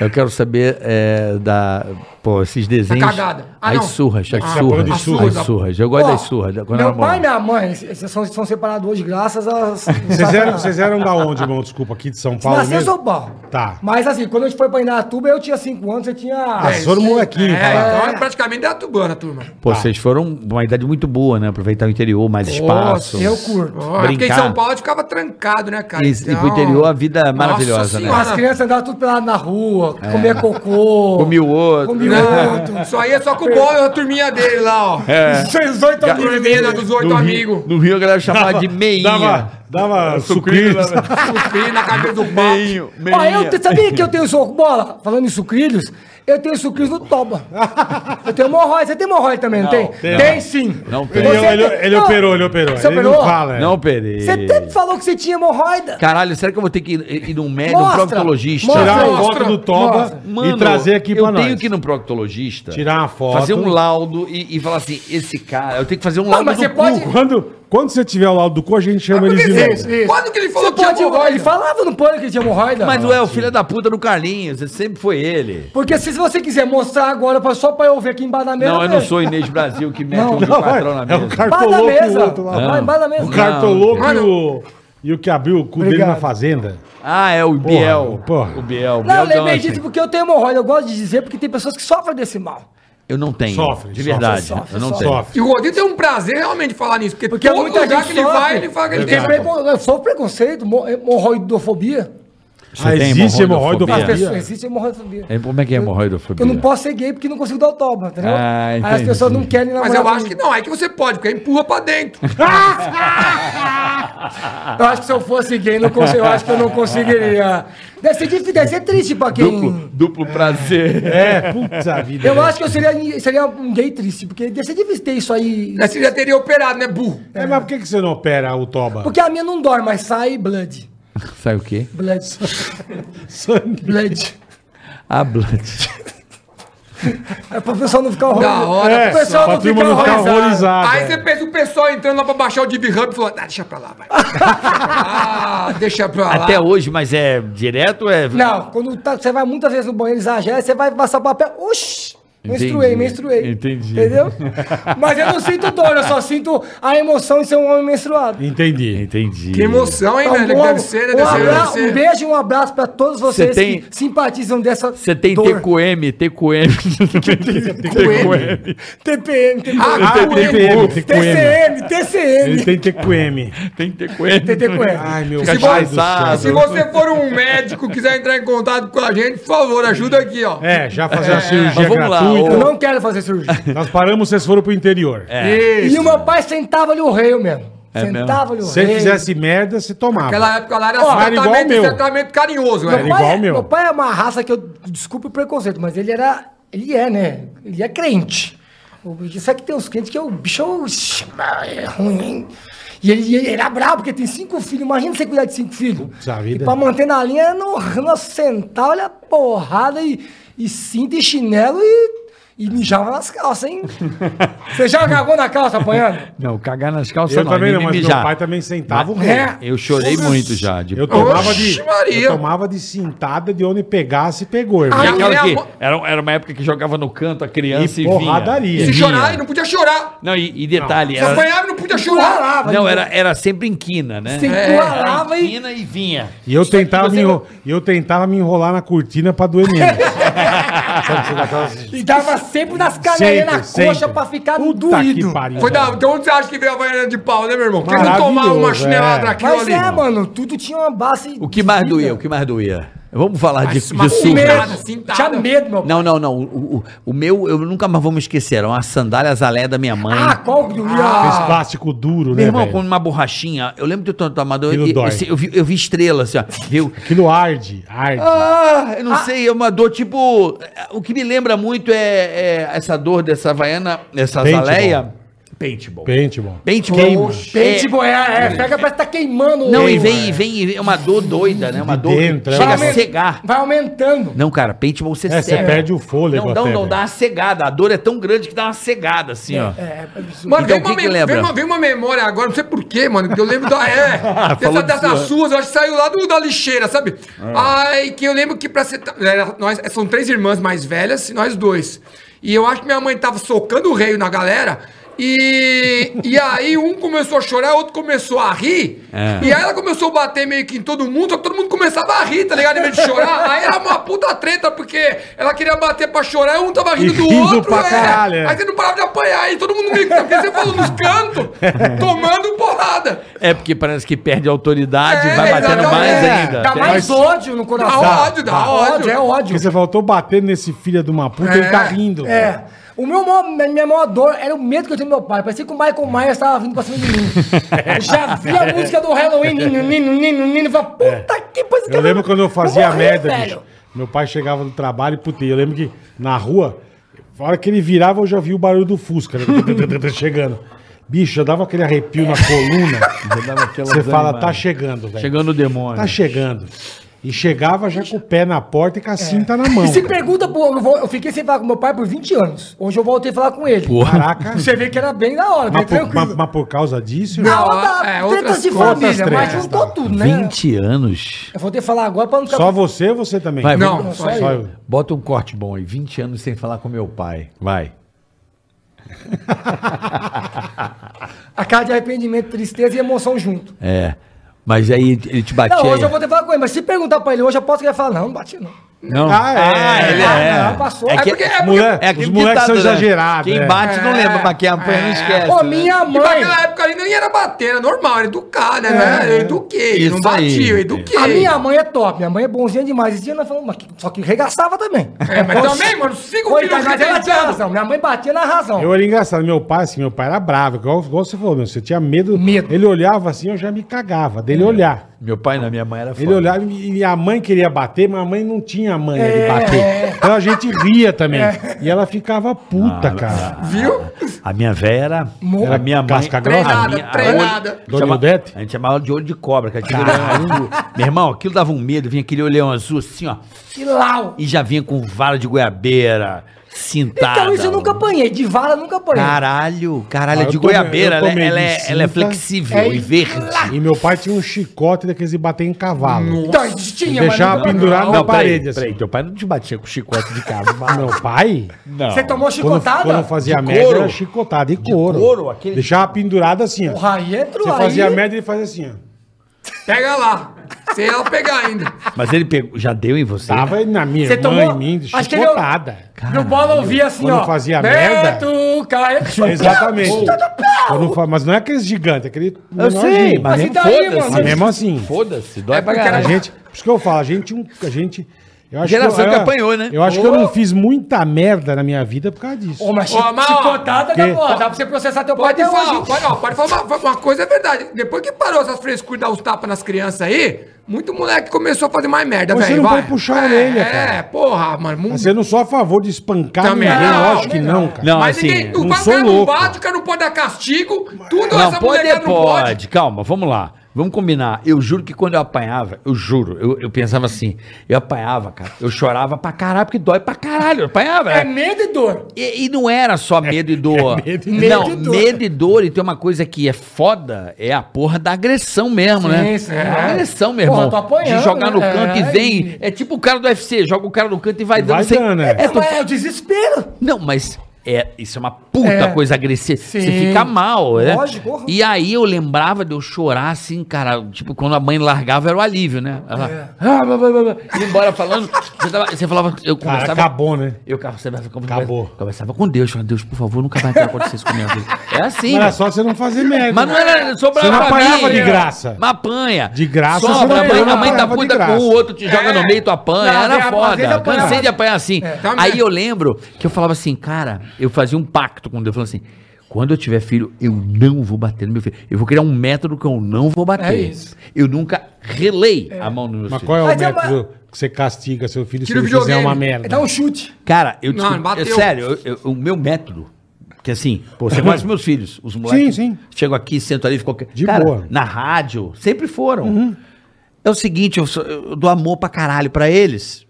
[SPEAKER 3] eu quero saber é, da. Pô, esses desenhos.
[SPEAKER 5] cagada. Ah,
[SPEAKER 3] as
[SPEAKER 5] não.
[SPEAKER 3] surras, as
[SPEAKER 5] Ah,
[SPEAKER 3] surras.
[SPEAKER 2] tá bom, de
[SPEAKER 5] surras.
[SPEAKER 3] As surras. Eu gosto
[SPEAKER 4] Ó,
[SPEAKER 3] das surras. da- quando
[SPEAKER 4] Meu
[SPEAKER 3] era
[SPEAKER 4] pai e
[SPEAKER 3] moleque.
[SPEAKER 4] minha mãe eles são, são separados hoje, graças a.
[SPEAKER 2] <laughs> Vocês eram, vocês eram da onde, irmão? Desculpa, aqui de São Paulo
[SPEAKER 4] Nasceu em
[SPEAKER 2] mesmo?
[SPEAKER 4] São Paulo.
[SPEAKER 2] Tá.
[SPEAKER 4] Mas assim, quando a gente foi pra Indaiatuba, eu tinha 5 anos, você tinha.
[SPEAKER 2] Ah, vocês foram molequinho,
[SPEAKER 5] É,
[SPEAKER 2] cara.
[SPEAKER 5] então é praticamente da tubana, turma.
[SPEAKER 3] Pô, vocês foram uma idade muito boa, né? Aproveitar o interior, mais espaço.
[SPEAKER 4] Eu curto.
[SPEAKER 5] Oh, é porque em
[SPEAKER 3] Brincar.
[SPEAKER 5] São Paulo ficava trancado, né, cara?
[SPEAKER 3] E- e pro interior a vida é maravilhosa, né?
[SPEAKER 5] Senhora.
[SPEAKER 4] As crianças andavam tudo pelado na rua, comia cocô.
[SPEAKER 3] É. Comi o outro.
[SPEAKER 4] Comia o outro.
[SPEAKER 5] Não, isso aí é só com o bola a turminha dele lá, ó. É.
[SPEAKER 4] Os oito
[SPEAKER 5] A
[SPEAKER 4] amigos dele.
[SPEAKER 5] turminha dos oito
[SPEAKER 3] Tá No
[SPEAKER 5] amigos.
[SPEAKER 3] Rio, no Rio a galera chamava de meinha.
[SPEAKER 2] Dava, dava
[SPEAKER 3] Sucrilhos.
[SPEAKER 2] sucrilhos.
[SPEAKER 5] Subindo na cabeça do papo.
[SPEAKER 3] Meinho,
[SPEAKER 4] Ó, eu
[SPEAKER 3] meinha.
[SPEAKER 4] te- sabia que eu tenho suco bola? Falando em sucrilhos, eu tenho sucrilhos no
[SPEAKER 2] <laughs>
[SPEAKER 4] toba. Eu tenho hemorroide. Você tem hemorroide também, não, tem?
[SPEAKER 2] tem.
[SPEAKER 4] sim.
[SPEAKER 3] Não tem.
[SPEAKER 2] Ele,
[SPEAKER 4] Você
[SPEAKER 2] ele, ele
[SPEAKER 4] Não.
[SPEAKER 2] operou, ele operou.
[SPEAKER 4] Você
[SPEAKER 2] ele
[SPEAKER 4] operou?
[SPEAKER 2] não fala, é.
[SPEAKER 3] Não, Pereira.
[SPEAKER 4] Você sempre falou que você tinha hemorroida.
[SPEAKER 3] Caralho, será que eu vou ter que ir, ir num médico, um
[SPEAKER 4] Mostra,
[SPEAKER 3] proctologista?
[SPEAKER 4] mostra.
[SPEAKER 2] Tirar a foto
[SPEAKER 4] Mostra,
[SPEAKER 2] do Toba
[SPEAKER 4] mostra.
[SPEAKER 2] e trazer aqui
[SPEAKER 3] eu
[SPEAKER 2] pra nós.
[SPEAKER 3] tenho que ir num proctologista.
[SPEAKER 2] Tirar uma foto.
[SPEAKER 3] Fazer um laudo e, e falar assim, esse cara, eu tenho que fazer um
[SPEAKER 4] Não,
[SPEAKER 3] laudo
[SPEAKER 4] mas você
[SPEAKER 3] cu.
[SPEAKER 4] pode-
[SPEAKER 2] Quando, quando você tiver o laudo do cu, a gente chama
[SPEAKER 5] Por
[SPEAKER 2] ele
[SPEAKER 5] que
[SPEAKER 2] de
[SPEAKER 5] que-
[SPEAKER 2] novo.
[SPEAKER 5] Quando que ele falou
[SPEAKER 4] Ah, Você é
[SPEAKER 5] que
[SPEAKER 4] pode.
[SPEAKER 5] tinha hemorroida?
[SPEAKER 4] Ele falava no pânico que tinha hemorroida.
[SPEAKER 3] Mas não é o filho da puta do Carlinhos, esse sempre foi ele.
[SPEAKER 4] Porque se você quiser mostrar agora, pra- só pra eu ver aqui embaixo da mesa.
[SPEAKER 3] Não, eu não
[SPEAKER 4] vejo.
[SPEAKER 3] sou Inês Brasil que mete
[SPEAKER 4] Não,
[SPEAKER 3] um de
[SPEAKER 2] Não, vai,
[SPEAKER 3] patrão na
[SPEAKER 2] é o
[SPEAKER 3] mesa.
[SPEAKER 2] cartoloco e
[SPEAKER 4] Vai na
[SPEAKER 2] o
[SPEAKER 4] mesa.
[SPEAKER 2] outro
[SPEAKER 4] Não.
[SPEAKER 2] lá.
[SPEAKER 4] Vai embaixo da mesa.
[SPEAKER 2] O cartoloco
[SPEAKER 5] Não,
[SPEAKER 2] e o, e o que abriu o cu dele
[SPEAKER 4] Obrigado.
[SPEAKER 2] na fazenda.
[SPEAKER 3] Ah, é o Biel.
[SPEAKER 2] porra.
[SPEAKER 3] O Biel. o
[SPEAKER 4] Não, eu
[SPEAKER 3] Biel
[SPEAKER 4] lembrei
[SPEAKER 3] Jansen.
[SPEAKER 4] disso porque eu tenho hemorroida. Eu gosto de dizer porque tem pessoas que sofrem desse mal.
[SPEAKER 3] Eu não tenho.
[SPEAKER 2] Sofre,
[SPEAKER 3] De verdade.
[SPEAKER 4] sofre, sofre,
[SPEAKER 3] eu não
[SPEAKER 4] sofre.
[SPEAKER 3] tenho.
[SPEAKER 2] Sofre.
[SPEAKER 5] E o Rodrigo tem um prazer realmente de falar nisso, porque,
[SPEAKER 4] Porque é
[SPEAKER 5] todo
[SPEAKER 4] muita
[SPEAKER 5] lugar
[SPEAKER 4] gente
[SPEAKER 5] que ele
[SPEAKER 4] sofre.
[SPEAKER 5] vai, ele fala que
[SPEAKER 3] É
[SPEAKER 5] ele tem.
[SPEAKER 4] Tem precon- Eu sofro preconceito, mo- é hemorroidofobia.
[SPEAKER 3] Você
[SPEAKER 2] Ah,
[SPEAKER 3] tem
[SPEAKER 2] existe
[SPEAKER 3] hemorroidofobia?
[SPEAKER 4] As
[SPEAKER 2] hemorroidofobia?
[SPEAKER 4] pessoas existem hemorroidofobia.
[SPEAKER 3] É, Como é que é hemorroidofobia?
[SPEAKER 4] Eu não posso ser gay porque não consigo dar o toba, entendeu?
[SPEAKER 3] Ah,
[SPEAKER 4] Aí as
[SPEAKER 3] entendi.
[SPEAKER 4] pessoas não querem namorar.
[SPEAKER 5] Mas eu acho que
[SPEAKER 4] comigo.
[SPEAKER 5] não, é que você pode, porque empurra pra
[SPEAKER 3] <laughs>
[SPEAKER 5] dentro.
[SPEAKER 4] Eu acho que se eu fosse gay, não consigo, eu acho que eu não conseguiria. Deve ser difícil, deve ser triste pra quem.
[SPEAKER 3] Duplo, duplo prazer.
[SPEAKER 2] É, puta vida.
[SPEAKER 4] Eu acho que eu seria, seria um gay triste, porque deve ser difícil ter isso aí.
[SPEAKER 5] Mas Você já teria operado, né, burro?
[SPEAKER 2] É, mas por que que você não opera o Toba?
[SPEAKER 4] Porque a minha não dói, mas sai blood.
[SPEAKER 3] Sai o quê?
[SPEAKER 4] Blood.
[SPEAKER 2] <laughs> Sangue.
[SPEAKER 4] Blood.
[SPEAKER 3] A Blunt.
[SPEAKER 4] É pra pessoal não ficar horrorizado.
[SPEAKER 5] Da hora,
[SPEAKER 4] É, pra pessoal
[SPEAKER 2] pra
[SPEAKER 4] não
[SPEAKER 2] turma
[SPEAKER 4] ficar
[SPEAKER 2] não ficar
[SPEAKER 3] Ah,
[SPEAKER 4] horrorizado.
[SPEAKER 2] horrorizada.
[SPEAKER 5] Aí você pensa o pessoal entrando lá pra baixar o Div Hub e falou: ah, deixa pra lá, vai. <laughs> Ah, deixa pra lá.
[SPEAKER 3] Até hoje, mas é direto ou é.
[SPEAKER 4] Não, quando tá- você vai muitas vezes no banheiro, exagera, você vai passar papel. Oxi!
[SPEAKER 3] Entendi,
[SPEAKER 4] Menstruei, menstruei.
[SPEAKER 3] entendi. <laughs>
[SPEAKER 4] Entendeu? Mas eu não sinto dor, eu só sinto a emoção de ser um homem menstruado.
[SPEAKER 2] Entendi.
[SPEAKER 3] Entendi.
[SPEAKER 5] Que emoção, hein,
[SPEAKER 4] Tá
[SPEAKER 5] velho?
[SPEAKER 4] bom?
[SPEAKER 5] Deve ser, né?
[SPEAKER 4] um,
[SPEAKER 5] Deve ser, deve
[SPEAKER 4] abraço, um
[SPEAKER 5] ser.
[SPEAKER 4] beijo e um abraço pra todos vocês
[SPEAKER 3] tem-
[SPEAKER 4] que simpatizam dessa.
[SPEAKER 3] Você tem
[SPEAKER 4] dor.
[SPEAKER 3] TQM, TQM. TQM.
[SPEAKER 4] TPM, TPM.
[SPEAKER 5] Ah,
[SPEAKER 2] Ah,
[SPEAKER 5] o
[SPEAKER 2] tem
[SPEAKER 5] Emo.
[SPEAKER 2] TQM, TQM.
[SPEAKER 4] TCM,
[SPEAKER 2] Ele
[SPEAKER 4] TCM.
[SPEAKER 2] tem TQM.
[SPEAKER 3] <laughs> Tem TQM.
[SPEAKER 4] TQM.
[SPEAKER 2] Ai, meu
[SPEAKER 3] Fica
[SPEAKER 2] pai do céu.
[SPEAKER 3] chassado.
[SPEAKER 5] Se você for um médico e quiser entrar em contato com a gente, por favor, ajuda aqui, ó.
[SPEAKER 2] É, já fazer a cirurgia
[SPEAKER 3] mas vamos lá,
[SPEAKER 2] gratuita.
[SPEAKER 4] Eu não quero
[SPEAKER 3] <laughs>
[SPEAKER 4] fazer cirurgia.
[SPEAKER 2] Nós paramos, vocês foram pro interior.
[SPEAKER 3] É.
[SPEAKER 4] E o meu pai sentava-lhe o rei mesmo.
[SPEAKER 3] mesmo?
[SPEAKER 4] Sentava-lhe o
[SPEAKER 2] Se ele
[SPEAKER 4] rei.
[SPEAKER 2] fizesse merda, você tomava.
[SPEAKER 5] Aquela época lá era
[SPEAKER 4] Ó,
[SPEAKER 2] era igual
[SPEAKER 5] tratamento,
[SPEAKER 2] meu.
[SPEAKER 5] tratamento carinhoso,
[SPEAKER 4] Meu
[SPEAKER 5] velho.
[SPEAKER 2] Era igual
[SPEAKER 4] pai,
[SPEAKER 2] o meu.
[SPEAKER 4] meu pai é uma raça que eu desculpe o preconceito, mas ele era. Ele é, né? Ele é crente. O bicho- Só que tem uns crentes que é o bicho é um- é ruim. hein? E ele, e ele era brabo, porque tem cinco filhos. Imagina você cuidar de cinco filhos.
[SPEAKER 2] Puxa
[SPEAKER 4] e
[SPEAKER 2] vida. é-
[SPEAKER 4] pra manter na linha, era no, no sentar, olha a porrada e, e cinta e chinelo e, e mijava nas
[SPEAKER 2] <laughs>
[SPEAKER 4] calças, hein? você já cagou na calça apanhando?
[SPEAKER 3] Não, cagar nas calças
[SPEAKER 2] Eu
[SPEAKER 3] não,
[SPEAKER 2] também
[SPEAKER 3] nem
[SPEAKER 2] não, mas meu
[SPEAKER 3] mijar.
[SPEAKER 2] pai também sentava o rei.
[SPEAKER 4] É.
[SPEAKER 3] Eu chorei muito já. De...
[SPEAKER 2] Eu tomava,
[SPEAKER 5] Oxe,
[SPEAKER 2] de,
[SPEAKER 5] Maria.
[SPEAKER 2] eu tomava de cintada de onde pegasse, pegou, irmão.
[SPEAKER 5] Ai,
[SPEAKER 3] E
[SPEAKER 4] Ah,
[SPEAKER 3] aquela
[SPEAKER 5] Minha
[SPEAKER 3] que
[SPEAKER 5] mãe-
[SPEAKER 3] era, um, era uma época que jogava no canto a criança
[SPEAKER 2] E
[SPEAKER 3] e,
[SPEAKER 2] porradaria.
[SPEAKER 3] vinha.
[SPEAKER 5] Se
[SPEAKER 3] E
[SPEAKER 5] chorar,
[SPEAKER 3] vinha.
[SPEAKER 5] ele não podia chorar.
[SPEAKER 3] Não, e, e detalhe,
[SPEAKER 5] Se
[SPEAKER 3] era,
[SPEAKER 5] apanhava, ele não podia chorar.
[SPEAKER 3] não,
[SPEAKER 4] né?
[SPEAKER 3] era, era sempre em quina, né?
[SPEAKER 4] Você
[SPEAKER 5] É,
[SPEAKER 4] encurralava
[SPEAKER 3] Era em
[SPEAKER 4] e...
[SPEAKER 3] quina e vinha.
[SPEAKER 2] E eu tentava, me enro- e eu tentava me enrolar na cortina pra doer menos. Sabe, você dá aquelas-
[SPEAKER 4] E dava sempre nas canelinhas na
[SPEAKER 2] Sempre,
[SPEAKER 4] coxa
[SPEAKER 2] sempre.
[SPEAKER 4] pra ficar
[SPEAKER 2] Puta que
[SPEAKER 4] doído.
[SPEAKER 2] pariu.
[SPEAKER 5] Foi da,
[SPEAKER 2] cara.
[SPEAKER 5] de onde você acha que veio a baiana de pau, né, meu irmão? Por que não tomar
[SPEAKER 2] Maravilhoso,
[SPEAKER 5] uma chinelada
[SPEAKER 2] é.
[SPEAKER 5] naquilo
[SPEAKER 4] Mas
[SPEAKER 5] ali?
[SPEAKER 4] é, mano, tudo tinha uma base.
[SPEAKER 3] O que mais doía? O que mais doía? Vamos falar de, de
[SPEAKER 5] Mas- mas
[SPEAKER 3] surra.
[SPEAKER 5] medo. Cintada.
[SPEAKER 4] Tinha medo, meu.
[SPEAKER 3] Não, não, não. O, o- o meu, eu nunca mais vou me esquecer. Era uma sandália zalé da minha mãe.
[SPEAKER 4] Ah, qual que doía?
[SPEAKER 2] Aqueles plástico duro, né,
[SPEAKER 3] Meu irmão,
[SPEAKER 2] velho?
[SPEAKER 3] com uma borrachinha. Eu lembro de eu tomar- tomar dor,
[SPEAKER 2] Aquilo
[SPEAKER 3] e-
[SPEAKER 2] dói.
[SPEAKER 3] esse- eu, vi, eu vi estrela, assim, ó. Viu?
[SPEAKER 2] Aquilo arde, arde.
[SPEAKER 3] Ah, eu não sei, é uma dor tipo. O que me lembra muito é, é essa dor dessa vaiana, essa
[SPEAKER 2] Paintball.
[SPEAKER 3] zaleia. Paintball.
[SPEAKER 2] Pente, mano.
[SPEAKER 3] Paintball.
[SPEAKER 2] Queima.
[SPEAKER 4] Pente,
[SPEAKER 3] É,
[SPEAKER 4] boé, é, pega, parece que tá queimando. o-
[SPEAKER 3] não, e vem, e vem, e vem, é uma dor doida, né? Uma
[SPEAKER 2] De
[SPEAKER 3] dor.
[SPEAKER 2] dentro, é
[SPEAKER 3] chega
[SPEAKER 2] uma-
[SPEAKER 3] a cegar.
[SPEAKER 4] Vai aumentando.
[SPEAKER 3] Não, cara, paintball você
[SPEAKER 2] É, você
[SPEAKER 3] cega.
[SPEAKER 2] perde o fôlego
[SPEAKER 3] Não, dá,
[SPEAKER 2] até,
[SPEAKER 3] não,
[SPEAKER 2] velho.
[SPEAKER 3] dá uma cegada. A dor é tão grande que dá uma cegada, assim, ó.
[SPEAKER 4] É, absurdo.
[SPEAKER 3] Então,
[SPEAKER 5] Mano, vem, uma
[SPEAKER 3] o que que
[SPEAKER 5] mem-
[SPEAKER 3] lembra?
[SPEAKER 5] Vem, uma, vem uma memória agora, não sei porquê, mano, que eu lembro da. É,
[SPEAKER 3] <laughs> Falou
[SPEAKER 5] dessa, dessas
[SPEAKER 3] disso, né?
[SPEAKER 5] suas, eu acho que saiu lá do, da lixeira, sabe?
[SPEAKER 3] Ah.
[SPEAKER 5] Ai, que eu lembro que pra ser. ta- era- Nós, são três irmãs mais velhas e nós dois. E eu acho que minha mãe tava socando o rei na galera. E, e aí um começou a chorar, outro começou a rir.
[SPEAKER 3] É.
[SPEAKER 5] E aí ela começou a bater meio que em todo mundo, só que todo mundo começava a rir, tá ligado? Em vez de chorar. Aí era uma puta treta, porque ela queria bater pra chorar, um tava rindo do
[SPEAKER 2] rindo
[SPEAKER 5] outro.
[SPEAKER 2] pra
[SPEAKER 5] é.
[SPEAKER 2] caralho, é.
[SPEAKER 5] Aí você não parava de apanhar, e todo mundo meio que tá porque você falou nos cantos,
[SPEAKER 2] <laughs>
[SPEAKER 5] tomando porrada.
[SPEAKER 3] É porque parece que perde a autoridade,
[SPEAKER 5] É,
[SPEAKER 3] vai batendo
[SPEAKER 5] exatamente.
[SPEAKER 3] mais
[SPEAKER 5] É,
[SPEAKER 3] ainda.
[SPEAKER 4] Dá mais ódio no
[SPEAKER 5] Dá
[SPEAKER 4] coração.
[SPEAKER 5] ódio, dá ódio.
[SPEAKER 4] é ódio.
[SPEAKER 2] Porque você faltou bater nesse filho de uma puta, ele tá rindo.
[SPEAKER 4] É. O meu maior, minha maior dor era o medo que eu tinha do meu pai. Parecia que o Michael Myers tava vindo pra cima de
[SPEAKER 2] <laughs>
[SPEAKER 4] mim. Eu já vi a música do Halloween, nino, nino, nino, nino, e falava, puta que pariu.
[SPEAKER 2] É. Eu lembro quando eu fazia
[SPEAKER 4] morrer,
[SPEAKER 2] merda,
[SPEAKER 4] velho.
[SPEAKER 2] bicho. Meu pai chegava do trabalho, puta, e eu lembro que na rua, a hora que ele virava, eu já vi o barulho do Fusca, né? <laughs> chegando. Bicho, eu dava aquele arrepio na coluna.
[SPEAKER 3] <laughs>
[SPEAKER 2] Você fala, tá chegando, velho.
[SPEAKER 3] Chegando o demônio.
[SPEAKER 2] Tá chegando. E chegava já com o pé na porta
[SPEAKER 3] É.
[SPEAKER 2] e com a cinta na
[SPEAKER 3] <laughs>
[SPEAKER 2] mão.
[SPEAKER 4] E se pergunta, pô, eu, vou- eu fiquei sem falar com meu pai por 20 anos. Hoje eu voltei a falar com ele.
[SPEAKER 2] Caraca.
[SPEAKER 4] Você vê que era bem da hora,
[SPEAKER 2] Mas
[SPEAKER 4] bem
[SPEAKER 2] por,
[SPEAKER 4] tranquilo.
[SPEAKER 2] mas- mas por causa disso,
[SPEAKER 4] Na hora
[SPEAKER 5] Não,
[SPEAKER 4] da
[SPEAKER 5] é,
[SPEAKER 4] tretas
[SPEAKER 5] outras
[SPEAKER 4] de
[SPEAKER 5] coisas,
[SPEAKER 4] família,
[SPEAKER 2] outras
[SPEAKER 4] mas
[SPEAKER 2] tretas,
[SPEAKER 4] juntou tudo, né?
[SPEAKER 3] 20 anos?
[SPEAKER 4] Eu vou ter que falar agora pra não ficar...
[SPEAKER 2] só você ou você também?
[SPEAKER 3] Vai,
[SPEAKER 5] Não,
[SPEAKER 3] vamos-
[SPEAKER 5] só
[SPEAKER 2] Só eu.
[SPEAKER 3] Bota um corte bom aí. 20 anos sem falar com meu pai. Vai.
[SPEAKER 4] A cara de arrependimento, tristeza e emoção junto.
[SPEAKER 3] É. Mas aí ele te batia.
[SPEAKER 4] Não,
[SPEAKER 3] Não,
[SPEAKER 4] hoje eu vou ter que falar com ele, mas se perguntar pra ele hoje, eu posso que ele vai falar, não, não bati não.
[SPEAKER 3] não.
[SPEAKER 2] Ah, é.
[SPEAKER 3] ele
[SPEAKER 4] Ah, não, passou.
[SPEAKER 3] É,
[SPEAKER 5] É
[SPEAKER 3] que-
[SPEAKER 5] porque é porque.
[SPEAKER 2] Moleque-
[SPEAKER 3] é aquele
[SPEAKER 2] os moleques
[SPEAKER 3] ditado,
[SPEAKER 2] são
[SPEAKER 3] né?
[SPEAKER 2] exagerados.
[SPEAKER 3] Quem
[SPEAKER 2] é.
[SPEAKER 3] bate não
[SPEAKER 5] É.
[SPEAKER 3] lembra, mas quem apanha não esquece.
[SPEAKER 4] Pô,
[SPEAKER 3] né?
[SPEAKER 4] minha
[SPEAKER 5] E
[SPEAKER 4] mãe... É.
[SPEAKER 5] naquela época ali nem era bater, era normal, era educar, né? né? Eu eduquei,
[SPEAKER 3] Isso
[SPEAKER 5] não bati,
[SPEAKER 3] aí.
[SPEAKER 5] eu eduquei.
[SPEAKER 4] A minha mãe é top, minha mãe é bonzinha demais. Esse dia nós falamos, mas que- só que regaçava também.
[SPEAKER 5] É, mas
[SPEAKER 4] assim,
[SPEAKER 5] também, mano, cinco
[SPEAKER 4] Coitada,
[SPEAKER 5] filhos
[SPEAKER 4] mas ela tinha
[SPEAKER 5] tentando.
[SPEAKER 4] razão. Minha mãe batia na razão.
[SPEAKER 2] Eu era engraçado, meu pai, assim, meu pai era bravo, igual, igual você falou, meu, você tinha medo,
[SPEAKER 4] Medo.
[SPEAKER 2] Ele olhava assim, eu já me cagava
[SPEAKER 3] É,
[SPEAKER 2] dele olhar.
[SPEAKER 3] Meu pai na minha mãe era
[SPEAKER 2] Ele olhava e e a mãe queria bater, mas a mãe não tinha manha
[SPEAKER 4] É.
[SPEAKER 2] de bater. Então a gente ria também. E ela ficava puta,
[SPEAKER 3] Ah,
[SPEAKER 4] tá."
[SPEAKER 2] cara.
[SPEAKER 5] Viu?
[SPEAKER 3] A minha véia era.
[SPEAKER 4] Mo-
[SPEAKER 3] a minha mãe.
[SPEAKER 2] Casca grossa?
[SPEAKER 3] a
[SPEAKER 5] Treinada,
[SPEAKER 3] minha- a
[SPEAKER 5] treinada.
[SPEAKER 3] olho-
[SPEAKER 2] Dona
[SPEAKER 3] chama-
[SPEAKER 2] Odete?
[SPEAKER 3] A gente chamava ela de olho de cobra. Que ela tinha aquele um
[SPEAKER 2] <laughs>
[SPEAKER 3] olho- meu irmão, aquilo dava um medo. Vinha aquele olhão azul assim, ó.
[SPEAKER 4] Que lau.
[SPEAKER 3] E já vinha com vara de goiabeira,
[SPEAKER 2] Tá,
[SPEAKER 3] cintada. Um
[SPEAKER 4] Então isso eu nunca apanhei, de vara eu nunca apanhei.
[SPEAKER 3] Caralho, caralho,
[SPEAKER 2] Ah,
[SPEAKER 3] é
[SPEAKER 2] eu
[SPEAKER 3] de
[SPEAKER 2] tomei-
[SPEAKER 3] goiabeira,
[SPEAKER 2] eu
[SPEAKER 3] ela,
[SPEAKER 2] tomei
[SPEAKER 3] ela
[SPEAKER 2] de
[SPEAKER 3] é, ela é
[SPEAKER 2] cinta.
[SPEAKER 3] flexível
[SPEAKER 4] É,
[SPEAKER 3] e verde.
[SPEAKER 2] E meu pai tinha um chicote daqueles de bater em cavalo.
[SPEAKER 4] Então, isso tinha,
[SPEAKER 2] Deixava
[SPEAKER 4] nunca apanhei.
[SPEAKER 2] pendurado na
[SPEAKER 3] peraí,
[SPEAKER 2] parede. assim.
[SPEAKER 3] peraí, teu pai não te batia com chicote de cavalo.
[SPEAKER 2] Meu pai,
[SPEAKER 3] não.
[SPEAKER 4] Você tomou
[SPEAKER 2] quando,
[SPEAKER 4] chicotada?
[SPEAKER 2] quando fazia
[SPEAKER 3] De
[SPEAKER 2] merda,
[SPEAKER 3] couro?
[SPEAKER 2] era chicotada, de couro.
[SPEAKER 3] couro, aquele-
[SPEAKER 2] Deixava pendurado assim, ó.
[SPEAKER 4] Porra, aí entrou
[SPEAKER 2] Você
[SPEAKER 4] aí.
[SPEAKER 2] fazia merda, ele fazia assim, ó.
[SPEAKER 5] Pega lá. Sem ela pegar ainda.
[SPEAKER 3] Mas ele pegou, já deu em você?
[SPEAKER 2] Tava na minha
[SPEAKER 4] Você
[SPEAKER 2] irmã,
[SPEAKER 4] tomou?
[SPEAKER 2] em mim, de
[SPEAKER 4] Acho que ele-
[SPEAKER 2] chicotada.
[SPEAKER 4] E o bola ouvia assim,
[SPEAKER 2] Quando
[SPEAKER 4] ó.
[SPEAKER 2] fazia
[SPEAKER 4] Beto, Caio.
[SPEAKER 2] Exatamente. Quando fa- mas não é aqueles gigantes, é aquele
[SPEAKER 3] Eu sei,
[SPEAKER 2] menorzinho.
[SPEAKER 3] mas,
[SPEAKER 4] Mas e
[SPEAKER 3] mesmo
[SPEAKER 4] daí,
[SPEAKER 3] foda-se.
[SPEAKER 4] mano?
[SPEAKER 2] Mas mesmo assim,
[SPEAKER 3] Foda-se, dói
[SPEAKER 5] É
[SPEAKER 3] pra
[SPEAKER 5] porque era
[SPEAKER 2] a
[SPEAKER 3] caralho.
[SPEAKER 2] gente, por isso que eu falo, a gente, um- a gente Eu acho
[SPEAKER 7] Geração
[SPEAKER 2] eu-
[SPEAKER 7] que apanhou, né?
[SPEAKER 2] Eu acho que eu não fiz muita merda na minha vida por causa disso.
[SPEAKER 4] Ô, mas
[SPEAKER 5] Ô,
[SPEAKER 4] chicotada
[SPEAKER 5] mas,
[SPEAKER 4] se
[SPEAKER 5] ó,
[SPEAKER 4] contar, dá
[SPEAKER 2] que-
[SPEAKER 4] na bola. Dá pra você processar teu pai
[SPEAKER 5] Pode
[SPEAKER 4] até
[SPEAKER 2] Então,
[SPEAKER 5] falar,
[SPEAKER 4] hoje.
[SPEAKER 5] pode, ó, pode falar uma, uma coisa é verdade. Depois que parou essas frescuras de dar os tapas nas crianças aí, muito moleque começou a fazer mais merda,
[SPEAKER 2] Mas
[SPEAKER 5] velho.
[SPEAKER 2] você não
[SPEAKER 5] vai.
[SPEAKER 2] pode puxar a
[SPEAKER 5] é,
[SPEAKER 2] orelha, cara.
[SPEAKER 5] É, porra, mano.
[SPEAKER 2] Mas eu não sou a favor de espancar
[SPEAKER 5] Também
[SPEAKER 2] ninguém,
[SPEAKER 5] não,
[SPEAKER 2] lógico que não, cara.
[SPEAKER 3] Não,
[SPEAKER 5] mas
[SPEAKER 3] assim,
[SPEAKER 5] ninguém.
[SPEAKER 2] não
[SPEAKER 5] O cara
[SPEAKER 2] sou
[SPEAKER 5] não
[SPEAKER 2] louco.
[SPEAKER 5] bate, o cara não pode dar castigo. Tudo
[SPEAKER 3] Não,
[SPEAKER 5] essa
[SPEAKER 3] pode, é
[SPEAKER 5] mulherada
[SPEAKER 3] pode, Calma, vamos lá. Vamos combinar. Eu juro que quando eu apanhava, eu juro, eu, eu pensava assim, eu apanhava, cara. Eu chorava pra caralho, porque dói pra caralho. Eu apanhava.
[SPEAKER 4] É medo e dor.
[SPEAKER 3] E, e não era só medo e dor.
[SPEAKER 2] medo
[SPEAKER 4] e
[SPEAKER 3] não,
[SPEAKER 4] dor.
[SPEAKER 3] medo e dor. E tem uma coisa que é foda, é a porra da agressão mesmo, né?
[SPEAKER 4] sim,
[SPEAKER 3] É
[SPEAKER 4] é.
[SPEAKER 3] a agressão, meu
[SPEAKER 4] Porra,
[SPEAKER 3] irmão.
[SPEAKER 4] tô apanhando,
[SPEAKER 3] de jogar no
[SPEAKER 4] né?
[SPEAKER 3] canto e
[SPEAKER 4] É,
[SPEAKER 3] vem. É tipo o cara do UFC, joga o cara no canto e vai dando.
[SPEAKER 2] Vai
[SPEAKER 3] sem-
[SPEAKER 2] dando, é.
[SPEAKER 3] é, tu-
[SPEAKER 4] Ué, é o desespero.
[SPEAKER 3] Não, mas é, isso é uma puta
[SPEAKER 4] É.
[SPEAKER 3] coisa agressiva. Você
[SPEAKER 4] Sim.
[SPEAKER 3] fica mal, né?
[SPEAKER 4] Lógico, porra.
[SPEAKER 3] E aí eu lembrava de eu chorar assim, cara. Tipo, quando a mãe largava era o alívio, né? Ela
[SPEAKER 4] É.
[SPEAKER 3] "Ah, blá, blá, blá, blá", ia embora falando. Você, tava- você falava, eu
[SPEAKER 2] Cara,
[SPEAKER 3] conversava.
[SPEAKER 2] acabou, né?
[SPEAKER 3] Eu conversava, conversava,
[SPEAKER 2] Acabou.
[SPEAKER 3] conversava com Deus, falava, Deus, por favor, nunca mais que acontecer isso com minha vida. É assim,
[SPEAKER 2] Mas era
[SPEAKER 3] meu.
[SPEAKER 2] só você não fazer merda.
[SPEAKER 3] Mas não era, sobrava
[SPEAKER 2] Você não
[SPEAKER 3] pra
[SPEAKER 2] apanhava
[SPEAKER 3] mim.
[SPEAKER 2] de graça.
[SPEAKER 3] Mas apanha.
[SPEAKER 2] De graça,
[SPEAKER 3] Sobra,
[SPEAKER 2] você não
[SPEAKER 3] apanha,
[SPEAKER 2] apanhava,
[SPEAKER 3] a mãe tá
[SPEAKER 2] apanhava de
[SPEAKER 3] puta com
[SPEAKER 2] graça.
[SPEAKER 3] o outro, te joga no meio, tu apanha.
[SPEAKER 4] É. Não,
[SPEAKER 3] era
[SPEAKER 4] às vezes É.
[SPEAKER 3] foda.
[SPEAKER 4] apanhava.
[SPEAKER 3] Cansei de apanhar assim.
[SPEAKER 5] também.
[SPEAKER 3] Aí eu lembro que eu falava assim, cara, eu fazia um pacto com Deus, falando assim, quando eu tiver filho, eu não vou bater no meu filho. Eu vou criar um método que eu não vou bater.
[SPEAKER 4] É isso.
[SPEAKER 3] Eu nunca relei a mão no meu
[SPEAKER 2] Mas
[SPEAKER 3] filho.
[SPEAKER 2] qual é o
[SPEAKER 4] Mas é uma-
[SPEAKER 2] método que você castiga seu filho se
[SPEAKER 5] Tira o
[SPEAKER 2] ele fizer
[SPEAKER 5] videogame.
[SPEAKER 2] uma merda?
[SPEAKER 4] Dá um chute.
[SPEAKER 3] Cara, eu
[SPEAKER 5] Não,
[SPEAKER 3] descobri,
[SPEAKER 5] bateu.
[SPEAKER 3] eu- sério, eu- eu- o meu método, que assim, pô, você conhece meus filhos, os moleques.
[SPEAKER 2] sim.
[SPEAKER 3] Chego aqui, sento ali, ficou
[SPEAKER 2] De
[SPEAKER 3] cara,
[SPEAKER 2] boa.
[SPEAKER 3] na rádio, sempre foram. É o seguinte, eu, sou- eu dou amor pra caralho pra eles.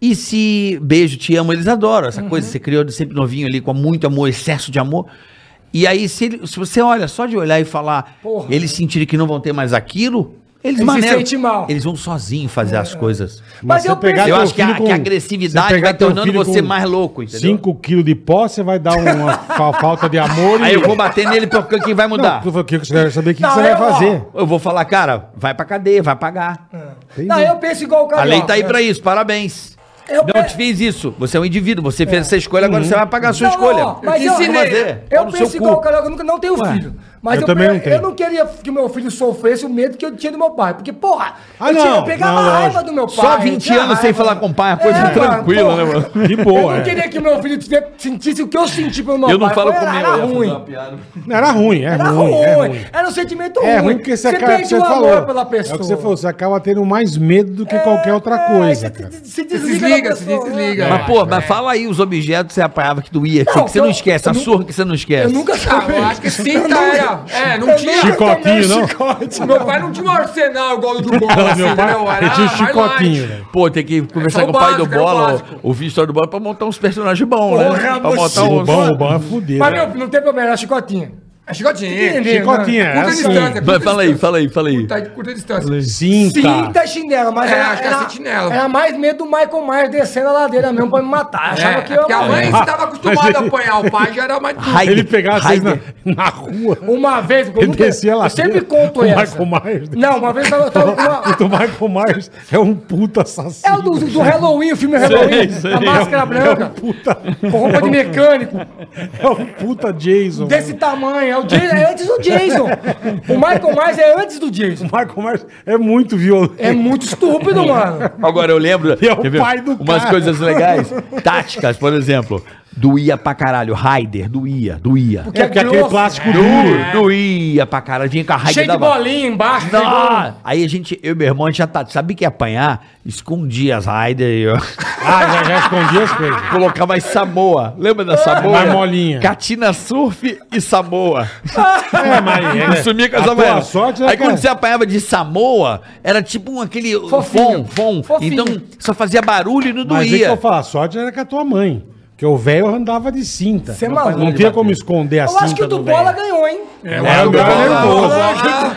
[SPEAKER 3] E se beijo, te amo, eles adoram essa coisa. Você criou de sempre novinho ali com muito amor, excesso de amor. E aí, se, ele- se você olha, só de olhar e falar,
[SPEAKER 4] Porra.
[SPEAKER 3] eles sentirem que não vão ter mais aquilo, eles,
[SPEAKER 4] Eles se
[SPEAKER 3] maneiram.
[SPEAKER 4] sentem mal.
[SPEAKER 3] Eles vão sozinhos fazer as coisas.
[SPEAKER 4] Mas eu
[SPEAKER 2] pegar
[SPEAKER 4] penso-
[SPEAKER 3] Eu
[SPEAKER 2] teu
[SPEAKER 3] acho que a-
[SPEAKER 2] filho
[SPEAKER 3] que a agressividade
[SPEAKER 2] você pegar
[SPEAKER 3] vai
[SPEAKER 2] teu
[SPEAKER 3] tornando
[SPEAKER 2] filho
[SPEAKER 3] você
[SPEAKER 2] com
[SPEAKER 3] mais louco, entendeu?
[SPEAKER 2] 5 quilos de pó, você vai dar uma fa- falta de amor e...
[SPEAKER 3] Aí eu vou bater nele porque o que vai
[SPEAKER 2] Não,
[SPEAKER 3] mudar?
[SPEAKER 2] tu falou que você quer saber o que,
[SPEAKER 4] Ah. Não,
[SPEAKER 2] você vai
[SPEAKER 4] eu, ó,
[SPEAKER 2] fazer.
[SPEAKER 3] Eu vou falar, cara, vai pra cadeia, vai pagar.
[SPEAKER 4] É. Não, eu penso igual o cara.
[SPEAKER 3] A lei tá aí pra isso, parabéns.
[SPEAKER 4] É. Eu
[SPEAKER 3] não
[SPEAKER 4] pe- Uhum.
[SPEAKER 3] te fiz isso. Você é um indivíduo, você fez essa escolha, agora você vai pagar a sua
[SPEAKER 4] Não,
[SPEAKER 3] escolha.
[SPEAKER 4] não, mas
[SPEAKER 3] te
[SPEAKER 4] eu-
[SPEAKER 3] ensinei. Tá
[SPEAKER 4] Eu
[SPEAKER 3] no
[SPEAKER 4] penso
[SPEAKER 3] seu
[SPEAKER 4] igual o
[SPEAKER 3] cu.
[SPEAKER 4] Carioca, eu nunca não tenho filho. Mas
[SPEAKER 2] eu
[SPEAKER 4] eu,
[SPEAKER 2] também não
[SPEAKER 4] pe-
[SPEAKER 2] tenho.
[SPEAKER 4] eu não queria que meu filho sofresse o medo que eu tinha do meu pai. Porque, porra,
[SPEAKER 2] Ah,
[SPEAKER 4] eu,
[SPEAKER 2] não,
[SPEAKER 4] eu pegava
[SPEAKER 2] não,
[SPEAKER 4] a raiva
[SPEAKER 2] lógico.
[SPEAKER 4] do meu pai.
[SPEAKER 3] Só 20
[SPEAKER 4] tinha
[SPEAKER 3] anos sem
[SPEAKER 4] raiva.
[SPEAKER 3] falar com o pai, é uma coisa
[SPEAKER 4] É, mano,
[SPEAKER 3] tranquila,
[SPEAKER 4] porra.
[SPEAKER 3] né, mano?
[SPEAKER 4] <laughs>
[SPEAKER 2] De
[SPEAKER 4] Eu
[SPEAKER 2] boa,
[SPEAKER 4] não
[SPEAKER 2] é.
[SPEAKER 4] queria que meu filho tivesse- sentisse o que eu senti pelo meu
[SPEAKER 3] Eu
[SPEAKER 4] pai.
[SPEAKER 3] não falo
[SPEAKER 4] Foi-
[SPEAKER 3] comigo,
[SPEAKER 4] era
[SPEAKER 3] eu ia fazer
[SPEAKER 4] ruim.
[SPEAKER 3] uma piada.
[SPEAKER 2] Era ruim, é
[SPEAKER 4] Era
[SPEAKER 2] ruim, é
[SPEAKER 4] ruim.
[SPEAKER 2] ruim.
[SPEAKER 4] Era um sentimento
[SPEAKER 2] É ruim porque você, acaba,
[SPEAKER 4] perde
[SPEAKER 2] você
[SPEAKER 4] o
[SPEAKER 2] falou,
[SPEAKER 4] amor pela pessoa.
[SPEAKER 2] É o que você falou, você acaba tendo mais medo do que qualquer outra
[SPEAKER 4] É,
[SPEAKER 2] coisa,
[SPEAKER 4] você
[SPEAKER 2] cara.
[SPEAKER 4] se- Se
[SPEAKER 5] Se
[SPEAKER 4] desliga,
[SPEAKER 5] desliga,
[SPEAKER 4] da
[SPEAKER 5] se
[SPEAKER 4] pessoa, né?
[SPEAKER 5] desliga.
[SPEAKER 3] Mas, pô, mas fala aí os objetos que você apanhava que doía, assim, que
[SPEAKER 4] Não,
[SPEAKER 3] você não
[SPEAKER 4] eu-
[SPEAKER 3] esquece,
[SPEAKER 4] eu
[SPEAKER 3] a
[SPEAKER 4] nu-
[SPEAKER 3] surra que você não esquece.
[SPEAKER 4] Eu nunca
[SPEAKER 5] Ah,
[SPEAKER 4] soube.
[SPEAKER 5] eu acho que cinta era. É, não tinha.
[SPEAKER 4] nunca tomei
[SPEAKER 2] Chicotinho, não?
[SPEAKER 4] chicote.
[SPEAKER 5] Meu pai não tinha um arsenal igual o do Bola,
[SPEAKER 2] <laughs>
[SPEAKER 5] assim,
[SPEAKER 2] Meu pai
[SPEAKER 5] entendeu? Era
[SPEAKER 2] ele tinha um
[SPEAKER 5] mais
[SPEAKER 2] chicotinho,
[SPEAKER 5] light.
[SPEAKER 2] velho.
[SPEAKER 3] Pô, tem que conversar
[SPEAKER 5] É só
[SPEAKER 3] com o
[SPEAKER 5] o
[SPEAKER 3] pai do
[SPEAKER 5] básico, é o
[SPEAKER 3] bola,
[SPEAKER 5] básico.
[SPEAKER 3] o o vice do bola, pra montar uns personagens bons, né?
[SPEAKER 4] Porra,
[SPEAKER 3] Pra
[SPEAKER 4] você-
[SPEAKER 3] montar
[SPEAKER 5] um
[SPEAKER 2] O
[SPEAKER 3] uns...
[SPEAKER 2] Rubão, o Rubão é fudido.
[SPEAKER 4] Mas,
[SPEAKER 2] né?
[SPEAKER 4] meu, não tem problema, era chicotinha.
[SPEAKER 5] É chicotinho.
[SPEAKER 4] Entendeu, né?
[SPEAKER 2] Chicotinha, é
[SPEAKER 5] Curta
[SPEAKER 2] assim.
[SPEAKER 5] distância.
[SPEAKER 3] Vai, Fala aí, fala aí, fala aí.
[SPEAKER 5] Tá de curta distância.
[SPEAKER 2] Cinta.
[SPEAKER 4] Cinta chinela, mas
[SPEAKER 5] É,
[SPEAKER 4] era,
[SPEAKER 5] acho que era
[SPEAKER 4] era,
[SPEAKER 5] sentinela.
[SPEAKER 4] era mais medo do Michael Myers descendo a ladeira mesmo pra me matar. Achava
[SPEAKER 5] É,
[SPEAKER 4] que eu
[SPEAKER 5] porque a mãe
[SPEAKER 2] <laughs>
[SPEAKER 5] estava
[SPEAKER 2] Mas
[SPEAKER 5] acostumada
[SPEAKER 2] ele-
[SPEAKER 5] a apanhar o pai, já era mais.
[SPEAKER 2] <laughs>
[SPEAKER 4] é
[SPEAKER 2] Ele pegava vocês na,
[SPEAKER 3] Heider.
[SPEAKER 2] na rua.
[SPEAKER 4] Uma vez, porque eu,
[SPEAKER 2] Ele
[SPEAKER 4] nunca,
[SPEAKER 2] descia lá.
[SPEAKER 4] eu sempre conto essa.
[SPEAKER 2] Michael Myers.
[SPEAKER 4] Não, uma vez eu tava, eu tava com
[SPEAKER 2] <laughs>
[SPEAKER 4] uma,
[SPEAKER 2] O Michael Myers é um puta assassino.
[SPEAKER 4] É o do, do Halloween, o filme Halloween.
[SPEAKER 2] sei.
[SPEAKER 4] a
[SPEAKER 2] É
[SPEAKER 4] máscara
[SPEAKER 2] um-
[SPEAKER 4] branca.
[SPEAKER 2] é um puta-
[SPEAKER 4] Com roupa de mecânico.
[SPEAKER 2] É um puta Jason.
[SPEAKER 4] Desse tamanho. É, o Jason, é antes do Jason. O Michael Myers é antes do Jason.
[SPEAKER 2] O Michael Myers é muito violento.
[SPEAKER 4] É muito estúpido, mano.
[SPEAKER 3] Agora eu lembro.
[SPEAKER 2] E <laughs> é o
[SPEAKER 3] quer ver?
[SPEAKER 2] pai do
[SPEAKER 3] Umas
[SPEAKER 2] cara.
[SPEAKER 3] coisas legais. Táticas, por exemplo. Doía pra caralho. Raider, doía, doía.
[SPEAKER 2] É, porque é.
[SPEAKER 4] é
[SPEAKER 2] aquele
[SPEAKER 4] grosso.
[SPEAKER 2] plástico
[SPEAKER 3] Du-
[SPEAKER 2] duro.
[SPEAKER 3] Doía pra caralho. Vinha com a Raider
[SPEAKER 4] Cheio de bolinha embaixo. cheio de
[SPEAKER 2] né?
[SPEAKER 4] bolinha.
[SPEAKER 3] Não. Aí a gente, eu e meu irmão, a gente já tá, sabe que ia apanhar? Escondia as Raider e eu <laughs>
[SPEAKER 2] Ah, já, já escondi as coisas.
[SPEAKER 3] colocava as Samoa. Lembra da Samoa?
[SPEAKER 2] Mais Ah! molinha.
[SPEAKER 3] Catina Surf e Samoa.
[SPEAKER 2] É, mas...
[SPEAKER 3] Ele sumia com
[SPEAKER 2] a
[SPEAKER 3] as
[SPEAKER 2] tua
[SPEAKER 3] havaianas.
[SPEAKER 2] sorte, né,
[SPEAKER 3] Aí quando
[SPEAKER 2] cara?
[SPEAKER 3] você apanhava de Samoa, era tipo um aquele fom,
[SPEAKER 4] Fofinho.
[SPEAKER 3] fom.
[SPEAKER 4] Fofinho.
[SPEAKER 3] Então só fazia barulho e não
[SPEAKER 2] Mas é que
[SPEAKER 3] doía.
[SPEAKER 2] eu falo, a sorte era com a tua mãe. Porque o velho andava de cinta.
[SPEAKER 4] Você é
[SPEAKER 2] Não
[SPEAKER 4] maluco.
[SPEAKER 2] tinha como esconder a
[SPEAKER 4] Eu
[SPEAKER 2] cinta
[SPEAKER 4] acho que o do
[SPEAKER 2] velho.
[SPEAKER 4] Bola É, ganhou, hein?
[SPEAKER 2] Era o meu nervoso.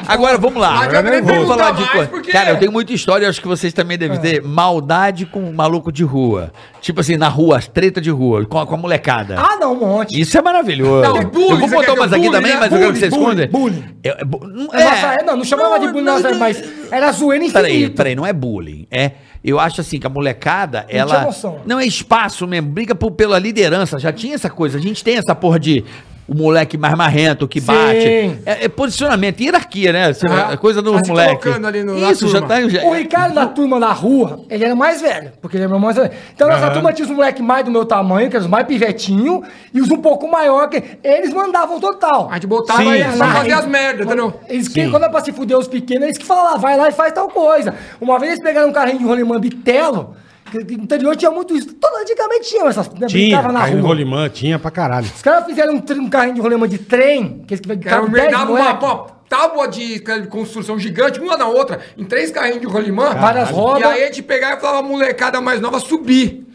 [SPEAKER 3] Agora vamos lá.
[SPEAKER 5] Mas eu nem
[SPEAKER 3] Vamos
[SPEAKER 5] perguntar
[SPEAKER 3] falar de
[SPEAKER 5] mais,
[SPEAKER 3] coisa.
[SPEAKER 5] porque-
[SPEAKER 3] Cara, eu tenho muita história, acho que vocês também devem ter. Maldade com um maluco de rua. Tipo assim, na rua, as treta de rua, com a, com a molecada.
[SPEAKER 4] Ah, não, um monte.
[SPEAKER 3] Isso é maravilhoso.
[SPEAKER 5] Não, bullying,
[SPEAKER 3] eu vou
[SPEAKER 5] você
[SPEAKER 3] botar
[SPEAKER 5] quer que
[SPEAKER 3] umas
[SPEAKER 5] eu
[SPEAKER 3] aqui
[SPEAKER 5] bullying,
[SPEAKER 3] também,
[SPEAKER 5] né?
[SPEAKER 3] mas eu quero que você
[SPEAKER 2] Bullying,
[SPEAKER 3] esconda.
[SPEAKER 2] bullying.
[SPEAKER 3] É, é, bu- não-
[SPEAKER 4] É. Nossa, é, não, não chamava de
[SPEAKER 3] não,
[SPEAKER 4] bullying, nossa,
[SPEAKER 3] não,
[SPEAKER 4] mas era zoeira infinita.
[SPEAKER 3] Peraí, peraí, não é bullying. É, eu acho assim que a molecada,
[SPEAKER 4] tinha
[SPEAKER 3] ela.
[SPEAKER 4] noção.
[SPEAKER 3] Não é espaço mesmo, briga por- pela liderança. Já tinha essa coisa. A gente tem essa porra de o moleque mais marrento que bate.
[SPEAKER 4] Sim.
[SPEAKER 3] É, é posicionamento, hierarquia, né? Você-
[SPEAKER 5] Ah,
[SPEAKER 3] é coisa dos
[SPEAKER 5] tá se
[SPEAKER 3] moleques.
[SPEAKER 5] colocando ali no- na
[SPEAKER 3] Isso, já
[SPEAKER 5] turma.
[SPEAKER 3] tá. Já,
[SPEAKER 4] O Ricardo da turma na rua, ele era mais velho, porque ele era mais velho. Então nessa turma tinha os moleques mais do meu tamanho, que eram os mais pivetinho, e os um pouco maior, que eles mandavam total.
[SPEAKER 5] A gente botava
[SPEAKER 2] Sim,
[SPEAKER 5] aí
[SPEAKER 2] sim.
[SPEAKER 5] pra É fazer as
[SPEAKER 4] Tá
[SPEAKER 5] merdas, entendeu?
[SPEAKER 4] Eles que, quando é pra se fuder os pequenos, eles que falam, "Ah, vai lá e faz tal coisa. Uma vez eles pegaram um carrinho de rolimã bitelo, que que no interior tinha muito isso. Todo, antigamente tinha essas,
[SPEAKER 2] Tinha,
[SPEAKER 4] né, brincava na
[SPEAKER 2] carrinho
[SPEAKER 4] rua.
[SPEAKER 2] rolimã, tinha pra caralho.
[SPEAKER 4] Os caras fizeram um, tr- um carrinho de rolimã de trem, que eles que
[SPEAKER 5] Cara,
[SPEAKER 4] ficavam
[SPEAKER 5] eu
[SPEAKER 4] 10
[SPEAKER 5] dava uma,
[SPEAKER 4] moleque,
[SPEAKER 5] uma tábua de construção gigante, uma na outra, em três carrinhos de rolimã.
[SPEAKER 4] Várias rodas.
[SPEAKER 5] E aí a gente pegava e falava, molecada mais nova, subir.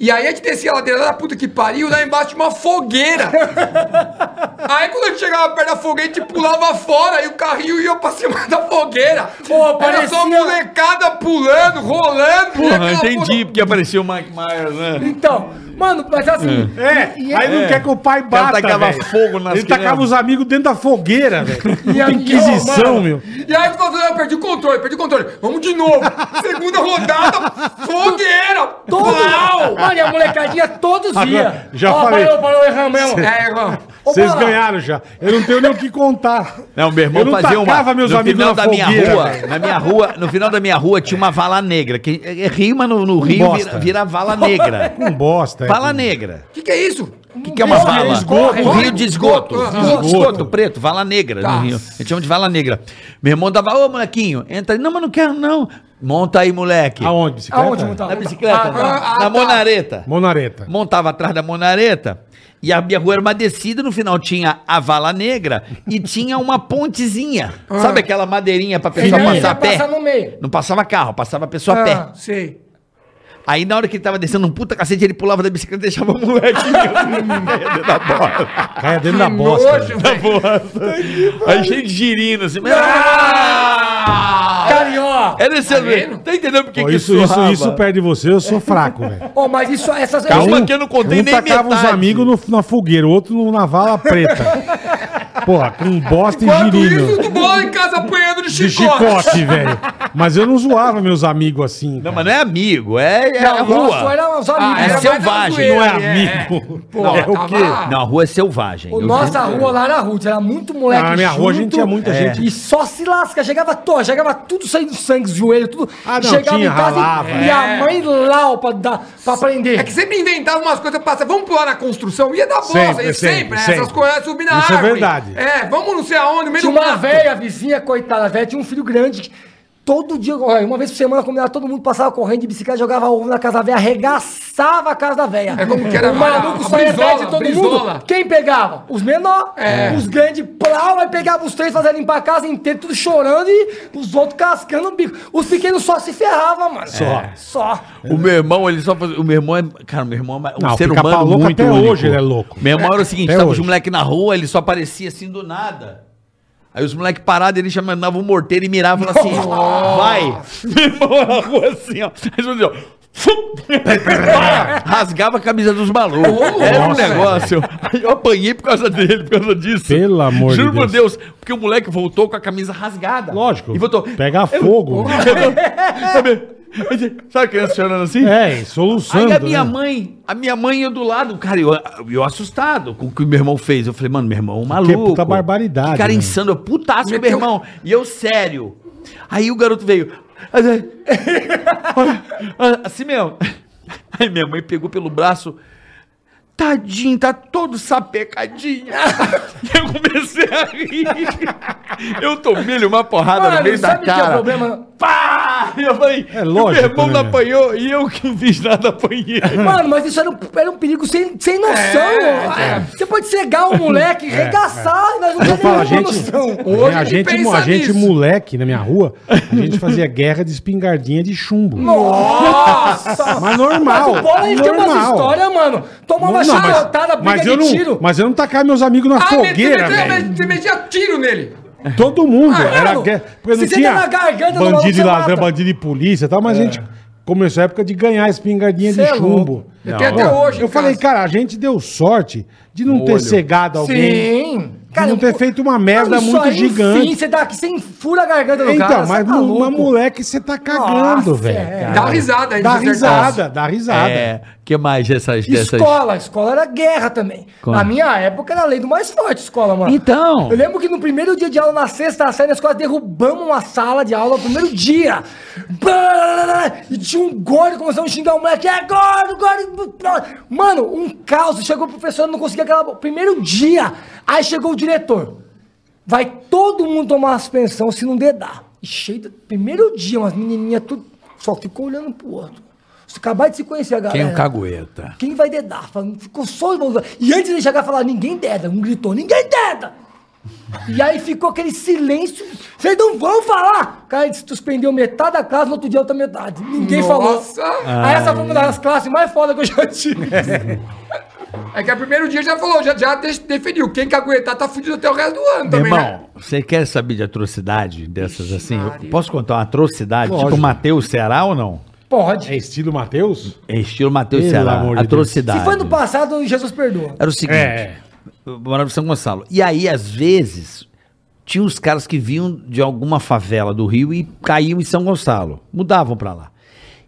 [SPEAKER 5] E aí a gente descia a ladeira da puta que pariu, lá embaixo de uma fogueira.
[SPEAKER 4] <laughs>
[SPEAKER 5] aí quando a gente chegava perto da fogueira, a gente pulava fora e o carrinho ia pra cima da fogueira.
[SPEAKER 4] Pô,
[SPEAKER 5] Era só
[SPEAKER 4] parecia-
[SPEAKER 5] molecada pulando, rolando. e
[SPEAKER 3] Porra,
[SPEAKER 5] aquela
[SPEAKER 3] entendi,
[SPEAKER 5] porra-
[SPEAKER 3] porque apareceu o Mike Myers, né?
[SPEAKER 4] Então, mano, mas assim...
[SPEAKER 2] É,
[SPEAKER 4] e- e-
[SPEAKER 2] aí não quer que o pai bata,
[SPEAKER 3] tacava
[SPEAKER 2] velho.
[SPEAKER 3] fogo nas
[SPEAKER 2] Ele tacava
[SPEAKER 3] crianças.
[SPEAKER 2] os amigos dentro da fogueira, velho.
[SPEAKER 4] E a-
[SPEAKER 2] Inquisição,
[SPEAKER 4] Ô, mano,
[SPEAKER 2] meu.
[SPEAKER 5] E aí ficou falando, eu perdi o controle, perdi o controle. Vamos de novo.
[SPEAKER 2] <laughs>
[SPEAKER 5] Segunda rodada, fogueira.
[SPEAKER 4] Todo,
[SPEAKER 5] Pau!
[SPEAKER 4] mano, e a molecadinha todos
[SPEAKER 2] Agora,
[SPEAKER 4] ia.
[SPEAKER 2] já falei.
[SPEAKER 4] Parou, parou, erramos, erramos.
[SPEAKER 5] É, irmão.
[SPEAKER 4] Ô,
[SPEAKER 2] Vocês
[SPEAKER 4] Bola,
[SPEAKER 2] ganharam já. Eu não tenho nem o que contar.
[SPEAKER 3] Não, meu irmão
[SPEAKER 2] Eu não
[SPEAKER 3] fazia uma.
[SPEAKER 2] tacava meus
[SPEAKER 3] no
[SPEAKER 2] amigos
[SPEAKER 3] final
[SPEAKER 2] na
[SPEAKER 3] da minha
[SPEAKER 2] fogueira,
[SPEAKER 3] rua,
[SPEAKER 2] velho.
[SPEAKER 3] na minha rua, no final da minha rua tinha uma vala negra, que é, é rima no, no Rio
[SPEAKER 2] bosta.
[SPEAKER 3] vira, vira vala negra.
[SPEAKER 2] Com bosta. é.
[SPEAKER 3] Vala negra.
[SPEAKER 5] O que, que é isso?
[SPEAKER 3] O que, que é uma
[SPEAKER 4] Rio
[SPEAKER 3] vala?
[SPEAKER 4] de
[SPEAKER 2] esgoto.
[SPEAKER 3] Um rio de esgoto.
[SPEAKER 5] Esgoto.
[SPEAKER 3] Esgoto,
[SPEAKER 2] Esgoto.
[SPEAKER 3] preto, vala negra
[SPEAKER 5] Tá.
[SPEAKER 3] no Rio. A gente chama de vala negra. Meu irmão dava, ô molequinho, entra aí. Não, mas não quero não. Monta aí, moleque.
[SPEAKER 2] Aonde? Bicicleta?
[SPEAKER 4] Aonde, Montal?
[SPEAKER 3] Na bicicleta. né? na-
[SPEAKER 4] Ah,
[SPEAKER 5] tá.
[SPEAKER 3] na
[SPEAKER 5] Ah, tá.
[SPEAKER 3] monareta.
[SPEAKER 2] Monareta.
[SPEAKER 3] montava atrás da monareta e a minha rua era uma descida, no final tinha a vala negra e tinha uma pontezinha. Sabe aquela madeirinha pra pessoa
[SPEAKER 4] Ele ia
[SPEAKER 3] passar a pé?
[SPEAKER 4] passar no meio.
[SPEAKER 3] Não passava carro, passava a pessoa a
[SPEAKER 4] Ah.
[SPEAKER 3] pé.
[SPEAKER 5] Sei.
[SPEAKER 3] Aí na hora que ele tava descendo um puta cacete, ele pulava da bicicleta e deixava o moleque <laughs> da bola.
[SPEAKER 2] Caia dentro da bosta. velho.
[SPEAKER 3] Aí cheio de girino, assim.
[SPEAKER 4] tá Carió.
[SPEAKER 3] Era esse
[SPEAKER 5] vendo?
[SPEAKER 3] Tá entendendo por que
[SPEAKER 2] Pô,
[SPEAKER 3] que
[SPEAKER 2] isso, isso,
[SPEAKER 3] surrava?
[SPEAKER 2] isso perde você, eu sou fraco, velho.
[SPEAKER 4] Ô, mas isso, essas...
[SPEAKER 2] Tá um
[SPEAKER 3] Calma que eu não contei nem
[SPEAKER 2] tacava
[SPEAKER 3] metade.
[SPEAKER 2] os amigos no- na fogueira, o outro no- na vala
[SPEAKER 3] <laughs>
[SPEAKER 2] preta. Porra, com bosta e
[SPEAKER 5] Enquanto isso,
[SPEAKER 2] girino.
[SPEAKER 5] do bola em casa apanhando de
[SPEAKER 2] De
[SPEAKER 5] chicote.
[SPEAKER 2] chicote, velho. Mas eu não zoava meus amigos assim.
[SPEAKER 3] Não,
[SPEAKER 2] cara.
[SPEAKER 3] mas não é amigo, é, é a
[SPEAKER 4] Nosso,
[SPEAKER 3] rua.
[SPEAKER 4] era os amigos.
[SPEAKER 3] é
[SPEAKER 4] né?
[SPEAKER 5] Ah, era mais
[SPEAKER 3] selvagem,
[SPEAKER 5] na
[SPEAKER 2] Não é
[SPEAKER 5] zoeira,
[SPEAKER 2] amigo.
[SPEAKER 5] Pô,
[SPEAKER 2] é o
[SPEAKER 5] tava
[SPEAKER 2] quê?
[SPEAKER 5] lá.
[SPEAKER 3] Não, a rua é selvagem.
[SPEAKER 4] O
[SPEAKER 3] Eu
[SPEAKER 4] nossa
[SPEAKER 3] juro.
[SPEAKER 4] rua lá na Ruth era muito moleque.
[SPEAKER 2] Ah, na minha rua a gente tinha muita
[SPEAKER 3] É.
[SPEAKER 2] gente.
[SPEAKER 4] E só se lasca, chegava to, chegava tudo saindo sangue, joelho, tudo.
[SPEAKER 2] Ah, não,
[SPEAKER 4] chegava
[SPEAKER 2] tinha,
[SPEAKER 4] em casa
[SPEAKER 2] ralava. é.
[SPEAKER 4] e, e a mãe lá pra, dar, pra aprender.
[SPEAKER 5] É que sempre inventava umas coisas pra passar. Vamos pular na construção? Ia dar bosta.
[SPEAKER 2] Sempre,
[SPEAKER 5] Sempre, sempre,
[SPEAKER 2] sempre,
[SPEAKER 5] né? Essas
[SPEAKER 2] sempre.
[SPEAKER 5] coisas, subir na
[SPEAKER 2] Isso é
[SPEAKER 5] árvore.
[SPEAKER 2] verdade.
[SPEAKER 5] É, vamos não sei aonde, no meio
[SPEAKER 4] Tinha
[SPEAKER 5] do
[SPEAKER 4] uma
[SPEAKER 5] mato.
[SPEAKER 4] velha vizinha, coitada, a velha tinha um filho grande. que Todo dia, olha, uma vez por semana, combinava, todo mundo passava correndo de bicicleta, jogava ovo na casa da velha, arregaçava a casa da velha.
[SPEAKER 5] É como que era
[SPEAKER 4] O
[SPEAKER 5] a-
[SPEAKER 4] maluco
[SPEAKER 5] a
[SPEAKER 4] saía
[SPEAKER 5] brisola,
[SPEAKER 4] atrás de todo
[SPEAKER 5] brisola.
[SPEAKER 4] mundo. Quem pegava? Os menor,
[SPEAKER 5] É.
[SPEAKER 4] os grandes, plau, aí pegava os três, fazia limpar a casa inteira, tudo chorando e os outros cascando o bico. Os pequenos só se ferravam, mano. Só. Só.
[SPEAKER 3] O meu irmão, ele só fazia. O meu irmão é. Cara, meu irmão é um
[SPEAKER 2] Não, o
[SPEAKER 3] ser
[SPEAKER 2] pica-pau
[SPEAKER 3] humano
[SPEAKER 2] louco
[SPEAKER 3] muito
[SPEAKER 2] até
[SPEAKER 3] único.
[SPEAKER 2] hoje ele é louco.
[SPEAKER 3] Meu irmão era o seguinte:
[SPEAKER 2] Até
[SPEAKER 3] tava
[SPEAKER 2] hoje.
[SPEAKER 3] os moleques na rua, ele só aparecia assim do nada. Aí os moleques parados, ele chamava o morteiro e mirava e falava assim: vai! <laughs> Meu irmão na rua assim, ó. Aí fazia, ó. fum, <laughs> pá, Rasgava a camisa dos malucos. Era um
[SPEAKER 2] Nossa.
[SPEAKER 3] negócio. Aí eu apanhei por causa dele, por causa disso.
[SPEAKER 2] Pelo amor de
[SPEAKER 3] Juro por Deus. Porque o moleque voltou com a camisa rasgada.
[SPEAKER 2] Lógico.
[SPEAKER 3] E voltou.
[SPEAKER 2] Pega fogo. velho.
[SPEAKER 3] Sabe, sabe criança chorando assim?
[SPEAKER 2] É,
[SPEAKER 3] Aí
[SPEAKER 2] soluçando.
[SPEAKER 3] a minha
[SPEAKER 2] né?
[SPEAKER 3] mãe, a minha mãe e eu do lado, cara, eu, eu assustado com o que o meu irmão fez. Eu falei, mano, meu irmão, é um maluco.
[SPEAKER 2] puta barbaridade,
[SPEAKER 3] Que cara
[SPEAKER 2] né?
[SPEAKER 3] insano, eu putaço com meu
[SPEAKER 5] Meteu-
[SPEAKER 3] irmão. E eu sério. Aí o garoto veio. <laughs> Assim mesmo. Aí minha mãe pegou pelo braço. Tadinho, tá todo
[SPEAKER 4] <laughs>
[SPEAKER 3] sapecadinho. E eu comecei a rir. Eu tomei-lhe uma porrada no meio da
[SPEAKER 4] que é o
[SPEAKER 3] cara.
[SPEAKER 4] problema?
[SPEAKER 3] Pá! Eu falei,
[SPEAKER 2] É lógico,
[SPEAKER 3] meu irmão
[SPEAKER 2] né,
[SPEAKER 3] não
[SPEAKER 2] meu?
[SPEAKER 3] apanhou e eu que não fiz
[SPEAKER 2] <laughs>
[SPEAKER 3] nada apanhei.
[SPEAKER 2] Hum.
[SPEAKER 4] Mano, mas isso era um, era um perigo sem, sem noção.
[SPEAKER 5] É,
[SPEAKER 4] Ah, Você pode cegar
[SPEAKER 2] <laughs>
[SPEAKER 4] o moleque, regaçar, e nós não
[SPEAKER 2] É, Eu falo, a
[SPEAKER 4] temos nenhuma
[SPEAKER 2] gente, É,
[SPEAKER 4] noção.
[SPEAKER 5] Hoje
[SPEAKER 2] a
[SPEAKER 5] ele
[SPEAKER 2] gente,
[SPEAKER 5] pensa
[SPEAKER 2] a gente
[SPEAKER 5] nisso.
[SPEAKER 2] moleque na minha rua, a
[SPEAKER 4] <laughs>
[SPEAKER 2] gente fazia guerra de espingardinha de chumbo. <laughs>
[SPEAKER 4] Nossa!
[SPEAKER 2] Mas normal.
[SPEAKER 4] Mas o Bola ele tem umas
[SPEAKER 2] normal.
[SPEAKER 4] histórias, mano. Tomava
[SPEAKER 2] Não, mas-
[SPEAKER 4] chacotada, briga
[SPEAKER 2] mas eu
[SPEAKER 4] de
[SPEAKER 2] não,
[SPEAKER 4] tiro.
[SPEAKER 2] Mas eu não tacava meus amigos na
[SPEAKER 5] Ah,
[SPEAKER 2] fogueira,
[SPEAKER 5] Fogueira, metia,
[SPEAKER 2] velho.
[SPEAKER 5] metia, metia tiro nele.
[SPEAKER 2] Todo mundo.
[SPEAKER 5] Ah,
[SPEAKER 2] era
[SPEAKER 4] mano,
[SPEAKER 2] guerra. Porque
[SPEAKER 4] se
[SPEAKER 2] não
[SPEAKER 4] você
[SPEAKER 2] tinha
[SPEAKER 4] der na garganta do maluco,
[SPEAKER 2] bandido de
[SPEAKER 4] você
[SPEAKER 2] ladrão,
[SPEAKER 4] mata. É.
[SPEAKER 2] bandido de polícia e tal, mas a gente começou a época de ganhar espingardinha
[SPEAKER 4] Cê
[SPEAKER 2] de
[SPEAKER 4] é
[SPEAKER 2] chumbo.
[SPEAKER 4] louco.
[SPEAKER 5] Eu tenho até
[SPEAKER 2] Pô,
[SPEAKER 5] hoje.
[SPEAKER 2] eu
[SPEAKER 5] em
[SPEAKER 2] falei,
[SPEAKER 5] casa.
[SPEAKER 2] cara, a gente deu sorte de não ter cegado alguém.
[SPEAKER 4] Sim.
[SPEAKER 2] não ter
[SPEAKER 4] pô-
[SPEAKER 2] feito uma merda
[SPEAKER 4] Mano, isso
[SPEAKER 2] muito
[SPEAKER 4] aí,
[SPEAKER 2] gigante.
[SPEAKER 4] Sim, você dá aqui, você enfura a garganta do
[SPEAKER 2] Então,
[SPEAKER 4] cara.
[SPEAKER 2] mas
[SPEAKER 4] você tá
[SPEAKER 2] mu-
[SPEAKER 4] louco.
[SPEAKER 2] mas moleque, você tá cagando,
[SPEAKER 4] Nossa,
[SPEAKER 2] velho.
[SPEAKER 4] é.
[SPEAKER 2] cara.
[SPEAKER 5] Dá risada aí,
[SPEAKER 2] Dá
[SPEAKER 5] de certeza.
[SPEAKER 2] risada, dá risada.
[SPEAKER 3] É, que mais dessas... dessas...
[SPEAKER 4] Escola, escola era guerra também.
[SPEAKER 3] Como?
[SPEAKER 4] Na minha época era a lei do mais forte, escola, mano.
[SPEAKER 3] Então.
[SPEAKER 4] Eu lembro que no primeiro dia de aula, na sexta série, nós quase derrubamos uma sala de aula no primeiro dia. Brrr, E tinha um gordo começando a xingar o moleque. É gordo, gordo. Mano, um caos. Chegou o professor, não conseguia aquela. Primeiro dia. Aí chegou o diretor. Vai todo mundo tomar uma suspensão se não dedar. E cheio de... Primeiro dia, umas menininhas tudo só ficou olhando pro outro. Você acabar de se conhecer, a galera.
[SPEAKER 3] Quem é um cagueta?
[SPEAKER 4] Quem vai dedar? Falando, ficou só envolvido. E antes de chegar a falar, ninguém deda. Um gritou, ninguém deda! E aí ficou aquele silêncio. Vocês não vão falar! O cara ele suspendeu metade da classe, no outro dia outra metade. Ninguém
[SPEAKER 5] Nossa!
[SPEAKER 4] falou. Aí essa foi uma das classes mais foda que eu
[SPEAKER 3] <laughs>
[SPEAKER 4] já tive.
[SPEAKER 5] É que o primeiro dia já falou, já, já de- definiu. Quem caguetar tá fudido até o resto do ano também, né?
[SPEAKER 3] Irmão, você quer saber de atrocidade dessas assim? Eu posso contar uma atrocidade? Tipo Matheus Ceará ou não?
[SPEAKER 4] Pode.
[SPEAKER 2] É estilo Matheus?
[SPEAKER 3] É estilo Matheus
[SPEAKER 2] Pelo
[SPEAKER 3] Ceará.
[SPEAKER 2] amor de Deus.
[SPEAKER 3] atrocidade.
[SPEAKER 4] Se foi no passado, Jesus perdoa.
[SPEAKER 3] Era o seguinte, eu morava em São Gonçalo. E aí, às vezes, tinha uns caras que vinham de alguma favela do Rio e caíam em São Gonçalo. Mudavam pra lá.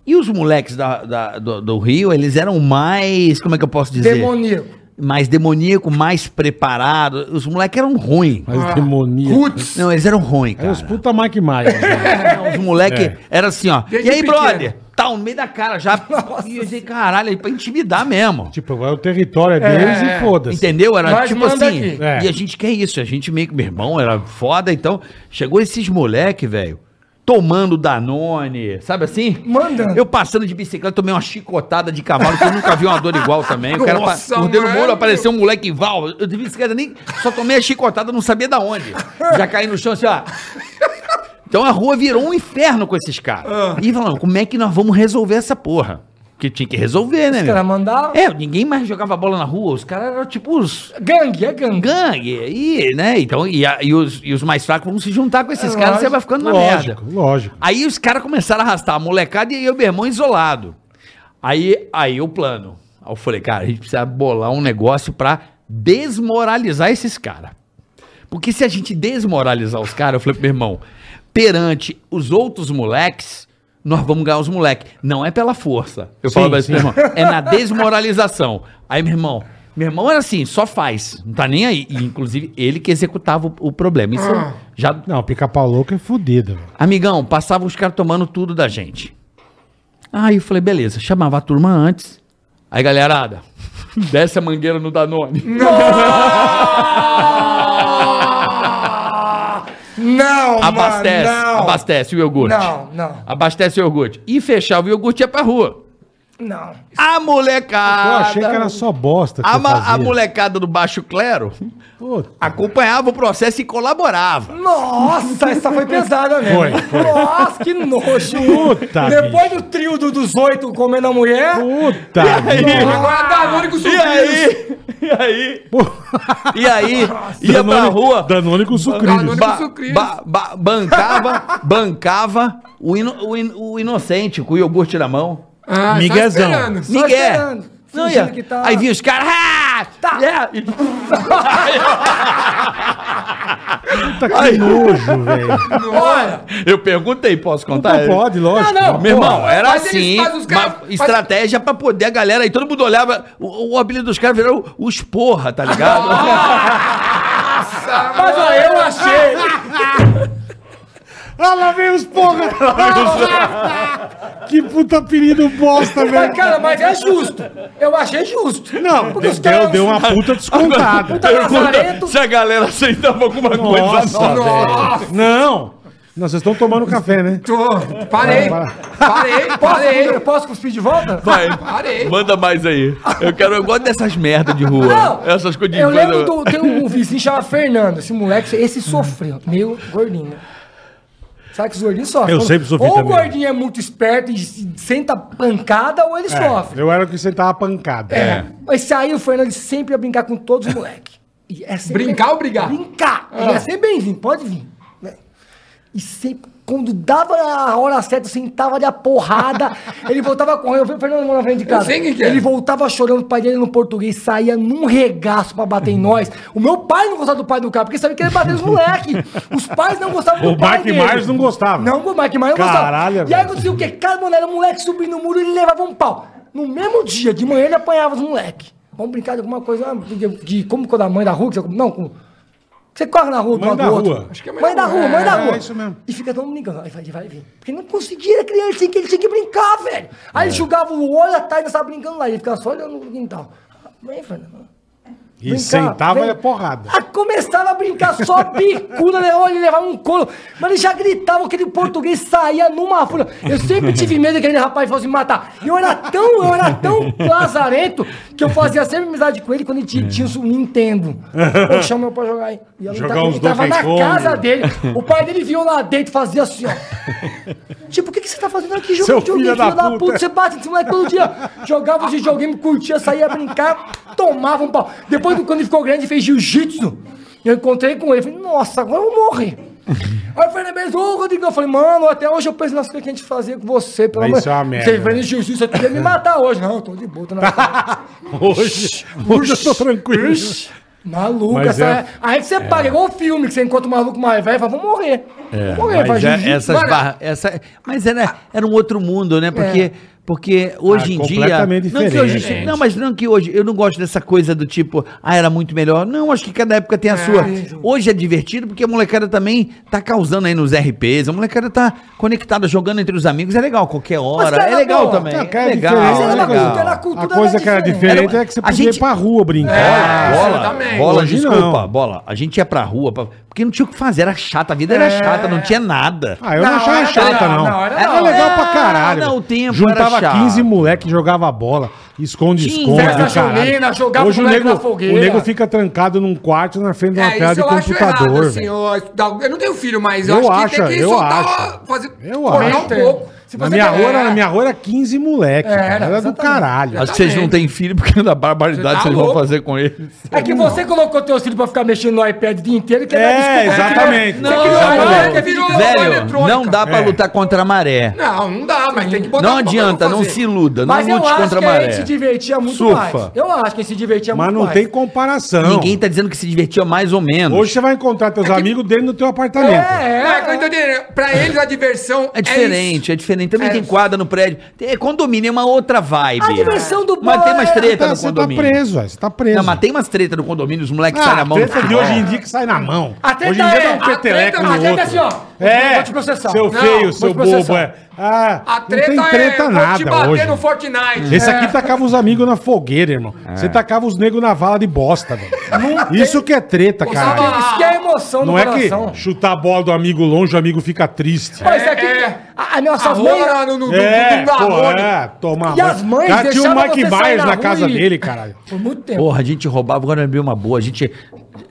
[SPEAKER 3] E os moleques da- da- do, do Rio, eles eram mais, como é que eu posso dizer?
[SPEAKER 4] Demoníaco.
[SPEAKER 3] Mais demoníaco, mais preparado. Os moleques eram ruins.
[SPEAKER 2] Mas demoníaco.
[SPEAKER 5] Putz!
[SPEAKER 3] Não, eles eram ruins,
[SPEAKER 2] É
[SPEAKER 3] cara.
[SPEAKER 2] os Ah. puta Mike Myers.
[SPEAKER 3] <laughs>
[SPEAKER 2] né?
[SPEAKER 3] Não, <laughs> Os moleque
[SPEAKER 2] É.
[SPEAKER 3] era assim, ó.
[SPEAKER 5] Desde
[SPEAKER 3] e aí,
[SPEAKER 5] pequeno.
[SPEAKER 3] brother? Tá no meio da cara já. E eu disse, caralho, aí pra intimidar mesmo.
[SPEAKER 2] tipo, vai o território é deles e foda-se.
[SPEAKER 3] Entendeu? Era
[SPEAKER 5] Mas
[SPEAKER 3] tipo
[SPEAKER 5] manda
[SPEAKER 3] assim.
[SPEAKER 5] aqui.
[SPEAKER 2] É.
[SPEAKER 3] E a gente quer isso. A gente meio que, meu irmão, era foda. Então, chegou esses moleque, velho, tomando Danone, sabe assim?
[SPEAKER 4] Mandando.
[SPEAKER 3] Eu passando de bicicleta, tomei uma chicotada de cavalo, que eu nunca vi uma dor igual também. O cara pa-
[SPEAKER 5] Nossa,
[SPEAKER 3] mordendo o
[SPEAKER 5] mano.
[SPEAKER 3] muro, apareceu um moleque val. Eu de bicicleta nem. Só tomei a chicotada, não sabia da onde. Já caí no chão assim, ó. Então a rua virou um inferno com esses caras.
[SPEAKER 5] Ah.
[SPEAKER 3] E falando, como é que nós vamos resolver essa porra? Porque tinha que resolver, né,
[SPEAKER 4] Os
[SPEAKER 3] meu?
[SPEAKER 4] caras mandavam.
[SPEAKER 3] É, ninguém mais jogava bola na rua, os caras eram tipo os
[SPEAKER 4] Gangue, é gangue.
[SPEAKER 3] gangue, aí, né? Então, e, a- e os, e os mais fracos vão se juntar com esses caras, você vai ficando na merda.
[SPEAKER 2] Lógico, lógico.
[SPEAKER 3] Aí os caras começaram a arrastar a molecada e eu e meu irmão isolado. Aí, aí o plano. Aí eu falei, cara, a gente precisa bolar um negócio pra desmoralizar esses caras. Porque se a gente desmoralizar os caras, eu falei pro meu irmão, perante os outros moleques, nós vamos ganhar os moleques. Não é pela força. Eu
[SPEAKER 2] Sim,
[SPEAKER 3] falo pra esse
[SPEAKER 2] sim.
[SPEAKER 3] meu irmão. É na desmoralização. Aí, meu irmão, meu irmão era assim, só faz. Não tá nem aí. E, inclusive, ele que executava o, o problema. Isso já
[SPEAKER 2] Não, pica-pau louco é fodido. velho.
[SPEAKER 3] Amigão, passavam os caras tomando tudo da gente. Aí eu falei, beleza, chamava a turma antes. Aí, galerada, <laughs> desce a mangueira no Danone.
[SPEAKER 4] Não,
[SPEAKER 3] abastece,
[SPEAKER 4] mano, não.
[SPEAKER 3] abastece o iogurte.
[SPEAKER 4] Não, não,
[SPEAKER 3] Abastece o iogurte. E fechava o iogurte e ia pra rua.
[SPEAKER 4] não.
[SPEAKER 3] A
[SPEAKER 2] Eu
[SPEAKER 3] molecada.
[SPEAKER 2] achei que era só bosta. Que
[SPEAKER 3] Ah, a,
[SPEAKER 2] você
[SPEAKER 3] ma- a
[SPEAKER 2] fazia.
[SPEAKER 3] molecada do baixo clero
[SPEAKER 2] Puta.
[SPEAKER 3] acompanhava o processo e colaborava.
[SPEAKER 4] Nossa, essa foi pesada mesmo.
[SPEAKER 2] Foi, foi.
[SPEAKER 4] Nossa, que nojo.
[SPEAKER 2] Puta,
[SPEAKER 4] Depois do trio do- dos oito comendo a mulher,
[SPEAKER 2] Puta.
[SPEAKER 5] Agora tá, a Danone com
[SPEAKER 3] Ah, E
[SPEAKER 5] sucrilhos.
[SPEAKER 3] aí?
[SPEAKER 2] <laughs>
[SPEAKER 3] E aí? E aí? Ia pra
[SPEAKER 2] Danone-
[SPEAKER 3] rua.
[SPEAKER 2] Danone com sucrilhos.
[SPEAKER 5] Danone-
[SPEAKER 3] Ba-
[SPEAKER 5] Sucrilhos.
[SPEAKER 3] ba- ba- bancava, bancava o, ino- o in- o inocente com o iogurte na mão.
[SPEAKER 5] Ah, só
[SPEAKER 2] Miguezão.
[SPEAKER 5] esperando.
[SPEAKER 4] Só
[SPEAKER 3] Miguel.
[SPEAKER 4] esperando,
[SPEAKER 3] Não
[SPEAKER 4] fingindo
[SPEAKER 3] ia.
[SPEAKER 4] que tá-
[SPEAKER 3] Aí vinha os caras. "Ah, tá. é", e-
[SPEAKER 2] Puta que nojo, velho.
[SPEAKER 3] Olha, eu perguntei, posso contar?
[SPEAKER 2] Não pode, lógico.
[SPEAKER 4] Não, não,
[SPEAKER 3] Meu irmão, era
[SPEAKER 5] Mas eles
[SPEAKER 3] assim,
[SPEAKER 5] fazem os caras-
[SPEAKER 3] uma
[SPEAKER 5] faz-
[SPEAKER 3] estratégia pra poder a galera, e todo mundo olhava, o, o apelido dos caras virou os porra, tá ligado?
[SPEAKER 4] mas ó, eu achei.
[SPEAKER 2] Ah, lá vem os <laughs> porra. <laughs> que puta apelido bosta,
[SPEAKER 4] Mas,
[SPEAKER 2] velho.
[SPEAKER 4] cara, mas é justo. Eu achei justo.
[SPEAKER 2] Não,
[SPEAKER 4] Porque os
[SPEAKER 2] deu,
[SPEAKER 4] caras-
[SPEAKER 2] deu uma puta descontada.
[SPEAKER 4] Puta lazarento.
[SPEAKER 3] se a galera aceitava alguma coisa. né?
[SPEAKER 2] Nossa, velho. Não. Não, vocês estão tomando café, né?
[SPEAKER 5] Tô. Parei.
[SPEAKER 2] <laughs>
[SPEAKER 5] Parei,
[SPEAKER 4] <laughs> Posso,
[SPEAKER 5] parei.
[SPEAKER 4] posso cuspir de volta?
[SPEAKER 3] Vai,
[SPEAKER 5] Parei.
[SPEAKER 3] manda mais aí. Eu quero, eu gosto dessas merdas de rua.
[SPEAKER 4] Não,
[SPEAKER 3] Essas coisas de
[SPEAKER 4] Eu
[SPEAKER 3] coisa-
[SPEAKER 4] lembro, do, tem um vizinho chamado Fernando. Esse moleque, esse sofreu. Meio gordinho. Sabe que os gordinhos sofrem?
[SPEAKER 2] Eu sempre sofri
[SPEAKER 4] Ou
[SPEAKER 2] também.
[SPEAKER 4] o gordinho é muito esperto e se- senta pancada, ou ele
[SPEAKER 2] É,
[SPEAKER 4] sofre.
[SPEAKER 2] eu era o que sentava a pancada.
[SPEAKER 4] É. Mas saiu o Fernando sempre ia brincar com todos os moleques.
[SPEAKER 5] Brincar ou brigar? Ah.
[SPEAKER 4] Brincar. Ele ia ser bem-vindo, pode vir. né? E sempre, quando dava a hora certa, eu sentava de a porrada.
[SPEAKER 5] <laughs>
[SPEAKER 4] ele voltava correndo. Eu vi o Fernando na frente de casa.
[SPEAKER 5] sei quem que é.
[SPEAKER 4] ele voltava chorando, o pai dele no português saía num regaço pra
[SPEAKER 5] Uhum.
[SPEAKER 4] bater em nós. O meu pai não gostava do pai do cara, porque sabia que ele ia bater nos moleques. Os pais não gostavam
[SPEAKER 2] O
[SPEAKER 4] do pai
[SPEAKER 2] Mike Myers não gostava.
[SPEAKER 4] Não, o Mike Myers não
[SPEAKER 2] Caralho,
[SPEAKER 4] gostava. E aí
[SPEAKER 2] velho.
[SPEAKER 4] aconteceu o quê? Cada mano era um moleque subindo no muro e ele levava um pau. No mesmo dia, de manhã ele apanhava os moleque. Vamos brincar de alguma coisa, ah, de, de- como quando a mãe da rua, que você- não, com... Você corre na rua,
[SPEAKER 2] Mãe
[SPEAKER 4] uma
[SPEAKER 2] da
[SPEAKER 4] do
[SPEAKER 2] rua.
[SPEAKER 5] Acho que é
[SPEAKER 4] mãe,
[SPEAKER 5] mãe
[SPEAKER 4] da
[SPEAKER 5] da
[SPEAKER 4] rua, mãe da
[SPEAKER 2] É,
[SPEAKER 4] rua.
[SPEAKER 2] é isso mesmo.
[SPEAKER 4] E fica todo mundo brincando. Aí vai, vai vir. Porque ele não conseguia, era criança, ele tinha que, ele tinha que brincar, velho. Aí
[SPEAKER 2] É.
[SPEAKER 4] ele jogava o olho, a tarde estava brincando lá. Ele ficava só olhando no quintal. Vem, Fernando.
[SPEAKER 2] E sentava, era
[SPEAKER 4] <laughs>
[SPEAKER 2] porrada.
[SPEAKER 4] Ah, começava a brincar só bicuda, né? Olha, ele levava um colo. Mas ele já gritava, aquele português saía numa fúria. Eu sempre tive medo que aquele rapaz fosse me matar. E eu era tão, eu era tão lazarento que eu fazia sempre amizade com ele quando ele
[SPEAKER 2] É.
[SPEAKER 4] tinha, tinha um Nintendo. Eu chamo meu pai jogar aí. E eu
[SPEAKER 2] Jogar
[SPEAKER 4] tava,
[SPEAKER 2] uns
[SPEAKER 4] ele tava
[SPEAKER 2] Donkey
[SPEAKER 4] na
[SPEAKER 2] Kong.
[SPEAKER 4] casa dele. O pai dele viu lá dentro e fazia assim, ó. Tipo, o que, que você tá fazendo aqui?
[SPEAKER 2] Seu
[SPEAKER 4] Jogando videogame,
[SPEAKER 2] filho da puta.
[SPEAKER 4] Você bate nesse moleque todo dia. Jogava videogame, curtia, saía brincar, tomava um pau. Depois, quando ele ficou grande, fez jiu-jitsu. Eu encontrei com ele. Falei, nossa, agora eu vou morrer. Aí eu falei, mas ô, Rodrigão, eu falei, mano, até hoje eu penso nas coisas que a gente fazia com você, pelo
[SPEAKER 2] Mas
[SPEAKER 4] amor
[SPEAKER 2] isso é uma merda,
[SPEAKER 4] Você vem
[SPEAKER 2] né?
[SPEAKER 4] no jiu-jitsu, você queria me matar hoje. Não, eu tô de boa, tô
[SPEAKER 2] <laughs>
[SPEAKER 4] na paz.
[SPEAKER 2] Hoje, hoje eu tô tranquilo.
[SPEAKER 4] Maluco,
[SPEAKER 2] Mas
[SPEAKER 4] essa
[SPEAKER 2] é-
[SPEAKER 4] é... Aí que você paga, igual o filme, que você encontra um maluco mais velho e fala, vou morrer. Vou morrer,
[SPEAKER 3] Mas,
[SPEAKER 4] faz
[SPEAKER 3] é-
[SPEAKER 4] jiu-jitsu.
[SPEAKER 3] essas
[SPEAKER 4] Mano,
[SPEAKER 3] barra- essa, mas era, era um outro mundo, né? Porque, porque hoje
[SPEAKER 2] Ah,
[SPEAKER 3] em dia.
[SPEAKER 2] completamente
[SPEAKER 3] não, que hoje,
[SPEAKER 2] diferente.
[SPEAKER 3] não, mas não que hoje. Eu não gosto dessa coisa do tipo, ah, era muito melhor. Não, acho que cada época tem a sua. Hoje é divertido porque a molecada também tá causando aí nos RPs. A molecada tá conectada, jogando entre os amigos. É legal, qualquer hora.
[SPEAKER 4] cara,
[SPEAKER 3] É legal
[SPEAKER 4] não,
[SPEAKER 3] também.
[SPEAKER 2] Não,
[SPEAKER 3] é
[SPEAKER 2] cara, é
[SPEAKER 3] legal.
[SPEAKER 2] diferente,
[SPEAKER 3] é
[SPEAKER 4] era
[SPEAKER 2] né,
[SPEAKER 4] da
[SPEAKER 3] legal.
[SPEAKER 2] cara?
[SPEAKER 4] cultura, era cultura,
[SPEAKER 2] A coisa
[SPEAKER 4] era
[SPEAKER 2] que era
[SPEAKER 4] diferente.
[SPEAKER 2] diferente é que você
[SPEAKER 3] A
[SPEAKER 2] podia
[SPEAKER 3] gente-
[SPEAKER 2] ir pra rua brincar.
[SPEAKER 3] É, Bola,
[SPEAKER 5] Exatamente.
[SPEAKER 3] bola
[SPEAKER 2] Hoje
[SPEAKER 3] desculpa,
[SPEAKER 2] não.
[SPEAKER 3] bola. A gente ia pra rua, pra- porque não tinha o que fazer, era chata, a vida era chata, não tinha nada.
[SPEAKER 2] Ah, eu não,
[SPEAKER 4] Na
[SPEAKER 2] achava
[SPEAKER 4] hora
[SPEAKER 2] chata,
[SPEAKER 4] não,
[SPEAKER 2] não.
[SPEAKER 4] na hora
[SPEAKER 2] era
[SPEAKER 4] não.
[SPEAKER 2] legal pra
[SPEAKER 3] Ah,
[SPEAKER 2] caralho.
[SPEAKER 3] não,
[SPEAKER 2] velho.
[SPEAKER 3] o tempo
[SPEAKER 2] Juntava
[SPEAKER 3] era chato.
[SPEAKER 2] 15 moleque, jogava bola, esconde-esconde.
[SPEAKER 3] Festa
[SPEAKER 2] do caralho.
[SPEAKER 4] junina, jogava
[SPEAKER 2] Hoje
[SPEAKER 4] o
[SPEAKER 2] o
[SPEAKER 4] moleque
[SPEAKER 2] nego,
[SPEAKER 4] na fogueira.
[SPEAKER 2] o nego fica trancado num quarto na frente de uma
[SPEAKER 5] É,
[SPEAKER 2] tela
[SPEAKER 5] isso
[SPEAKER 2] de
[SPEAKER 5] eu acho errado,
[SPEAKER 2] computador.
[SPEAKER 5] assim.
[SPEAKER 2] velho.
[SPEAKER 5] Eu, acho- dá- eu não tenho filho, mas eu,
[SPEAKER 2] Eu
[SPEAKER 5] acho que
[SPEAKER 2] acho,
[SPEAKER 5] tem que
[SPEAKER 2] eu
[SPEAKER 5] soltar,
[SPEAKER 2] acho.
[SPEAKER 5] uma- fazer,
[SPEAKER 2] Eu
[SPEAKER 5] cortar
[SPEAKER 2] acho.
[SPEAKER 5] um pouco. Se
[SPEAKER 2] Na
[SPEAKER 5] você
[SPEAKER 2] minha,
[SPEAKER 5] quer-
[SPEAKER 2] rua,
[SPEAKER 5] é.
[SPEAKER 2] na minha rua era 15 moleque,
[SPEAKER 4] Era,
[SPEAKER 2] cara. era, do
[SPEAKER 4] exatamente.
[SPEAKER 2] caralho.
[SPEAKER 3] Acho que vocês não têm filho porque da barbaridade
[SPEAKER 5] Você tá
[SPEAKER 3] vocês vão
[SPEAKER 5] louco.
[SPEAKER 3] fazer com eles.
[SPEAKER 4] É que você colocou teus filhos pra ficar mexendo no iPad o dia inteiro. Que
[SPEAKER 2] É, exatamente.
[SPEAKER 4] Não,
[SPEAKER 5] Você
[SPEAKER 4] não,
[SPEAKER 5] criou uma
[SPEAKER 4] não,
[SPEAKER 5] marca, virou uma
[SPEAKER 3] Velho,
[SPEAKER 5] eletrônica.
[SPEAKER 3] não dá pra
[SPEAKER 2] É.
[SPEAKER 3] lutar contra a maré.
[SPEAKER 5] Não, não dá, mas tem que botar
[SPEAKER 3] Não
[SPEAKER 5] uma coisa
[SPEAKER 3] adianta,
[SPEAKER 5] pra
[SPEAKER 3] não
[SPEAKER 5] fazer.
[SPEAKER 3] se iluda, não
[SPEAKER 4] Mas eu
[SPEAKER 3] lute
[SPEAKER 4] acho
[SPEAKER 3] contra a
[SPEAKER 4] que é a gente se
[SPEAKER 3] maré.
[SPEAKER 4] divertia muito
[SPEAKER 2] Surfa.
[SPEAKER 4] mais. Eu acho que ele se divertia
[SPEAKER 2] Mas
[SPEAKER 4] muito
[SPEAKER 2] não
[SPEAKER 4] mais.
[SPEAKER 2] tem comparação.
[SPEAKER 3] Ninguém tá dizendo que se divertia mais ou menos.
[SPEAKER 2] Hoje você vai encontrar teus amigos dentro do teu apartamento.
[SPEAKER 4] É,
[SPEAKER 5] É, que eu tô entendendo. Pra eles a diversão
[SPEAKER 3] É diferente, é, diferente. Também
[SPEAKER 5] É
[SPEAKER 3] tem
[SPEAKER 5] isso.
[SPEAKER 3] quadra no prédio. Tem- é condomínio, é uma outra vibe.
[SPEAKER 4] A diversão do
[SPEAKER 3] Mas
[SPEAKER 4] pau
[SPEAKER 3] tem mais
[SPEAKER 4] é-
[SPEAKER 3] treta
[SPEAKER 2] Tá-
[SPEAKER 3] no
[SPEAKER 2] você tá
[SPEAKER 3] condomínio.
[SPEAKER 2] preso, velho. Você tá preso.
[SPEAKER 3] Não, mas tem umas treta no condomínio, os moleques saem na
[SPEAKER 2] Ah,
[SPEAKER 3] mão. do
[SPEAKER 2] treta de
[SPEAKER 3] futebol.
[SPEAKER 2] hoje em dia que sai na mão.
[SPEAKER 4] A treta
[SPEAKER 2] hoje em dia
[SPEAKER 4] é-
[SPEAKER 2] dá um
[SPEAKER 4] a
[SPEAKER 2] peteleco
[SPEAKER 5] treta-
[SPEAKER 2] no
[SPEAKER 5] a
[SPEAKER 2] outro.
[SPEAKER 5] treta
[SPEAKER 4] é assim, ó,
[SPEAKER 2] É,
[SPEAKER 4] vou te processar.
[SPEAKER 2] seu
[SPEAKER 4] Não,
[SPEAKER 2] feio,
[SPEAKER 4] vou te
[SPEAKER 2] seu
[SPEAKER 4] processar.
[SPEAKER 2] bobo. É. Ah,
[SPEAKER 5] A treta,
[SPEAKER 2] não tem treta
[SPEAKER 5] é vou te
[SPEAKER 2] nada
[SPEAKER 5] bater
[SPEAKER 2] hoje.
[SPEAKER 5] no Fortnite.
[SPEAKER 4] É.
[SPEAKER 2] Esse é aqui tacava os amigos na fogueira, irmão.
[SPEAKER 3] É.
[SPEAKER 2] Você tacava os negros na vala de bosta, velho. Isso que é treta, cara.
[SPEAKER 5] sabe-
[SPEAKER 4] Isso que é a emoção
[SPEAKER 2] Não
[SPEAKER 4] do
[SPEAKER 2] é
[SPEAKER 4] coração.
[SPEAKER 2] que chutar a bola do amigo longe, o amigo fica triste.
[SPEAKER 4] Mas é que
[SPEAKER 5] É.
[SPEAKER 4] a, a nossa
[SPEAKER 5] A
[SPEAKER 4] mãe...
[SPEAKER 5] rola no, no, no,
[SPEAKER 2] É,
[SPEAKER 5] no
[SPEAKER 2] pô,
[SPEAKER 5] Danone.
[SPEAKER 2] é, tomar
[SPEAKER 4] E as mães
[SPEAKER 2] Cara, tinha o
[SPEAKER 4] deixavam
[SPEAKER 2] Mike
[SPEAKER 4] você sair
[SPEAKER 2] Myers
[SPEAKER 4] na
[SPEAKER 2] na
[SPEAKER 4] rua
[SPEAKER 2] casa
[SPEAKER 4] e-
[SPEAKER 2] dele, caralho.
[SPEAKER 4] Por muito tempo.
[SPEAKER 3] Porra, a gente roubava, agora eu lembrei uma boa. A gente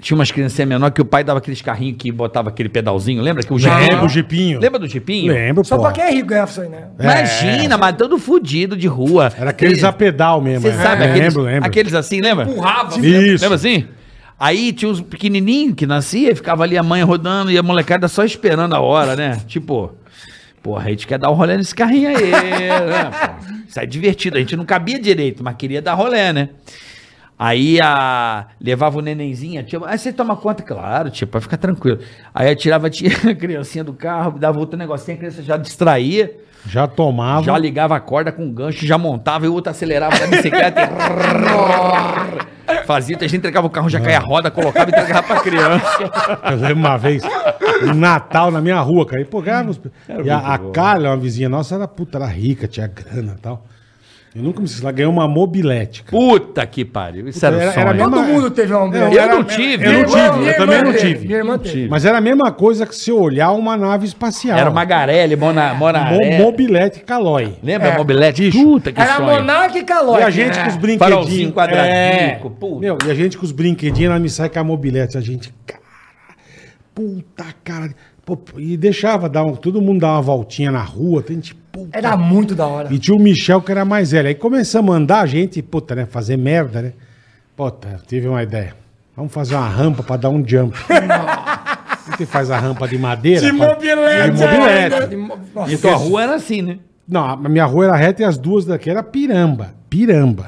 [SPEAKER 3] tinha umas criancinhas menores que o pai dava aqueles carrinhos que botava aquele pedalzinho, lembra? Que o
[SPEAKER 2] Lembro,
[SPEAKER 3] jipinho.
[SPEAKER 2] o Jipinho.
[SPEAKER 3] Lembra do jipinho?
[SPEAKER 2] Lembro,
[SPEAKER 4] Só
[SPEAKER 2] pô.
[SPEAKER 4] pra quem é rico ganhava isso aí, né?
[SPEAKER 3] Imagina, mas todo fudido de rua.
[SPEAKER 2] Era aqueles a pedal mesmo.
[SPEAKER 3] Você
[SPEAKER 2] é.
[SPEAKER 3] sabe,
[SPEAKER 2] lembro,
[SPEAKER 3] aqueles,
[SPEAKER 2] lembro.
[SPEAKER 3] aqueles assim, lembra?
[SPEAKER 2] é.
[SPEAKER 5] Empurrava.
[SPEAKER 2] Isso.
[SPEAKER 3] Lembra assim? Aí tinha uns pequenininhos que nascia e ficava ali a mãe rodando e a molecada só esperando a hora, né? Tipo, porra, a gente quer dar um rolê nesse carrinho aí, né? pô? Isso é divertido, a gente não cabia direito, mas queria dar rolê, né? Aí a... levava o nenenzinho, a tia, aí você toma conta, claro, tia, pra ficar tranquilo. Aí eu tirava a, tia, <laughs> a criancinha do carro, dava outro negocinho, a criança já distraía.
[SPEAKER 2] Já tomava.
[SPEAKER 3] Já ligava a corda com gancho, já montava e o outro acelerava na bicicleta. e Fazia, a gente entregava o carro, já caía a roda, colocava e entregava pra criança.
[SPEAKER 2] Eu lembro uma vez, no Natal, na minha rua, cara. E, pô, cara, nos- e a, a Carla, uma vizinha nossa, era puta, era rica, tinha grana e tal. Eu nunca me esqueci, ela ganhou uma mobilete, cara.
[SPEAKER 3] Puta que pariu, isso era,
[SPEAKER 2] Era-
[SPEAKER 3] um
[SPEAKER 2] era
[SPEAKER 3] sonho.
[SPEAKER 2] a mesma-
[SPEAKER 4] Todo mundo teve uma
[SPEAKER 2] é. Eu
[SPEAKER 3] Eu
[SPEAKER 4] mulher.
[SPEAKER 3] não tive.
[SPEAKER 2] Eu não
[SPEAKER 4] Minha
[SPEAKER 2] tive, eu
[SPEAKER 4] irmã
[SPEAKER 2] também não
[SPEAKER 4] teve, Minha
[SPEAKER 2] tive.
[SPEAKER 4] irmã teve.
[SPEAKER 2] Mas era a mesma coisa que se olhar uma nave espacial.
[SPEAKER 3] Era uma garelha, mona,
[SPEAKER 2] Mo-
[SPEAKER 3] monaré.
[SPEAKER 2] mobilete calói.
[SPEAKER 3] Lembra a mobilete? Puta que
[SPEAKER 4] Era
[SPEAKER 3] sonho.
[SPEAKER 4] monarca e né? calói.
[SPEAKER 2] E a gente com os
[SPEAKER 3] né? Farolzinho
[SPEAKER 2] brinquedinhos.
[SPEAKER 3] quadradinho,
[SPEAKER 2] É.
[SPEAKER 3] com- puta.
[SPEAKER 2] Meu, e a gente com os brinquedinhos, ela me sai com a mobilete. A gente, cara, puta cara. Pô, e deixava dar um- todo mundo dar uma voltinha na rua. A gente, puta
[SPEAKER 4] Era muito da hora.
[SPEAKER 2] E tinha o Michel, que era mais velho. Aí começamos a andar, a gente, puta, né? Fazer merda, né? Puta, tive uma ideia. Vamos fazer uma rampa pra dar um jump. Você faz a rampa de madeira.
[SPEAKER 4] De
[SPEAKER 2] faz-
[SPEAKER 4] mobilete né?
[SPEAKER 2] De mobilete. Então
[SPEAKER 3] E tua rua era assim, né?
[SPEAKER 2] Não, a minha rua era reta e as duas daqui era piramba. Piramba.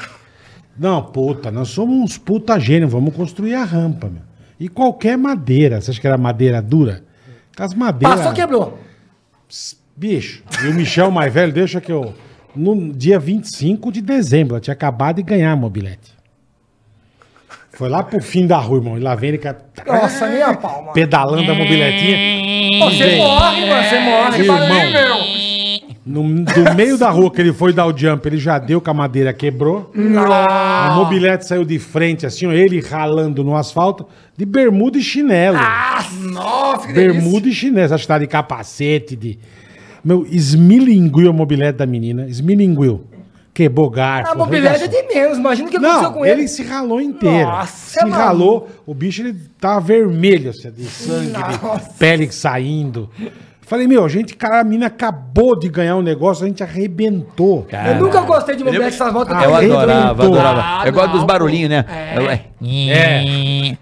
[SPEAKER 2] Não, puta, nós somos uns puta gênio, vamos construir a rampa, meu. E qualquer madeira. Você acha que era madeira dura? Com as madeiras.
[SPEAKER 4] Passou, quebrou.
[SPEAKER 2] Bicho. E o Michel mais velho, deixa que eu. no dia 25 de dezembro. Ela tinha acabado de ganhar a mobilete. Foi lá pro fim da rua, irmão. E lá vem ele ca-
[SPEAKER 4] Nossa, nem a palma.
[SPEAKER 2] pedalando a mobiletinha.
[SPEAKER 4] É. Pô, você morre, mano, você morre.
[SPEAKER 2] Irmão.
[SPEAKER 5] Aí, meu.
[SPEAKER 2] No, do meio da rua que ele foi dar o jump, ele já deu com a madeira, quebrou. A mobilete saiu de frente, assim, ó, ele ralando no asfalto, de bermuda e chinelo.
[SPEAKER 5] Ah, nossa, que
[SPEAKER 2] bermuda e chinelo. Acho que tá de capacete, de. Meu, esmilinguiu a mobilete da menina, esmilinguiu. Quebrou garfo.
[SPEAKER 4] A mobilidade é
[SPEAKER 2] arregaçou.
[SPEAKER 4] de menos, imagina o que aconteceu
[SPEAKER 2] Não,
[SPEAKER 4] com
[SPEAKER 2] ele
[SPEAKER 4] ele.
[SPEAKER 2] se ralou inteiro.
[SPEAKER 4] Nossa,
[SPEAKER 2] se
[SPEAKER 4] mano.
[SPEAKER 2] ralou, o bicho ele tava vermelho, assim, de sangue, de pele saindo. Falei, meu, a gente, cara, a mina acabou de ganhar um negócio, a gente arrebentou.
[SPEAKER 4] Eu nunca gostei de mobilidade dessas motos.
[SPEAKER 2] Ah,
[SPEAKER 3] Eu
[SPEAKER 2] ele
[SPEAKER 3] adorava,
[SPEAKER 2] inventou.
[SPEAKER 3] adorava. eu gosto dos barulhinhos, né? É,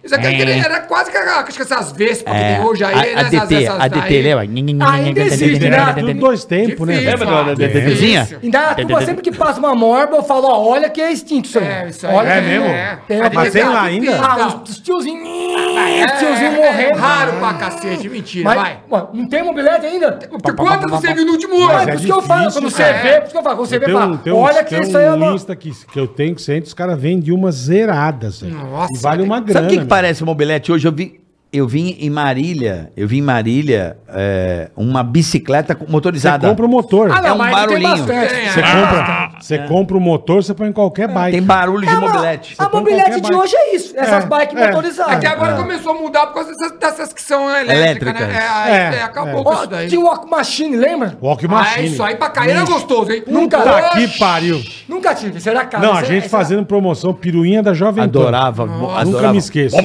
[SPEAKER 5] Isso aqui era, era quase que, a- acho que essas vespas que tem hoje aí, né?
[SPEAKER 3] É. A, a
[SPEAKER 5] Essas-
[SPEAKER 3] DT,
[SPEAKER 5] essas
[SPEAKER 3] a
[SPEAKER 5] daí.
[SPEAKER 3] DT, lembra?
[SPEAKER 4] Ainda
[SPEAKER 3] é,
[SPEAKER 4] existe, né?
[SPEAKER 2] Era tudo dois tempos, né?
[SPEAKER 5] Difícil,
[SPEAKER 2] velho?
[SPEAKER 5] ah,
[SPEAKER 3] da- da- da-
[SPEAKER 5] difícil.
[SPEAKER 3] da-
[SPEAKER 4] Ainda a turma sempre que passa uma morba, eu falo, ó, olha que é extinto isso aí.
[SPEAKER 5] É, isso aí.
[SPEAKER 4] Olha
[SPEAKER 2] É
[SPEAKER 4] que-
[SPEAKER 2] mesmo?
[SPEAKER 4] Tem
[SPEAKER 5] A
[SPEAKER 4] uma-
[SPEAKER 2] Mas tem lá ainda?
[SPEAKER 4] Ah, os, os tiozinhos. os
[SPEAKER 5] É,
[SPEAKER 4] tiozinhos
[SPEAKER 5] é
[SPEAKER 4] morrendo.
[SPEAKER 5] raro pra cacete, mentira,
[SPEAKER 4] Mas,
[SPEAKER 5] vai.
[SPEAKER 4] mano, não tem mobilete ainda?
[SPEAKER 5] Porque quantas você viu no último
[SPEAKER 2] é
[SPEAKER 4] Mas por
[SPEAKER 5] ano?
[SPEAKER 4] isso que eu falo,
[SPEAKER 2] difícil,
[SPEAKER 4] quando você
[SPEAKER 2] cara.
[SPEAKER 4] vê, é por isso que eu falo, quando você vê,
[SPEAKER 2] Tem um,
[SPEAKER 4] fala,
[SPEAKER 2] tem um,
[SPEAKER 4] olha que
[SPEAKER 2] tem
[SPEAKER 4] isso aí é
[SPEAKER 2] um
[SPEAKER 4] uma...
[SPEAKER 2] lista que, que eu tenho que você entra, os caras vendem umas zeradas. velho.
[SPEAKER 5] Nossa,
[SPEAKER 2] e vale uma grana.
[SPEAKER 3] Sabe o que, que
[SPEAKER 2] meu.
[SPEAKER 3] parece o mobilete hoje? Eu vi, eu vim em Marília, eu vi em Marília é, uma bicicleta com-
[SPEAKER 2] Você
[SPEAKER 3] motorizada.
[SPEAKER 2] compra o motor.
[SPEAKER 4] Ah, não,
[SPEAKER 3] É um
[SPEAKER 4] mas ainda tem
[SPEAKER 3] barulhinho.
[SPEAKER 4] bastante.
[SPEAKER 5] Tem,
[SPEAKER 2] você compra, você compra o motor, você põe em qualquer bike.
[SPEAKER 3] Tem barulho de
[SPEAKER 4] É, mas
[SPEAKER 3] mobilete.
[SPEAKER 4] A
[SPEAKER 2] põe
[SPEAKER 4] mobilete
[SPEAKER 2] qualquer
[SPEAKER 4] de
[SPEAKER 2] bike.
[SPEAKER 4] hoje é isso, essas
[SPEAKER 2] É,
[SPEAKER 4] bikes
[SPEAKER 2] é.
[SPEAKER 5] É que
[SPEAKER 4] motorizadas.
[SPEAKER 5] agora começou a mudar por causa dessas, dessas que são elétricas, né?
[SPEAKER 3] Elétricas.
[SPEAKER 5] É, aí
[SPEAKER 2] É,
[SPEAKER 5] é, acabou
[SPEAKER 2] é.
[SPEAKER 5] com
[SPEAKER 4] Ó,
[SPEAKER 5] isso daí.
[SPEAKER 4] tinha o Walk Machine, lembra?
[SPEAKER 2] Walk
[SPEAKER 5] Ah,
[SPEAKER 2] machine.
[SPEAKER 5] isso aí pra cair era gostoso, hein?
[SPEAKER 4] Nunca.
[SPEAKER 5] Oxe,
[SPEAKER 2] Puta que pariu.
[SPEAKER 4] Nunca tive, será caro?
[SPEAKER 2] Não, a
[SPEAKER 4] será-
[SPEAKER 2] gente
[SPEAKER 4] será-
[SPEAKER 2] fazendo promoção piruinha da Jovem Pan.
[SPEAKER 3] Adorava, mo-
[SPEAKER 2] Nunca
[SPEAKER 3] adorava.
[SPEAKER 2] me esqueço.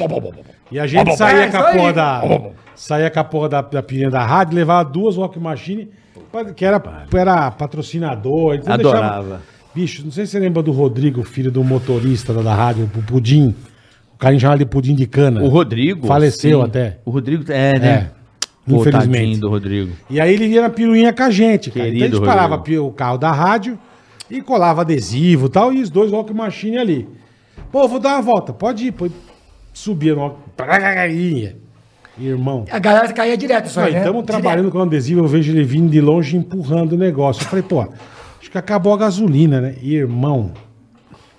[SPEAKER 2] E a gente
[SPEAKER 4] É,
[SPEAKER 2] saía com a
[SPEAKER 4] isso aí.
[SPEAKER 2] porra da. Saía com a porra da, da pirinha da rádio, levava duas Walk Machine, pra- que era, era patrocinador. então
[SPEAKER 3] Adorava.
[SPEAKER 2] Bicho, não sei se você lembra do Rodrigo, filho do motorista da, da rádio, o Pudim. O carinha chamava de Pudim de Cana.
[SPEAKER 3] O Rodrigo.
[SPEAKER 2] Faleceu
[SPEAKER 3] sim.
[SPEAKER 2] até.
[SPEAKER 3] O Rodrigo, é,
[SPEAKER 2] É.
[SPEAKER 3] né? Pô,
[SPEAKER 2] Infelizmente.
[SPEAKER 3] tadinho do Rodrigo.
[SPEAKER 2] E aí ele ia na piruinha com a gente, cara.
[SPEAKER 3] Querido
[SPEAKER 2] então a gente parava
[SPEAKER 3] Rodrigo.
[SPEAKER 2] pi- o carro da rádio e colava adesivo e tal, e os dois walk machine ali. Pô, vou dar uma volta. Pode ir, pô. Subia no walk. ia. Irmão.
[SPEAKER 4] A galera caía direto, isso
[SPEAKER 2] Nós
[SPEAKER 4] aí, né?
[SPEAKER 2] estamos trabalhando com adesivo, eu vejo ele vindo de longe empurrando o negócio. Eu falei, pô, acho que acabou a gasolina, né? E, irmão,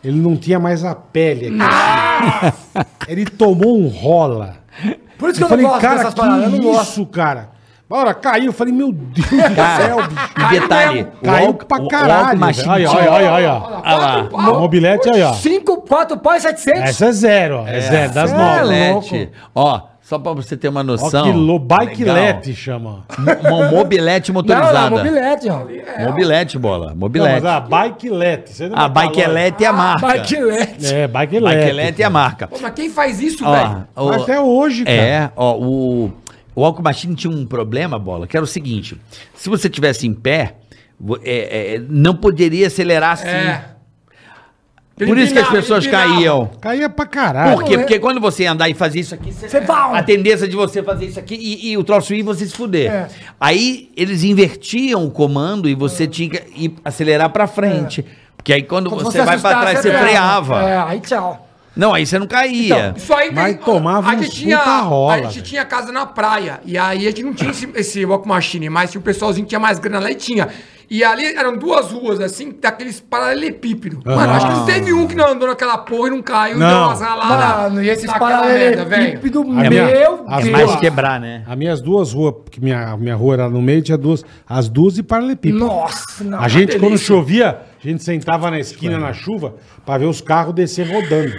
[SPEAKER 2] ele não tinha mais a pele aqui. assim. Ele tomou um rola.
[SPEAKER 4] Direto. Por isso que
[SPEAKER 2] Eu
[SPEAKER 4] eu não
[SPEAKER 2] falei,
[SPEAKER 4] gosto
[SPEAKER 2] cara,
[SPEAKER 4] dessas paradas, eu não
[SPEAKER 2] que
[SPEAKER 4] gosto.
[SPEAKER 2] isso, cara? Na hora caiu, eu falei, meu Deus do céu, bicho.
[SPEAKER 3] E detalhe, o
[SPEAKER 2] Caiu
[SPEAKER 3] Walk-
[SPEAKER 2] pra
[SPEAKER 3] o Walk
[SPEAKER 2] caralho.
[SPEAKER 3] Machine
[SPEAKER 2] velho. Aí, ó,
[SPEAKER 3] tinha- um-
[SPEAKER 2] aí, ó, aí, ó, aí, ó.
[SPEAKER 5] quatro
[SPEAKER 3] lá.
[SPEAKER 5] pau.
[SPEAKER 2] O mobilete aí, ó.
[SPEAKER 4] 5, 4 pais, 700.
[SPEAKER 2] Essa é zero, ó. é, zero, das
[SPEAKER 3] É,
[SPEAKER 2] novas.
[SPEAKER 3] mobilete. Ó, só pra você ter uma
[SPEAKER 2] Ó,
[SPEAKER 3] noção.
[SPEAKER 2] que lo, bike
[SPEAKER 3] Legal.
[SPEAKER 2] lete chama.
[SPEAKER 3] Mo- mo- mobilete
[SPEAKER 4] Não,
[SPEAKER 3] motorizada.
[SPEAKER 4] não, mobilete, É, ó.
[SPEAKER 3] Mobilete, bola.
[SPEAKER 2] Não, mas ah,
[SPEAKER 3] Mobilete.
[SPEAKER 2] a bike lete. você não
[SPEAKER 3] a
[SPEAKER 2] vai
[SPEAKER 3] bike
[SPEAKER 2] falar.
[SPEAKER 3] elétrica
[SPEAKER 2] <laughs>
[SPEAKER 3] é a marca.
[SPEAKER 4] Bikelet.
[SPEAKER 2] É, bike lete.
[SPEAKER 3] Bike elétrica é a marca.
[SPEAKER 5] Pô, mas quem faz isso,
[SPEAKER 3] Ó,
[SPEAKER 5] velho?
[SPEAKER 3] o-
[SPEAKER 2] Até hoje, cara.
[SPEAKER 3] É, ó, o, o álcool machine tinha um problema, bola, que era o seguinte: se você tivesse em pé, vo- é, é, não poderia acelerar assim.
[SPEAKER 5] É.
[SPEAKER 3] Por isso que as
[SPEAKER 5] Ele
[SPEAKER 3] pessoas
[SPEAKER 5] empinava.
[SPEAKER 3] caíam.
[SPEAKER 2] Caía pra caralho.
[SPEAKER 3] Por quê? Porque quando você andar e fazer isso aqui, você-
[SPEAKER 4] Você vai.
[SPEAKER 3] a tendência de você fazer isso aqui e, e o troço ir e você se fuder.
[SPEAKER 4] É.
[SPEAKER 3] Aí eles invertiam o comando e você tinha que ir acelerar pra frente. Porque aí quando,
[SPEAKER 4] Quando
[SPEAKER 3] você, vai pra
[SPEAKER 4] assustar,
[SPEAKER 3] trás, você
[SPEAKER 4] freia.
[SPEAKER 3] freava.
[SPEAKER 4] É, aí tchau.
[SPEAKER 3] Não, aí você não caía.
[SPEAKER 5] Isso aí um-
[SPEAKER 2] Mas tomava
[SPEAKER 5] a
[SPEAKER 2] uns
[SPEAKER 5] gente tinha
[SPEAKER 2] puta rola,
[SPEAKER 5] A gente
[SPEAKER 2] velho.
[SPEAKER 5] tinha casa na praia. E aí a gente não tinha esse, esse walk machine, mas tinha o pessoalzinho que tinha mais grana lá e tinha. E ali eram duas ruas, assim, daqueles paralelepípedos. Mano, acho que não teve um que não andou naquela porra e não caiu,
[SPEAKER 2] Ah. Não.
[SPEAKER 5] deu umas raladas.
[SPEAKER 4] Mano, e esses
[SPEAKER 5] naquela Ah, tá merda, velho.
[SPEAKER 4] paralelepípedos,
[SPEAKER 2] A
[SPEAKER 4] meu
[SPEAKER 2] minha-
[SPEAKER 4] Deus.
[SPEAKER 2] as
[SPEAKER 3] É
[SPEAKER 2] mais
[SPEAKER 3] mais quebrar, né?
[SPEAKER 2] As minhas duas ruas, que minha, minha rua era no meio, tinha duas. As duas e paralelepípedo.
[SPEAKER 4] Nossa, não.
[SPEAKER 2] A gente, quando chovia, a gente sentava na esquina na chuva pra ver os carros descer rodando.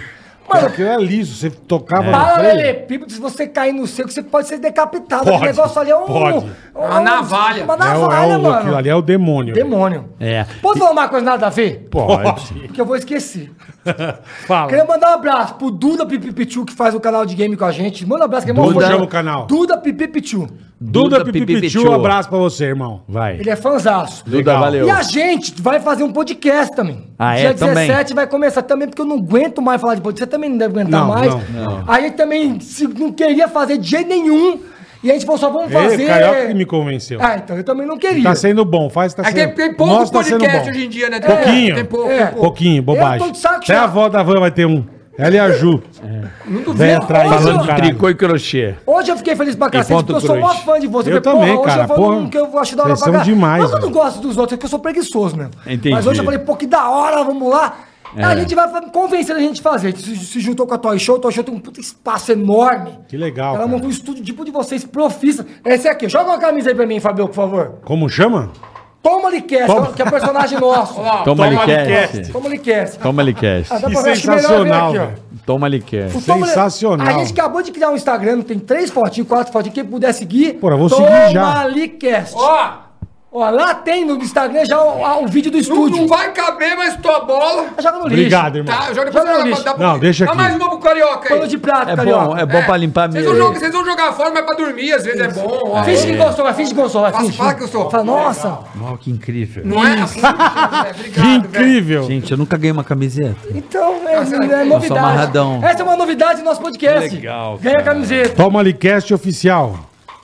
[SPEAKER 2] Mano,
[SPEAKER 4] Mano,
[SPEAKER 2] aquilo era liso, você tocava no freio.
[SPEAKER 4] Paralelepípedo, se você cair no seco, você pode ser decapitado.
[SPEAKER 2] Pode,
[SPEAKER 4] Aquele negócio ali é um.
[SPEAKER 2] pode.
[SPEAKER 4] um-
[SPEAKER 5] Uma navalha.
[SPEAKER 4] Uma
[SPEAKER 2] É, o- é
[SPEAKER 4] navalha,
[SPEAKER 2] o- aquilo
[SPEAKER 4] mano.
[SPEAKER 2] ali é o demônio.
[SPEAKER 4] Demônio.
[SPEAKER 3] É.
[SPEAKER 4] Posso falar uma coisa nada a ver?
[SPEAKER 2] Pode.
[SPEAKER 4] Porque eu vou esquecer.
[SPEAKER 2] <laughs> Fala.
[SPEAKER 4] Queria mandar um abraço pro Duda Pipipichu, que faz o canal de game com a gente. Manda um abraço, que é mó
[SPEAKER 2] Como
[SPEAKER 4] fã.
[SPEAKER 2] chama o canal?
[SPEAKER 4] Duda Pipipichu.
[SPEAKER 2] Duda
[SPEAKER 3] Duda
[SPEAKER 2] Pipipichu,
[SPEAKER 3] Pipipichu.
[SPEAKER 2] um abraço pra você, irmão. Vai.
[SPEAKER 4] Ele é fanzaço.
[SPEAKER 3] Duda, valeu.
[SPEAKER 4] E a gente vai fazer um podcast também.
[SPEAKER 3] Ah, é?
[SPEAKER 4] Dia
[SPEAKER 3] Também.
[SPEAKER 4] 17 vai começar também, porque eu não aguento mais falar de podcast. Você também não deve aguentar
[SPEAKER 2] Não,
[SPEAKER 4] mais.
[SPEAKER 2] não,
[SPEAKER 4] A gente também se- não queria fazer de jeito nenhum. E a gente falou, só vamos fazer.
[SPEAKER 2] Ei, Carioca que me convenceu.
[SPEAKER 4] Ah, então eu também não queria.
[SPEAKER 2] Tá sendo bom, faz, tá
[SPEAKER 5] É que
[SPEAKER 2] sendo...
[SPEAKER 5] tem, tem pouco
[SPEAKER 2] Nosso tá sendo
[SPEAKER 5] podcast
[SPEAKER 2] bom.
[SPEAKER 5] hoje em dia, né? Tem-
[SPEAKER 2] Pouquinho.
[SPEAKER 5] Tem pouco.
[SPEAKER 4] É.
[SPEAKER 5] tem pouco.
[SPEAKER 2] Pouquinho,
[SPEAKER 4] Eu tô
[SPEAKER 2] bobagem.
[SPEAKER 4] de saco
[SPEAKER 2] Até
[SPEAKER 4] cheio.
[SPEAKER 2] a avó da van vai ter um. Ela e a Ju.
[SPEAKER 4] Não duvido.
[SPEAKER 2] Vem atrás
[SPEAKER 4] Hoje eu-
[SPEAKER 2] do caralho.
[SPEAKER 3] Tricô e crochê.
[SPEAKER 4] Hoje eu fiquei feliz pra cacete,
[SPEAKER 3] ponto
[SPEAKER 4] porque eu sou
[SPEAKER 3] cruz.
[SPEAKER 4] mó fã de você.
[SPEAKER 2] Eu
[SPEAKER 4] Porque,
[SPEAKER 2] também,
[SPEAKER 4] hoje
[SPEAKER 2] cara,
[SPEAKER 4] eu falei
[SPEAKER 2] porra,
[SPEAKER 4] que eu acho da hora
[SPEAKER 2] vocês são
[SPEAKER 4] caralho.
[SPEAKER 2] demais,
[SPEAKER 4] Mas eu não
[SPEAKER 2] velho.
[SPEAKER 4] gosto dos outros, porque eu sou preguiçoso mesmo.
[SPEAKER 3] Entendi.
[SPEAKER 4] Mas hoje eu falei, pô, que da hora, vamos lá.
[SPEAKER 2] É.
[SPEAKER 4] A gente vai fa- convencendo a gente a fazer. A gente se, se juntou com a Toy Show, a Toy Show tem um puta espaço enorme.
[SPEAKER 2] Que legal,
[SPEAKER 4] Ela
[SPEAKER 2] cara.
[SPEAKER 4] montou um estúdio tipo de vocês, profissa. Esse aqui, joga uma camisa aí pra mim, Fabio, por favor.
[SPEAKER 2] Como chama?
[SPEAKER 4] Toma Liquest,
[SPEAKER 2] Toma.
[SPEAKER 4] que é personagem nosso.
[SPEAKER 3] Toma
[SPEAKER 2] Alicast.
[SPEAKER 3] Alicast.
[SPEAKER 4] Toma Liquest.
[SPEAKER 3] Toma Alicast.
[SPEAKER 4] Ah, dá
[SPEAKER 2] Que
[SPEAKER 4] pra ver, acho que melhor
[SPEAKER 2] sensacional,
[SPEAKER 4] ver aqui, ó.
[SPEAKER 2] velho.
[SPEAKER 3] Toma Alicast.
[SPEAKER 4] O Tom-
[SPEAKER 2] Sensacional.
[SPEAKER 4] A gente acabou de criar um Instagram, tem três fotinhos, quatro fotinhos. Quem puder seguir,
[SPEAKER 2] Porra, eu vou
[SPEAKER 4] Toma
[SPEAKER 2] seguir já.
[SPEAKER 4] Alicast. Ó,
[SPEAKER 5] Ó,
[SPEAKER 4] lá tem no Instagram já o, o vídeo do
[SPEAKER 5] não,
[SPEAKER 4] estúdio.
[SPEAKER 5] não vai caber mais tua bola.
[SPEAKER 4] Joga no lixo.
[SPEAKER 2] Obrigado, irmão.
[SPEAKER 5] Tá, joga
[SPEAKER 4] Joga no lixo.
[SPEAKER 5] dá pra-
[SPEAKER 2] Não, deixa
[SPEAKER 5] Dá
[SPEAKER 2] aqui.
[SPEAKER 5] mais uma pro Carioca
[SPEAKER 4] Pano
[SPEAKER 5] aí.
[SPEAKER 4] de prato,
[SPEAKER 3] É
[SPEAKER 4] carioca.
[SPEAKER 3] bom, é bom pra limpar
[SPEAKER 5] Vocês
[SPEAKER 3] mesmo.
[SPEAKER 5] vão, jogar, vocês vão jogar fora, mas pra dormir às vezes é bom. ó.
[SPEAKER 4] Finge que gostou, vai, finge que gostou, vai.
[SPEAKER 5] Fala-
[SPEAKER 4] finge.
[SPEAKER 5] fala que eu sou.
[SPEAKER 4] assim, Fala, nossa.
[SPEAKER 3] Uau, que incrível.
[SPEAKER 5] Não <laughs> é? Puxa,
[SPEAKER 2] Que
[SPEAKER 5] Obrigado, tá, velho.
[SPEAKER 2] incrível.
[SPEAKER 3] Gente, eu nunca ganhei uma camiseta.
[SPEAKER 4] Então,
[SPEAKER 5] Ah,
[SPEAKER 4] é, é
[SPEAKER 3] sou
[SPEAKER 4] novidade.
[SPEAKER 3] amarradão.
[SPEAKER 4] Essa é uma novidade do nosso podcast.
[SPEAKER 3] Legal,
[SPEAKER 4] Ganha a camiseta.
[SPEAKER 2] Toma Alicast oficial.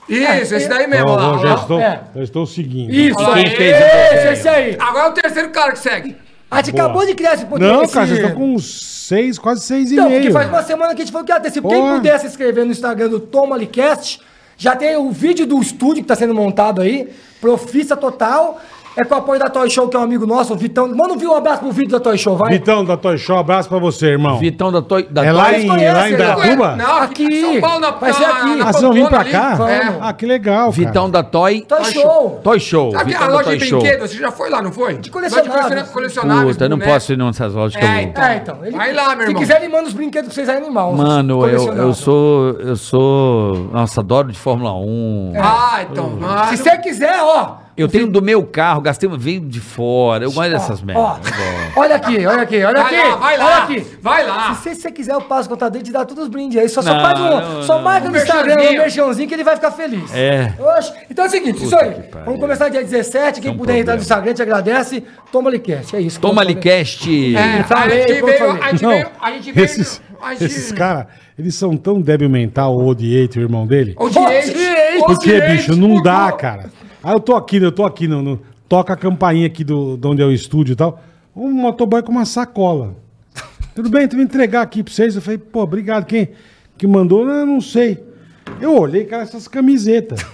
[SPEAKER 5] Isso, esse daí
[SPEAKER 2] Eu,
[SPEAKER 5] mesmo. lá,
[SPEAKER 2] eu já
[SPEAKER 5] ó.
[SPEAKER 2] estou,
[SPEAKER 4] é.
[SPEAKER 2] eu estou seguindo.
[SPEAKER 4] Isso,
[SPEAKER 5] Quem
[SPEAKER 4] aí.
[SPEAKER 5] fez o
[SPEAKER 4] Isso, esse aí.
[SPEAKER 5] Agora é o terceiro cara que segue.
[SPEAKER 4] A gente
[SPEAKER 2] Boa.
[SPEAKER 4] acabou de criar esse podcast.
[SPEAKER 2] Não,
[SPEAKER 4] esse-
[SPEAKER 2] cara, vocês estão com uns seis, quase seis
[SPEAKER 4] Então,
[SPEAKER 2] e
[SPEAKER 4] porque
[SPEAKER 2] meio.
[SPEAKER 4] faz uma semana que a gente falou que ia ter. Se quem
[SPEAKER 2] Porra.
[SPEAKER 4] puder se inscrever no Instagram do Toma Alicast, já tem o vídeo do estúdio que tá sendo montado aí, Profissa Total. É com o apoio da Toy Show, que é um amigo nosso, o Vitão. Manda um vi- um abraço pro vídeo da Toy Show, vai.
[SPEAKER 2] Vitão da Toy Show, abraço pra você, irmão.
[SPEAKER 3] Vitão da Toy. Da
[SPEAKER 2] É lá
[SPEAKER 4] Vocês
[SPEAKER 2] em,
[SPEAKER 4] conhecem,
[SPEAKER 2] lá em
[SPEAKER 4] né?
[SPEAKER 2] Datuba?
[SPEAKER 5] Não, aqui.
[SPEAKER 4] Aqui.
[SPEAKER 5] em São Paulo, na
[SPEAKER 4] Vai ser
[SPEAKER 5] na-
[SPEAKER 4] aqui.
[SPEAKER 5] na
[SPEAKER 2] Ah, vocês vão vir pra
[SPEAKER 5] Pampulha
[SPEAKER 2] cá?
[SPEAKER 5] ali. É.
[SPEAKER 2] Ah, que legal, cara.
[SPEAKER 3] Vitão da Toy.
[SPEAKER 4] Toy Show.
[SPEAKER 3] Toy Show.
[SPEAKER 5] Sabe
[SPEAKER 3] Vitão
[SPEAKER 5] a
[SPEAKER 3] da
[SPEAKER 5] loja
[SPEAKER 3] Toy
[SPEAKER 5] de
[SPEAKER 3] tá Show.
[SPEAKER 5] brinquedo? Você já foi lá, não foi?
[SPEAKER 4] De colecionáveis.
[SPEAKER 5] coleciona- colecionáveis.
[SPEAKER 3] Puta, eu não
[SPEAKER 5] boneco.
[SPEAKER 3] posso ir nessas lojas que eu
[SPEAKER 5] É,
[SPEAKER 3] vou.
[SPEAKER 5] então.
[SPEAKER 4] É, então. ele-
[SPEAKER 5] Vai lá, meu
[SPEAKER 4] Se
[SPEAKER 5] irmão.
[SPEAKER 4] quiser, ele manda os brinquedos pra vocês aí animal. os
[SPEAKER 3] Mano, eu, eu
[SPEAKER 4] colecionáveis.
[SPEAKER 3] sou. Eu sou. Nossa, adoro de Fórmula 1.
[SPEAKER 5] Ah,
[SPEAKER 3] Hum.
[SPEAKER 5] então. ah,
[SPEAKER 4] Se você quiser, ó.
[SPEAKER 3] Eu tenho do meu carro, gastei um veio de fora. Eu gosto dessas
[SPEAKER 4] ó.
[SPEAKER 3] merdas.
[SPEAKER 4] Olha aqui, olha aqui, olha
[SPEAKER 5] Vai
[SPEAKER 4] aqui.
[SPEAKER 5] lá, vai
[SPEAKER 4] Olha
[SPEAKER 5] lá.
[SPEAKER 4] aqui.
[SPEAKER 5] Vai lá.
[SPEAKER 4] Se você quiser, eu passo o contador e te dá todos os brindes aí. Só, só
[SPEAKER 3] Ah. Não,
[SPEAKER 4] faz um.
[SPEAKER 3] não,
[SPEAKER 4] só
[SPEAKER 3] não.
[SPEAKER 4] marca
[SPEAKER 5] Um
[SPEAKER 4] no Instagram um
[SPEAKER 5] merchanzinho.
[SPEAKER 4] merchanzinho que ele vai ficar feliz.
[SPEAKER 3] É.
[SPEAKER 4] Oxe. Então é o seguinte, isso aí.
[SPEAKER 3] que pariu.
[SPEAKER 4] Vamos começar dia 17. Quem
[SPEAKER 3] um
[SPEAKER 4] puder entrar
[SPEAKER 3] problema.
[SPEAKER 4] no Instagram, te agradece. Toma Alicast. É isso.
[SPEAKER 3] Toma
[SPEAKER 4] Como eu falei.
[SPEAKER 3] Alicast.
[SPEAKER 5] É,
[SPEAKER 4] falei,
[SPEAKER 5] a
[SPEAKER 4] como
[SPEAKER 5] gente
[SPEAKER 4] eu
[SPEAKER 5] veio.
[SPEAKER 4] falei.
[SPEAKER 5] A gente
[SPEAKER 2] Não,
[SPEAKER 5] veio. A gente veio.
[SPEAKER 2] esses,
[SPEAKER 5] a gente-
[SPEAKER 2] esses caras, eles são tão débil mental, o Odiator, o irmão dele.
[SPEAKER 5] O direito.
[SPEAKER 4] direito.
[SPEAKER 5] o
[SPEAKER 2] Por quê,
[SPEAKER 5] direito,
[SPEAKER 2] bicho? Não
[SPEAKER 5] tudo.
[SPEAKER 2] dá, cara. Ah, eu tô aqui, eu tô aqui, não, não- toca a campainha aqui do, de onde é o estúdio e tal. Um motoboy com uma sacola. Tudo bem, tu vim entregar aqui pra vocês. Eu falei, pô, obrigado. Quem que mandou? Não, não sei. Eu olhei, cara, essas camisetas.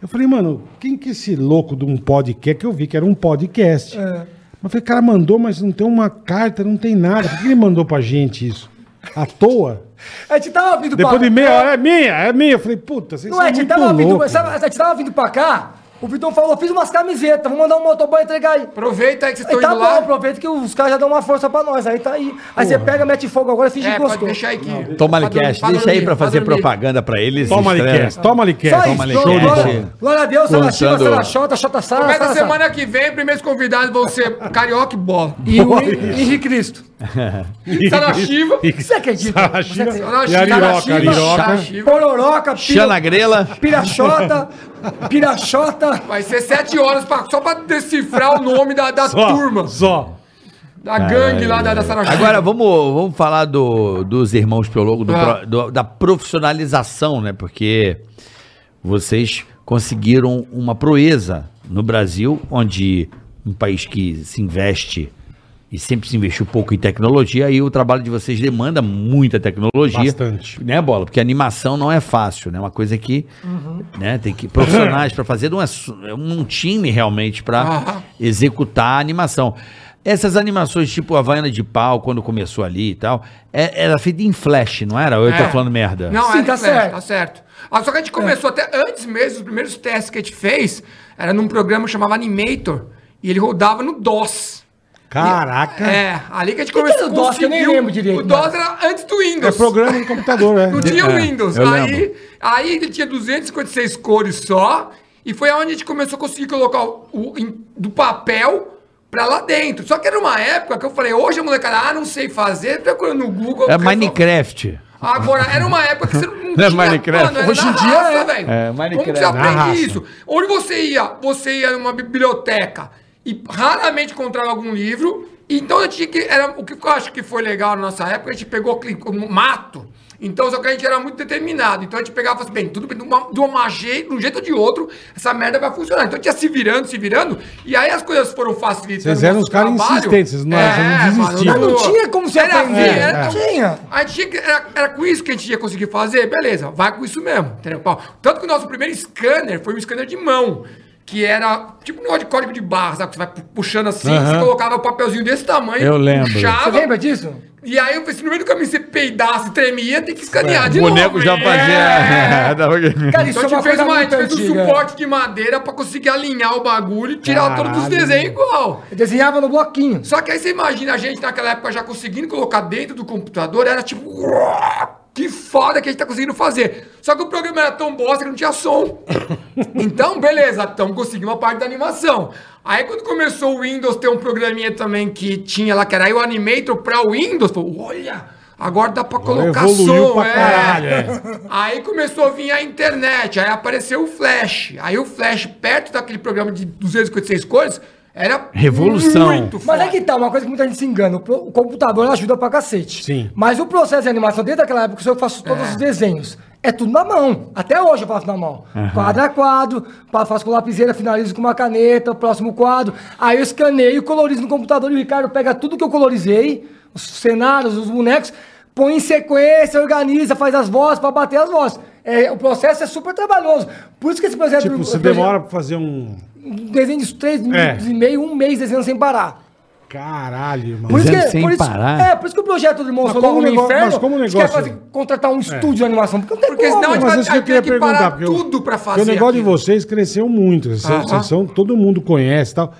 [SPEAKER 2] Eu falei, mano, quem que é esse louco de um podcast? Que eu vi que era um podcast. Mas eu falei, cara, mandou, mas não tem uma carta, não tem nada. Por que ele mandou pra gente isso? À toa?
[SPEAKER 4] A gente É, tava vindo
[SPEAKER 2] Depois de meia hora, é minha, é minha. Eu falei, puta, vocês
[SPEAKER 4] Não é, a
[SPEAKER 2] são
[SPEAKER 4] gente
[SPEAKER 2] muito
[SPEAKER 4] tava vindo.
[SPEAKER 2] loucos.
[SPEAKER 4] sabe, A gente tava vindo pra cá. O Vitão falou: fiz umas camisetas, vou mandar um motoboy entregar aí.
[SPEAKER 5] Aproveita aí que vocês
[SPEAKER 4] Aí,
[SPEAKER 5] estão
[SPEAKER 4] tá
[SPEAKER 5] indo
[SPEAKER 4] bom,
[SPEAKER 5] lá.
[SPEAKER 4] aproveita que os caras já dão uma força pra nós. Aí tá aí. Aí você pega, mete fogo agora e finge
[SPEAKER 5] É,
[SPEAKER 4] que
[SPEAKER 5] pode
[SPEAKER 4] gostou.
[SPEAKER 5] deixar aí que.
[SPEAKER 3] Toma
[SPEAKER 5] pra dormir,
[SPEAKER 3] Alicast.
[SPEAKER 5] pra
[SPEAKER 3] Deixa aí
[SPEAKER 5] dormir,
[SPEAKER 3] pra fazer
[SPEAKER 5] dormir.
[SPEAKER 3] propaganda pra eles.
[SPEAKER 2] Toma
[SPEAKER 3] estreia.
[SPEAKER 2] Alicast, toma Alicast.
[SPEAKER 4] Só
[SPEAKER 2] Toma
[SPEAKER 4] isso,
[SPEAKER 2] Alicast.
[SPEAKER 4] glória, glória a Deus, Sara Chiva,
[SPEAKER 3] Plantando-
[SPEAKER 4] Sara Xota, Xota Sara,
[SPEAKER 5] Começa
[SPEAKER 4] Sara, Sara.
[SPEAKER 5] semana que vem, primeiros convidados vão ser Carioca e Bola.
[SPEAKER 4] E o Henrique Cristo.
[SPEAKER 2] <laughs>
[SPEAKER 5] Sarashiva.
[SPEAKER 4] Você acredita? Você
[SPEAKER 2] Sarashiva.
[SPEAKER 4] acredita?
[SPEAKER 2] E a Ariroca, a Ariroca.
[SPEAKER 5] Sarashiva.
[SPEAKER 4] Pororoca,
[SPEAKER 3] Xana
[SPEAKER 4] pira,
[SPEAKER 3] Grela.
[SPEAKER 4] Piraxota, Piraxota.
[SPEAKER 5] Vai ser sete horas pra- só pra decifrar o nome da, da
[SPEAKER 2] Só,
[SPEAKER 5] turma.
[SPEAKER 2] Só.
[SPEAKER 5] Da gangue lá da, da Sarashiva.
[SPEAKER 3] Agora vamos, vamos falar do, dos irmãos Piologo, do
[SPEAKER 5] Ah.
[SPEAKER 3] pro- do- da profissionalização, né? Porque vocês conseguiram uma proeza no Brasil, onde um país que se investe e sempre se investiu pouco em tecnologia, aí o trabalho de vocês demanda muita tecnologia.
[SPEAKER 2] Bastante.
[SPEAKER 3] Né, Bola? Porque animação não é fácil, né? Uma coisa que né, tem que profissionais pra fazer, não é su- é um time realmente pra
[SPEAKER 5] Aham.
[SPEAKER 3] executar a animação. Essas animações tipo Havaiana de Pau, quando começou ali e tal, é- era feita em flash, não era? Ou eu
[SPEAKER 5] É.
[SPEAKER 3] tô falando merda?
[SPEAKER 5] Não,
[SPEAKER 4] Sim,
[SPEAKER 5] era
[SPEAKER 4] tá
[SPEAKER 5] em flash,
[SPEAKER 4] certo. É.
[SPEAKER 5] tá certo. Ah, só que a gente começou até antes mesmo, os primeiros testes que a gente fez, era num programa que chamava Animator, e ele rodava no DOS.
[SPEAKER 2] Caraca. É,
[SPEAKER 5] É, ali que a gente
[SPEAKER 4] que
[SPEAKER 5] começou
[SPEAKER 4] era o DOS? Que eu nem lembro direito,
[SPEAKER 5] O DOS era antes do Windows.
[SPEAKER 2] É programa de computador, é.
[SPEAKER 5] Não tinha o
[SPEAKER 3] É,
[SPEAKER 5] Windows.
[SPEAKER 3] eu
[SPEAKER 5] Aí,
[SPEAKER 3] lembro.
[SPEAKER 5] aí ele tinha 256 cores só. E foi onde a gente começou a conseguir colocar o, o- em- do papel pra lá dentro. Só que era uma época que eu falei, hoje a molecada, ah, não sei fazer, procurando no Google.
[SPEAKER 3] É
[SPEAKER 5] porque-
[SPEAKER 3] Minecraft.
[SPEAKER 5] Agora, era uma época que você não não
[SPEAKER 3] Não é Minecraft.
[SPEAKER 5] era
[SPEAKER 4] Hoje
[SPEAKER 5] na
[SPEAKER 4] em dia
[SPEAKER 5] raça,
[SPEAKER 4] é.
[SPEAKER 5] velho.
[SPEAKER 3] É,
[SPEAKER 5] Como que
[SPEAKER 3] Minecraft.
[SPEAKER 5] você
[SPEAKER 3] Na
[SPEAKER 5] aprende
[SPEAKER 2] raça.
[SPEAKER 5] isso? Onde você ia? Você ia numa biblioteca e raramente encontrava algum livro. Então eu tinha que. Era, o que eu acho que foi legal na nossa época, a gente pegou cli- um mato Então, só que a gente era muito determinado. Então a gente pegava e falava assim, bem, tudo bem, de, uma, de, uma je- de um jeito ou de outro, essa merda vai funcionar. Então a gente ia se virando, se virando, e aí as coisas foram facilitando.
[SPEAKER 2] Vocês eram
[SPEAKER 5] nosso
[SPEAKER 2] uns caras
[SPEAKER 5] trabalho. É,
[SPEAKER 2] insistentes, vocês não- vocês não
[SPEAKER 5] mano,
[SPEAKER 2] desistiam.
[SPEAKER 4] Mas não tinha como se
[SPEAKER 5] era, assim,
[SPEAKER 4] aprender,
[SPEAKER 5] era-
[SPEAKER 4] não tinha.
[SPEAKER 5] a gente tinha que- era, era com isso que a gente ia conseguir fazer, beleza, vai com isso mesmo, entendeu, Paulo? Tanto que o nosso primeiro scanner foi um scanner de mão, que era tipo um negócio de código de barra, sabe? Que você vai pu- puxando assim, você colocava um papelzinho desse tamanho,
[SPEAKER 8] Eu lembro.
[SPEAKER 4] Você
[SPEAKER 5] puxava,
[SPEAKER 4] lembra disso?
[SPEAKER 5] e aí eu pensei, no meio do caminho você peidasse, tremia, tem que escanear de
[SPEAKER 3] O boneco
[SPEAKER 5] novo.
[SPEAKER 3] já
[SPEAKER 5] É.
[SPEAKER 3] fazia. <laughs> é, Dá pra-
[SPEAKER 4] Cara, isso
[SPEAKER 5] Então a
[SPEAKER 4] é uma
[SPEAKER 5] gente fez,
[SPEAKER 4] coisa
[SPEAKER 5] uma, a
[SPEAKER 4] muito
[SPEAKER 5] gente fez um
[SPEAKER 4] antiga.
[SPEAKER 5] suporte de madeira pra conseguir alinhar o bagulho e tirar todos os
[SPEAKER 2] Caralho.
[SPEAKER 5] desenhos igual.
[SPEAKER 4] Eu desenhava no bloquinho.
[SPEAKER 5] Só que aí você imagina a gente naquela época já conseguindo colocar dentro do computador, era tipo, "Uau, que foda que a gente tá conseguindo fazer. Só que o programa era tão bosta que não
[SPEAKER 2] <laughs>
[SPEAKER 5] tinha som. Então, beleza, então conseguimos uma parte da animação. Aí quando começou o Windows ter um programinha também que tinha lá, que era aí o Animator pra Windows, falou, olha, agora dá pra colocar
[SPEAKER 2] evoluiu
[SPEAKER 5] som.
[SPEAKER 2] pra
[SPEAKER 5] é."
[SPEAKER 2] caralho, é.
[SPEAKER 5] <laughs> Aí começou a vir a internet, aí apareceu o Flash. Aí o Flash, perto daquele programa de 256 cores, era
[SPEAKER 3] Revolução.
[SPEAKER 5] muito
[SPEAKER 4] Mas
[SPEAKER 5] foda.
[SPEAKER 4] é que tá, uma coisa que muita gente se engana. O, pro- o computador ajuda pra cacete.
[SPEAKER 2] Sim.
[SPEAKER 4] Mas o processo de animação, desde aquela época que eu faço todos os desenhos, é tudo na mão. Até hoje eu faço na mão. Quadro a quadro, pa- faço com lapiseira, finalizo com uma caneta, o próximo quadro. Aí eu escaneio, colorizo no computador e o Ricardo pega tudo que eu colorizei, os cenários, os bonecos, põe em sequência, organiza, faz as vozes pra bater as vozes. É, o processo é super trabalhoso. Por isso que esse projeto...
[SPEAKER 2] Tipo, você
[SPEAKER 4] projeto-
[SPEAKER 2] demora pra fazer um.
[SPEAKER 4] um Desenho de três minutos
[SPEAKER 2] É.
[SPEAKER 4] e meio, um mês desenhando sem parar.
[SPEAKER 2] Caralho, irmão.
[SPEAKER 4] Por isso
[SPEAKER 3] Desenho
[SPEAKER 4] que,
[SPEAKER 3] sem
[SPEAKER 4] por isso,
[SPEAKER 3] parar.
[SPEAKER 4] É, por isso que o projeto do Monstro
[SPEAKER 2] Mas como
[SPEAKER 4] Logo no
[SPEAKER 2] nego-
[SPEAKER 4] Inferno,
[SPEAKER 2] mas como
[SPEAKER 4] a gente
[SPEAKER 2] negócio-
[SPEAKER 4] quer fazer, contratar um estúdio de animação, porque não tem
[SPEAKER 5] É. Porque
[SPEAKER 4] como.
[SPEAKER 5] senão a gente
[SPEAKER 2] Mas
[SPEAKER 5] vai-
[SPEAKER 2] isso que eu
[SPEAKER 5] aí
[SPEAKER 2] queria
[SPEAKER 5] tem que
[SPEAKER 2] perguntar.
[SPEAKER 5] parar
[SPEAKER 2] porque o-
[SPEAKER 5] tudo pra
[SPEAKER 2] porque
[SPEAKER 5] fazer
[SPEAKER 2] O negócio de
[SPEAKER 5] aquilo.
[SPEAKER 2] vocês cresceu muito. Vocês,
[SPEAKER 5] Aham.
[SPEAKER 2] vocês são, todo mundo conhece e tal.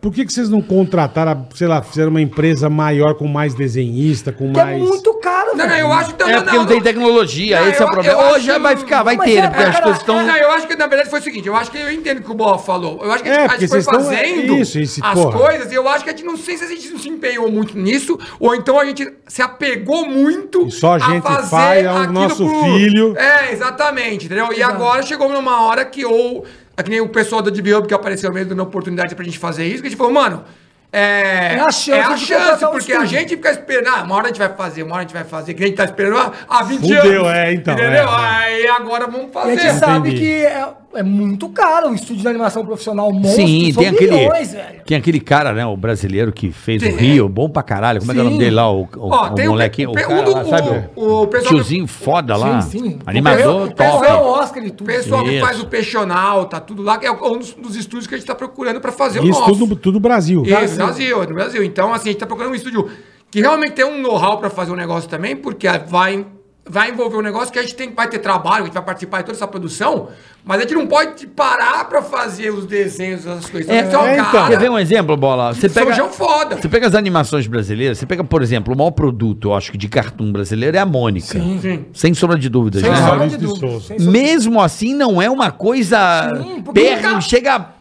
[SPEAKER 2] Por que, que vocês não contrataram, sei lá, fizeram uma empresa maior com mais desenhista, com
[SPEAKER 4] Porque é
[SPEAKER 2] mais.
[SPEAKER 4] muito caro,
[SPEAKER 5] Não, não, eu acho que um
[SPEAKER 3] É porque não tem tecnologia,
[SPEAKER 5] Não,
[SPEAKER 3] esse é
[SPEAKER 5] eu-
[SPEAKER 3] o problema.
[SPEAKER 5] eu
[SPEAKER 3] Hoje
[SPEAKER 5] acho-
[SPEAKER 3] vai ficar, vai
[SPEAKER 4] Mas
[SPEAKER 3] ter, né?
[SPEAKER 4] é,
[SPEAKER 3] porque as
[SPEAKER 4] cara,
[SPEAKER 3] coisas estão.
[SPEAKER 5] Não, eu acho que na verdade foi o seguinte, eu acho que eu entendo o que o Boa falou. Eu acho que a
[SPEAKER 2] É,
[SPEAKER 5] gente, a
[SPEAKER 2] porque
[SPEAKER 5] gente foi
[SPEAKER 2] vocês estão- é
[SPEAKER 5] fazendo
[SPEAKER 2] isso, esse
[SPEAKER 5] as
[SPEAKER 2] porra.
[SPEAKER 5] coisas e eu acho que a gente não sei se a gente não se empenhou muito nisso ou então a gente se apegou muito
[SPEAKER 2] E só a gente faz, é o
[SPEAKER 5] aquilo
[SPEAKER 2] nosso filho.
[SPEAKER 5] É, exatamente, entendeu? E agora chegou numa hora que ou é que nem o pessoal da DB Hub que apareceu mesmo dando oportunidade pra gente fazer isso, que a gente falou, mano, é,
[SPEAKER 4] É a chance
[SPEAKER 5] é a
[SPEAKER 4] de
[SPEAKER 5] chance,
[SPEAKER 4] contratar um
[SPEAKER 5] porque a
[SPEAKER 4] estúdio.
[SPEAKER 5] gente fica esperando, ah, uma hora a gente vai fazer, uma hora a gente vai fazer, que a gente tá esperando há- há 20 anos.
[SPEAKER 2] Fudeu, é, então,
[SPEAKER 5] Entendeu? Ah,
[SPEAKER 2] é, é.
[SPEAKER 5] Aí agora vamos
[SPEAKER 4] E
[SPEAKER 5] fazer.
[SPEAKER 4] a gente sabe
[SPEAKER 2] entendi.
[SPEAKER 4] que é, é muito caro um estúdio de animação profissional monstro.
[SPEAKER 3] Sim,
[SPEAKER 4] são
[SPEAKER 3] tem aquele.
[SPEAKER 4] milhões, velho.
[SPEAKER 3] Tem aquele cara, né? O brasileiro que fez
[SPEAKER 5] Tem.
[SPEAKER 3] o Rio, bom pra caralho. Como é que é o nome
[SPEAKER 4] Sim.
[SPEAKER 3] dele lá? O, o,
[SPEAKER 5] Ó,
[SPEAKER 3] o
[SPEAKER 5] tem o-
[SPEAKER 3] molequinho.
[SPEAKER 5] o-
[SPEAKER 3] O,
[SPEAKER 5] pe-
[SPEAKER 3] cara
[SPEAKER 5] um do-
[SPEAKER 3] lá, sabe?
[SPEAKER 5] o- o pessoal-
[SPEAKER 3] Tiozinho foda lá.
[SPEAKER 4] Sim, sim.
[SPEAKER 3] Animador
[SPEAKER 4] o pessoal, o pessoal
[SPEAKER 3] top.
[SPEAKER 4] é Oscar e
[SPEAKER 5] O
[SPEAKER 4] tudo.
[SPEAKER 5] pessoal que
[SPEAKER 3] Isso.
[SPEAKER 5] faz o peixonal, tá tudo lá, que é um dos, dos estúdios que a gente tá procurando pra fazer o
[SPEAKER 2] Isso
[SPEAKER 5] nosso.
[SPEAKER 2] tudo, tudo Brasil.
[SPEAKER 5] Isso, no Brasil, no Brasil. Então, assim, a gente tá procurando um estúdio que realmente tem um know-how pra fazer um negócio também, porque vai, vai envolver um negócio que a gente tem, vai ter trabalho, a gente vai participar de toda essa produção, mas a gente não pode parar pra fazer os desenhos, as coisas.
[SPEAKER 3] É,
[SPEAKER 5] Então,
[SPEAKER 3] é, então.
[SPEAKER 5] cara,
[SPEAKER 3] Quer ver um exemplo, Bola? Você
[SPEAKER 5] São
[SPEAKER 3] pega,
[SPEAKER 5] João foda.
[SPEAKER 3] você pega as animações brasileiras, você pega, por exemplo, o maior produto, eu acho que, de cartoon brasileiro é a Mônica.
[SPEAKER 5] Sim.
[SPEAKER 3] Sem sombra de dúvidas,
[SPEAKER 4] Sem
[SPEAKER 3] né?
[SPEAKER 4] sombra
[SPEAKER 2] Maurício
[SPEAKER 4] de
[SPEAKER 2] de
[SPEAKER 4] dúvida,
[SPEAKER 2] Souza.
[SPEAKER 4] sem sombra de
[SPEAKER 3] Mesmo assim, não é uma coisa
[SPEAKER 4] Sim, porque
[SPEAKER 3] perto,
[SPEAKER 5] nunca- É.
[SPEAKER 3] chega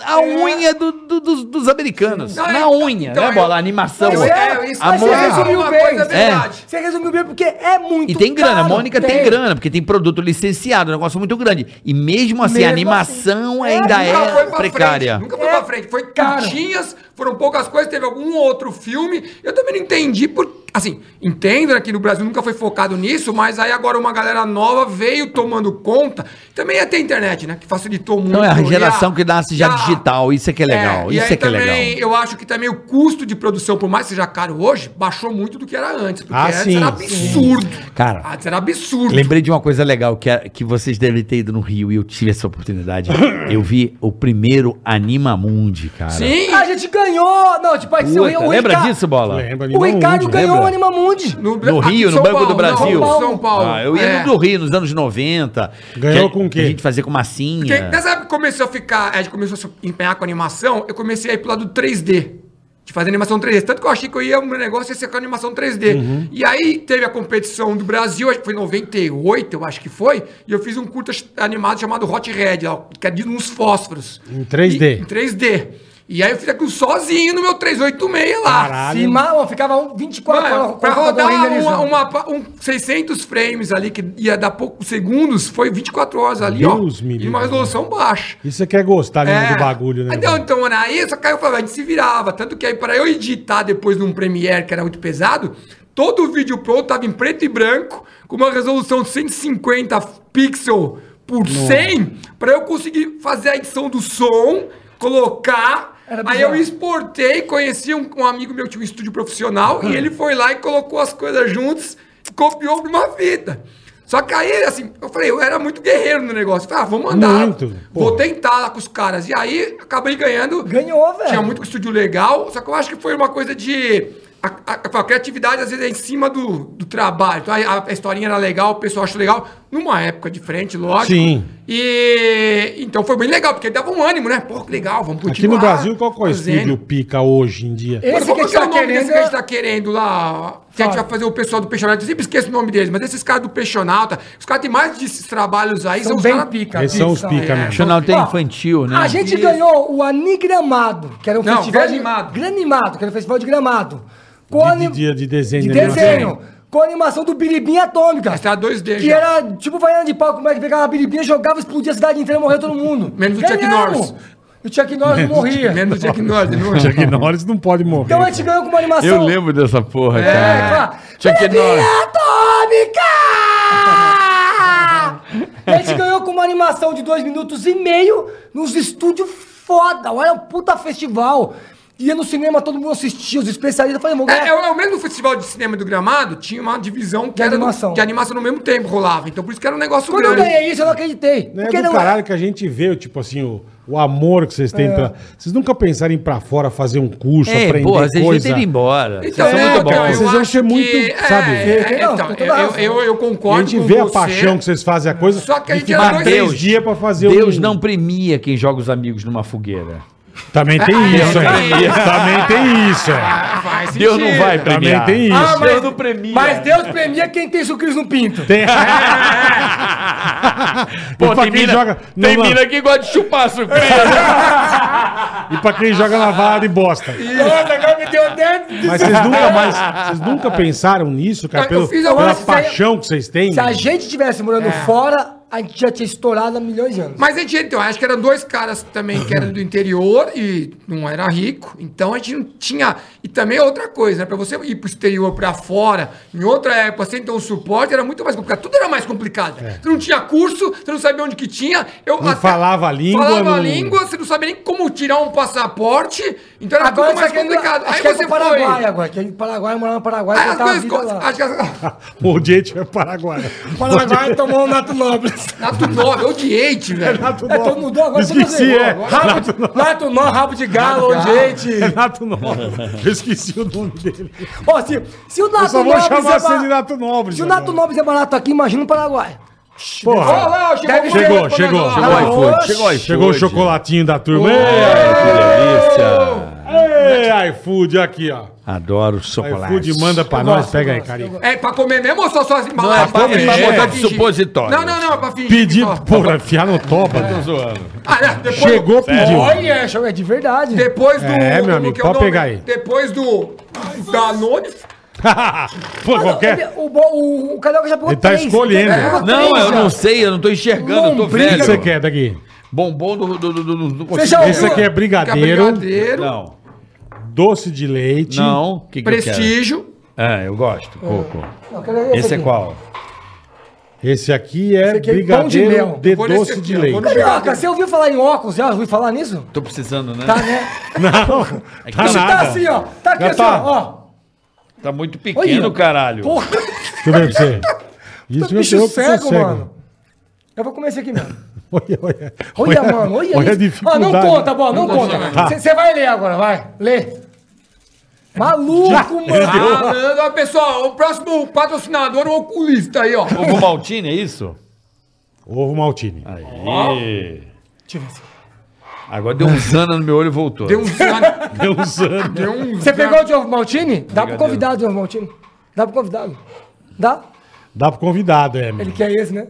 [SPEAKER 3] a unha do- do- dos, dos americanos.
[SPEAKER 5] Não,
[SPEAKER 3] Na
[SPEAKER 5] é-
[SPEAKER 3] unha,
[SPEAKER 5] então,
[SPEAKER 3] né, Bola?
[SPEAKER 5] eu-
[SPEAKER 3] A animação.
[SPEAKER 5] Mas
[SPEAKER 4] Mas
[SPEAKER 5] é,
[SPEAKER 3] ó.
[SPEAKER 4] é,
[SPEAKER 5] isso-
[SPEAKER 4] mas
[SPEAKER 3] a
[SPEAKER 4] você
[SPEAKER 3] Mônica-
[SPEAKER 4] resumiu
[SPEAKER 5] uma
[SPEAKER 4] bem.
[SPEAKER 5] coisa é verdade.
[SPEAKER 4] Você resumiu bem porque é muito
[SPEAKER 3] E tem grana,
[SPEAKER 4] caro,
[SPEAKER 3] a Mônica tem. grana, porque tem produto licenciado, um negócio muito grande. E mesmo assim, a
[SPEAKER 4] Mesmo
[SPEAKER 3] animação
[SPEAKER 4] assim.
[SPEAKER 3] ainda
[SPEAKER 4] É,
[SPEAKER 5] Nunca foi
[SPEAKER 3] é
[SPEAKER 5] pra
[SPEAKER 3] precária.
[SPEAKER 5] Frente, nunca foi
[SPEAKER 4] É
[SPEAKER 5] pra frente. Foi
[SPEAKER 4] caro.
[SPEAKER 5] curtinhas, foram poucas coisas, teve algum outro filme. Eu também não entendi por. Assim, entendo né, que no Brasil nunca foi focado nisso, mas aí agora uma galera nova veio tomando conta. Também ia ter internet, né? Que facilitou muito.
[SPEAKER 3] Então é a
[SPEAKER 5] e
[SPEAKER 3] geração que nasce já
[SPEAKER 5] e a-
[SPEAKER 3] digital, isso é que é legal,
[SPEAKER 5] Tá. e
[SPEAKER 3] isso
[SPEAKER 5] aí
[SPEAKER 3] é que é
[SPEAKER 5] também,
[SPEAKER 3] legal.
[SPEAKER 5] Eu acho que também o custo de produção, por mais que seja caro hoje, baixou muito do que era antes. Porque
[SPEAKER 2] Ah,
[SPEAKER 5] antes
[SPEAKER 2] sim,
[SPEAKER 5] era
[SPEAKER 2] sim.
[SPEAKER 5] absurdo.
[SPEAKER 3] Cara.
[SPEAKER 5] Antes era absurdo.
[SPEAKER 3] Lembrei de uma coisa legal que, é- que vocês devem ter ido no Rio e eu tive essa oportunidade. Eu vi o primeiro Animamundi, cara.
[SPEAKER 5] Sim,
[SPEAKER 4] A gente ganhou. Não, tipo, a gente-
[SPEAKER 3] Puta, lembra
[SPEAKER 4] Rica-
[SPEAKER 3] disso, Bola?
[SPEAKER 2] Lembra, Animal
[SPEAKER 4] O Ricardo
[SPEAKER 2] Mundo,
[SPEAKER 4] ganhou o
[SPEAKER 2] lembra?
[SPEAKER 4] Animamundi.
[SPEAKER 3] No
[SPEAKER 5] aqui em
[SPEAKER 3] Rio, no
[SPEAKER 5] São
[SPEAKER 3] Banco
[SPEAKER 5] Paulo,
[SPEAKER 3] do Brasil.
[SPEAKER 5] Não, São Paulo.
[SPEAKER 3] Ah, eu ia
[SPEAKER 5] É.
[SPEAKER 3] no do Rio nos anos 90.
[SPEAKER 2] Ganhou
[SPEAKER 3] que a-
[SPEAKER 2] com o quê?
[SPEAKER 3] que A gente fazia com massinha.
[SPEAKER 5] Porque
[SPEAKER 2] É.
[SPEAKER 5] nessa época que começou a ficar, a gente começou a se empenhar com animação, eu comecei a ir pro lado do 3D. De fazer animação 3D. Tanto que eu achei que eu ia, o meu negócio ia ser com animação 3D.
[SPEAKER 2] Uhum.
[SPEAKER 5] E aí teve a competição do Brasil, acho que foi em 98, eu acho que foi, e eu fiz um curta ch- animado chamado Hot Red, ó, que é de uns fósforos.
[SPEAKER 2] Em 3D.
[SPEAKER 5] E- em 3D. E aí eu fiz aquilo sozinho no meu 386 lá.
[SPEAKER 2] Caralho.
[SPEAKER 4] Se mal, ficava um 24
[SPEAKER 5] Mano,
[SPEAKER 4] horas
[SPEAKER 5] pra
[SPEAKER 4] com o computador
[SPEAKER 5] rodar uma,
[SPEAKER 4] renderizando.
[SPEAKER 5] uma pa- um 600 frames ali, que ia dar poucos segundos, foi 24 horas ali,
[SPEAKER 2] Deus
[SPEAKER 5] ó.
[SPEAKER 2] me
[SPEAKER 5] e
[SPEAKER 2] livre.
[SPEAKER 5] uma resolução baixa.
[SPEAKER 2] Isso você quer gostar mesmo
[SPEAKER 5] É.
[SPEAKER 2] do bagulho, né?
[SPEAKER 5] Então,
[SPEAKER 2] velho?
[SPEAKER 5] então, aí só caiu eu falava, a gente se virava. Tanto que aí, para eu editar depois num Premiere, que era muito pesado, todo o vídeo pronto tava em preto e branco, com uma resolução de 150 pixel por 100, para eu conseguir fazer a edição do som, colocar.
[SPEAKER 4] Era
[SPEAKER 5] Aí
[SPEAKER 4] bizarro.
[SPEAKER 5] eu exportei, conheci um, um amigo meu, tinha um estúdio profissional, e ele foi lá e colocou as coisas juntas, copiou pra uma fita. Só que aí, assim, eu falei, eu era muito guerreiro no negócio. Eu Falei, ah, vou mandar.
[SPEAKER 2] Muito,
[SPEAKER 5] vou
[SPEAKER 2] pô.
[SPEAKER 5] tentar lá com os caras. E aí, acabei ganhando.
[SPEAKER 4] Ganhou, velho.
[SPEAKER 5] Tinha muito estúdio legal, só que eu acho que foi uma coisa de. A, a- a criatividade às vezes é em cima do, do trabalho. Então, a, a historinha era legal, o pessoal achou legal, numa época de frente, lógico.
[SPEAKER 2] Sim.
[SPEAKER 5] E então foi bem legal, porque dava um ânimo, né? Pô, que legal, vamos
[SPEAKER 2] Aqui
[SPEAKER 5] continuar.
[SPEAKER 2] no Brasil, qual que é o
[SPEAKER 5] fazendo.
[SPEAKER 2] estúdio pica hoje em dia?
[SPEAKER 4] Esse
[SPEAKER 5] Mano,
[SPEAKER 4] que a
[SPEAKER 5] qual
[SPEAKER 4] gente
[SPEAKER 5] que é
[SPEAKER 4] tá
[SPEAKER 5] o nome desse
[SPEAKER 4] querendo
[SPEAKER 5] que a gente
[SPEAKER 4] é...
[SPEAKER 5] tá querendo lá? Que a gente
[SPEAKER 4] Fala.
[SPEAKER 5] vai fazer o pessoal do Peixonauta. Eu sempre esqueço o nome deles, mas esses caras do Peixonauta, os caras têm mais desses trabalhos aí,
[SPEAKER 4] São
[SPEAKER 5] os
[SPEAKER 4] bem
[SPEAKER 5] caras-
[SPEAKER 4] pica. né?
[SPEAKER 2] Esses são os
[SPEAKER 4] São,
[SPEAKER 2] pica
[SPEAKER 5] é.
[SPEAKER 2] mesmo.
[SPEAKER 7] Nacional tem
[SPEAKER 4] Ó,
[SPEAKER 7] infantil, né?
[SPEAKER 4] A gente ganhou o Anigramado, que era um
[SPEAKER 5] Não,
[SPEAKER 4] festival de-
[SPEAKER 5] Granimado.
[SPEAKER 4] Granimado, que era um festival de gramado. Com
[SPEAKER 2] De-
[SPEAKER 4] ani-
[SPEAKER 2] de dia de desenho né?
[SPEAKER 4] de
[SPEAKER 2] de animação.
[SPEAKER 4] desenho. Com a animação do Biribinha Atômica.
[SPEAKER 5] Essa era 2D
[SPEAKER 4] Que
[SPEAKER 5] tá já.
[SPEAKER 4] era tipo vaiana de pau, como é que pegava a biribinha, jogava, explodia a cidade inteira, morreu todo mundo.
[SPEAKER 5] Menos o Chuck
[SPEAKER 4] Ganhamos.
[SPEAKER 5] Norris.
[SPEAKER 4] O Chuck Norris não morria. <laughs>
[SPEAKER 5] Menos o Jack Norris, não é?
[SPEAKER 2] Chuck Norris não pode morrer.
[SPEAKER 4] Então a gente ganhou com uma animação.
[SPEAKER 7] Eu lembro dessa porra,
[SPEAKER 4] É,
[SPEAKER 7] cara.
[SPEAKER 4] cara.
[SPEAKER 7] Chuck Norris.
[SPEAKER 4] <laughs> Atômica! a gente ganhou com uma animação de dois minutos e meio nos estúdios foda. Olha, um puta festival. Ia no cinema, todo mundo assistia, os especialistas. Eu falei, vamos
[SPEAKER 5] É,
[SPEAKER 4] ganhar.
[SPEAKER 5] é o- é o mesmo festival de cinema do Gramado, tinha uma divisão que era do-
[SPEAKER 4] animação.
[SPEAKER 5] de animação no mesmo tempo rolava. Então por isso que era um negócio
[SPEAKER 4] Quando eu
[SPEAKER 5] grande.
[SPEAKER 4] ganhei isso, eu não acreditei.
[SPEAKER 2] Não É do caralho que a gente vê, tipo assim, o, o amor que vocês têm pela. Vocês nunca pensaram em ir pra fora fazer um curso,
[SPEAKER 3] É,
[SPEAKER 2] aprender
[SPEAKER 7] já
[SPEAKER 2] coisa.
[SPEAKER 7] terem ido embora.
[SPEAKER 5] Então,
[SPEAKER 2] Vocês são
[SPEAKER 5] é,
[SPEAKER 2] muito
[SPEAKER 5] então,
[SPEAKER 2] bons.
[SPEAKER 5] eu
[SPEAKER 2] Vocês vão
[SPEAKER 5] acho
[SPEAKER 2] ser muito,
[SPEAKER 5] que-
[SPEAKER 2] sabe?
[SPEAKER 5] É, é,
[SPEAKER 4] Não,
[SPEAKER 5] então,
[SPEAKER 4] com
[SPEAKER 5] eu,
[SPEAKER 4] toda
[SPEAKER 5] eu,
[SPEAKER 4] razão.
[SPEAKER 5] eu, eu
[SPEAKER 2] a
[SPEAKER 5] concordo
[SPEAKER 2] gente vê a
[SPEAKER 5] você.
[SPEAKER 2] paixão que vocês fazem a coisa.
[SPEAKER 5] Só que a gente
[SPEAKER 2] e
[SPEAKER 5] era
[SPEAKER 2] fica
[SPEAKER 5] dois-
[SPEAKER 2] três
[SPEAKER 5] Deus-
[SPEAKER 2] dias pra fazer
[SPEAKER 7] Deus
[SPEAKER 2] um-
[SPEAKER 7] não premia quem joga os amigos numa fogueira.
[SPEAKER 2] Também tem
[SPEAKER 5] Ah,
[SPEAKER 2] isso,
[SPEAKER 5] é,
[SPEAKER 2] é. Também tem isso, é.
[SPEAKER 5] Ah, faz
[SPEAKER 7] Deus não
[SPEAKER 5] sentido.
[SPEAKER 7] vai
[SPEAKER 2] Também
[SPEAKER 7] premiar.
[SPEAKER 2] tem isso.
[SPEAKER 4] Ah, mas,
[SPEAKER 7] Deus não premia.
[SPEAKER 2] é.
[SPEAKER 4] mas Deus premia quem tem sucris no pinto. <laughs>
[SPEAKER 2] Tem... <laughs>
[SPEAKER 7] Pô,
[SPEAKER 4] é.
[SPEAKER 2] e pra
[SPEAKER 7] tem
[SPEAKER 2] quem
[SPEAKER 7] mina,
[SPEAKER 2] joga.
[SPEAKER 7] tem
[SPEAKER 2] não, não.
[SPEAKER 7] mina que gosta de chupar sucrilho.
[SPEAKER 4] né?
[SPEAKER 2] <laughs> E pra quem joga na vara de bosta.
[SPEAKER 4] Nossa, agora me deu dentro.
[SPEAKER 2] Mas vocês nunca mais. Vocês nunca pensaram nisso, cara?
[SPEAKER 5] Eu
[SPEAKER 2] pelo-
[SPEAKER 5] fiz
[SPEAKER 2] pela
[SPEAKER 5] algumas-
[SPEAKER 2] paixão que vocês têm. né?
[SPEAKER 4] Se a gente tivesse
[SPEAKER 5] É.
[SPEAKER 4] morando fora, a gente já tinha estourado há milhões de anos.
[SPEAKER 5] Mas a gente, então, acho que eram dois caras também que eram do interior e não era rico, então a gente não tinha. E também outra coisa, né? Pra você ir pro exterior, pra fora, em outra época, sem ter um suporte, era muito mais complicado. Tudo era mais complicado. Você não tinha curso, você não sabia onde que tinha. Eu
[SPEAKER 2] É. Não falava a língua,
[SPEAKER 5] Falava a
[SPEAKER 2] não-
[SPEAKER 5] língua, você não sabia nem como tirar um passaporte, então era
[SPEAKER 4] Agora
[SPEAKER 5] tudo mais
[SPEAKER 4] você quer ir
[SPEAKER 5] complicado.
[SPEAKER 4] Acho
[SPEAKER 5] Aí
[SPEAKER 4] que é
[SPEAKER 5] você
[SPEAKER 4] pro
[SPEAKER 5] foi.
[SPEAKER 4] Paraguai agora. Que é Paraguai, morar no Paraguai,
[SPEAKER 5] Aí as
[SPEAKER 4] tentar a
[SPEAKER 5] coisas.
[SPEAKER 4] vida
[SPEAKER 5] co-
[SPEAKER 4] lá.
[SPEAKER 5] Acho que as-
[SPEAKER 2] O Diego é Paraguai.
[SPEAKER 4] Paraguai tomou um Nato Nobres.
[SPEAKER 5] <laughs> Nato 9, eu
[SPEAKER 2] <laughs>
[SPEAKER 5] odiei, velho.
[SPEAKER 4] É, todo mudou agora. todo
[SPEAKER 2] Esqueci,
[SPEAKER 4] mudou
[SPEAKER 2] é.
[SPEAKER 4] agora. Rabo, Nato Nó, rabo de galo, gente.
[SPEAKER 2] Renato Nobre. Eu esqueci o nome dele.
[SPEAKER 4] Ó, se, se o
[SPEAKER 2] Eu
[SPEAKER 4] Nato
[SPEAKER 2] só vou
[SPEAKER 4] Nobres
[SPEAKER 2] chamar
[SPEAKER 4] é
[SPEAKER 2] assim de
[SPEAKER 4] barato...
[SPEAKER 2] Nato Nobre.
[SPEAKER 4] Se o Nato
[SPEAKER 2] agora.
[SPEAKER 4] Nobres é barato aqui, imagina o Paraguai.
[SPEAKER 2] Porra.
[SPEAKER 5] Olá, chegou
[SPEAKER 4] Deve
[SPEAKER 5] o
[SPEAKER 4] ser-
[SPEAKER 2] Chegou, chegou,
[SPEAKER 5] Tá
[SPEAKER 2] chegou.
[SPEAKER 4] bom.
[SPEAKER 2] Chegou o chocolatinho da turma. É.
[SPEAKER 7] delícia.
[SPEAKER 2] Ei, ei, iFood, aqui, ó.
[SPEAKER 7] Adoro chocolate.
[SPEAKER 2] iFood, manda pra
[SPEAKER 4] Eu
[SPEAKER 2] nós.
[SPEAKER 4] gosto,
[SPEAKER 2] Pega
[SPEAKER 4] eu
[SPEAKER 2] aí,
[SPEAKER 4] gosto, eu
[SPEAKER 2] carinho.
[SPEAKER 4] gosto.
[SPEAKER 5] É pra comer mesmo ou só assim, só as embalagens?
[SPEAKER 7] é pra comer,
[SPEAKER 5] fingir,
[SPEAKER 7] pra botar
[SPEAKER 5] fingir.
[SPEAKER 7] supositório.
[SPEAKER 5] Não, não, não, é pra fingir.
[SPEAKER 2] Pedir,
[SPEAKER 5] que só-
[SPEAKER 2] porra, enfiar no toba.
[SPEAKER 7] É.
[SPEAKER 2] né?
[SPEAKER 5] Ah, não, depois
[SPEAKER 2] Chegou, pediu.
[SPEAKER 4] Olha, show, é de verdade.
[SPEAKER 5] Depois do.
[SPEAKER 2] É, meu
[SPEAKER 5] do- do
[SPEAKER 2] amigo,
[SPEAKER 5] que é o
[SPEAKER 2] pode
[SPEAKER 5] nome?
[SPEAKER 2] pegar aí.
[SPEAKER 5] Depois do. Danone.
[SPEAKER 2] <laughs> Pô,
[SPEAKER 4] Olha,
[SPEAKER 2] qualquer.
[SPEAKER 4] O, bo- o, o Carioca já pegou
[SPEAKER 2] Ele tá escolhendo.
[SPEAKER 4] ele pegou
[SPEAKER 7] Não,
[SPEAKER 4] três
[SPEAKER 7] eu
[SPEAKER 4] já.
[SPEAKER 7] não sei, eu não tô enxergando, eu tô
[SPEAKER 2] O que
[SPEAKER 7] velho.
[SPEAKER 2] que você quer daqui?
[SPEAKER 7] Bombom do... do, do, do, do
[SPEAKER 4] Você já
[SPEAKER 2] Esse
[SPEAKER 4] ouviu?
[SPEAKER 2] aqui é brigadeiro,
[SPEAKER 5] Brigadeiro.
[SPEAKER 7] Não,
[SPEAKER 2] doce de leite.
[SPEAKER 7] não. o Que que eu
[SPEAKER 5] Prestígio.
[SPEAKER 7] quero? É, eu gosto, coco.
[SPEAKER 4] Não, quero esse
[SPEAKER 7] Esse é
[SPEAKER 4] aqui.
[SPEAKER 7] qual?
[SPEAKER 2] Esse aqui é
[SPEAKER 4] aqui é pão de
[SPEAKER 2] brigadeiro
[SPEAKER 4] mel.
[SPEAKER 2] de
[SPEAKER 5] Vou nesse
[SPEAKER 2] doce
[SPEAKER 5] aqui,
[SPEAKER 2] de
[SPEAKER 5] ó, vou
[SPEAKER 2] leite.
[SPEAKER 5] no-
[SPEAKER 4] Carioca, você ouviu falar em óculos? Já ouviu falar nisso?
[SPEAKER 7] Tô precisando, né?
[SPEAKER 4] Tá,
[SPEAKER 7] Tá,
[SPEAKER 4] né?
[SPEAKER 2] Não,
[SPEAKER 7] tá
[SPEAKER 2] tá
[SPEAKER 4] Tá
[SPEAKER 2] nada.
[SPEAKER 4] assim, ó. Tá aqui
[SPEAKER 2] Já
[SPEAKER 4] assim,
[SPEAKER 2] tá.
[SPEAKER 4] ó.
[SPEAKER 7] muito pequeno,
[SPEAKER 4] Olha.
[SPEAKER 7] caralho.
[SPEAKER 4] Porra,
[SPEAKER 2] Deixa eu ver pra você. Isso
[SPEAKER 4] que
[SPEAKER 2] eu
[SPEAKER 4] bicho
[SPEAKER 2] tenho que tá
[SPEAKER 4] cego,
[SPEAKER 2] cego.
[SPEAKER 4] mano. Eu vou comer esse aqui mesmo.
[SPEAKER 2] Olha, olha.
[SPEAKER 4] Olha, mano, olha,
[SPEAKER 2] Olha a
[SPEAKER 4] isso. Ó,
[SPEAKER 2] dificuldade.
[SPEAKER 4] não conta, bola, não conta.
[SPEAKER 2] Tá.
[SPEAKER 4] Você vai ler agora, vai. Lê. Maluco, mano.
[SPEAKER 5] Ah, não, não, pessoal, o próximo patrocinador é o oculista aí, ó.
[SPEAKER 7] Ovo Maltine, é isso?
[SPEAKER 2] Ovo Maltini.
[SPEAKER 7] Ih. Agora deu um zana no meu olho e voltou.
[SPEAKER 5] Deu um zan-
[SPEAKER 2] Deu uns anos. <laughs>
[SPEAKER 5] deu um
[SPEAKER 4] Você
[SPEAKER 5] zan-
[SPEAKER 4] pegou o Diogo Maltini? Dá pro convidado, Diogo Maltini. Dá pro convidado. Dá?
[SPEAKER 2] Dá pro convidado, é,
[SPEAKER 4] Ele
[SPEAKER 2] meu.
[SPEAKER 4] quer esse, né?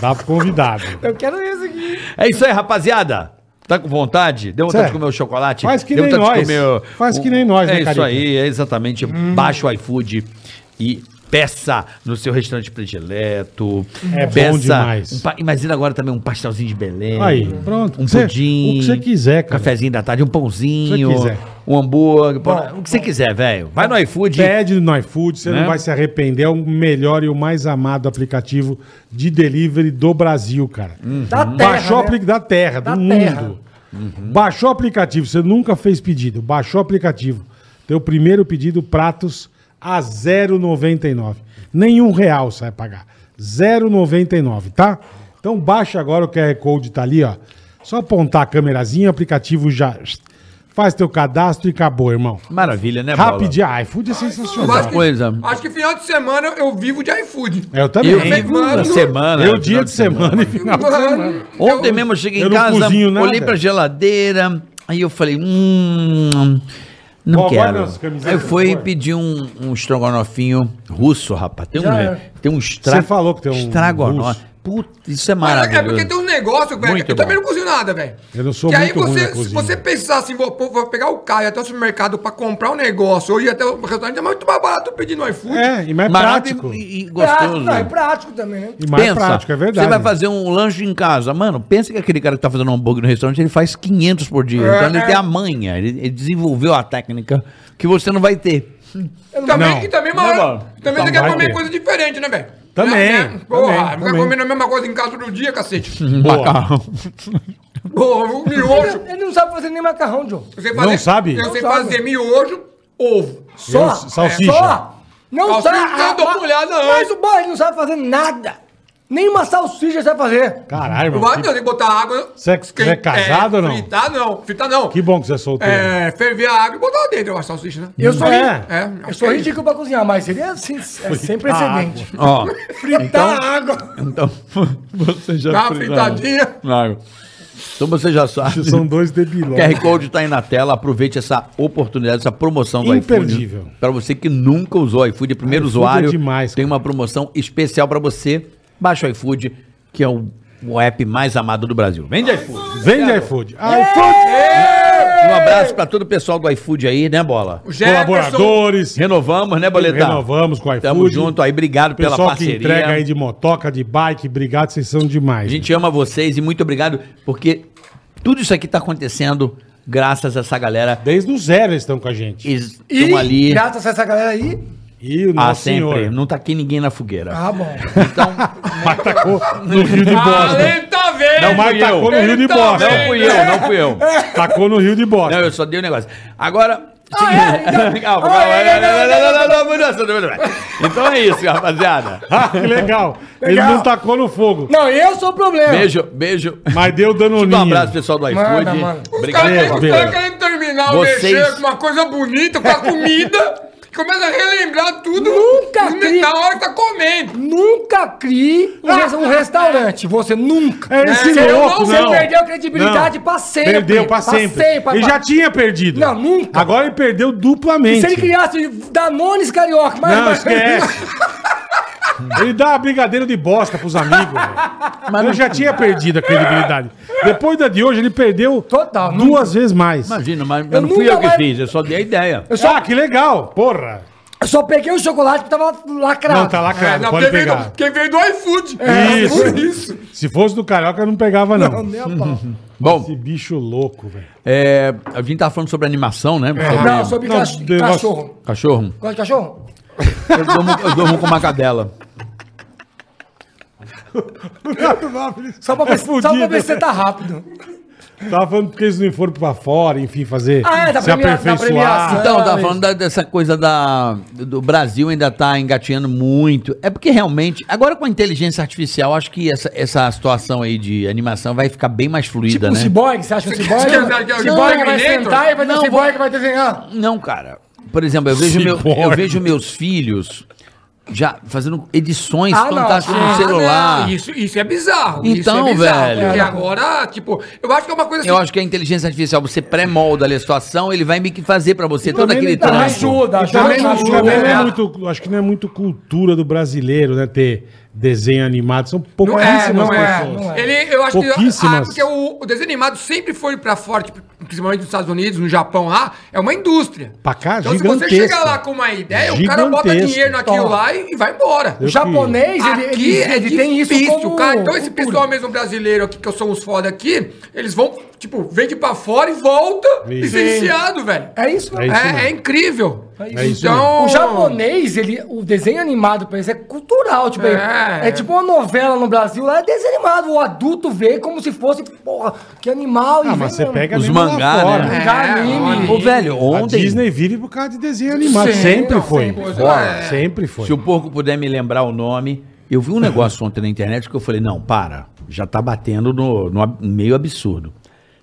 [SPEAKER 2] Dá pro convidado.
[SPEAKER 4] Eu quero esse aqui.
[SPEAKER 7] É isso aí, rapaziada.
[SPEAKER 3] Tá com vontade? Deu vontade
[SPEAKER 2] Certo.
[SPEAKER 3] de comer o chocolate?
[SPEAKER 2] Faz que
[SPEAKER 3] Deu
[SPEAKER 2] nem
[SPEAKER 3] vontade de
[SPEAKER 2] nós.
[SPEAKER 3] comer o-
[SPEAKER 2] Faz que
[SPEAKER 3] o-
[SPEAKER 2] nem nós, né,
[SPEAKER 3] É isso
[SPEAKER 2] Carica?
[SPEAKER 3] aí, é exatamente. Baixa o iFood e peça no seu restaurante predileto.
[SPEAKER 2] É bom
[SPEAKER 3] peça
[SPEAKER 2] demais.
[SPEAKER 3] um pa- imagina agora também um pastelzinho de Belém.
[SPEAKER 2] Aí, pronto.
[SPEAKER 3] Um
[SPEAKER 2] Cê-
[SPEAKER 3] pudim.
[SPEAKER 2] o que cê quiser, cara.
[SPEAKER 3] Um cafezinho da tarde, um pãozinho.
[SPEAKER 2] O que cê quiser.
[SPEAKER 3] Um hambúrguer. o que você quiser, velho. Vai no iFood.
[SPEAKER 2] Pede no iFood, você
[SPEAKER 3] Né?
[SPEAKER 2] não vai se arrepender. É o melhor e o mais amado aplicativo de delivery do Brasil, cara.
[SPEAKER 4] Da terra,
[SPEAKER 2] Baixou o
[SPEAKER 4] né?
[SPEAKER 2] aplicativo da terra,
[SPEAKER 4] Da
[SPEAKER 2] do
[SPEAKER 4] terra. Uhum.
[SPEAKER 2] mundo. Baixou o aplicativo, você nunca fez pedido. Baixou o aplicativo. Teu primeiro pedido, pratos a 0,99. Nenhum real você vai pagar. 0,99, tá? Então baixa agora, o QR Code tá ali, ó. Só apontar a câmerazinha, o aplicativo já faz teu cadastro e acabou, irmão.
[SPEAKER 3] Maravilha, né, Bola?
[SPEAKER 2] Rapidinho, ah, iFood é sensacional.
[SPEAKER 5] Acho que,
[SPEAKER 3] coisa.
[SPEAKER 5] acho que final de semana eu vivo de iFood.
[SPEAKER 2] Eu também.
[SPEAKER 3] Eu
[SPEAKER 2] Eu,
[SPEAKER 5] vi-
[SPEAKER 3] vivo na
[SPEAKER 5] Mano,
[SPEAKER 3] semana. no
[SPEAKER 2] dia
[SPEAKER 3] final
[SPEAKER 2] de semana e final de semana.
[SPEAKER 3] Ontem mesmo eu cheguei
[SPEAKER 2] eu
[SPEAKER 3] em
[SPEAKER 2] não
[SPEAKER 3] casa,
[SPEAKER 2] cozinho nada.
[SPEAKER 3] olhei pra geladeira, aí eu falei, hum, não
[SPEAKER 2] Qual é vai
[SPEAKER 3] quero.
[SPEAKER 2] nas camisetas,
[SPEAKER 3] Aí eu fui e
[SPEAKER 2] por favor?
[SPEAKER 3] pedi um, um estrogonofinho russo, rapaz. Tem um,
[SPEAKER 4] Já era.
[SPEAKER 3] tem um estra...
[SPEAKER 2] é. Você falou que tem um
[SPEAKER 3] Estragonofe.
[SPEAKER 2] russo.
[SPEAKER 3] Puta, isso é
[SPEAKER 5] Mas
[SPEAKER 3] maravilhoso.
[SPEAKER 5] É porque
[SPEAKER 2] um-
[SPEAKER 5] tem uns negócios, velho.
[SPEAKER 3] Muito
[SPEAKER 5] Eu também
[SPEAKER 3] bom.
[SPEAKER 5] não cozinho nada, velho.
[SPEAKER 2] Eu não sou
[SPEAKER 5] que aí
[SPEAKER 2] muito ruim
[SPEAKER 5] você,
[SPEAKER 2] na
[SPEAKER 5] se
[SPEAKER 2] cozinha.
[SPEAKER 5] você pensar assim, vou, pô, vou pegar o Caio até o supermercado pra comprar um negócio ou ir até o restaurante, é muito mais barato pedir no iFood.
[SPEAKER 2] É, e mais
[SPEAKER 3] Barato
[SPEAKER 2] prático. Ah,
[SPEAKER 3] e,
[SPEAKER 2] E,
[SPEAKER 3] e
[SPEAKER 4] Prático,
[SPEAKER 3] gostoso.
[SPEAKER 4] não, é prático também, né?
[SPEAKER 2] mais prático, é verdade.
[SPEAKER 3] Você vai fazer um lanche em casa. Mano, pensa que aquele cara que tá fazendo um hambúrguer no restaurante, ele faz 500 por dia. Então
[SPEAKER 2] É.
[SPEAKER 3] ele tem a manha. Ele, ele desenvolveu a técnica que você não vai ter.
[SPEAKER 5] E também,
[SPEAKER 2] Não.
[SPEAKER 5] e também, uma hora-
[SPEAKER 3] Não, mano.
[SPEAKER 5] também
[SPEAKER 2] Então
[SPEAKER 5] você quer
[SPEAKER 2] vai
[SPEAKER 5] comer
[SPEAKER 2] ter.
[SPEAKER 5] coisa diferente, né, velho?
[SPEAKER 2] Também,
[SPEAKER 5] Né?
[SPEAKER 2] também,
[SPEAKER 5] Porra, não quer
[SPEAKER 2] também.
[SPEAKER 5] comer a mesma coisa em casa todo dia,
[SPEAKER 2] <laughs>
[SPEAKER 5] cacete.
[SPEAKER 2] Um
[SPEAKER 3] Macarrão.
[SPEAKER 5] Porra, o
[SPEAKER 4] Ele,
[SPEAKER 5] miojo.
[SPEAKER 4] ele não sabe fazer nem macarrão, John.
[SPEAKER 5] Eu sei
[SPEAKER 2] Não sabe?
[SPEAKER 5] Eu sei
[SPEAKER 4] Não sabe.
[SPEAKER 5] fazer miojo, ovo.
[SPEAKER 4] Só.
[SPEAKER 2] Eu- salsicha.
[SPEAKER 4] Só. Não
[SPEAKER 5] Salsicha
[SPEAKER 4] sabe.
[SPEAKER 5] eu dou
[SPEAKER 4] rapaz.
[SPEAKER 5] molhada
[SPEAKER 4] Mas
[SPEAKER 5] antes.
[SPEAKER 4] o boy não sabe fazer nada. Nem uma salsicha sabe fazer.
[SPEAKER 2] Caralho,
[SPEAKER 5] Não
[SPEAKER 2] irmão.
[SPEAKER 5] vai,
[SPEAKER 2] que-
[SPEAKER 5] não, tem que botar água.
[SPEAKER 2] Você é- você é casado ou não?
[SPEAKER 5] Fritar não, fritar não.
[SPEAKER 2] Que bom que você é solteiro.
[SPEAKER 5] É, ferver a água e botar dentro, eu acho, salsicha, né?
[SPEAKER 4] Eu sou,
[SPEAKER 2] É.
[SPEAKER 4] ri-
[SPEAKER 5] É,
[SPEAKER 4] eu
[SPEAKER 5] acho
[SPEAKER 4] sou
[SPEAKER 5] que é
[SPEAKER 4] ridículo pra cozinhar, mas ele é, assim, é sem
[SPEAKER 2] tá
[SPEAKER 4] precedente.
[SPEAKER 3] Ó.
[SPEAKER 4] Fritar água.
[SPEAKER 3] Então, <laughs> você já.
[SPEAKER 5] Dá
[SPEAKER 2] Tá
[SPEAKER 5] uma fritadinha.
[SPEAKER 3] Claro. Então você já sabe.
[SPEAKER 2] Vocês São dois
[SPEAKER 3] O
[SPEAKER 2] debilões.
[SPEAKER 3] QR Code tá aí na tela, aproveite essa oportunidade, essa promoção do
[SPEAKER 2] Imperdível.
[SPEAKER 3] iFood. Para você que nunca usou o iFood, é primeiro
[SPEAKER 2] iFood é
[SPEAKER 3] usuário,
[SPEAKER 2] demais,
[SPEAKER 3] tem
[SPEAKER 2] cara.
[SPEAKER 3] uma promoção especial para você. Baixa o iFood, que é o, o app mais amado do Brasil. Vende iFood.
[SPEAKER 2] Vende iFood. iFood!
[SPEAKER 3] Um abraço para todo o pessoal do iFood aí, né, Bola?
[SPEAKER 5] O Jefferson-
[SPEAKER 2] Colaboradores.
[SPEAKER 3] Renovamos, né, Boletar?
[SPEAKER 2] Renovamos com o iFood.
[SPEAKER 3] Tamo junto aí, obrigado pela
[SPEAKER 2] Pessoal que
[SPEAKER 3] parceria.
[SPEAKER 2] entrega aí de motoca, de bike, obrigado, vocês são demais.
[SPEAKER 3] A gente ama vocês e muito obrigado, porque tudo isso aqui tá acontecendo graças a essa galera.
[SPEAKER 2] Desde o zero eles estão com a gente.
[SPEAKER 3] Eles
[SPEAKER 4] E
[SPEAKER 3] estão ali.
[SPEAKER 4] graças a essa galera aí.
[SPEAKER 2] E o
[SPEAKER 3] Ah,
[SPEAKER 2] nosso
[SPEAKER 3] sempre.
[SPEAKER 2] senhor.
[SPEAKER 3] Não tá aqui ninguém na fogueira.
[SPEAKER 4] Ah, bom.
[SPEAKER 2] Mas tacou no Rio de
[SPEAKER 5] Ah,
[SPEAKER 2] Bosta.
[SPEAKER 5] ele tá vendo!
[SPEAKER 2] Não, mas
[SPEAKER 3] fui eu.
[SPEAKER 2] tacou no Rio de
[SPEAKER 5] Ele tá
[SPEAKER 2] Bosta.
[SPEAKER 3] Não fui eu, não fui eu.
[SPEAKER 2] Tacou no Rio de
[SPEAKER 3] <laughs> Não,
[SPEAKER 2] Bosta.
[SPEAKER 3] eu só dei o negócio. Agora.
[SPEAKER 4] é? <laughs>
[SPEAKER 3] <laughs>
[SPEAKER 4] Então-
[SPEAKER 3] Calma,
[SPEAKER 4] Ah, é, é,
[SPEAKER 3] calma. Então é isso, rapaziada.
[SPEAKER 2] <laughs> Ah, que legal. Ele
[SPEAKER 4] Legal.
[SPEAKER 2] não tacou no fogo.
[SPEAKER 4] Não, eu sou o problema.
[SPEAKER 3] Beijo, beijo.
[SPEAKER 2] Mas deu
[SPEAKER 3] Um
[SPEAKER 2] danoninho.
[SPEAKER 3] abraço, pessoal do
[SPEAKER 4] Manda, manda.
[SPEAKER 3] iFood.
[SPEAKER 5] Os
[SPEAKER 2] Beleza,
[SPEAKER 5] caras querem- os
[SPEAKER 2] beleza.
[SPEAKER 5] caras querem Tá terminar
[SPEAKER 3] Vocês-
[SPEAKER 5] o mexer com uma coisa bonita, com a comida. <laughs> e Começa a relembrar tudo
[SPEAKER 4] Nunca
[SPEAKER 5] no-
[SPEAKER 4] vi.
[SPEAKER 5] na hora que tá comendo.
[SPEAKER 4] Nunca crie um, res- um restaurante. Você nunca.
[SPEAKER 2] É esse
[SPEAKER 4] Você
[SPEAKER 2] louco,
[SPEAKER 4] não- você
[SPEAKER 2] não.
[SPEAKER 4] perdeu a credibilidade
[SPEAKER 2] Não.
[SPEAKER 4] pra sempre.
[SPEAKER 2] Perdeu pra sempre.
[SPEAKER 4] pra-
[SPEAKER 2] Ele já tinha perdido.
[SPEAKER 4] Não, nunca.
[SPEAKER 2] Agora ele perdeu
[SPEAKER 4] E
[SPEAKER 2] duplamente.
[SPEAKER 4] se ele criasse Danones Carioca, mas
[SPEAKER 2] Não, esquece. ele dá brigadeiro de bosta pros amigos. velho. ele já tinha perdido a credibilidade. Depois da de hoje, ele perdeu
[SPEAKER 4] Total,
[SPEAKER 2] duas vezes mais.
[SPEAKER 3] Imagina, mas
[SPEAKER 4] Eu
[SPEAKER 3] eu não fui
[SPEAKER 4] nunca
[SPEAKER 3] eu que
[SPEAKER 4] mais-
[SPEAKER 3] fiz, eu só dei a ideia.
[SPEAKER 4] Eu só,
[SPEAKER 2] Ah, que legal. Porra.
[SPEAKER 4] <laughs> eu só peguei o chocolate que tava lacrado.
[SPEAKER 2] Não, tá
[SPEAKER 5] É,
[SPEAKER 2] lacrado.
[SPEAKER 5] não,
[SPEAKER 2] pode
[SPEAKER 5] quem, veio
[SPEAKER 2] pegar.
[SPEAKER 5] do, quem veio do iFood.
[SPEAKER 3] É.
[SPEAKER 2] Isso.
[SPEAKER 5] Por isso.
[SPEAKER 2] Se fosse do Carioca, eu não pegava, não.
[SPEAKER 4] É, Não, nem a
[SPEAKER 2] <laughs>
[SPEAKER 4] pau.
[SPEAKER 3] Bom,
[SPEAKER 2] Esse bicho louco, velho.
[SPEAKER 3] é, a gente tava falando sobre animação, né? Sobre
[SPEAKER 4] Não, sobre
[SPEAKER 2] Tá Não,
[SPEAKER 4] cach-
[SPEAKER 2] de-
[SPEAKER 4] cachorro.
[SPEAKER 3] cachorro.
[SPEAKER 4] Gosta de cachorro?
[SPEAKER 3] Eu durmo, eu durmo com uma cadela.
[SPEAKER 4] Só pra ver,
[SPEAKER 2] É
[SPEAKER 4] só pra
[SPEAKER 2] fudido.
[SPEAKER 4] ver se você tá rápido.
[SPEAKER 2] Tava falando porque eles não foram pra fora, enfim, fazer.
[SPEAKER 4] Ah, é, da
[SPEAKER 2] se
[SPEAKER 4] premia- da
[SPEAKER 2] aperfeiçoar.
[SPEAKER 4] premiação.
[SPEAKER 3] Então, eu tava
[SPEAKER 4] Ah,
[SPEAKER 3] falando da- dessa coisa da, do Brasil ainda tá engatinhando muito. É porque realmente, agora com a inteligência artificial, acho que essa, essa situação aí de animação vai ficar bem mais fluida,
[SPEAKER 4] Tipo um
[SPEAKER 3] né?
[SPEAKER 4] cyborg, você acha um cyborg?
[SPEAKER 5] quer- quer-
[SPEAKER 4] Cyborg vai
[SPEAKER 5] Terminator?
[SPEAKER 4] sentar e vai ter um
[SPEAKER 3] Não,
[SPEAKER 4] cyborg que vai desenhar.
[SPEAKER 3] Não, cara. Por exemplo, eu vejo, meu- eu
[SPEAKER 2] Ciborgue.
[SPEAKER 3] vejo meus filhos já fazendo edições
[SPEAKER 4] Ah, não,
[SPEAKER 3] fantásticas
[SPEAKER 4] sim.
[SPEAKER 3] no celular.
[SPEAKER 5] não, isso, isso é bizarro.
[SPEAKER 3] Então,
[SPEAKER 5] isso é bizarro,
[SPEAKER 3] velho.
[SPEAKER 5] Porque agora, tipo, eu acho que é uma coisa assim.
[SPEAKER 3] Eu acho que a inteligência artificial, você pré-molda ali a situação, ele vai meio que fazer pra você todo
[SPEAKER 2] também
[SPEAKER 3] aquele
[SPEAKER 2] ele tá
[SPEAKER 4] Não,
[SPEAKER 3] trampo.
[SPEAKER 4] ajuda,
[SPEAKER 2] Também
[SPEAKER 4] ajuda,
[SPEAKER 2] não,
[SPEAKER 4] ajuda.
[SPEAKER 2] também não é
[SPEAKER 5] né?
[SPEAKER 2] muito, acho que não é muito cultura do brasileiro, né? Ter desenho animado. São
[SPEAKER 5] Não é,
[SPEAKER 2] pouquíssimas
[SPEAKER 5] não é.
[SPEAKER 2] pessoas.
[SPEAKER 4] não é.
[SPEAKER 5] Ele, eu acho que ah,
[SPEAKER 2] Pouquíssimas.
[SPEAKER 5] porque o, o desenho animado sempre foi pra forte, principalmente nos Estados Unidos, no Japão lá, é uma indústria.
[SPEAKER 2] Pra cá,
[SPEAKER 5] Então se você
[SPEAKER 2] gigantesca.
[SPEAKER 5] chega lá com uma ideia, o cara bota
[SPEAKER 2] Gigantesca.
[SPEAKER 5] dinheiro naquilo
[SPEAKER 4] Toma.
[SPEAKER 5] lá e, e vai embora.
[SPEAKER 2] Eu
[SPEAKER 4] O japonês, ele,
[SPEAKER 5] aqui
[SPEAKER 4] ele,
[SPEAKER 5] é
[SPEAKER 4] ele tem isso
[SPEAKER 5] difícil,
[SPEAKER 4] como... um
[SPEAKER 5] cara. Então esse
[SPEAKER 4] cultura.
[SPEAKER 5] pessoal mesmo brasileiro aqui, que eu sou uns foda aqui, eles vão, tipo, vende pra fora e volta
[SPEAKER 2] Isso.
[SPEAKER 5] licenciado, velho.
[SPEAKER 4] É isso,
[SPEAKER 2] É
[SPEAKER 4] mano.
[SPEAKER 2] isso
[SPEAKER 5] É,
[SPEAKER 2] mesmo.
[SPEAKER 5] é incrível.
[SPEAKER 2] É isso
[SPEAKER 5] então,
[SPEAKER 4] O japonês, ele, o desenho animado pra eles é cultural, tipo,
[SPEAKER 5] É.
[SPEAKER 4] é, é tipo uma novela no Brasil, lá é desenho animado, o adulto vê como se fosse, porra, que animal.
[SPEAKER 2] Ah, mas você pega
[SPEAKER 3] Os
[SPEAKER 2] mesmo lá
[SPEAKER 3] mangá,
[SPEAKER 2] fora.
[SPEAKER 5] É,
[SPEAKER 4] um
[SPEAKER 3] né?
[SPEAKER 5] olha.
[SPEAKER 3] Ô, velho,
[SPEAKER 2] A
[SPEAKER 3] ontem.
[SPEAKER 2] Disney vive por causa de desenho animado.
[SPEAKER 4] Sim,
[SPEAKER 2] sempre
[SPEAKER 4] não,
[SPEAKER 2] foi.
[SPEAKER 4] sempre
[SPEAKER 5] foi.
[SPEAKER 2] Fora,
[SPEAKER 5] É.
[SPEAKER 2] Sempre foi.
[SPEAKER 3] Se o porco puder me lembrar o nome. Eu vi um negócio ontem na internet que eu falei, não, para, já tá batendo no, no ab- meio absurdo.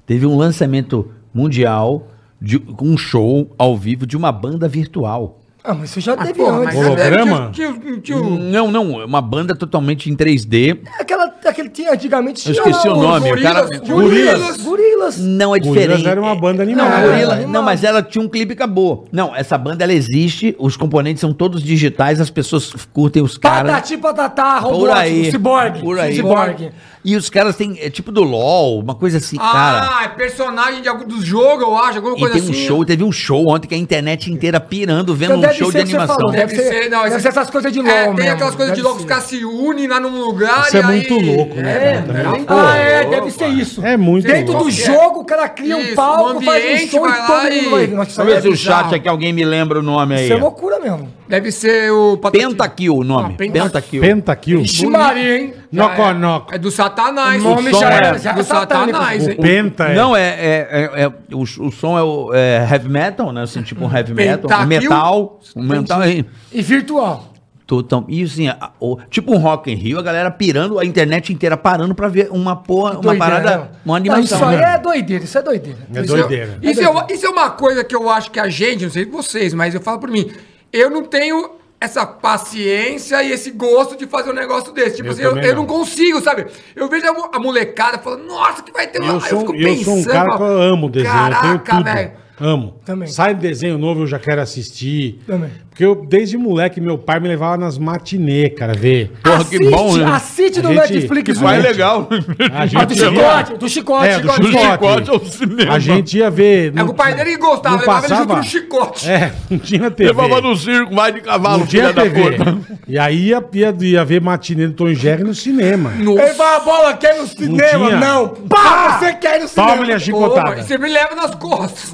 [SPEAKER 3] Teve um lançamento mundial de um show ao vivo de uma banda virtual.
[SPEAKER 4] Ah, mas isso já teve
[SPEAKER 5] porra, mas
[SPEAKER 4] antes.
[SPEAKER 5] é,
[SPEAKER 2] Olá. Holograma?
[SPEAKER 5] Tinha, tinha, tinha,
[SPEAKER 3] Não, não, é uma banda totalmente em 3D.
[SPEAKER 4] Aquela, aquele tinha antigamente
[SPEAKER 3] Eu
[SPEAKER 4] tinha
[SPEAKER 3] esqueci o
[SPEAKER 4] os
[SPEAKER 3] nome, o
[SPEAKER 4] gorilas,
[SPEAKER 3] cara-
[SPEAKER 4] Gorilas,
[SPEAKER 5] Gorilas.
[SPEAKER 4] gorilas.
[SPEAKER 3] Não é
[SPEAKER 2] Gorilas
[SPEAKER 3] diferente.
[SPEAKER 2] era uma banda
[SPEAKER 3] Não,
[SPEAKER 2] animada.
[SPEAKER 4] É,
[SPEAKER 3] gorila,
[SPEAKER 4] animal.
[SPEAKER 3] não, mas ela tinha um clipe e acabou. Não, essa banda ela existe, os componentes são todos digitais, as pessoas curtem os caras.
[SPEAKER 4] Patati patatá,
[SPEAKER 3] Por
[SPEAKER 4] robótico,
[SPEAKER 3] aí.
[SPEAKER 4] ciborgue.
[SPEAKER 3] Por aí.
[SPEAKER 4] Ciborgue.
[SPEAKER 3] E os caras têm. É tipo do LOL, uma coisa assim, cara.
[SPEAKER 5] Ah, é personagem de algum dos jogos, eu acho, alguma
[SPEAKER 3] E
[SPEAKER 5] coisa
[SPEAKER 3] tem
[SPEAKER 5] assim.
[SPEAKER 3] um show, teve um show ontem que a internet inteira pirando, vendo
[SPEAKER 4] Então
[SPEAKER 3] um
[SPEAKER 4] deve
[SPEAKER 3] show de
[SPEAKER 4] ser o que você
[SPEAKER 3] animação.
[SPEAKER 4] falou,
[SPEAKER 5] Deve,
[SPEAKER 4] Deve
[SPEAKER 5] ser,
[SPEAKER 4] ser-
[SPEAKER 5] não,
[SPEAKER 4] deve
[SPEAKER 5] esse-
[SPEAKER 4] ser essas coisas de
[SPEAKER 5] É,
[SPEAKER 4] LOL
[SPEAKER 5] tem
[SPEAKER 4] mesmo,
[SPEAKER 5] aquelas coisas de
[SPEAKER 4] deve
[SPEAKER 5] LOL que os
[SPEAKER 4] ser.
[SPEAKER 5] caras se unem lá num lugar
[SPEAKER 2] Isso
[SPEAKER 5] e
[SPEAKER 2] é
[SPEAKER 5] aí-
[SPEAKER 2] muito louco, né?
[SPEAKER 5] É,
[SPEAKER 2] cara? Também
[SPEAKER 5] não,
[SPEAKER 2] não-
[SPEAKER 4] Ah, é, deve ser isso.
[SPEAKER 2] É muito
[SPEAKER 4] Dentro
[SPEAKER 2] louco.
[SPEAKER 4] do jogo, o cara cria um
[SPEAKER 5] Isso,
[SPEAKER 4] palco,
[SPEAKER 5] um
[SPEAKER 4] faz um
[SPEAKER 5] ambiente,
[SPEAKER 4] show
[SPEAKER 5] vai
[SPEAKER 4] e todo
[SPEAKER 5] lá
[SPEAKER 4] mundo
[SPEAKER 5] e-
[SPEAKER 4] vai ver. Nossa, isso
[SPEAKER 3] Vamos
[SPEAKER 4] é
[SPEAKER 3] ver se o
[SPEAKER 5] bizarro.
[SPEAKER 3] chat aqui alguém me lembra o nome aí.
[SPEAKER 4] Isso é loucura mesmo.
[SPEAKER 5] Deve ser o... Patati-
[SPEAKER 3] Pentakill o nome.
[SPEAKER 5] Ah, Pentakill.
[SPEAKER 3] Pentakill.
[SPEAKER 2] Pentakill.
[SPEAKER 4] Ixi Maria, hein?
[SPEAKER 5] Já
[SPEAKER 2] Noco,
[SPEAKER 5] é.
[SPEAKER 2] noco.
[SPEAKER 5] É do Satanás.
[SPEAKER 4] O nome
[SPEAKER 5] som
[SPEAKER 4] já
[SPEAKER 5] é
[SPEAKER 4] é- já é
[SPEAKER 5] do
[SPEAKER 4] satânico.
[SPEAKER 5] Satanás, hein?
[SPEAKER 2] O Penta é.
[SPEAKER 3] Não, é, é, é- é- o, o som é, o, é heavy metal, né? Assim, tipo um heavy metal, um
[SPEAKER 5] Pentakill.
[SPEAKER 3] metal, um metal aí.
[SPEAKER 4] E virtual.
[SPEAKER 3] Total. E assim, a- o- tipo um Rock in Rio, a galera pirando, a internet inteira parando pra ver uma porra, uma
[SPEAKER 4] Doideira,
[SPEAKER 3] parada,
[SPEAKER 4] né?
[SPEAKER 3] uma
[SPEAKER 4] Não,
[SPEAKER 3] animação.
[SPEAKER 4] Isso aí
[SPEAKER 3] né?
[SPEAKER 4] é doideira, isso é doideira.
[SPEAKER 2] É
[SPEAKER 5] Isso é-
[SPEAKER 2] doideira.
[SPEAKER 5] Isso é, uma, isso é uma coisa que eu acho que a gente, não sei vocês, mas eu falo por mim, eu não tenho essa paciência e esse gosto de fazer um negócio desse. Tipo
[SPEAKER 2] Eu
[SPEAKER 5] assim, eu,
[SPEAKER 2] também
[SPEAKER 5] eu não
[SPEAKER 2] não.
[SPEAKER 5] consigo, sabe? Eu vejo a, mo- a molecada falando, nossa, que vai ter
[SPEAKER 2] Eu
[SPEAKER 5] Aí
[SPEAKER 2] sou, eu sou um cara que eu amo desenho, eu tenho tudo. Amo.
[SPEAKER 4] Também.
[SPEAKER 2] Sai desenho novo, eu já quero assistir.
[SPEAKER 4] Também.
[SPEAKER 2] Porque eu, desde moleque, meu pai me levava nas matinê, cara, ver.
[SPEAKER 3] Porra, que bom, né?
[SPEAKER 4] Assiste
[SPEAKER 2] A
[SPEAKER 4] no
[SPEAKER 2] gente-
[SPEAKER 4] Netflix.
[SPEAKER 2] que vai
[SPEAKER 4] gente.
[SPEAKER 3] legal.
[SPEAKER 4] <laughs>
[SPEAKER 2] A
[SPEAKER 4] Ah, do chicote, do chicote.
[SPEAKER 2] É, do
[SPEAKER 4] chicote.
[SPEAKER 2] chicote.
[SPEAKER 3] chicote ao cinema.
[SPEAKER 2] A gente ia ver.
[SPEAKER 5] É que o pai dele gostava,
[SPEAKER 2] não
[SPEAKER 5] levava ele junto
[SPEAKER 2] passava-
[SPEAKER 5] no chicote.
[SPEAKER 2] É, <laughs> não tinha TV.
[SPEAKER 3] circo, vai de cavalo,
[SPEAKER 2] não tinha
[SPEAKER 3] da
[SPEAKER 2] TV.
[SPEAKER 3] puta.
[SPEAKER 2] E aí ia, ia, ia ver matinê do Tom e Jerry no
[SPEAKER 3] <laughs>
[SPEAKER 2] cinema.
[SPEAKER 4] Ele fala, a bola quer ir no cinema.
[SPEAKER 2] tinha.
[SPEAKER 4] Não, pá, você quer ir no cinema.
[SPEAKER 2] Toma ele a
[SPEAKER 5] Pô, e
[SPEAKER 2] chicotada.
[SPEAKER 5] você me leva nas costas.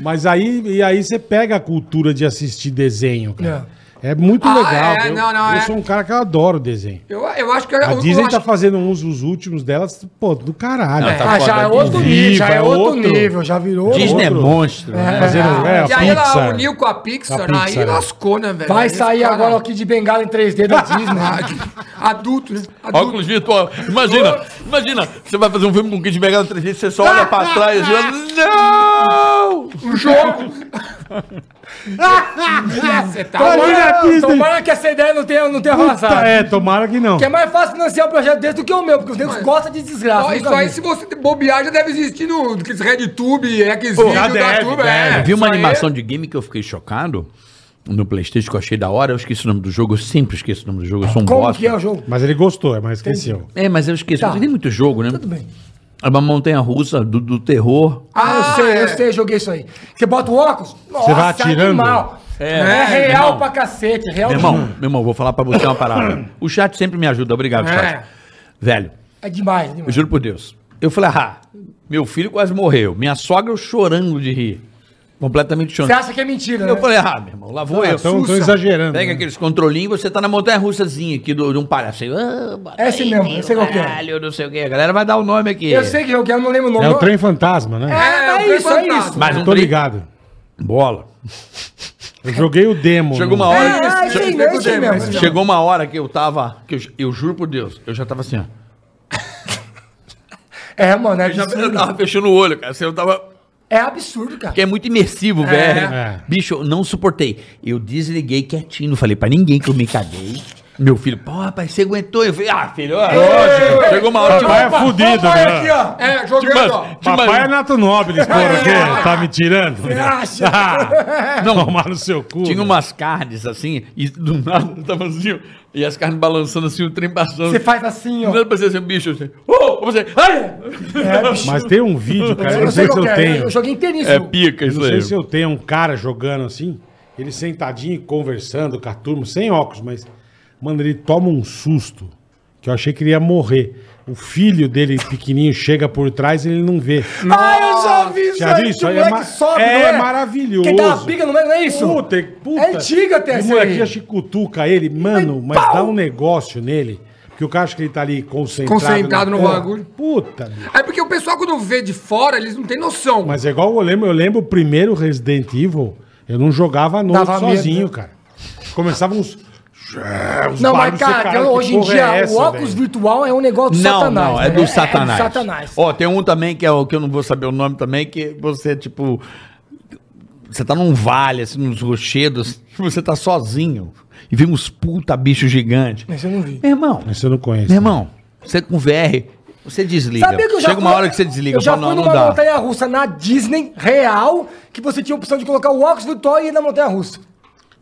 [SPEAKER 2] Mas aí, e aí você pega a cultura de assistir desenho, cara. É, muito
[SPEAKER 5] Ah,
[SPEAKER 2] legal.
[SPEAKER 5] é,
[SPEAKER 2] eu
[SPEAKER 5] não, não,
[SPEAKER 2] eu
[SPEAKER 5] é.
[SPEAKER 2] sou um cara que eu adoro desenho.
[SPEAKER 5] Eu, eu acho que... é
[SPEAKER 2] A
[SPEAKER 5] eu,
[SPEAKER 2] Disney
[SPEAKER 5] eu
[SPEAKER 2] tá
[SPEAKER 5] acho-
[SPEAKER 2] fazendo uns os últimos delas, pô, do caralho.
[SPEAKER 3] Não, tá
[SPEAKER 4] Ah, já é outro nível, já
[SPEAKER 2] Viva,
[SPEAKER 4] é outro
[SPEAKER 2] outro.
[SPEAKER 4] nível, Ah, já virou.
[SPEAKER 3] Disney é
[SPEAKER 2] Outro.
[SPEAKER 3] monstro. né?
[SPEAKER 2] Fazendo, é, a
[SPEAKER 5] e aí ela
[SPEAKER 2] Pixar.
[SPEAKER 5] uniu com a Pixar,
[SPEAKER 2] Com a Pixar,
[SPEAKER 5] aí
[SPEAKER 2] é.
[SPEAKER 5] lascou, né, velho?
[SPEAKER 4] Vai
[SPEAKER 5] Esse
[SPEAKER 4] sair
[SPEAKER 5] cara- tá
[SPEAKER 4] agora o Kid Bengala em 3D da
[SPEAKER 5] <laughs>
[SPEAKER 4] Disney.
[SPEAKER 5] Adulto, né? Adulto.
[SPEAKER 3] Óculos virtual. Imagina, imagina, você vai fazer um filme com o Kid Bengala 3D, você só olha pra trás e já... Não!
[SPEAKER 4] <laughs>
[SPEAKER 5] Um jogo. Você tá
[SPEAKER 2] Olha
[SPEAKER 5] louco?
[SPEAKER 2] a Disney.
[SPEAKER 4] Tomara, tomara que essa ideia não tenha, não tenha
[SPEAKER 2] Puta,
[SPEAKER 4] avançado.
[SPEAKER 2] é, tomara que não.
[SPEAKER 4] Que é mais fácil financiar um projeto desse do que o meu, porque os negros gostam de desgraça.
[SPEAKER 5] Ó,
[SPEAKER 4] nunca
[SPEAKER 5] Isso aí,
[SPEAKER 4] vi.
[SPEAKER 5] se você bobear, já deve existir no aqueles RedTube,
[SPEAKER 2] Pô,
[SPEAKER 5] Xvideo
[SPEAKER 2] já deve, deve.
[SPEAKER 5] é.
[SPEAKER 3] Eu vi uma animação de game que eu fiquei chocado no Playstation, que eu achei da hora, eu esqueci o nome do jogo, eu sempre esqueço o nome do jogo, eu sou um
[SPEAKER 4] Como
[SPEAKER 3] bosta.
[SPEAKER 4] que é o jogo?
[SPEAKER 2] Mas ele gostou, mas esqueceu.
[SPEAKER 3] É, mas eu esqueço,
[SPEAKER 4] Tá.
[SPEAKER 3] porque tem muito jogo, né?
[SPEAKER 4] Tudo bem.
[SPEAKER 3] É uma montanha russa do, do terror.
[SPEAKER 4] Ah, eu
[SPEAKER 5] Ah,
[SPEAKER 4] sei,
[SPEAKER 5] é.
[SPEAKER 4] eu sei, joguei isso aí. Você bota o óculos? Nossa,
[SPEAKER 2] vai atirando.
[SPEAKER 4] animal. É, real pra cacete, é real
[SPEAKER 3] Meu irmão, meu irmão, vou falar pra você uma <clears throat> parada. O chat sempre me ajuda, obrigado,
[SPEAKER 5] É.
[SPEAKER 3] chat. Velho,
[SPEAKER 4] É demais,
[SPEAKER 3] eu
[SPEAKER 4] demais.
[SPEAKER 3] juro por Deus. Eu falei, ah, meu filho quase morreu. Minha sogra eu chorando de rir. Completamente
[SPEAKER 4] Você
[SPEAKER 3] chorando.
[SPEAKER 4] acha que então é mentira,
[SPEAKER 3] Eu
[SPEAKER 4] né?
[SPEAKER 3] falei, ah, meu irmão, lá vou eu.
[SPEAKER 4] é
[SPEAKER 2] Estão
[SPEAKER 5] Sussa.
[SPEAKER 2] então exagerando.
[SPEAKER 3] Pega
[SPEAKER 2] né?
[SPEAKER 3] aqueles controlinhos, você tá na montanha russazinha aqui do- de um palhaço. Aí, Ah, bota
[SPEAKER 4] É esse
[SPEAKER 3] aí,
[SPEAKER 4] mesmo,
[SPEAKER 3] meu
[SPEAKER 4] eu sei qual que é.
[SPEAKER 3] caralho, não sei o que. A galera vai dar o nome aqui.
[SPEAKER 4] Eu sei que joguei, eu não lembro o nome.
[SPEAKER 2] É o
[SPEAKER 4] não.
[SPEAKER 2] trem fantasma, né?
[SPEAKER 4] É,
[SPEAKER 5] É,
[SPEAKER 4] é,
[SPEAKER 5] o trem
[SPEAKER 4] isso, é
[SPEAKER 5] fantasma.
[SPEAKER 4] isso.
[SPEAKER 3] Mas
[SPEAKER 2] Eu
[SPEAKER 3] um
[SPEAKER 2] tô
[SPEAKER 3] trem-
[SPEAKER 2] ligado.
[SPEAKER 3] Bola.
[SPEAKER 2] Eu joguei o demo.
[SPEAKER 3] Chegou
[SPEAKER 2] no-
[SPEAKER 3] uma hora.
[SPEAKER 4] É, é, isso aí,
[SPEAKER 5] Chegou
[SPEAKER 4] é isso aí
[SPEAKER 5] demo,
[SPEAKER 4] mesmo.
[SPEAKER 3] Chegou uma hora que eu tava. Que eu, ju- eu juro por Deus, eu já tava assim, ó.
[SPEAKER 4] É, mano, é
[SPEAKER 3] Eu, já, eu
[SPEAKER 4] absurdo.
[SPEAKER 3] tava fechando o olho, cara. assim, Eu tava.
[SPEAKER 4] É absurdo, cara.
[SPEAKER 3] Porque é muito imersivo, velho.
[SPEAKER 2] É.
[SPEAKER 3] Bicho, eu não suportei. Eu desliguei quietinho, não falei pra ninguém que eu me caguei. Meu filho, pô, rapaz, você aguentou? Eu falei, ah, filho, ó,
[SPEAKER 5] Ei,
[SPEAKER 3] lógico. Tipo, Chegou uma hora.
[SPEAKER 2] Papai é
[SPEAKER 3] Tipo,
[SPEAKER 2] fudido,
[SPEAKER 4] Papai
[SPEAKER 2] né?
[SPEAKER 4] aqui, ó.
[SPEAKER 5] É, jogando, ó.
[SPEAKER 2] Papai é Nato Nobre,
[SPEAKER 4] <laughs>
[SPEAKER 2] eles foram aqui. Tá me tirando?
[SPEAKER 4] acha?
[SPEAKER 2] <laughs>
[SPEAKER 3] não,
[SPEAKER 2] Ah, Tomar no seu cu.
[SPEAKER 3] tinha
[SPEAKER 2] velho.
[SPEAKER 3] umas carnes assim, e do nada <laughs> tava assim, ó, e as carnes balançando assim, o trem passando.
[SPEAKER 4] Você faz assim,
[SPEAKER 3] Não
[SPEAKER 4] ó.
[SPEAKER 3] era pra ser assim, bicho, você. Oh, você. Ai!
[SPEAKER 4] É, bicho.
[SPEAKER 2] Mas tem um vídeo, cara, eu não sei se eu
[SPEAKER 4] qual que é,
[SPEAKER 2] tenho.
[SPEAKER 4] Eu joguei inteirinho.
[SPEAKER 3] É pica
[SPEAKER 2] Eu
[SPEAKER 3] isso
[SPEAKER 2] não sei
[SPEAKER 3] aí.
[SPEAKER 2] se eu tenho um cara jogando assim, ele sentadinho, conversando com a turma, sem óculos, mas. Mano, ele toma um susto que eu achei que ele ia morrer. O filho dele, pequenininho, chega por trás e ele não vê.
[SPEAKER 4] Ah, eu já vi isso
[SPEAKER 2] Já
[SPEAKER 4] aí.
[SPEAKER 2] viu isso
[SPEAKER 4] que o
[SPEAKER 2] aí? É
[SPEAKER 4] moleque
[SPEAKER 2] ma-
[SPEAKER 4] sobe,
[SPEAKER 2] é
[SPEAKER 4] não
[SPEAKER 2] maravilhoso.
[SPEAKER 4] Que dá uma pica, não é, não é isso?
[SPEAKER 2] Puta, e- puta.
[SPEAKER 4] É antiga até
[SPEAKER 2] O
[SPEAKER 4] essa aí.
[SPEAKER 2] molequinho acho que é cutuca ele, mano, mas
[SPEAKER 4] pau!
[SPEAKER 2] dá um negócio nele. Porque o cara acha que ele tá ali concentrado.
[SPEAKER 5] Concentrado
[SPEAKER 2] na
[SPEAKER 5] no
[SPEAKER 2] porra.
[SPEAKER 5] bagulho.
[SPEAKER 2] Puta, bicho.
[SPEAKER 5] É porque o pessoal, quando vê de fora, eles não têm noção.
[SPEAKER 2] Mas é igual eu lembro, eu lembro o primeiro Resident Evil, eu não jogava à noite
[SPEAKER 4] Dava medo,
[SPEAKER 2] sozinho,
[SPEAKER 4] né?
[SPEAKER 2] cara. Começava uns. é, uns
[SPEAKER 4] Não,
[SPEAKER 2] barulhos,
[SPEAKER 4] mas
[SPEAKER 2] você,
[SPEAKER 4] cara,
[SPEAKER 2] caralho, que
[SPEAKER 4] hoje em
[SPEAKER 2] porra
[SPEAKER 4] dia
[SPEAKER 2] é essa,
[SPEAKER 4] o óculos
[SPEAKER 2] velho?
[SPEAKER 4] virtual é um negócio do
[SPEAKER 3] Não,
[SPEAKER 4] satanás.
[SPEAKER 3] não,
[SPEAKER 4] né?
[SPEAKER 3] é do Satanás.
[SPEAKER 4] É do satanás.
[SPEAKER 3] Ó, tem um também que é o que eu não vou saber o nome também, que você, tipo. Você tá num vale, assim, nos rochedos, <laughs> você tá sozinho. E vem uns puta bicho gigante.
[SPEAKER 4] Esse eu não vi.
[SPEAKER 3] Meu irmão,
[SPEAKER 2] Mas eu não conheço.
[SPEAKER 3] meu irmão, você com VR, você desliga.
[SPEAKER 4] Sabia que eu já
[SPEAKER 3] Chega uma
[SPEAKER 4] fui-
[SPEAKER 3] hora que você desliga,
[SPEAKER 4] Eu já
[SPEAKER 3] fala,
[SPEAKER 4] fui
[SPEAKER 3] não,
[SPEAKER 4] numa
[SPEAKER 3] não dá.
[SPEAKER 4] montanha russa na Disney real que você tinha a opção de colocar o óculos virtual e ir na montanha russa.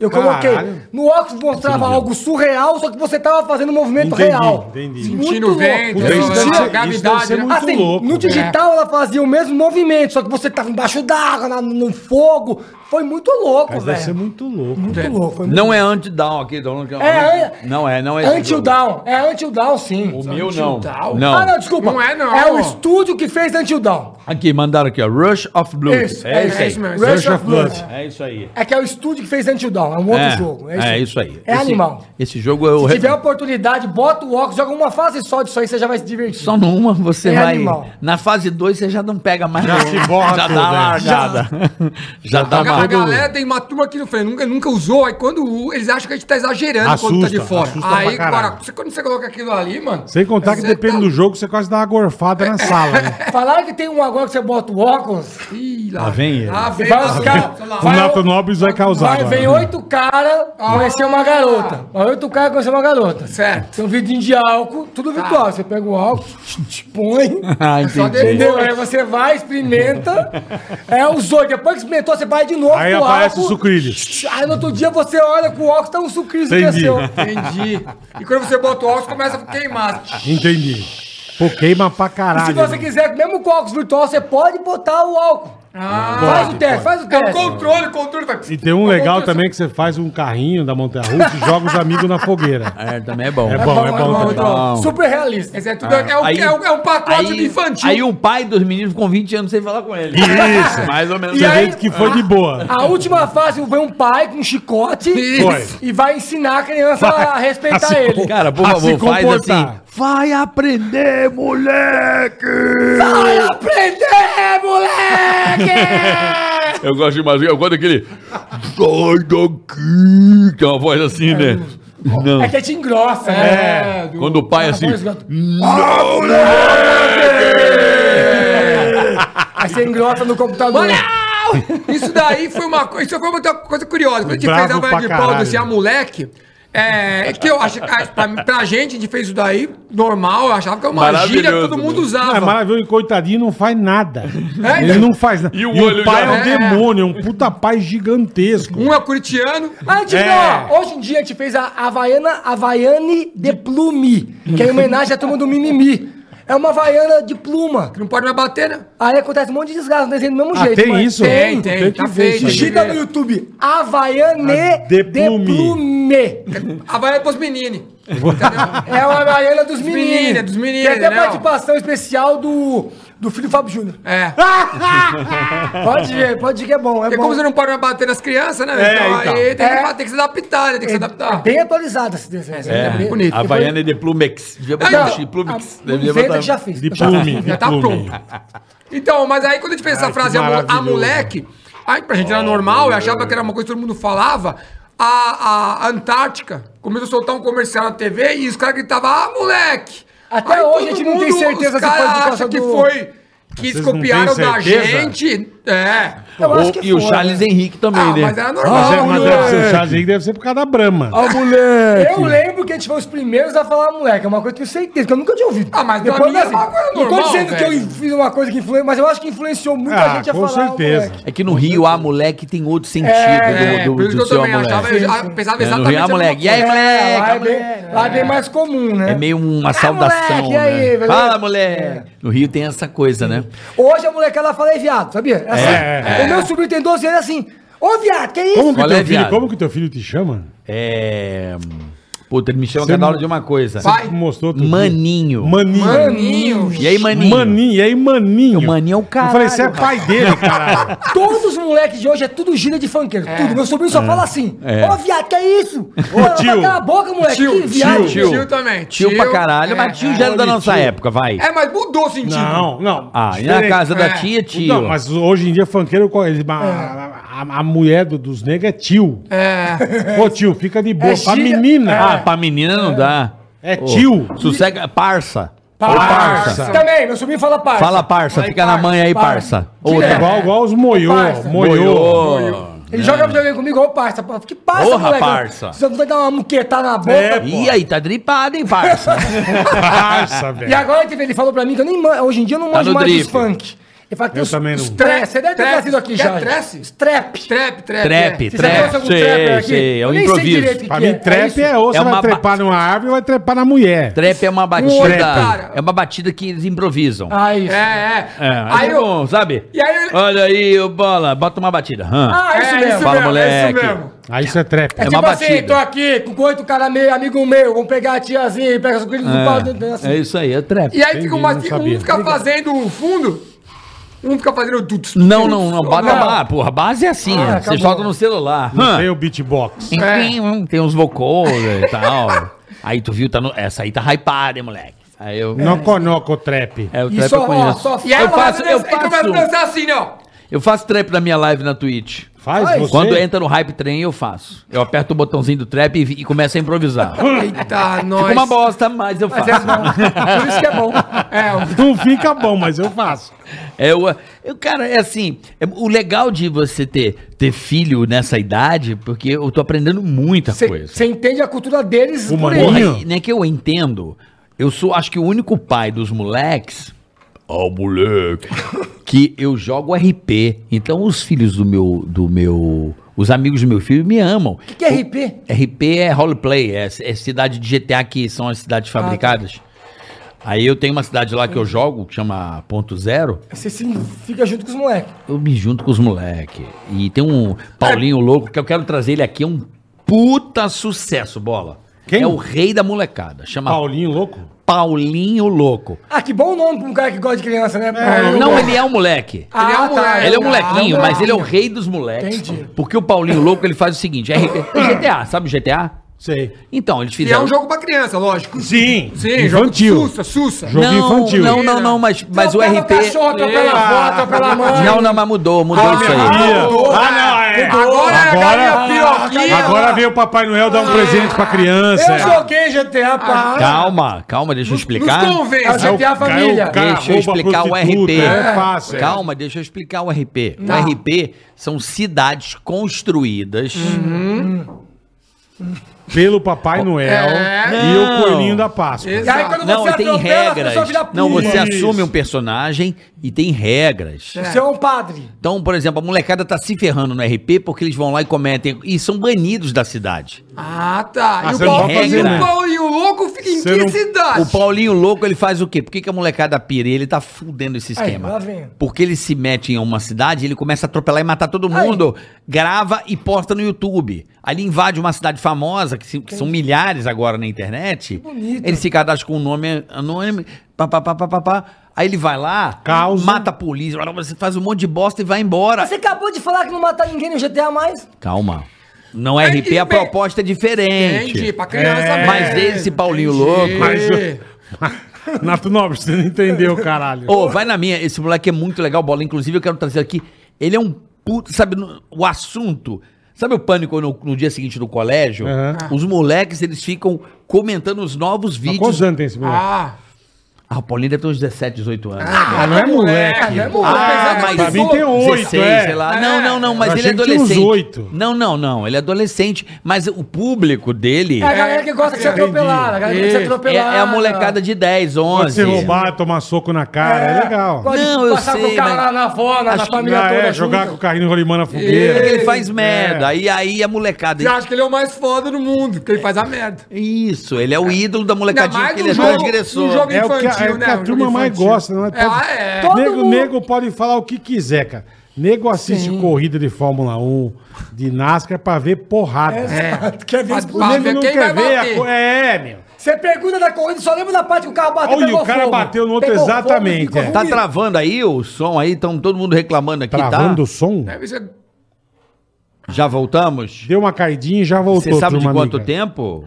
[SPEAKER 4] Eu coloquei.
[SPEAKER 2] Caralho.
[SPEAKER 4] No óculos mostrava algo surreal, só que você tava fazendo um movimento
[SPEAKER 2] Entendi,
[SPEAKER 4] real.
[SPEAKER 2] entendi.
[SPEAKER 4] Muito
[SPEAKER 5] Sentindo o
[SPEAKER 4] louco.
[SPEAKER 5] vento,
[SPEAKER 2] Puta, isso deve
[SPEAKER 5] a
[SPEAKER 2] ser- isso deve
[SPEAKER 5] gravidade.
[SPEAKER 2] ser
[SPEAKER 5] né?
[SPEAKER 2] muito-
[SPEAKER 4] Assim,
[SPEAKER 2] louco,
[SPEAKER 4] no
[SPEAKER 2] velho.
[SPEAKER 4] digital ela fazia o mesmo movimento, só que você tava embaixo d'água, na- no fogo. Foi muito louco,
[SPEAKER 2] Mas deve ser
[SPEAKER 4] velho.
[SPEAKER 2] muito louco.
[SPEAKER 4] né? Muito louco. Foi muito...
[SPEAKER 3] Não é anti-down aqui, então, não, não,
[SPEAKER 4] É,
[SPEAKER 3] não é, não é. esse
[SPEAKER 4] Until
[SPEAKER 3] jogo.
[SPEAKER 4] Down. É Until Down, sim.
[SPEAKER 3] O meu não.
[SPEAKER 5] Down?
[SPEAKER 3] Não.
[SPEAKER 4] Ah, não, desculpa.
[SPEAKER 5] Não é, não.
[SPEAKER 4] É o estúdio que fez Until Down.
[SPEAKER 3] Aqui, mandaram aqui, ó. Rush of Blue.
[SPEAKER 4] Isso, é, isso,
[SPEAKER 5] é
[SPEAKER 4] aí.
[SPEAKER 5] isso mesmo.
[SPEAKER 4] Rush,
[SPEAKER 2] Rush
[SPEAKER 4] of
[SPEAKER 2] of Blood.
[SPEAKER 4] Blood.
[SPEAKER 3] É isso aí.
[SPEAKER 4] É que é o estúdio que fez Until Dawn, é um outro
[SPEAKER 3] é,
[SPEAKER 4] jogo.
[SPEAKER 3] É isso aí.
[SPEAKER 4] É
[SPEAKER 3] Esse-
[SPEAKER 4] animal.
[SPEAKER 3] Esse jogo é eu.
[SPEAKER 4] Se tiver oportunidade, bota o óculos, joga uma fase só disso aí, você já vai se divertir.
[SPEAKER 3] <laughs> Só numa você
[SPEAKER 4] É
[SPEAKER 3] vai.
[SPEAKER 4] animal.
[SPEAKER 3] Na fase 2 você já não pega mais.
[SPEAKER 2] Já
[SPEAKER 3] nada.
[SPEAKER 2] se borra
[SPEAKER 3] Já
[SPEAKER 2] tudo,
[SPEAKER 3] dá
[SPEAKER 2] né?
[SPEAKER 3] largada. <laughs> Já, dá
[SPEAKER 5] A, ga- a
[SPEAKER 3] uma.
[SPEAKER 5] galera tem uma turma que não fez, nunca, nunca usou, aí quando u- eles acham que a gente tá exagerando quando tá de
[SPEAKER 2] Assusta,
[SPEAKER 5] fora.
[SPEAKER 2] assusta pra
[SPEAKER 5] Aí, cara,
[SPEAKER 2] caralho.
[SPEAKER 5] você- quando você coloca aquilo ali, mano.
[SPEAKER 2] Sem contar que
[SPEAKER 5] você
[SPEAKER 2] depende
[SPEAKER 5] tá-
[SPEAKER 2] do jogo, você quase dá uma gorfada na sala, né?
[SPEAKER 4] Falaram que tem um agora que você bota o óculos,
[SPEAKER 5] Ih,
[SPEAKER 2] Lá vem ele.
[SPEAKER 5] Lá vem,
[SPEAKER 4] Vai
[SPEAKER 5] lá
[SPEAKER 4] os
[SPEAKER 5] vem.
[SPEAKER 4] caras-
[SPEAKER 5] Sei lá.
[SPEAKER 2] O
[SPEAKER 4] Vai,
[SPEAKER 2] Nato
[SPEAKER 4] eu-
[SPEAKER 2] Nobres vai causar
[SPEAKER 4] vai,
[SPEAKER 2] agora. né?
[SPEAKER 4] vem oito caras conhecer uma garota. Vai oito caras conhecer uma garota.
[SPEAKER 5] Certo.
[SPEAKER 4] Tem um vidinho de álcool, tudo virtual. Você pega o álcool, te põe.
[SPEAKER 3] Ah,
[SPEAKER 5] Só
[SPEAKER 3] entendi.
[SPEAKER 4] Entendeu?
[SPEAKER 5] depois.
[SPEAKER 4] Aí você vai, experimenta. É os oito. Depois que experimentou, você vai de novo
[SPEAKER 2] Aí
[SPEAKER 4] pro
[SPEAKER 2] aparece o
[SPEAKER 4] álcool.
[SPEAKER 2] sucrilhos.
[SPEAKER 4] Aí no outro dia você olha com o óculos, tá um sucrilho que é
[SPEAKER 2] Entendi.
[SPEAKER 4] seu.
[SPEAKER 5] Entendi. E quando você bota o óculos, começa a queimar.
[SPEAKER 2] Entendi. Pô, queima pra
[SPEAKER 4] E
[SPEAKER 2] caralho. né?
[SPEAKER 4] se você
[SPEAKER 2] mano.
[SPEAKER 4] quiser, mesmo com o óculos virtual, você pode botar o álcool. faz o teste, faz o
[SPEAKER 5] Ah, É o
[SPEAKER 4] teste. Então,
[SPEAKER 5] controle, o controle. Vai...
[SPEAKER 2] E tem um legal também que você faz um carrinho da montanha russa e joga os amigos na fogueira.
[SPEAKER 3] É, também é bom.
[SPEAKER 2] É bom, é
[SPEAKER 4] Bom,
[SPEAKER 2] bom.
[SPEAKER 4] bom,
[SPEAKER 2] também.
[SPEAKER 4] bom. então, Super realista.
[SPEAKER 5] Esse é, tudo, é, o-
[SPEAKER 3] Aí-
[SPEAKER 5] é, o- é um pacote
[SPEAKER 3] aí-
[SPEAKER 5] de infantil.
[SPEAKER 3] Aí o pai dos meninos com 20 anos sem falar com ele.
[SPEAKER 2] Isso.
[SPEAKER 3] Mais ou menos.
[SPEAKER 2] Você
[SPEAKER 4] E aí-
[SPEAKER 2] vê que foi de boa.
[SPEAKER 4] A última fase vem um pai com um chicote
[SPEAKER 2] Foi.
[SPEAKER 4] e vai ensinar a criança a respeitar
[SPEAKER 2] se
[SPEAKER 4] ele.
[SPEAKER 3] Cara, por
[SPEAKER 2] A
[SPEAKER 3] favor,
[SPEAKER 2] se
[SPEAKER 3] faz
[SPEAKER 2] comportar.
[SPEAKER 3] assim. Vai aprender, moleque!
[SPEAKER 4] Vai aprender, moleque!
[SPEAKER 3] <laughs> Eu gosto de imaginar, eu gosto daquele. Sai daqui! Que é uma voz assim, né? Não.
[SPEAKER 4] é que te engrossa, né? Do-
[SPEAKER 3] Quando o pai assim.
[SPEAKER 4] voz grossa. Aí você engrossa no computador.
[SPEAKER 5] <laughs> Isso daí foi uma coisa. Isso foi uma coisa curiosa. Quando a gente
[SPEAKER 2] Bravo
[SPEAKER 5] fez a
[SPEAKER 2] pra
[SPEAKER 5] Vale de pau
[SPEAKER 2] caralho.
[SPEAKER 5] desse a moleque. É, que eu acho ah, pra, pra gente, a gente fez isso daí normal, eu achava que era uma gíria que todo
[SPEAKER 3] Maravilhoso,
[SPEAKER 5] mundo
[SPEAKER 3] né?
[SPEAKER 2] Não, é
[SPEAKER 5] usava.
[SPEAKER 2] maravilhoso, e coitadinho não faz nada.
[SPEAKER 5] Ah, É,
[SPEAKER 2] ele não faz nada.
[SPEAKER 3] E
[SPEAKER 2] E
[SPEAKER 3] o
[SPEAKER 2] o,
[SPEAKER 3] olho
[SPEAKER 2] pai
[SPEAKER 5] já-
[SPEAKER 2] é um
[SPEAKER 5] É.
[SPEAKER 2] demônio, é um puta pai gigantesco.
[SPEAKER 5] um é curitiano,
[SPEAKER 4] A gente,
[SPEAKER 2] É.
[SPEAKER 4] ó, hoje em dia a gente fez a Havaiana Havaiane de Plume, que é em homenagem à turma do Mimimi. É uma Havaiana de pluma.
[SPEAKER 5] não pode mais bater, né?
[SPEAKER 4] Aí acontece um monte de desgraça no desenho do mesmo
[SPEAKER 2] Ah,
[SPEAKER 4] jeito.
[SPEAKER 2] tem
[SPEAKER 4] mas
[SPEAKER 2] isso?
[SPEAKER 5] Tem, tem,
[SPEAKER 2] que
[SPEAKER 5] tá
[SPEAKER 2] ver
[SPEAKER 5] feito.
[SPEAKER 2] isso aí.
[SPEAKER 4] Digita no YouTube Havaiane
[SPEAKER 2] A
[SPEAKER 4] de
[SPEAKER 2] de
[SPEAKER 4] Plume.
[SPEAKER 2] Plume.
[SPEAKER 5] A Vale é pros meninos.
[SPEAKER 4] É uma Havaiana dos
[SPEAKER 5] meninos,
[SPEAKER 4] meninos.
[SPEAKER 5] dos meninos,
[SPEAKER 4] Tem até
[SPEAKER 5] né?
[SPEAKER 4] participação especial do, do filho Fábio Júnior.
[SPEAKER 5] É.
[SPEAKER 4] Pode ver, pode ver que é bom. É
[SPEAKER 5] Porque
[SPEAKER 4] bom.
[SPEAKER 5] como você não pode mais bater nas crianças, né?
[SPEAKER 2] É, então.
[SPEAKER 5] aí tem,
[SPEAKER 4] É.
[SPEAKER 5] que, tem que se adaptar, né? Tem que se
[SPEAKER 4] É
[SPEAKER 5] adaptar.
[SPEAKER 4] bem atualizado esse desenho. É, bem
[SPEAKER 5] bonito.
[SPEAKER 3] Havaiana de Plumex. Devia botar
[SPEAKER 4] Não,
[SPEAKER 3] de Plumex.
[SPEAKER 4] a-
[SPEAKER 3] Devia
[SPEAKER 4] inventa
[SPEAKER 3] botar. um-
[SPEAKER 4] que já fiz.
[SPEAKER 2] De
[SPEAKER 4] Eu já
[SPEAKER 2] plume,
[SPEAKER 5] Já
[SPEAKER 2] de
[SPEAKER 5] tá
[SPEAKER 2] plume.
[SPEAKER 5] pronto. Então, mas aí quando a gente fez essa
[SPEAKER 2] Ai, que
[SPEAKER 5] frase a mo- a,
[SPEAKER 2] maravilhoso.
[SPEAKER 5] moleque, aí pra gente era normal, eu achava que era uma coisa que todo mundo falava. A, a Antártica começou a soltar um comercial na TV e os caras gritavam, ah, moleque!
[SPEAKER 4] Até
[SPEAKER 5] Aí
[SPEAKER 4] hoje
[SPEAKER 5] todo
[SPEAKER 4] a gente não tem certeza
[SPEAKER 5] os
[SPEAKER 4] se foi por
[SPEAKER 5] caras
[SPEAKER 4] causa
[SPEAKER 5] acham que
[SPEAKER 4] do-
[SPEAKER 5] foi que
[SPEAKER 2] Vocês não
[SPEAKER 5] copiaram
[SPEAKER 2] têm
[SPEAKER 5] da
[SPEAKER 2] certeza?
[SPEAKER 5] gente. É.
[SPEAKER 4] Eu acho que
[SPEAKER 3] e o
[SPEAKER 4] foi,
[SPEAKER 3] Charles
[SPEAKER 4] né?
[SPEAKER 3] Henrique também,
[SPEAKER 5] Ah,
[SPEAKER 3] né?
[SPEAKER 5] mas era normal.
[SPEAKER 2] Mas, é, mas deve ser, o
[SPEAKER 5] né?
[SPEAKER 2] Charles Henrique deve ser por causa da Brahma.
[SPEAKER 4] <laughs>
[SPEAKER 9] Ó, moleque.
[SPEAKER 4] Eu lembro que a gente foi os primeiros a falar moleque. É uma coisa que eu tenho certeza, que eu nunca tinha ouvido.
[SPEAKER 5] Ah, mas pra mim é uma coisa
[SPEAKER 4] não tô
[SPEAKER 5] normal,
[SPEAKER 4] dizendo que
[SPEAKER 5] velho.
[SPEAKER 4] eu fiz uma coisa que influenciou, mas eu acho que influenciou muita
[SPEAKER 2] Ah,
[SPEAKER 4] gente a
[SPEAKER 2] com
[SPEAKER 4] falar
[SPEAKER 2] certeza.
[SPEAKER 4] moleque.
[SPEAKER 3] É que no Rio, a moleque tem outro sentido
[SPEAKER 5] É,
[SPEAKER 3] do,
[SPEAKER 5] por
[SPEAKER 3] do,
[SPEAKER 5] isso
[SPEAKER 3] do
[SPEAKER 5] que eu
[SPEAKER 3] seu a
[SPEAKER 5] também
[SPEAKER 3] moleque.
[SPEAKER 5] achava, eu já pensava
[SPEAKER 3] É, no
[SPEAKER 5] exatamente.
[SPEAKER 3] Rio, a moleque. E aí,
[SPEAKER 4] É, lá, é
[SPEAKER 3] moleque?
[SPEAKER 5] né?
[SPEAKER 4] bem, lá é bem mais comum, né?
[SPEAKER 3] É meio uma saudação,
[SPEAKER 4] moleque, e aí,
[SPEAKER 3] né?
[SPEAKER 4] beleza?
[SPEAKER 3] Fala, moleque! No Rio tem essa coisa, né?
[SPEAKER 4] Hoje a molecada fala, é viado, sabia? É assim.
[SPEAKER 2] É,
[SPEAKER 4] O meu sobrinho tem 12 anos é assim. Ô, viado, que isso?
[SPEAKER 2] Como que,
[SPEAKER 3] Qual
[SPEAKER 2] teu
[SPEAKER 3] é,
[SPEAKER 2] filho,
[SPEAKER 3] viado?
[SPEAKER 2] como que teu filho te chama?
[SPEAKER 3] É... Puta, ele me chama
[SPEAKER 2] Você
[SPEAKER 3] cada
[SPEAKER 2] não-
[SPEAKER 3] hora de uma coisa.
[SPEAKER 5] Vai.
[SPEAKER 2] Mostrou outro dia.
[SPEAKER 3] Maninho.
[SPEAKER 2] Maninho.
[SPEAKER 5] Maninho.
[SPEAKER 3] E aí, maninho?
[SPEAKER 2] Maninho, e aí, maninho?
[SPEAKER 3] O maninho é o
[SPEAKER 2] Eu
[SPEAKER 3] caralho.
[SPEAKER 2] falei, você é pai dele, caralho.
[SPEAKER 3] <laughs>
[SPEAKER 4] Todos os moleques de hoje é tudo gíria de funkeiro.
[SPEAKER 5] É.
[SPEAKER 4] Tudo. Meu sobrinho só fala assim. Ô, viado, que é isso? Ô,
[SPEAKER 2] É. tio.
[SPEAKER 4] Cala a boca, moleque. que
[SPEAKER 5] Tio,
[SPEAKER 4] viado.
[SPEAKER 5] tio, tio, também.
[SPEAKER 3] Tio, pra caralho,
[SPEAKER 5] é,
[SPEAKER 3] mas tio já era da nossa época, vai.
[SPEAKER 5] É, mas mudou o sentido.
[SPEAKER 2] Não, não.
[SPEAKER 3] Ah, e na
[SPEAKER 2] Diferente.
[SPEAKER 3] casa da
[SPEAKER 5] É.
[SPEAKER 3] tia, tio.
[SPEAKER 2] Não, mas hoje em dia, funkeiro, qual- ele, a,
[SPEAKER 4] É.
[SPEAKER 2] a, a mulher do- dos negros é tio.
[SPEAKER 5] É.
[SPEAKER 2] Ô, tio, fica de boa.
[SPEAKER 4] É
[SPEAKER 2] pra
[SPEAKER 4] gíria-
[SPEAKER 3] Ah,
[SPEAKER 2] menina.
[SPEAKER 3] pra menina não dá.
[SPEAKER 2] É, tio.
[SPEAKER 3] Sossega, parça.
[SPEAKER 2] Parça.
[SPEAKER 4] Também, meu sobrinho fala parça.
[SPEAKER 3] Fala, parça. Fica na mãe aí, parça. Ou
[SPEAKER 2] É
[SPEAKER 4] Direto.
[SPEAKER 2] igual, igual os moiô.
[SPEAKER 4] Parça.
[SPEAKER 2] Moiô.
[SPEAKER 4] Ele joga videogame comigo, ô, parça. pô, Que parça,
[SPEAKER 3] Né? Porra,
[SPEAKER 4] moleque.
[SPEAKER 3] parça.
[SPEAKER 4] Você vai dar uma muquetada na boca.
[SPEAKER 2] É,
[SPEAKER 3] E aí, tá dripado, hein, parça?
[SPEAKER 2] Parça,
[SPEAKER 4] E
[SPEAKER 2] velho.
[SPEAKER 4] agora ele falou pra mim que eu nem man- hoje em dia eu não
[SPEAKER 3] Tá
[SPEAKER 4] manjo
[SPEAKER 3] no
[SPEAKER 4] mais
[SPEAKER 3] drip.
[SPEAKER 4] dos funk. Ele fala que tem
[SPEAKER 2] Eu
[SPEAKER 4] os,
[SPEAKER 2] também não.
[SPEAKER 4] os trap. Você deve ter
[SPEAKER 5] Trap.
[SPEAKER 4] trazido aqui
[SPEAKER 5] Quer
[SPEAKER 4] já.
[SPEAKER 5] trap?
[SPEAKER 4] Os Trap.
[SPEAKER 5] Trap, trap.
[SPEAKER 3] Trap,
[SPEAKER 5] é.
[SPEAKER 4] Você já trouxe algum
[SPEAKER 3] Sei,
[SPEAKER 4] trapper aqui?
[SPEAKER 3] sei, é um
[SPEAKER 4] Eu nem
[SPEAKER 3] improviso.
[SPEAKER 4] direito o que
[SPEAKER 2] Pra
[SPEAKER 4] que
[SPEAKER 2] mim, trap
[SPEAKER 4] isso?
[SPEAKER 2] é ou você
[SPEAKER 3] É uma
[SPEAKER 2] vai
[SPEAKER 3] ba-
[SPEAKER 2] trepar numa árvore ou vai trepar na mulher.
[SPEAKER 3] Trap é uma batida.
[SPEAKER 5] Trap.
[SPEAKER 3] É uma batida que eles improvisam.
[SPEAKER 4] Ah, isso.
[SPEAKER 5] É, é.
[SPEAKER 3] É, aí
[SPEAKER 5] aí
[SPEAKER 3] é
[SPEAKER 5] eu.
[SPEAKER 3] bom, sabe?
[SPEAKER 5] E aí ele-
[SPEAKER 3] Olha aí, ô bola, bota uma batida. Hã?
[SPEAKER 4] Ah, isso
[SPEAKER 5] é,
[SPEAKER 4] mesmo.
[SPEAKER 3] Fala,
[SPEAKER 5] é isso
[SPEAKER 3] moleque.
[SPEAKER 5] mesmo.
[SPEAKER 2] Aí isso é trap.
[SPEAKER 4] É
[SPEAKER 3] É
[SPEAKER 4] tipo
[SPEAKER 3] uma
[SPEAKER 4] assim,
[SPEAKER 3] batida.
[SPEAKER 4] tô aqui com oito cara meio, amigo meu, vamos pegar a tiazinha e pega os grilos do pau dentro assim.
[SPEAKER 3] É, é isso aí, é trap.
[SPEAKER 5] E aí
[SPEAKER 2] Entendi,
[SPEAKER 5] fica uma,
[SPEAKER 2] não
[SPEAKER 5] um
[SPEAKER 2] sabia.
[SPEAKER 5] fica fazendo o fundo, um fica fazendo o tuts.
[SPEAKER 3] Não, não, não, bota
[SPEAKER 4] Não.
[SPEAKER 3] lá, porra, base é assim,
[SPEAKER 4] Ah,
[SPEAKER 3] né? você
[SPEAKER 4] acabou.
[SPEAKER 3] joga no celular.
[SPEAKER 2] Não
[SPEAKER 3] Hã?
[SPEAKER 2] tem o beatbox.
[SPEAKER 3] Tem,
[SPEAKER 4] É.
[SPEAKER 3] tem- tem uns vocals e tal. Aí tu viu, tá no, essa aí tá hypada, hein, moleque. Aí eu...
[SPEAKER 2] Noconoco trap.
[SPEAKER 3] É, o
[SPEAKER 4] E
[SPEAKER 3] trap
[SPEAKER 4] só,
[SPEAKER 3] eu
[SPEAKER 4] ó,
[SPEAKER 3] conheço.
[SPEAKER 4] só
[SPEAKER 5] E aí
[SPEAKER 3] eu faço, eu
[SPEAKER 5] dançar, aí começa a
[SPEAKER 3] faço,
[SPEAKER 5] dançar assim, não.
[SPEAKER 3] eu faço trap na minha live na Twitch.
[SPEAKER 2] Faz
[SPEAKER 4] Ai,
[SPEAKER 2] você.
[SPEAKER 3] Quando entra no hype trem, eu faço. Eu aperto o botãozinho do trap e, e começo a improvisar.
[SPEAKER 5] Eita,
[SPEAKER 3] Fica
[SPEAKER 5] nós.
[SPEAKER 3] uma bosta, mas eu faço.
[SPEAKER 4] É bom. Por isso que é bom.
[SPEAKER 5] É,
[SPEAKER 2] <laughs>
[SPEAKER 5] o-
[SPEAKER 2] Não fica bom, mas eu faço.
[SPEAKER 3] <laughs> É, o, eu, cara, é assim, é, o legal de você ter, ter filho nessa idade, porque eu tô aprendendo muita coisa.
[SPEAKER 4] Você entende a cultura deles
[SPEAKER 2] O
[SPEAKER 4] por
[SPEAKER 2] maninho.
[SPEAKER 4] aí.
[SPEAKER 3] Porra, e nem que eu entendo, eu sou, acho que o único pai dos moleques, ó
[SPEAKER 4] <laughs>
[SPEAKER 3] moleque, que eu jogo RP. Então os filhos do meu, do meu, os amigos do meu filho me amam.
[SPEAKER 4] O que é RP?
[SPEAKER 3] RP é roleplay, é, é cidade de GTA que são as
[SPEAKER 4] Ah,
[SPEAKER 3] cidades
[SPEAKER 4] tá.
[SPEAKER 3] fabricadas. Aí eu tenho uma cidade lá que eu jogo, que chama Ponto Zero,
[SPEAKER 4] Você se- fica junto com os moleques.
[SPEAKER 3] eu me junto com os moleque. E tem um Paulinho
[SPEAKER 4] É.
[SPEAKER 3] louco que eu quero trazer ele aqui, é um puta sucesso, bola.
[SPEAKER 2] Quem?
[SPEAKER 3] É o rei da molecada. Chama
[SPEAKER 2] Paulinho louco?
[SPEAKER 3] Paulinho louco.
[SPEAKER 4] Ah, que bom nome pra um cara que gosta de criança, né?
[SPEAKER 2] eu
[SPEAKER 3] Não, ele é um moleque.
[SPEAKER 4] Ah,
[SPEAKER 5] Ele é um moleque.
[SPEAKER 3] Ele é um molequinho,
[SPEAKER 5] Ah,
[SPEAKER 3] mas ele é o rei dos moleques.
[SPEAKER 4] Entendi.
[SPEAKER 3] Porque o Paulinho louco, ele faz o seguinte, RP, é GTA, sabe o GTA?
[SPEAKER 2] Sei.
[SPEAKER 3] Então, eles
[SPEAKER 5] E é
[SPEAKER 3] fizeram...
[SPEAKER 5] um jogo pra criança, lógico.
[SPEAKER 2] Sim.
[SPEAKER 5] Sim,
[SPEAKER 2] infantil.
[SPEAKER 5] jogo sussa, sussa.
[SPEAKER 2] Jogo
[SPEAKER 3] não,
[SPEAKER 2] infantil.
[SPEAKER 3] Não, não, não, mas, mas o RP...
[SPEAKER 4] cachorro, atropela a avó, atropela a mãe.
[SPEAKER 3] Não, não, mas mudou, mudou isso aí.
[SPEAKER 2] Ah,
[SPEAKER 5] mudou.
[SPEAKER 2] não, é.
[SPEAKER 5] Agora é a galinha piroquinha.
[SPEAKER 2] Agora vem o Papai Noel dar um presente pra criança.
[SPEAKER 4] Eu joguei GTA, pá.
[SPEAKER 3] Calma, calma, deixa eu
[SPEAKER 5] Nos
[SPEAKER 3] explicar.
[SPEAKER 4] É o
[SPEAKER 5] convence.
[SPEAKER 2] É o
[SPEAKER 4] GTA
[SPEAKER 2] cara-
[SPEAKER 4] Família.
[SPEAKER 2] o cara
[SPEAKER 3] Deixa eu
[SPEAKER 2] rouba
[SPEAKER 3] explicar o
[SPEAKER 2] prostituta,
[SPEAKER 3] RP.
[SPEAKER 2] É fácil. é.
[SPEAKER 3] Calma, deixa eu explicar o RP. O RP são cidades construídas.
[SPEAKER 2] Pelo Papai Noel e o Coelhinho da Páscoa.
[SPEAKER 4] E aí, quando
[SPEAKER 3] Não,
[SPEAKER 4] você é
[SPEAKER 3] e tem
[SPEAKER 4] atropela, as pessoas
[SPEAKER 3] regras.
[SPEAKER 4] viram puta.
[SPEAKER 3] Não, você
[SPEAKER 2] Isso.
[SPEAKER 3] assume um personagem e tem regras.
[SPEAKER 4] Você é um padre.
[SPEAKER 3] Então, por exemplo, a molecada tá se ferrando no RP porque eles vão lá e cometem e são banidos da cidade.
[SPEAKER 5] Ah, tá.
[SPEAKER 2] Ah,
[SPEAKER 5] e, o
[SPEAKER 2] você não
[SPEAKER 5] Paulo,
[SPEAKER 3] pode fazer,
[SPEAKER 5] e
[SPEAKER 3] né?
[SPEAKER 5] o Paulo e o louco fica em
[SPEAKER 2] Você
[SPEAKER 5] que
[SPEAKER 2] não-
[SPEAKER 5] cidade?
[SPEAKER 3] O Paulinho louco, ele faz o quê? Por que, que a molecada pira? Ele tá fudendo esse
[SPEAKER 4] Aí,
[SPEAKER 3] esquema.
[SPEAKER 4] lá vem.
[SPEAKER 3] Porque ele se mete em uma cidade, ele começa a atropelar e matar todo mundo, grava e posta no YouTube. Aí ele invade uma cidade famosa, que, se- que são milhares agora na internet.
[SPEAKER 4] bonito.
[SPEAKER 3] Ele se cadastra com um nome anônimo, pá, pá, pá, pá, pá, pá. Aí ele vai lá,
[SPEAKER 2] Causa.
[SPEAKER 3] mata a polícia, blá, blá, você faz um monte de bosta e vai embora.
[SPEAKER 4] Você acabou de falar que não matar ninguém no GTA mais?
[SPEAKER 3] Calma. Não é
[SPEAKER 5] Aí
[SPEAKER 3] RP, a
[SPEAKER 5] ele-
[SPEAKER 3] proposta é diferente.
[SPEAKER 5] Entendi, pra criança
[SPEAKER 2] É.
[SPEAKER 5] mesmo.
[SPEAKER 3] Mas esse Paulinho louco-
[SPEAKER 2] Mas
[SPEAKER 5] Mas
[SPEAKER 2] o- <laughs> Nato Nobre, você não entendeu, caralho.
[SPEAKER 3] Ô, vai na minha, esse moleque é muito legal, bola. Inclusive, eu quero trazer aqui. Ele é um puto, sabe, no- o assunto. Sabe o pânico no, no dia seguinte do colégio?
[SPEAKER 2] Aham. Tá
[SPEAKER 3] Os moleques, eles ficam comentando os novos
[SPEAKER 2] Mas
[SPEAKER 3] vídeos.
[SPEAKER 2] Quantos anos tem esse moleque?
[SPEAKER 5] Ah,
[SPEAKER 3] Ah, o Paulinho deve ter uns 17, 18 anos.
[SPEAKER 2] Ah, não é moleque.
[SPEAKER 5] Ah, não é
[SPEAKER 2] moleque.
[SPEAKER 5] moleque,
[SPEAKER 3] Ah,
[SPEAKER 5] é
[SPEAKER 3] mas-
[SPEAKER 5] pessoa.
[SPEAKER 2] Pra mim tem oito,
[SPEAKER 3] 16,
[SPEAKER 2] é.
[SPEAKER 3] sei lá.
[SPEAKER 5] É.
[SPEAKER 3] Não, não, não, mas
[SPEAKER 2] Eu
[SPEAKER 3] ele é
[SPEAKER 2] achei que tinha uns
[SPEAKER 3] adolescente.
[SPEAKER 2] oito.
[SPEAKER 3] Não, não, não, ele é adolescente, mas o público dele
[SPEAKER 4] É a galera que gosta de se
[SPEAKER 5] Entendi.
[SPEAKER 4] atropelar, a galera que se
[SPEAKER 5] Isso.
[SPEAKER 3] é,
[SPEAKER 4] atropelar.
[SPEAKER 3] é a molecada de 10,
[SPEAKER 2] Pode
[SPEAKER 3] 11.
[SPEAKER 2] se roubar, tomar soco na cara, é, legal.
[SPEAKER 4] Gosta
[SPEAKER 3] Não,
[SPEAKER 4] de
[SPEAKER 3] eu
[SPEAKER 4] passar
[SPEAKER 3] sei,
[SPEAKER 4] com o cara
[SPEAKER 3] mas-
[SPEAKER 4] lá na avó, na, na
[SPEAKER 3] Acho que-
[SPEAKER 4] família
[SPEAKER 2] Ah,
[SPEAKER 4] toda
[SPEAKER 2] é,
[SPEAKER 4] junto.
[SPEAKER 2] jogar com o carrinho rolimando na
[SPEAKER 3] É que
[SPEAKER 2] fogueira.
[SPEAKER 3] ele faz merda. E aí a molecada.
[SPEAKER 5] Você acha que ele é o mais foda do mundo, porque ele faz a merda.
[SPEAKER 3] Isso, ele é o ídolo da
[SPEAKER 5] Ainda
[SPEAKER 3] molecadinha
[SPEAKER 5] mais
[SPEAKER 3] que ele é
[SPEAKER 5] no
[SPEAKER 3] transgressor.
[SPEAKER 5] jogo,
[SPEAKER 2] É o
[SPEAKER 5] no jogo
[SPEAKER 2] que a-
[SPEAKER 5] infantil,
[SPEAKER 2] é o que
[SPEAKER 5] né?
[SPEAKER 2] a
[SPEAKER 5] Um
[SPEAKER 2] turma
[SPEAKER 5] jogo
[SPEAKER 2] mais
[SPEAKER 5] infantil.
[SPEAKER 2] gosta, não é?
[SPEAKER 5] É, ah, é.
[SPEAKER 4] Todo
[SPEAKER 2] nego,
[SPEAKER 4] mundo.
[SPEAKER 2] nego pode falar o que quiser, cara. Nego assiste corrida de Fórmula 1, de NASCAR, pra ver porrada.
[SPEAKER 4] É, Exato, quer ver
[SPEAKER 5] Mas-
[SPEAKER 4] isso?
[SPEAKER 2] O nego
[SPEAKER 5] ver
[SPEAKER 2] não
[SPEAKER 5] quem
[SPEAKER 2] quer
[SPEAKER 5] vai
[SPEAKER 2] ver a
[SPEAKER 5] bater.
[SPEAKER 2] co- É, meu.
[SPEAKER 4] Você pergunta da corrida, só lembra da parte que o carro bateu
[SPEAKER 2] Olha,
[SPEAKER 4] pegou
[SPEAKER 2] o cara
[SPEAKER 4] fogo.
[SPEAKER 2] bateu no outro
[SPEAKER 4] Pegou fogo,
[SPEAKER 2] exatamente,
[SPEAKER 4] ficou
[SPEAKER 2] é.
[SPEAKER 4] ruim.
[SPEAKER 3] Tá travando aí o som aí? Estão todo mundo reclamando aqui,
[SPEAKER 2] Travando o
[SPEAKER 3] tá?
[SPEAKER 2] som?
[SPEAKER 5] Deve ser-
[SPEAKER 3] Já voltamos?
[SPEAKER 2] Deu uma caidinha e já voltou.
[SPEAKER 3] Você sabe de
[SPEAKER 2] turma
[SPEAKER 3] quanto
[SPEAKER 2] amiga.
[SPEAKER 3] tempo?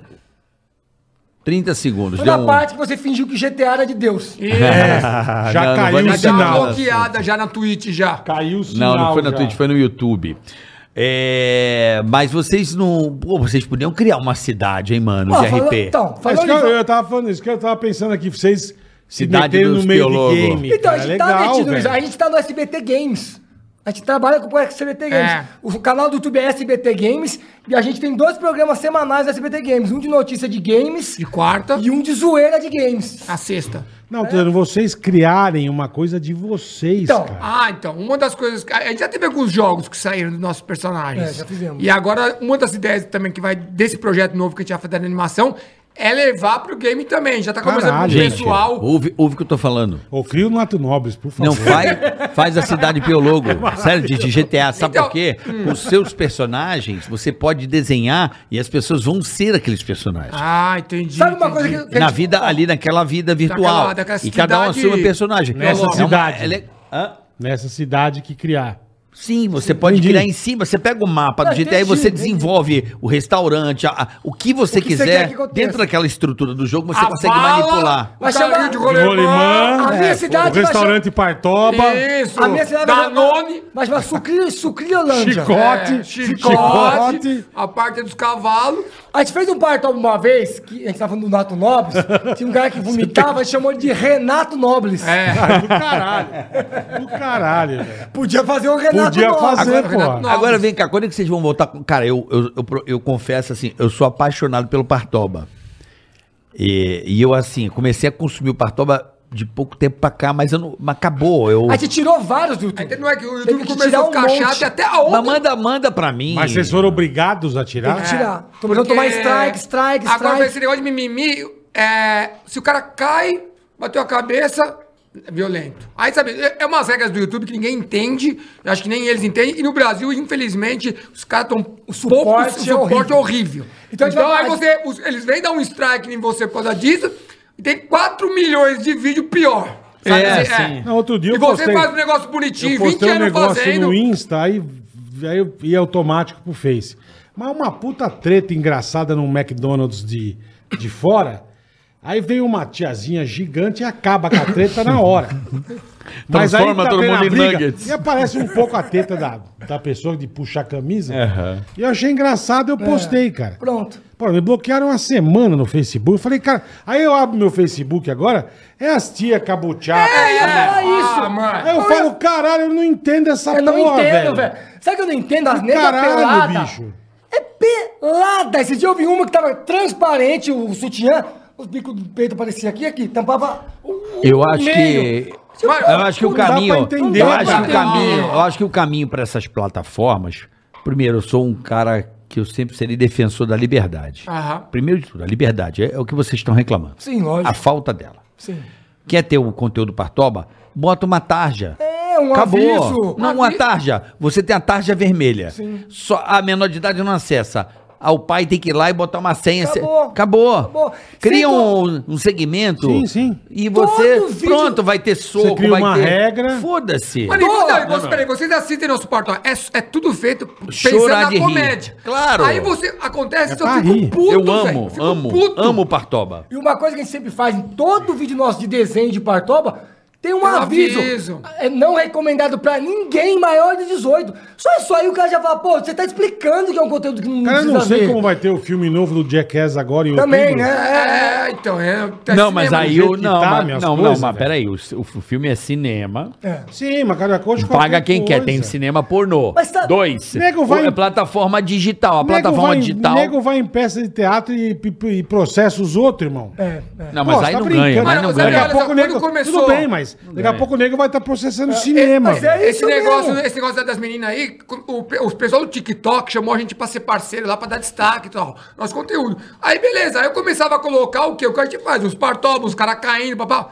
[SPEAKER 3] 30 segundos.
[SPEAKER 4] Foi da
[SPEAKER 3] Deu um...
[SPEAKER 4] parte que você fingiu que o GTA era de Deus.
[SPEAKER 2] É.
[SPEAKER 3] <laughs>
[SPEAKER 2] Já
[SPEAKER 3] não, não
[SPEAKER 2] caiu
[SPEAKER 3] vai
[SPEAKER 2] o
[SPEAKER 3] nem
[SPEAKER 5] Já deu
[SPEAKER 2] sinal.
[SPEAKER 5] uma
[SPEAKER 2] né?
[SPEAKER 5] bloqueada já na Twitch, já.
[SPEAKER 2] Caiu o
[SPEAKER 3] Não,
[SPEAKER 2] sinal.
[SPEAKER 3] não foi na
[SPEAKER 2] já.
[SPEAKER 3] Twitch, foi no YouTube. É, mas vocês não. Pô, vocês podiam criar uma cidade, hein, mano?
[SPEAKER 4] Ó,
[SPEAKER 3] De
[SPEAKER 4] falou-
[SPEAKER 3] RP.
[SPEAKER 4] Então,
[SPEAKER 2] Mas
[SPEAKER 4] falando
[SPEAKER 2] Ah, que eu,
[SPEAKER 4] em-
[SPEAKER 2] eu tava falando isso, que eu tava pensando aqui, vocês se
[SPEAKER 3] Cidade
[SPEAKER 2] meterem
[SPEAKER 3] dos
[SPEAKER 2] no meio
[SPEAKER 3] biólogos.
[SPEAKER 2] de game.
[SPEAKER 4] Então, a
[SPEAKER 2] cara,
[SPEAKER 4] gente
[SPEAKER 2] é
[SPEAKER 4] tá
[SPEAKER 2] legal,
[SPEAKER 4] metido nisso. A
[SPEAKER 2] velho.
[SPEAKER 4] gente tá no SBT Games. A gente trabalha com o SBT Games.
[SPEAKER 5] É.
[SPEAKER 4] O canal do YouTube é SBT Games e a gente tem dois programas semanais do SBT Games. Um de notícia de games
[SPEAKER 5] De quarta
[SPEAKER 4] e um de zoeira de games.
[SPEAKER 5] a sexta.
[SPEAKER 2] Não, tô dizendo, vocês criarem uma coisa de vocês,
[SPEAKER 4] Então,
[SPEAKER 2] cara.
[SPEAKER 5] Ah, então, uma das coisas. A gente já teve alguns jogos que saíram dos nossos personagens.
[SPEAKER 4] É, já fizemos.
[SPEAKER 5] E agora, uma das ideias também que vai desse projeto novo que a gente vai fazer na animação é levar pro game também. Já tá conversando com o
[SPEAKER 2] Caralho, gente.
[SPEAKER 5] pessoal.
[SPEAKER 3] Ouve, ouve o que eu tô falando.
[SPEAKER 2] Ou cria o Nato Nobres, por favor.
[SPEAKER 3] Não faz, faz a cidade biologo. Sério, de, de GTA. Sabe
[SPEAKER 5] Então-
[SPEAKER 3] por quê? Os seus personagens, você pode desenhar e as pessoas vão ser aqueles personagens.
[SPEAKER 5] Ah, entendi.
[SPEAKER 4] Sabe uma
[SPEAKER 5] entendi.
[SPEAKER 4] coisa que, que a
[SPEAKER 3] na
[SPEAKER 4] gente-
[SPEAKER 3] vida, ali naquela vida virtual.
[SPEAKER 5] Daquela- daquela
[SPEAKER 3] e cada um assume
[SPEAKER 5] cidade-
[SPEAKER 3] um personagem.
[SPEAKER 2] Nessa
[SPEAKER 3] É uma-
[SPEAKER 2] cidade.
[SPEAKER 3] ela é- Hã?
[SPEAKER 2] Nessa cidade que criar.
[SPEAKER 3] Sim, você pode
[SPEAKER 2] Entendi.
[SPEAKER 3] criar em cima. Você pega o mapa
[SPEAKER 4] Ah,
[SPEAKER 3] do GTA e
[SPEAKER 4] entendi,
[SPEAKER 3] você
[SPEAKER 4] entendi.
[SPEAKER 3] desenvolve o restaurante, a- a- o que você
[SPEAKER 4] O que você quer
[SPEAKER 3] quiser
[SPEAKER 4] que aconteça.
[SPEAKER 3] dentro daquela estrutura do jogo, você
[SPEAKER 5] A
[SPEAKER 3] consegue
[SPEAKER 5] bala,
[SPEAKER 3] manipular.
[SPEAKER 5] O
[SPEAKER 4] Vai
[SPEAKER 5] carrinho
[SPEAKER 4] chamar-
[SPEAKER 5] de
[SPEAKER 2] Rolimã,
[SPEAKER 5] rolemã.
[SPEAKER 4] a minha
[SPEAKER 2] é,
[SPEAKER 4] cidade
[SPEAKER 2] o
[SPEAKER 4] vai
[SPEAKER 2] restaurante Partoba,
[SPEAKER 5] Isso.
[SPEAKER 4] a minha cidade
[SPEAKER 5] Danone.
[SPEAKER 4] Mas vai sucri, sucrilholândia.
[SPEAKER 2] Chicote,
[SPEAKER 5] é,
[SPEAKER 2] Chicote.
[SPEAKER 5] chicote. A parte dos cavalos.
[SPEAKER 4] A gente fez um parto uma vez, que a gente tava falando do Nato Nobles, tinha um cara que vomitava, a gente chamou ele de Renato Nobles.
[SPEAKER 5] É.
[SPEAKER 2] do caralho. Do caralho, velho.
[SPEAKER 4] Podia fazer o Renato
[SPEAKER 2] Podia fazer,
[SPEAKER 5] Agora,
[SPEAKER 2] pô.
[SPEAKER 5] Renato Nobres.
[SPEAKER 3] Agora vem cá, quando é que vocês vão voltar? com- Cara, eu, eu, eu, pro- eu confesso assim, eu sou apaixonado pelo Partoba. E, e eu, assim, comecei a consumir o Partoba de pouco tempo pra cá, mas, eu não, mas acabou. Eu,
[SPEAKER 4] A gente tirou vários do
[SPEAKER 5] Aí
[SPEAKER 4] YouTube.
[SPEAKER 5] não é que o
[SPEAKER 4] Teve
[SPEAKER 5] YouTube
[SPEAKER 4] que
[SPEAKER 5] começou
[SPEAKER 4] tirar
[SPEAKER 5] a
[SPEAKER 4] um
[SPEAKER 5] ficar
[SPEAKER 4] monte.
[SPEAKER 5] chato e até a
[SPEAKER 2] tá
[SPEAKER 3] Mas
[SPEAKER 5] outra.
[SPEAKER 3] manda, manda pra mim.
[SPEAKER 2] Mas vocês foram obrigados a tirar?
[SPEAKER 4] Tem que tirar. Tô precisando tomar strike, strike, strike.
[SPEAKER 5] Agora, esse negócio de mimimi, é, se o cara cai, bateu a cabeça, é violento. Aí, sabe, é é umas regras do YouTube que ninguém entende, eu acho que nem eles entendem, e no Brasil, infelizmente, os caras estão... O
[SPEAKER 4] suporte é
[SPEAKER 5] é
[SPEAKER 4] horrível.
[SPEAKER 5] horrível.
[SPEAKER 4] Então,
[SPEAKER 5] Então,
[SPEAKER 4] a gente vai-
[SPEAKER 5] aí você, os- eles vêm dar um strike em você por causa disso, e tem 4 milhões de vídeo pior.
[SPEAKER 3] É,
[SPEAKER 5] Assim,
[SPEAKER 3] sim.
[SPEAKER 2] Não, outro dia
[SPEAKER 5] E
[SPEAKER 2] eu
[SPEAKER 5] você
[SPEAKER 2] postei-
[SPEAKER 5] faz um negócio bonitinho,
[SPEAKER 2] Eu
[SPEAKER 5] 20
[SPEAKER 2] postei um
[SPEAKER 5] anos
[SPEAKER 2] negócio
[SPEAKER 5] fazendo...
[SPEAKER 2] no Insta, aí, aí eu ia automático pro Face. Mas uma puta treta engraçada num McDonald's de, de fora. Aí veio uma tiazinha gigante e acaba com a treta
[SPEAKER 7] <laughs>
[SPEAKER 2] na hora. Mas aí
[SPEAKER 7] Transforma
[SPEAKER 2] tá
[SPEAKER 7] todo
[SPEAKER 2] tendo a
[SPEAKER 7] mundo em
[SPEAKER 2] briga,
[SPEAKER 7] nuggets.
[SPEAKER 2] E aparece um pouco a teta da, da pessoa de puxar a camisa. E eu achei engraçado, eu postei, cara.
[SPEAKER 4] Pronto.
[SPEAKER 2] Pô, me bloquearam uma semana no Facebook. Eu falei, cara, aí eu abro meu Facebook agora, é as tia cabuchada.
[SPEAKER 4] Falar isso.
[SPEAKER 5] É, Ah, mano.
[SPEAKER 2] Aí eu falo, caralho, eu não entendo essa
[SPEAKER 4] Eu
[SPEAKER 2] porra,
[SPEAKER 4] não entendo,
[SPEAKER 2] velho.
[SPEAKER 4] velho. Sabe o que eu não entendo? As
[SPEAKER 2] Que
[SPEAKER 4] negras
[SPEAKER 2] caralho,
[SPEAKER 4] pelada.
[SPEAKER 2] bicho.
[SPEAKER 4] É pelada. Esse dia eu vi uma que tava transparente, o sutiã, os bicos do peito apareciam aqui, aqui, tampava o- o
[SPEAKER 3] Eu acho
[SPEAKER 4] meio.
[SPEAKER 3] que. Eu acho que o
[SPEAKER 2] Não dá pra
[SPEAKER 3] caminho.
[SPEAKER 2] entender, né?
[SPEAKER 3] eu, acho
[SPEAKER 2] cara.
[SPEAKER 3] que o caminho eu acho que o caminho para essas plataformas. Primeiro, eu sou um cara que eu sempre serei defensor da liberdade.
[SPEAKER 5] Aham.
[SPEAKER 3] Primeiro de tudo, a liberdade. É, é o que vocês estão reclamando.
[SPEAKER 4] Sim, lógico.
[SPEAKER 2] Ah,
[SPEAKER 3] A falta dela.
[SPEAKER 4] Sim.
[SPEAKER 3] Quer ter o conteúdo partoba? Bota uma tarja.
[SPEAKER 4] É, um
[SPEAKER 3] Acabou.
[SPEAKER 4] aviso.
[SPEAKER 3] Não, uma tarja. Você tem a tarja vermelha. Só a menor de idade não acessa. Ah, o pai tem que ir lá e botar uma senha.
[SPEAKER 4] Acabou.
[SPEAKER 3] Acabou.
[SPEAKER 4] Acabou.
[SPEAKER 3] Cria
[SPEAKER 4] Sim,
[SPEAKER 3] um, um segmento.
[SPEAKER 2] Sim, sim.
[SPEAKER 3] E você.
[SPEAKER 4] Todo vídeo-
[SPEAKER 3] Pronto, vai ter soco,
[SPEAKER 2] cria
[SPEAKER 3] vai
[SPEAKER 2] uma
[SPEAKER 3] ter.
[SPEAKER 2] regra.
[SPEAKER 3] Foda-se.
[SPEAKER 5] Mano, e
[SPEAKER 4] Boa!
[SPEAKER 5] você-
[SPEAKER 3] né,
[SPEAKER 5] você- peraí, vocês assistem nosso portal. É, é tudo feito pensando
[SPEAKER 3] Chorar
[SPEAKER 5] na
[SPEAKER 3] de rir.
[SPEAKER 5] comédia.
[SPEAKER 3] Claro.
[SPEAKER 5] Aí você
[SPEAKER 3] É
[SPEAKER 5] acontece,
[SPEAKER 2] pra
[SPEAKER 5] eu fico
[SPEAKER 2] rir.
[SPEAKER 5] é puto,
[SPEAKER 3] Eu
[SPEAKER 5] velho.
[SPEAKER 3] amo,
[SPEAKER 5] Fico
[SPEAKER 3] amo,
[SPEAKER 5] puto.
[SPEAKER 3] amo Partoba.
[SPEAKER 4] E uma coisa que a gente sempre faz em todo vídeo nosso de desenho de partoba, Tem um
[SPEAKER 5] um
[SPEAKER 4] aviso.
[SPEAKER 5] aviso.
[SPEAKER 4] É não recomendado pra ninguém maior de 18. Só isso aí o cara já fala, pô, você tá explicando que é um conteúdo que não
[SPEAKER 2] Cara, eu não
[SPEAKER 4] precisa
[SPEAKER 2] sei
[SPEAKER 4] ver.
[SPEAKER 2] como vai ter o filme novo do Jackass agora em
[SPEAKER 4] Também,
[SPEAKER 2] outubro.
[SPEAKER 4] né? É,
[SPEAKER 5] É, então, é. tá
[SPEAKER 3] Não,
[SPEAKER 5] cinema,
[SPEAKER 3] mas
[SPEAKER 5] né?
[SPEAKER 3] aí
[SPEAKER 2] jeito
[SPEAKER 3] eu.
[SPEAKER 2] que
[SPEAKER 3] Não,
[SPEAKER 2] tá,
[SPEAKER 3] mas,
[SPEAKER 2] minhas
[SPEAKER 3] não,
[SPEAKER 2] coisas,
[SPEAKER 3] não, mas
[SPEAKER 2] velho.
[SPEAKER 3] peraí. O, o filme é cinema.
[SPEAKER 4] é,
[SPEAKER 2] Sim, mas cada coisa
[SPEAKER 3] Paga quem quer. Tem cinema pornô.
[SPEAKER 4] Mas tá-
[SPEAKER 3] Dois.
[SPEAKER 2] Nego vai-
[SPEAKER 3] É plataforma digital. A plataforma
[SPEAKER 2] vai,
[SPEAKER 3] digital.
[SPEAKER 2] Nego vai em peça de teatro e, e- e processa os outros, irmão.
[SPEAKER 4] é. é.
[SPEAKER 3] Não, mas
[SPEAKER 2] Pô,
[SPEAKER 3] aí
[SPEAKER 2] tá
[SPEAKER 3] não
[SPEAKER 2] brincando.
[SPEAKER 3] ganha.
[SPEAKER 5] Mas
[SPEAKER 3] Mas não
[SPEAKER 5] você olha
[SPEAKER 2] Daqui
[SPEAKER 3] ganha.
[SPEAKER 5] só,
[SPEAKER 2] a pouco o
[SPEAKER 5] quando
[SPEAKER 2] nego...
[SPEAKER 5] começou-
[SPEAKER 2] Tudo bem, mas daqui a pouco o nego vai estar processando o cinema.
[SPEAKER 4] mas é
[SPEAKER 2] velho.
[SPEAKER 5] Esse
[SPEAKER 4] isso
[SPEAKER 5] negócio,
[SPEAKER 4] mesmo.
[SPEAKER 5] esse negócio das meninas aí, o, pe- os pessoal do TikTok chamou a gente pra ser parceiro lá pra dar destaque e tal. Nosso conteúdo. Aí beleza, aí eu começava a colocar o tipo, quê? O que a gente faz? Os partobos, os caras caindo, papá.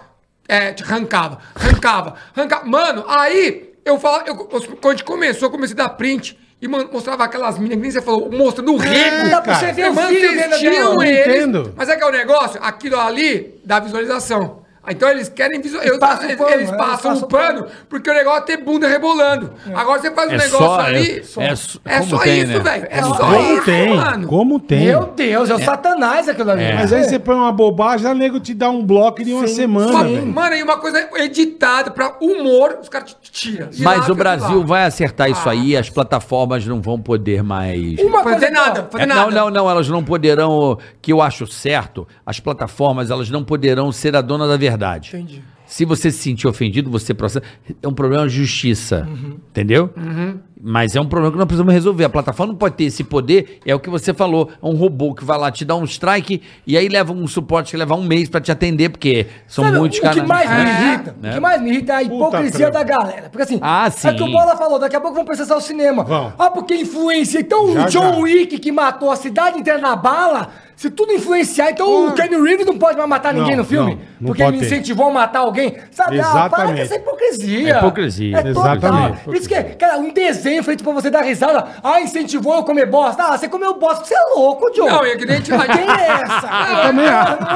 [SPEAKER 5] É, te arrancava, arrancava, arrancava. Mano, aí eu falava, eu, quando a gente começou, eu comecei a dar print e man- mostrava aquelas meninas, que nem você falou, mostrando o rego.
[SPEAKER 2] É,
[SPEAKER 4] Dá pra
[SPEAKER 2] cara.
[SPEAKER 4] você ver o
[SPEAKER 5] Irmão,
[SPEAKER 4] um filho
[SPEAKER 5] Vocês
[SPEAKER 4] dentro dela.
[SPEAKER 5] tinham um
[SPEAKER 2] não
[SPEAKER 5] eles,
[SPEAKER 2] entendo.
[SPEAKER 5] mas é que é o negócio, aquilo ali dá visualização. Ah, Então eles querem visualizar.
[SPEAKER 4] passam o
[SPEAKER 5] Eles,
[SPEAKER 4] pano,
[SPEAKER 5] eles
[SPEAKER 4] né?
[SPEAKER 5] passam
[SPEAKER 4] Eles
[SPEAKER 5] o pano, porque o negócio é ter bunda rebolando. Agora você faz um
[SPEAKER 3] É
[SPEAKER 5] negócio
[SPEAKER 3] só- é-
[SPEAKER 5] ali. É
[SPEAKER 3] é
[SPEAKER 5] só,
[SPEAKER 3] só- como tem, né?
[SPEAKER 5] isso, velho. É
[SPEAKER 4] Como
[SPEAKER 5] só
[SPEAKER 2] Como
[SPEAKER 5] isso,
[SPEAKER 2] tem,
[SPEAKER 5] mano.
[SPEAKER 2] como tem.
[SPEAKER 4] Meu Deus, é o satanás aquilo ali. É.
[SPEAKER 2] Mas aí você põe uma bobagem, a nego te dá um bloco de uma semana,
[SPEAKER 5] Só-
[SPEAKER 2] velho.
[SPEAKER 5] mano, e uma coisa editada pra humor, os caras te tiram.
[SPEAKER 3] Mas o Brasil vai acertar isso
[SPEAKER 2] Ah.
[SPEAKER 3] aí, as plataformas não vão poder mais.
[SPEAKER 4] Uma
[SPEAKER 5] fazer
[SPEAKER 4] coisa
[SPEAKER 5] nada,
[SPEAKER 4] só.
[SPEAKER 5] fazer
[SPEAKER 3] É,
[SPEAKER 5] nada.
[SPEAKER 3] não, não, não, elas não poderão, que eu acho certo, as plataformas, elas não poderão ser a dona da verdade. Entendi. Se você se sentir ofendido, você processa. É um problema de justiça,
[SPEAKER 4] Uhum.
[SPEAKER 3] entendeu? Mas é um problema que nós precisamos resolver. A plataforma não pode ter esse poder, é o que você falou. É um robô que vai lá te dar um strike e aí leva um suporte que leva um mês pra te atender, porque são
[SPEAKER 4] Sabe,
[SPEAKER 3] muitos
[SPEAKER 4] o que
[SPEAKER 3] canais.
[SPEAKER 4] mais me
[SPEAKER 3] né?
[SPEAKER 4] irrita,
[SPEAKER 3] Né?
[SPEAKER 4] o que mais me irrita é a hipocrisia da galera. Porque assim,
[SPEAKER 3] Ah,
[SPEAKER 4] é que o
[SPEAKER 3] sim.
[SPEAKER 4] Bola falou, daqui a pouco vão processar o cinema.
[SPEAKER 2] Vão.
[SPEAKER 4] Ah, porque influencia. Então
[SPEAKER 2] Já,
[SPEAKER 4] o John
[SPEAKER 2] já.
[SPEAKER 4] Wick que matou a cidade inteira na bala, se tudo influenciar, então o Kenny Reeves não pode mais matar ninguém
[SPEAKER 2] Ah. Não,
[SPEAKER 4] no filme?
[SPEAKER 2] não, não
[SPEAKER 4] porque
[SPEAKER 2] pode
[SPEAKER 4] ele
[SPEAKER 2] ter.
[SPEAKER 4] incentivou a matar alguém. Sabe, ah, para com
[SPEAKER 2] Exatamente.
[SPEAKER 4] essa hipocrisia.
[SPEAKER 3] É hipocrisia,
[SPEAKER 4] É total.
[SPEAKER 2] exatamente.
[SPEAKER 4] Por isso que, cara, um desenho feito pra você dar risada. Ah, incentivou eu comer bosta. Ah, você comeu bosta, você é louco, John.
[SPEAKER 5] Não, e aqui dentro-
[SPEAKER 4] Quem é essa? Eu também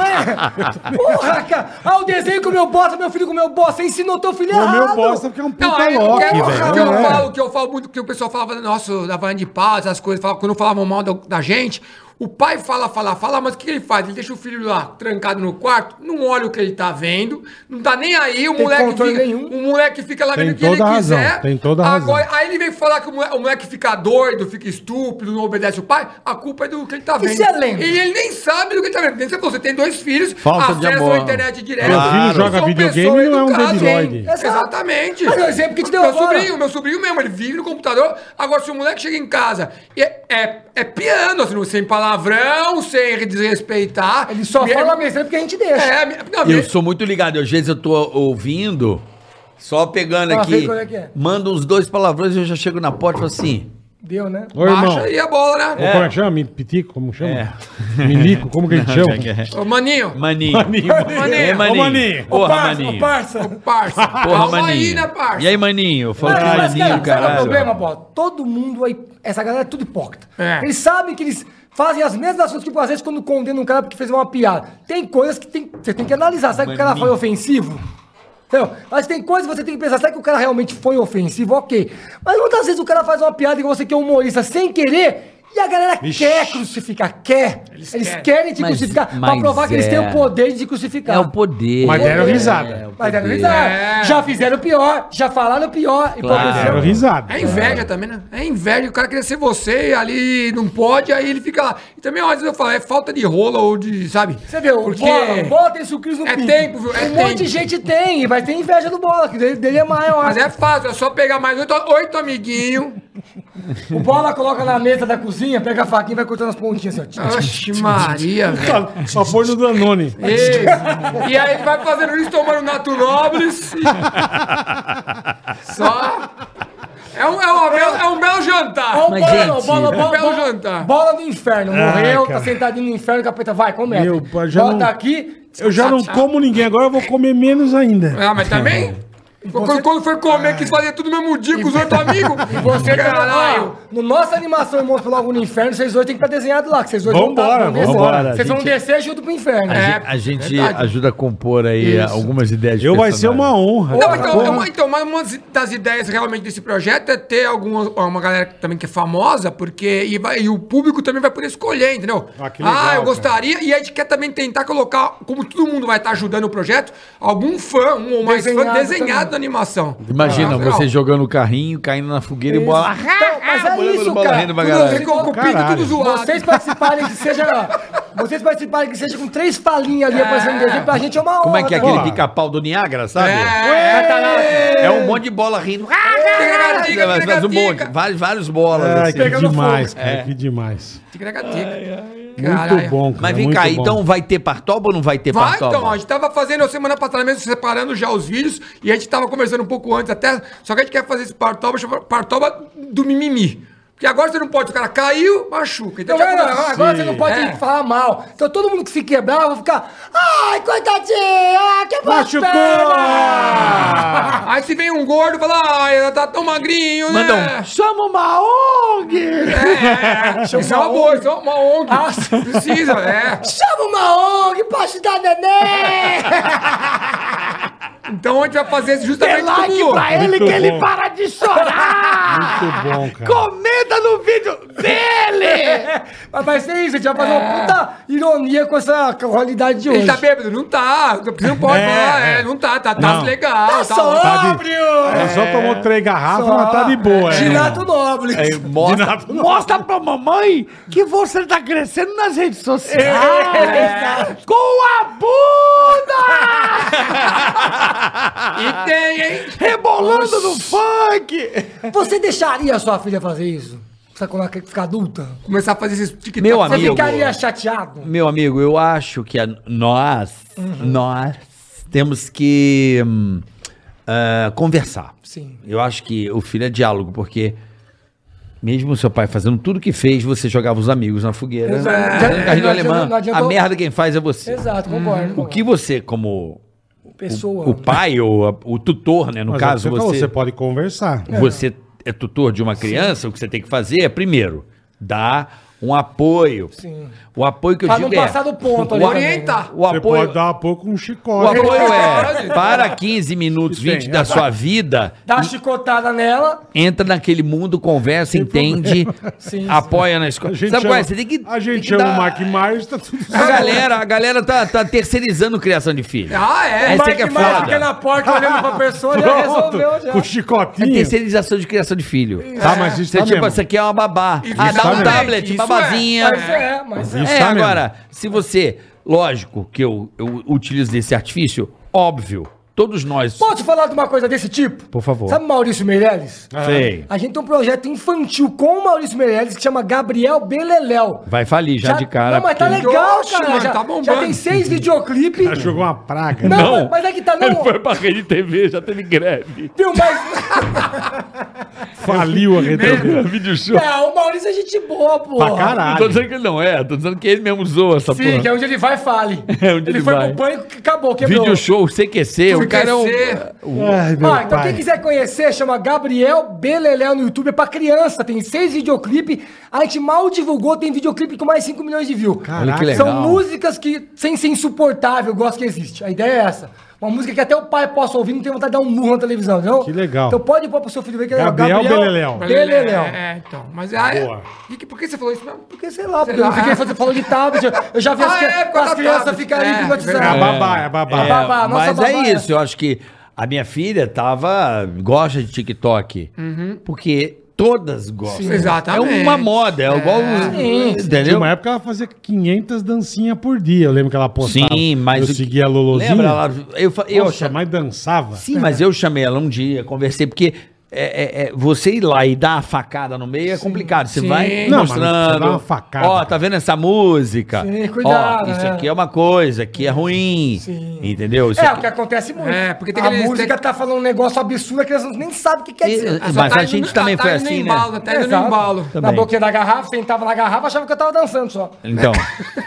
[SPEAKER 4] acho. Não é? Porra, cara. Ah, o desenho comeu bosta, meu filho comeu bosta. Você ensinou teu filho
[SPEAKER 2] O meu
[SPEAKER 4] errado.
[SPEAKER 2] bosta porque é um puta
[SPEAKER 5] Não, aí
[SPEAKER 2] Loki,
[SPEAKER 5] eu,
[SPEAKER 2] velho.
[SPEAKER 5] quero- que
[SPEAKER 2] Não
[SPEAKER 5] eu
[SPEAKER 2] é.
[SPEAKER 5] falo, que eu falo muito, que o pessoal falava, nossa, da Vana de Paz, as coisas, falava- quando falavam mal da, da gente, o pai fala, fala, fala, mas o que ele faz? Ele deixa o filho lá, trancado no quarto, não olha o que ele tá vendo, não tá nem aí, o
[SPEAKER 4] Tem
[SPEAKER 5] moleque
[SPEAKER 4] controle
[SPEAKER 5] fica,
[SPEAKER 4] nenhum.
[SPEAKER 5] o moleque fica lá
[SPEAKER 2] Tem
[SPEAKER 5] vendo o que ele
[SPEAKER 2] toda a razão,
[SPEAKER 5] quiser.
[SPEAKER 2] tem toda a
[SPEAKER 5] Agora,
[SPEAKER 2] razão.
[SPEAKER 5] Aí ele vem falar que o moleque, o moleque fica doido, fica estúpido, não obedece o pai, a culpa é do que ele tá vendo.
[SPEAKER 4] Isso é lenda.
[SPEAKER 5] E ele nem sabe do que ele tá vendo. Você, você tem dois filhos,
[SPEAKER 3] Falta de
[SPEAKER 5] acessam
[SPEAKER 3] amor.
[SPEAKER 5] a internet direto.
[SPEAKER 2] Meu filho joga
[SPEAKER 5] São
[SPEAKER 2] videogame e não é um
[SPEAKER 5] pessoas educadas,
[SPEAKER 2] debiloide.
[SPEAKER 5] hein? Exatamente.
[SPEAKER 4] Mas é o exemplo que te deu
[SPEAKER 5] tipo, meu
[SPEAKER 4] agora.
[SPEAKER 5] sobrinho, meu sobrinho mesmo, ele vive no computador. Agora, se o moleque chega em casa e é, é, é piano, assim, sem palavrão, sem desrespeitar. é
[SPEAKER 4] Ele só
[SPEAKER 5] Me-
[SPEAKER 4] fala besteira porque a gente deixa.
[SPEAKER 5] É, me- não,
[SPEAKER 3] Eu
[SPEAKER 5] me-
[SPEAKER 3] sou muito ligado. Às vezes eu tô ouvindo, só pegando
[SPEAKER 4] Ah, sei
[SPEAKER 3] aqui.
[SPEAKER 4] qual é que é.
[SPEAKER 3] Manda uns dois palavrões e eu já chego na porta e falo assim.
[SPEAKER 4] Deu, né?
[SPEAKER 2] Ô, irmão,
[SPEAKER 5] Baixa aí a bola, né?
[SPEAKER 2] como é que chama? Pitico, como chama? Milico, como é que <laughs> a gente chama?
[SPEAKER 5] Ô, maninho,
[SPEAKER 3] Maninho.
[SPEAKER 2] Maninho.
[SPEAKER 3] É, maninho.
[SPEAKER 5] Maninho.
[SPEAKER 2] Ô, maninho.
[SPEAKER 3] Porra,
[SPEAKER 4] parça,
[SPEAKER 3] maninho.
[SPEAKER 4] parça.
[SPEAKER 5] parça.
[SPEAKER 3] Porra,
[SPEAKER 5] calma
[SPEAKER 3] maninho.
[SPEAKER 5] aí, né, parça?
[SPEAKER 3] E aí, maninho? Eu falo,
[SPEAKER 4] Mas, mas,
[SPEAKER 3] maninho,
[SPEAKER 4] cara, sabe qual é o
[SPEAKER 3] caralho.
[SPEAKER 4] problema, Bola? Todo mundo aí, essa galera é tudo hipócrita.
[SPEAKER 5] É.
[SPEAKER 4] Eles sabem que eles fazem as mesmas coisas, tipo, às vezes quando condenam um cara porque fez uma piada. Tem coisas que tem- você tem que analisar. Será que o cara foi ofensivo? Entendeu? Mas tem coisas que você tem que pensar, será que o cara realmente foi ofensivo? Ok. Mas muitas vezes o cara faz uma piada com você que é humorista sem querer... E a galera quer crucificar, quer. Eles,
[SPEAKER 5] querem.
[SPEAKER 4] querem te
[SPEAKER 3] Mas-
[SPEAKER 4] crucificar pra
[SPEAKER 3] mas
[SPEAKER 4] provar que eles têm
[SPEAKER 3] é.
[SPEAKER 4] o poder de te crucificar.
[SPEAKER 3] É o poder.
[SPEAKER 2] Mas deram
[SPEAKER 3] É,
[SPEAKER 2] risada.
[SPEAKER 3] é o
[SPEAKER 4] Mas deram
[SPEAKER 3] poder.
[SPEAKER 4] risada.
[SPEAKER 5] É.
[SPEAKER 4] Já fizeram pior, já falaram pior. e
[SPEAKER 3] Claro.
[SPEAKER 4] hipocrisia.
[SPEAKER 2] Era risada.
[SPEAKER 5] É inveja também, né? É inveja. O cara queria ser você, ali não pode, aí ele fica lá. E também, ó, às vezes eu falo, é falta de rola ou de, sabe?
[SPEAKER 4] Você viu,
[SPEAKER 5] Porque...
[SPEAKER 4] bola, bola tem sucris no
[SPEAKER 5] É
[SPEAKER 4] pinto.
[SPEAKER 5] tempo, viu? É
[SPEAKER 4] um monte
[SPEAKER 5] tempo.
[SPEAKER 4] de gente tem, mas tem inveja do bola, que dele, dele é maior.
[SPEAKER 5] Mas é fácil, é só pegar mais oito, oito amiguinhos.
[SPEAKER 4] <laughs> O bola coloca na mesa da cozinha, pega a faquinha e vai cortando as pontinhas assim, ó.
[SPEAKER 5] Oxe, Maria, velho.
[SPEAKER 2] Só foi no Danone.
[SPEAKER 5] Ei, E aí ele vai fazendo isso, tomando Nato
[SPEAKER 4] <laughs>
[SPEAKER 5] Nobles. Só. É um, é um, belo- é um belo
[SPEAKER 4] Ó, o
[SPEAKER 5] jantar.
[SPEAKER 3] Mas,
[SPEAKER 4] bola,
[SPEAKER 3] gente,
[SPEAKER 4] bola, bola,
[SPEAKER 5] é um
[SPEAKER 4] bola,
[SPEAKER 5] jantar.
[SPEAKER 4] bola do inferno. Morreu,
[SPEAKER 2] Ah, cara.
[SPEAKER 4] tá sentadinho no inferno, capeta, vai, começa.
[SPEAKER 2] Meu, pô, já
[SPEAKER 4] Bota
[SPEAKER 2] não-
[SPEAKER 4] aqui.
[SPEAKER 2] Eu já não como ninguém, agora eu vou comer menos ainda.
[SPEAKER 5] Ah, mas também? Quando, quando foi comer, quis fazer tudo no mesmo dia com os oito amigos. E
[SPEAKER 4] Ah. Você Caralho. No nossa animação, Irmãos pelo Lago no Inferno, vocês dois têm que estar desenhado lá, que vocês dois
[SPEAKER 2] Vambora,
[SPEAKER 4] vão descer.
[SPEAKER 2] vambora,
[SPEAKER 4] Vocês vão
[SPEAKER 10] gente.
[SPEAKER 4] descer junto pro inferno.
[SPEAKER 5] É,
[SPEAKER 3] A gente
[SPEAKER 5] verdade.
[SPEAKER 3] ajuda a compor aí
[SPEAKER 5] Isso.
[SPEAKER 3] algumas ideias de
[SPEAKER 2] Eu vai ser uma
[SPEAKER 3] personagem.
[SPEAKER 2] honra.
[SPEAKER 5] Não, então,
[SPEAKER 2] Porra.
[SPEAKER 5] uma, então, uma- uma das ideias realmente desse projeto é ter alguma, uma galera que também que é famosa, porque. E, vai- e o público também vai poder escolher, entendeu?
[SPEAKER 2] Ah, que legal,
[SPEAKER 5] eu
[SPEAKER 2] cara.
[SPEAKER 5] gostaria. E a gente quer também tentar colocar, como todo mundo vai estar ajudando o projeto, algum fã, um ou mais fã
[SPEAKER 4] Desenhado
[SPEAKER 5] desenhado
[SPEAKER 4] também.
[SPEAKER 5] na animação.
[SPEAKER 3] Imagina
[SPEAKER 5] Ah,
[SPEAKER 3] você
[SPEAKER 5] legal.
[SPEAKER 3] jogando o carrinho, caindo na fogueira e
[SPEAKER 4] Isso.
[SPEAKER 3] bola.
[SPEAKER 4] Então, mas é
[SPEAKER 3] Bola-
[SPEAKER 4] isso,
[SPEAKER 3] bola
[SPEAKER 4] cara.
[SPEAKER 3] rindo pra
[SPEAKER 4] Tudo
[SPEAKER 3] caralho.
[SPEAKER 5] Ficou com o pinto
[SPEAKER 2] Caralho.
[SPEAKER 5] tudo zoado.
[SPEAKER 4] Vocês participarem que seja. Vocês participarem que seja com três palhinhas ali aparecendo desenho, pra gente é uma honra.
[SPEAKER 3] Como é que é aquele
[SPEAKER 2] Bola.
[SPEAKER 3] pica-pau do Niagara, sabe?
[SPEAKER 5] É, Ah,
[SPEAKER 3] É um monte de bola rindo.
[SPEAKER 5] Tica-tica-tica,
[SPEAKER 3] Mas- mas um monte,
[SPEAKER 5] tica-tica.
[SPEAKER 3] vários, vários bolas.
[SPEAKER 2] Ai,
[SPEAKER 3] assim.
[SPEAKER 2] que
[SPEAKER 5] Pegando
[SPEAKER 2] demais,
[SPEAKER 5] fogo.
[SPEAKER 2] cara. Que demais.
[SPEAKER 5] Tica-tica-tica.
[SPEAKER 2] Muito
[SPEAKER 5] Caralho.
[SPEAKER 2] bom, cara.
[SPEAKER 3] Mas vem
[SPEAKER 2] muito
[SPEAKER 3] cá,
[SPEAKER 2] bom.
[SPEAKER 3] então vai ter partoba ou não vai ter
[SPEAKER 2] Tá,
[SPEAKER 5] Vai,
[SPEAKER 3] partoba?
[SPEAKER 5] então, a gente tava fazendo a semana passada mesmo, separando já os vídeos, e a gente tava conversando um pouco antes até, só que a gente quer fazer esse partoba, chama- partoba do mimimi. Porque agora você não pode, o cara caiu, machuca. Então,
[SPEAKER 4] Então,
[SPEAKER 5] já
[SPEAKER 4] vai lá,
[SPEAKER 5] começa-
[SPEAKER 4] agora você não pode
[SPEAKER 5] É.
[SPEAKER 4] falar mal. Então todo mundo que se quebrar vai ficar. Ai, coitadinho! ah, Que
[SPEAKER 2] Machucou!
[SPEAKER 4] bacana!
[SPEAKER 5] Aí se vem um gordo e fala, ai, ela tá tão magrinho, né?
[SPEAKER 3] Manda um, chama uma ONG!
[SPEAKER 5] É, isso é uma boa, isso é uma ONG.
[SPEAKER 4] Ah,
[SPEAKER 5] Precisa, é.
[SPEAKER 4] Chama uma ONG pra ajudar neném!
[SPEAKER 5] Então a gente vai fazer isso justamente
[SPEAKER 3] like
[SPEAKER 5] como-
[SPEAKER 3] pra ele
[SPEAKER 2] Muito
[SPEAKER 3] que ele
[SPEAKER 2] bom.
[SPEAKER 3] para de chorar!
[SPEAKER 2] Muito bom, cara.
[SPEAKER 3] Comenta no vídeo dele!
[SPEAKER 4] Mas vai ser isso, a gente vai fazer uma puta ironia com essa qualidade de hoje.
[SPEAKER 5] Ele tá bêbado? Não tá. Você não pode
[SPEAKER 2] É,
[SPEAKER 5] falar,
[SPEAKER 2] é.
[SPEAKER 5] é, não tá, tá, tá
[SPEAKER 2] Não.
[SPEAKER 5] legal. Tá,
[SPEAKER 4] só-
[SPEAKER 5] ótimo.
[SPEAKER 2] Tá de... Ela só tomou três garrafas, mas tá de boa. é.
[SPEAKER 4] Girato Nobre.
[SPEAKER 3] Mostra, mostra pra mamãe que você tá crescendo nas redes sociais!
[SPEAKER 4] É.
[SPEAKER 3] Com a bunda!
[SPEAKER 5] E tem, hein?
[SPEAKER 3] Rebolando no funk!
[SPEAKER 4] Você deixaria a sua filha fazer isso? Sabe quando ela quer é ficar adulta?
[SPEAKER 5] Começar a fazer esses tic-tac.
[SPEAKER 3] Meu
[SPEAKER 4] Você
[SPEAKER 3] Amigo.
[SPEAKER 4] ficaria chateado?
[SPEAKER 3] Meu amigo, eu acho que a- nós,
[SPEAKER 4] Uhum.
[SPEAKER 3] nós temos que hum, ah, conversar.
[SPEAKER 4] Sim.
[SPEAKER 3] Eu acho que o filho é diálogo, porque mesmo o seu pai fazendo tudo que fez, você jogava os amigos na fogueira.
[SPEAKER 4] Exato.
[SPEAKER 3] né?
[SPEAKER 4] Já-
[SPEAKER 3] Carrinho
[SPEAKER 4] não
[SPEAKER 3] alemã,
[SPEAKER 4] adianta- não adianta-
[SPEAKER 3] a merda quem faz é você.
[SPEAKER 4] Exato, concordo.
[SPEAKER 3] O que você, como
[SPEAKER 4] Pessoa. né?
[SPEAKER 3] o pai ou a- o tutor, né? No
[SPEAKER 2] Mas é o que
[SPEAKER 3] caso,
[SPEAKER 2] você falou,
[SPEAKER 3] você,
[SPEAKER 2] você pode conversar.
[SPEAKER 3] você é tutor de uma criança, o que você tem que fazer é, primeiro, dar um apoio.
[SPEAKER 4] Sim.
[SPEAKER 3] O apoio que eu
[SPEAKER 4] Pra não
[SPEAKER 3] digo
[SPEAKER 4] passar
[SPEAKER 3] é...
[SPEAKER 4] do ponto ali.
[SPEAKER 3] o
[SPEAKER 4] também, né?
[SPEAKER 5] Orientar.
[SPEAKER 3] O
[SPEAKER 2] Você
[SPEAKER 3] apoio,
[SPEAKER 2] pode dar um pouco um
[SPEAKER 3] o
[SPEAKER 2] chicote.
[SPEAKER 3] apoio
[SPEAKER 5] Pode.
[SPEAKER 3] é para 15 minutos, 20
[SPEAKER 2] é.
[SPEAKER 3] da sua vida.
[SPEAKER 4] Dá uma chicotada nela.
[SPEAKER 3] Entra naquele mundo, conversa, entende,
[SPEAKER 4] <laughs> Sim, sim.
[SPEAKER 3] apoia na escola.
[SPEAKER 2] A gente
[SPEAKER 3] Sabe qual é?
[SPEAKER 2] chama-
[SPEAKER 3] Você tem que.
[SPEAKER 2] A gente
[SPEAKER 3] tem que
[SPEAKER 2] chama
[SPEAKER 3] dar-
[SPEAKER 2] o Mark Myers, tá
[SPEAKER 3] <laughs>
[SPEAKER 2] tudo certo.
[SPEAKER 3] A galera, a galera tá, tá terceirizando criação de filho.
[SPEAKER 5] Ah, é.
[SPEAKER 3] Esse
[SPEAKER 4] Mike
[SPEAKER 3] aqui é
[SPEAKER 4] Myers
[SPEAKER 3] foda.
[SPEAKER 4] fica na porta olhando pra pessoa e já
[SPEAKER 2] Pronto,
[SPEAKER 4] resolveu já.
[SPEAKER 2] com
[SPEAKER 3] É
[SPEAKER 2] chicotinho.
[SPEAKER 3] terceirização de criação de filho.
[SPEAKER 2] Tá, mas isso
[SPEAKER 3] Você,
[SPEAKER 2] tá
[SPEAKER 3] tipo,
[SPEAKER 2] mesmo.
[SPEAKER 3] você quer uma babá.
[SPEAKER 5] Isso
[SPEAKER 3] Ah, dá um
[SPEAKER 2] mesmo.
[SPEAKER 3] tablet,
[SPEAKER 5] Isso
[SPEAKER 3] babazinha.
[SPEAKER 4] Mas é, mas é.
[SPEAKER 2] Isso
[SPEAKER 3] É,
[SPEAKER 2] tá mesmo.
[SPEAKER 3] agora, se você. Lógico que eu, eu utilizo desse artifício, óbvio. Todos nós.
[SPEAKER 4] Posso falar de uma coisa desse tipo?
[SPEAKER 3] Por favor.
[SPEAKER 4] Sabe o Maurício Meirelles?
[SPEAKER 3] Sei.
[SPEAKER 4] A gente tem um projeto infantil com o Maurício Meirelles que chama Gabriel Beleléu.
[SPEAKER 3] Vai falir já, de cara.
[SPEAKER 4] Não, mas tá
[SPEAKER 3] porque-
[SPEAKER 4] legal,
[SPEAKER 5] Oxe,
[SPEAKER 4] cara.
[SPEAKER 5] mano,
[SPEAKER 4] já,
[SPEAKER 5] tá bombando.
[SPEAKER 4] já tem seis videoclipes.
[SPEAKER 3] Tá
[SPEAKER 2] Ela Jogou uma praga.
[SPEAKER 4] Não,
[SPEAKER 2] né?
[SPEAKER 4] mas- mas é que tá não.
[SPEAKER 3] pra rede TV, já teve greve.
[SPEAKER 4] Viu, mas. <laughs>
[SPEAKER 2] Faliu a rede.
[SPEAKER 3] <laughs> Vídeo show.
[SPEAKER 4] Não, o Maurício é gente boa, pô.
[SPEAKER 2] Pra
[SPEAKER 3] Não tô
[SPEAKER 2] caralho.
[SPEAKER 3] dizendo que ele não é, tô dizendo que ele mesmo usou essa
[SPEAKER 4] Sim, que é
[SPEAKER 3] porra.
[SPEAKER 4] onde ele vai, fale.
[SPEAKER 3] <laughs> É onde ele
[SPEAKER 4] foi
[SPEAKER 3] vai.
[SPEAKER 4] pro pânico que acabou, quebrou.
[SPEAKER 3] Vídeo show, CQC, o cara é um...
[SPEAKER 5] CQC.
[SPEAKER 2] Ai, meu
[SPEAKER 4] Ó, então
[SPEAKER 2] pai.
[SPEAKER 4] quem quiser conhecer, chama Gabriel Beleléu no YouTube, é pra criança, tem seis videoclipes, a gente mal divulgou, tem videoclipe com mais 5 milhões de views.
[SPEAKER 2] Caraca.
[SPEAKER 3] que legal.
[SPEAKER 4] São músicas que, sem ser insuportável, eu gosto que existe, a ideia é essa. Uma música que até o pai possa ouvir, não tem vontade de dar um murro na televisão, não?
[SPEAKER 2] Que legal.
[SPEAKER 4] Então pode pôr pro seu filho ver que é
[SPEAKER 2] Gabriel Beleléu.
[SPEAKER 4] Beleléu.
[SPEAKER 5] É, é, então. Mas ah,
[SPEAKER 2] Boa.
[SPEAKER 5] é, e que- por que você falou isso mesmo?
[SPEAKER 4] Porque sei lá, porque
[SPEAKER 5] lá.
[SPEAKER 4] eu fiquei falando, falando de tablet, eu- eu já vi
[SPEAKER 5] Ah,
[SPEAKER 4] as,
[SPEAKER 5] é, por
[SPEAKER 4] cri-
[SPEAKER 5] causa
[SPEAKER 4] as
[SPEAKER 5] da
[SPEAKER 4] crianças
[SPEAKER 5] tablet.
[SPEAKER 4] ficarem
[SPEAKER 5] É,
[SPEAKER 2] É
[SPEAKER 4] hipnotizadas.
[SPEAKER 2] a babá, é a
[SPEAKER 3] É,
[SPEAKER 2] babá.
[SPEAKER 4] babá, a nossa
[SPEAKER 3] mas
[SPEAKER 4] babá
[SPEAKER 3] é
[SPEAKER 4] é-
[SPEAKER 3] isso, eu acho que a minha filha tava... gosta de TikTok,
[SPEAKER 4] Uhum.
[SPEAKER 3] porque todas gostam.
[SPEAKER 5] Sim. Exatamente.
[SPEAKER 3] É uma moda, é igual...
[SPEAKER 4] Sim,
[SPEAKER 2] Tinha
[SPEAKER 3] Entendeu?
[SPEAKER 2] uma época ela fazia 500 dancinhas por dia. Eu lembro que ela postava.
[SPEAKER 3] Sim, mas...
[SPEAKER 2] Eu
[SPEAKER 3] o que-
[SPEAKER 2] seguia a Lolozinha.
[SPEAKER 3] Lembra? Ela, eu, fa- eu,
[SPEAKER 2] Eu
[SPEAKER 3] chamava.
[SPEAKER 2] mais dançava.
[SPEAKER 3] Sim, mas eu chamei ela um dia, conversei, porque é, é, é, você ir lá e dar a facada no meio é complicado. Você
[SPEAKER 5] Sim.
[SPEAKER 3] vai
[SPEAKER 2] Não, mas não precisa
[SPEAKER 3] mostrando.
[SPEAKER 2] dar uma facada,
[SPEAKER 3] Ó, tá
[SPEAKER 2] cara.
[SPEAKER 3] vendo essa música?
[SPEAKER 4] Sim, cuidado,
[SPEAKER 3] Ó, isso
[SPEAKER 4] né?
[SPEAKER 3] aqui é uma coisa, aqui é ruim. Entendeu? Isso
[SPEAKER 4] É, o
[SPEAKER 3] aqui-
[SPEAKER 4] que acontece muito.
[SPEAKER 5] É, porque tem
[SPEAKER 4] a
[SPEAKER 5] aqueles-
[SPEAKER 4] música
[SPEAKER 5] tem-
[SPEAKER 4] tá falando um negócio absurdo, que eles nem sabem o que é quer
[SPEAKER 3] E-
[SPEAKER 4] dizer.
[SPEAKER 3] Ah, mas
[SPEAKER 5] Só
[SPEAKER 3] a gente
[SPEAKER 5] indo-
[SPEAKER 3] também
[SPEAKER 5] tá
[SPEAKER 3] foi
[SPEAKER 5] indo no
[SPEAKER 3] assim, né?
[SPEAKER 5] embalo, Tá indo no
[SPEAKER 4] Exato.
[SPEAKER 5] embalo.
[SPEAKER 4] Na
[SPEAKER 3] Também.
[SPEAKER 4] boquinha da garrafa, sentava na garrafa, achava que eu tava dançando só.
[SPEAKER 3] Então,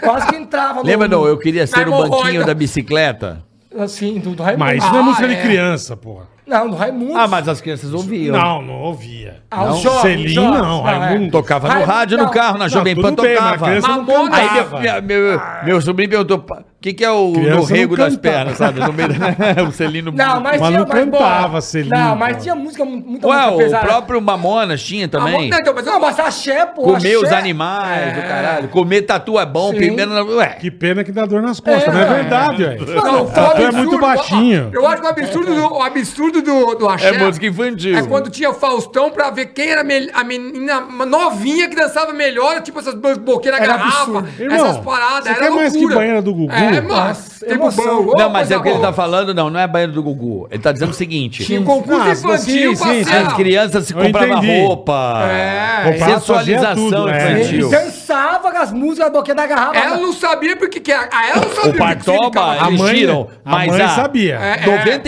[SPEAKER 4] Quase que entrava
[SPEAKER 3] <laughs>
[SPEAKER 4] no...
[SPEAKER 3] lembra não? Eu queria ser
[SPEAKER 5] Na
[SPEAKER 3] o banquinho
[SPEAKER 5] hemorroida.
[SPEAKER 3] da bicicleta.
[SPEAKER 4] Assim, do, do Raimundo.
[SPEAKER 2] Mas isso não é
[SPEAKER 5] Ah,
[SPEAKER 2] música
[SPEAKER 5] é.
[SPEAKER 2] de criança, porra.
[SPEAKER 4] Não, no Raimundo.
[SPEAKER 3] Ah, mas as crianças ouviam.
[SPEAKER 2] Não, não ouvia.
[SPEAKER 4] Ah, os
[SPEAKER 2] Não,
[SPEAKER 4] jovens,
[SPEAKER 2] Selim,
[SPEAKER 4] jovens.
[SPEAKER 2] não.
[SPEAKER 4] Ah, é.
[SPEAKER 2] Raimundo.
[SPEAKER 3] Tocava no
[SPEAKER 4] Ai,
[SPEAKER 3] rádio,
[SPEAKER 4] não.
[SPEAKER 3] no carro, na
[SPEAKER 2] Não,
[SPEAKER 3] Jovem Pan
[SPEAKER 2] tudo bem, mas a
[SPEAKER 3] tocava.
[SPEAKER 2] criança não
[SPEAKER 3] Mamona. Aí meu-
[SPEAKER 2] cantava.
[SPEAKER 3] minha- meu, meu sobrinho perguntou, "Pa, o que, que é o
[SPEAKER 2] Criança
[SPEAKER 3] rego
[SPEAKER 2] não
[SPEAKER 3] das
[SPEAKER 2] cantava.
[SPEAKER 3] pernas, sabe? No meio da- <laughs> o Celino...
[SPEAKER 4] Não, mas,
[SPEAKER 2] Mas
[SPEAKER 4] tinha
[SPEAKER 2] não
[SPEAKER 4] mais
[SPEAKER 2] cantava,
[SPEAKER 4] bola.
[SPEAKER 2] Selim,
[SPEAKER 4] Não,
[SPEAKER 2] cara.
[SPEAKER 4] mas tinha música, mu- muita
[SPEAKER 3] Ué,
[SPEAKER 4] música
[SPEAKER 3] o
[SPEAKER 4] pesada.
[SPEAKER 3] próprio Mamonas tinha
[SPEAKER 5] Ah,
[SPEAKER 3] também.
[SPEAKER 5] não, então, mas eu
[SPEAKER 4] Não, mas axé, pô.
[SPEAKER 3] Comer os
[SPEAKER 4] um axé.
[SPEAKER 3] animais, do caralho. Comer tatu é bom,
[SPEAKER 4] Sim.
[SPEAKER 3] primeiro... na- Ué,
[SPEAKER 2] Que pena que dá dor nas costas.
[SPEAKER 4] É,
[SPEAKER 2] não é
[SPEAKER 4] cara.
[SPEAKER 2] verdade, velho.
[SPEAKER 5] Não,
[SPEAKER 2] O
[SPEAKER 5] o
[SPEAKER 2] tatu é
[SPEAKER 5] absurdo-
[SPEAKER 2] muito baixinho.
[SPEAKER 5] Eu acho que o absurdo do, o absurdo do, do axé
[SPEAKER 3] é música infantil.
[SPEAKER 5] é quando tinha Faustão pra ver quem era mel- a menina novinha que dançava melhor, tipo essas bo- boqueiras
[SPEAKER 4] Era
[SPEAKER 5] garrafa,
[SPEAKER 4] absurdo.
[SPEAKER 2] Irmão,
[SPEAKER 5] essas paradas,
[SPEAKER 2] você
[SPEAKER 5] era
[SPEAKER 2] quer
[SPEAKER 5] loucura.
[SPEAKER 2] mais que banheira do Gugu?
[SPEAKER 5] É, mas
[SPEAKER 4] Nossa,
[SPEAKER 5] tempo
[SPEAKER 4] emoção.
[SPEAKER 5] bom. Ô,
[SPEAKER 3] Não, mas é
[SPEAKER 5] coisa
[SPEAKER 3] o que ele
[SPEAKER 5] boa.
[SPEAKER 3] tá falando, não, não é a banheira do Gugu. Ele tá dizendo o seguinte.
[SPEAKER 5] Tinha um concurso
[SPEAKER 2] Ah,
[SPEAKER 5] infantil,
[SPEAKER 2] sim, sim,
[SPEAKER 5] parceiro.
[SPEAKER 3] As crianças se
[SPEAKER 2] Eu
[SPEAKER 3] compravam
[SPEAKER 2] entendi.
[SPEAKER 3] roupa.
[SPEAKER 5] É, Então,
[SPEAKER 2] Opa, fazia
[SPEAKER 3] sensualização
[SPEAKER 2] tudo,
[SPEAKER 3] né?
[SPEAKER 2] é.
[SPEAKER 4] Ele
[SPEAKER 3] infantil.
[SPEAKER 4] dançava com as músicas da boquinha da garrafa.
[SPEAKER 3] É
[SPEAKER 5] ela não sabia porque que era. Ah, ela
[SPEAKER 3] O
[SPEAKER 5] não sabia porque que significava.
[SPEAKER 3] Partoba,
[SPEAKER 2] A
[SPEAKER 3] eles
[SPEAKER 2] mãe-
[SPEAKER 3] tiram,
[SPEAKER 2] a
[SPEAKER 3] mas
[SPEAKER 2] mãe
[SPEAKER 3] a
[SPEAKER 2] sabia.
[SPEAKER 5] É, é,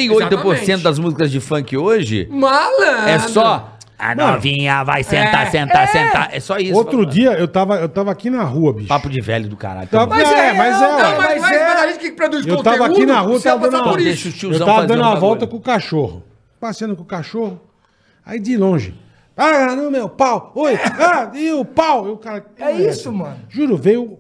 [SPEAKER 3] 98%
[SPEAKER 5] exatamente.
[SPEAKER 3] das músicas de funk hoje
[SPEAKER 5] Malandro.
[SPEAKER 3] é só... A novinha vai sentar,
[SPEAKER 5] É.
[SPEAKER 3] sentar, sentar. É só isso.
[SPEAKER 2] Outro dia eu tava, eu tava aqui na rua, bicho.
[SPEAKER 3] Papo de velho do caralho.
[SPEAKER 5] Então
[SPEAKER 2] Tava-
[SPEAKER 3] também.
[SPEAKER 2] é, mas é,
[SPEAKER 4] não,
[SPEAKER 5] Não,
[SPEAKER 2] ué.
[SPEAKER 5] mas,
[SPEAKER 4] mas
[SPEAKER 5] mas,
[SPEAKER 4] é-
[SPEAKER 5] mas a gente que produz
[SPEAKER 2] Eu tava aqui na rua,
[SPEAKER 5] você vai
[SPEAKER 2] tava
[SPEAKER 5] passar
[SPEAKER 2] dando uma-
[SPEAKER 5] por isso. é
[SPEAKER 3] Deixa o
[SPEAKER 2] Eu
[SPEAKER 3] tiozão
[SPEAKER 2] tava
[SPEAKER 3] fazer
[SPEAKER 2] dando
[SPEAKER 3] o
[SPEAKER 2] uma
[SPEAKER 3] bagulho.
[SPEAKER 2] volta com o cachorro. Passeando com o cachorro. Aí de longe. Ah, não, meu pau. Oi. Ah, e o pau. E o cara,
[SPEAKER 4] É isso, mano.
[SPEAKER 2] Juro, veio.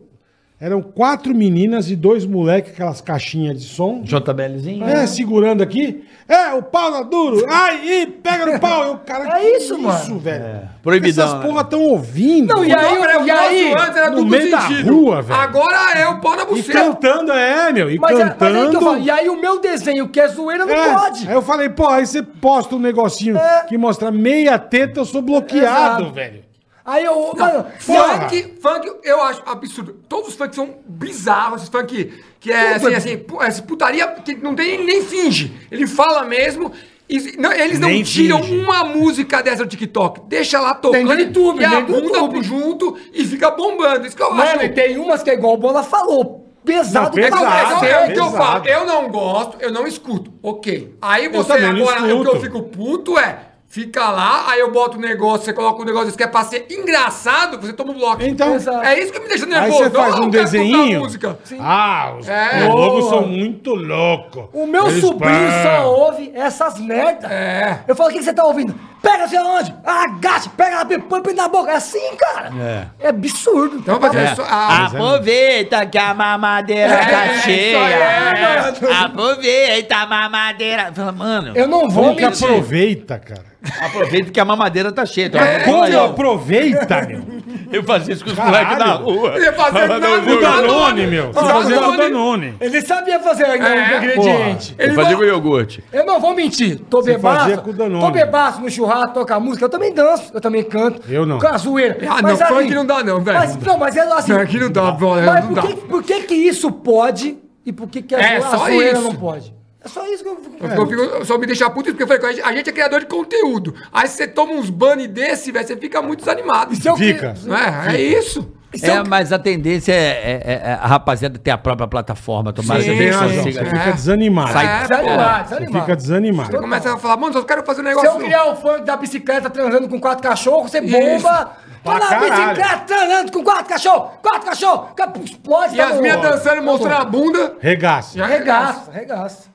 [SPEAKER 2] Eram quatro meninas e dois moleques, aquelas caixinhas de som.
[SPEAKER 3] JBLzinho.
[SPEAKER 2] É, segurando aqui. É, o pau dá duro. Ai, ih, pega no pau. E o cara,
[SPEAKER 4] É
[SPEAKER 2] que
[SPEAKER 4] isso, mano.
[SPEAKER 2] velho.
[SPEAKER 3] Proibidão,
[SPEAKER 2] Essas
[SPEAKER 3] né?
[SPEAKER 2] porra tão ouvindo.
[SPEAKER 4] Não, e aí,
[SPEAKER 5] Era
[SPEAKER 4] e aí?
[SPEAKER 5] o nosso antes, era
[SPEAKER 2] no
[SPEAKER 5] tudo
[SPEAKER 2] meio da
[SPEAKER 5] sentido.
[SPEAKER 2] rua, velho. Então,
[SPEAKER 5] Agora é o pau na
[SPEAKER 2] E
[SPEAKER 5] buceta.
[SPEAKER 2] cantando, é, meu. E
[SPEAKER 4] Mas, é- mas é aí que eu
[SPEAKER 2] cantando.
[SPEAKER 4] falo. E aí o meu desenho, que é zoeira, não
[SPEAKER 2] É,
[SPEAKER 4] pode. É.
[SPEAKER 2] Aí eu falei, pô, aí você posta um negocinho que mostra meia teta, eu sou bloqueado,
[SPEAKER 4] Exato.
[SPEAKER 2] velho.
[SPEAKER 4] Aí eu. mano,
[SPEAKER 2] Porra.
[SPEAKER 5] Funk, funk, eu acho absurdo. Todos os funk são bizarros, esses funk que é assim, assim, pu- essa putaria que não tem nem finge. Ele fala mesmo. e se- não, eles não
[SPEAKER 2] Nem
[SPEAKER 5] tiram
[SPEAKER 2] finge.
[SPEAKER 5] uma música dessa do TikTok. Deixa lá
[SPEAKER 4] no
[SPEAKER 5] tocando
[SPEAKER 4] YouTube,
[SPEAKER 5] e a
[SPEAKER 4] tem no
[SPEAKER 5] bunda
[SPEAKER 4] YouTube.
[SPEAKER 5] junto e fica bombando. Isso que eu acho.
[SPEAKER 4] Mano, e tem umas que é igual o Bola falou. Pesado
[SPEAKER 2] Não,
[SPEAKER 4] pra
[SPEAKER 2] pesado,
[SPEAKER 5] Mas
[SPEAKER 4] cacete.
[SPEAKER 5] é o que eu
[SPEAKER 2] pesado.
[SPEAKER 5] falo. Eu não gosto, eu não escuto. Ok. Aí você
[SPEAKER 2] também não
[SPEAKER 5] agora, o que
[SPEAKER 2] escuto.
[SPEAKER 5] eu fico puto é. Fica lá, aí eu boto o negócio, você coloca o negócio que é pra ser engraçado, você toma o bloco.
[SPEAKER 2] Então,
[SPEAKER 4] Exato.
[SPEAKER 5] É isso que me deixa
[SPEAKER 2] aí
[SPEAKER 5] nervoso.
[SPEAKER 2] você faz
[SPEAKER 5] não
[SPEAKER 2] um
[SPEAKER 5] quero escutar
[SPEAKER 2] desenho.
[SPEAKER 5] música.
[SPEAKER 2] Ah, os
[SPEAKER 5] É.
[SPEAKER 2] lobos são muito loucos.
[SPEAKER 4] O meu
[SPEAKER 2] Eles
[SPEAKER 4] sobrinho
[SPEAKER 2] pá.
[SPEAKER 4] só ouve essas merda.
[SPEAKER 5] É.
[SPEAKER 4] Eu falo, o que, que você tá ouvindo? Pega sei lá onde? Agacha, pega a põe o pinto na boca. É assim, cara. É, absurdo.
[SPEAKER 5] Então, mas é só- ah,
[SPEAKER 3] Aproveita que a mamadeira
[SPEAKER 5] É,
[SPEAKER 3] tá
[SPEAKER 5] isso é,
[SPEAKER 3] cheia.
[SPEAKER 5] aí,
[SPEAKER 3] Aproveita a mamadeira. Fala, mano,
[SPEAKER 4] Eu não vou
[SPEAKER 2] Como que
[SPEAKER 4] mentir.
[SPEAKER 2] aproveita, cara?
[SPEAKER 3] aproveita que a mamadeira tá cheia. Então,
[SPEAKER 5] É,
[SPEAKER 4] É.
[SPEAKER 2] Como
[SPEAKER 3] olha, ó,
[SPEAKER 2] aproveita, meu?
[SPEAKER 3] Eu fazia isso com os
[SPEAKER 2] Caralho.
[SPEAKER 3] moleques da rua.
[SPEAKER 5] Ele ia fazer nada
[SPEAKER 2] O
[SPEAKER 5] com
[SPEAKER 2] Danone, meu. Você
[SPEAKER 5] O
[SPEAKER 2] fazia com o
[SPEAKER 5] Danone.
[SPEAKER 2] Danone.
[SPEAKER 4] Ele sabia fazer ainda
[SPEAKER 5] É,
[SPEAKER 4] o ingrediente.
[SPEAKER 5] Ele
[SPEAKER 3] Eu fazia
[SPEAKER 5] não-
[SPEAKER 3] com iogurte.
[SPEAKER 4] Eu não vou mentir. Tô
[SPEAKER 2] Você fazia
[SPEAKER 4] bebaço.
[SPEAKER 2] com o Danone.
[SPEAKER 4] Tô bebaço no churrasco, toca música. Eu também danço, eu também canto.
[SPEAKER 2] Eu não.
[SPEAKER 4] Com a zoeira. assim,
[SPEAKER 5] Ah, não, funk não dá não, velho.
[SPEAKER 4] Mas, não, mas é assim.
[SPEAKER 5] Funk não dá, velho,
[SPEAKER 4] Mas
[SPEAKER 5] não
[SPEAKER 4] por que,
[SPEAKER 5] dá.
[SPEAKER 4] por que que isso pode e por que que a,
[SPEAKER 5] É,
[SPEAKER 4] zo- a
[SPEAKER 5] só
[SPEAKER 4] zoeira
[SPEAKER 5] isso.
[SPEAKER 4] não pode? É só isso que eu fico...
[SPEAKER 5] Eu fico- eu só me deixar puto porque eu falei, a gente, a gente é criador de conteúdo. Aí você toma uns bunny desse, velho, você fica muito desanimado.
[SPEAKER 4] Se eu-
[SPEAKER 2] Fica.
[SPEAKER 5] Não é? um É isso.
[SPEAKER 4] se eu-
[SPEAKER 3] É, mas a tendência é, é- é a rapaziada ter a própria plataforma. Tomara
[SPEAKER 5] Sim,
[SPEAKER 3] que a
[SPEAKER 2] Tem
[SPEAKER 3] gente
[SPEAKER 5] sim,
[SPEAKER 2] razão.
[SPEAKER 3] consiga.
[SPEAKER 2] Você fica
[SPEAKER 5] É.
[SPEAKER 2] desanimado.
[SPEAKER 5] Sai-
[SPEAKER 2] Você
[SPEAKER 4] Desanimado,
[SPEAKER 2] Fica
[SPEAKER 4] desanimado.
[SPEAKER 2] desanimado.
[SPEAKER 5] Começa a falar, mano, eu quero fazer um
[SPEAKER 4] Se
[SPEAKER 5] negócio.
[SPEAKER 4] eu criar o funk da bicicleta transando com quatro cachorros, você
[SPEAKER 5] Isso.
[SPEAKER 4] bomba.
[SPEAKER 2] Pra
[SPEAKER 4] Tô na
[SPEAKER 2] caralho.
[SPEAKER 4] bicicleta transando com quatro cachorros, quatro cachorros, cap- explode.
[SPEAKER 5] E
[SPEAKER 4] tá
[SPEAKER 5] as
[SPEAKER 4] bom.
[SPEAKER 5] minhas dançando,
[SPEAKER 4] Tá
[SPEAKER 5] mostrando a
[SPEAKER 4] bom.
[SPEAKER 5] bunda.
[SPEAKER 2] Regaça.
[SPEAKER 5] Já
[SPEAKER 4] Regaça, regaça.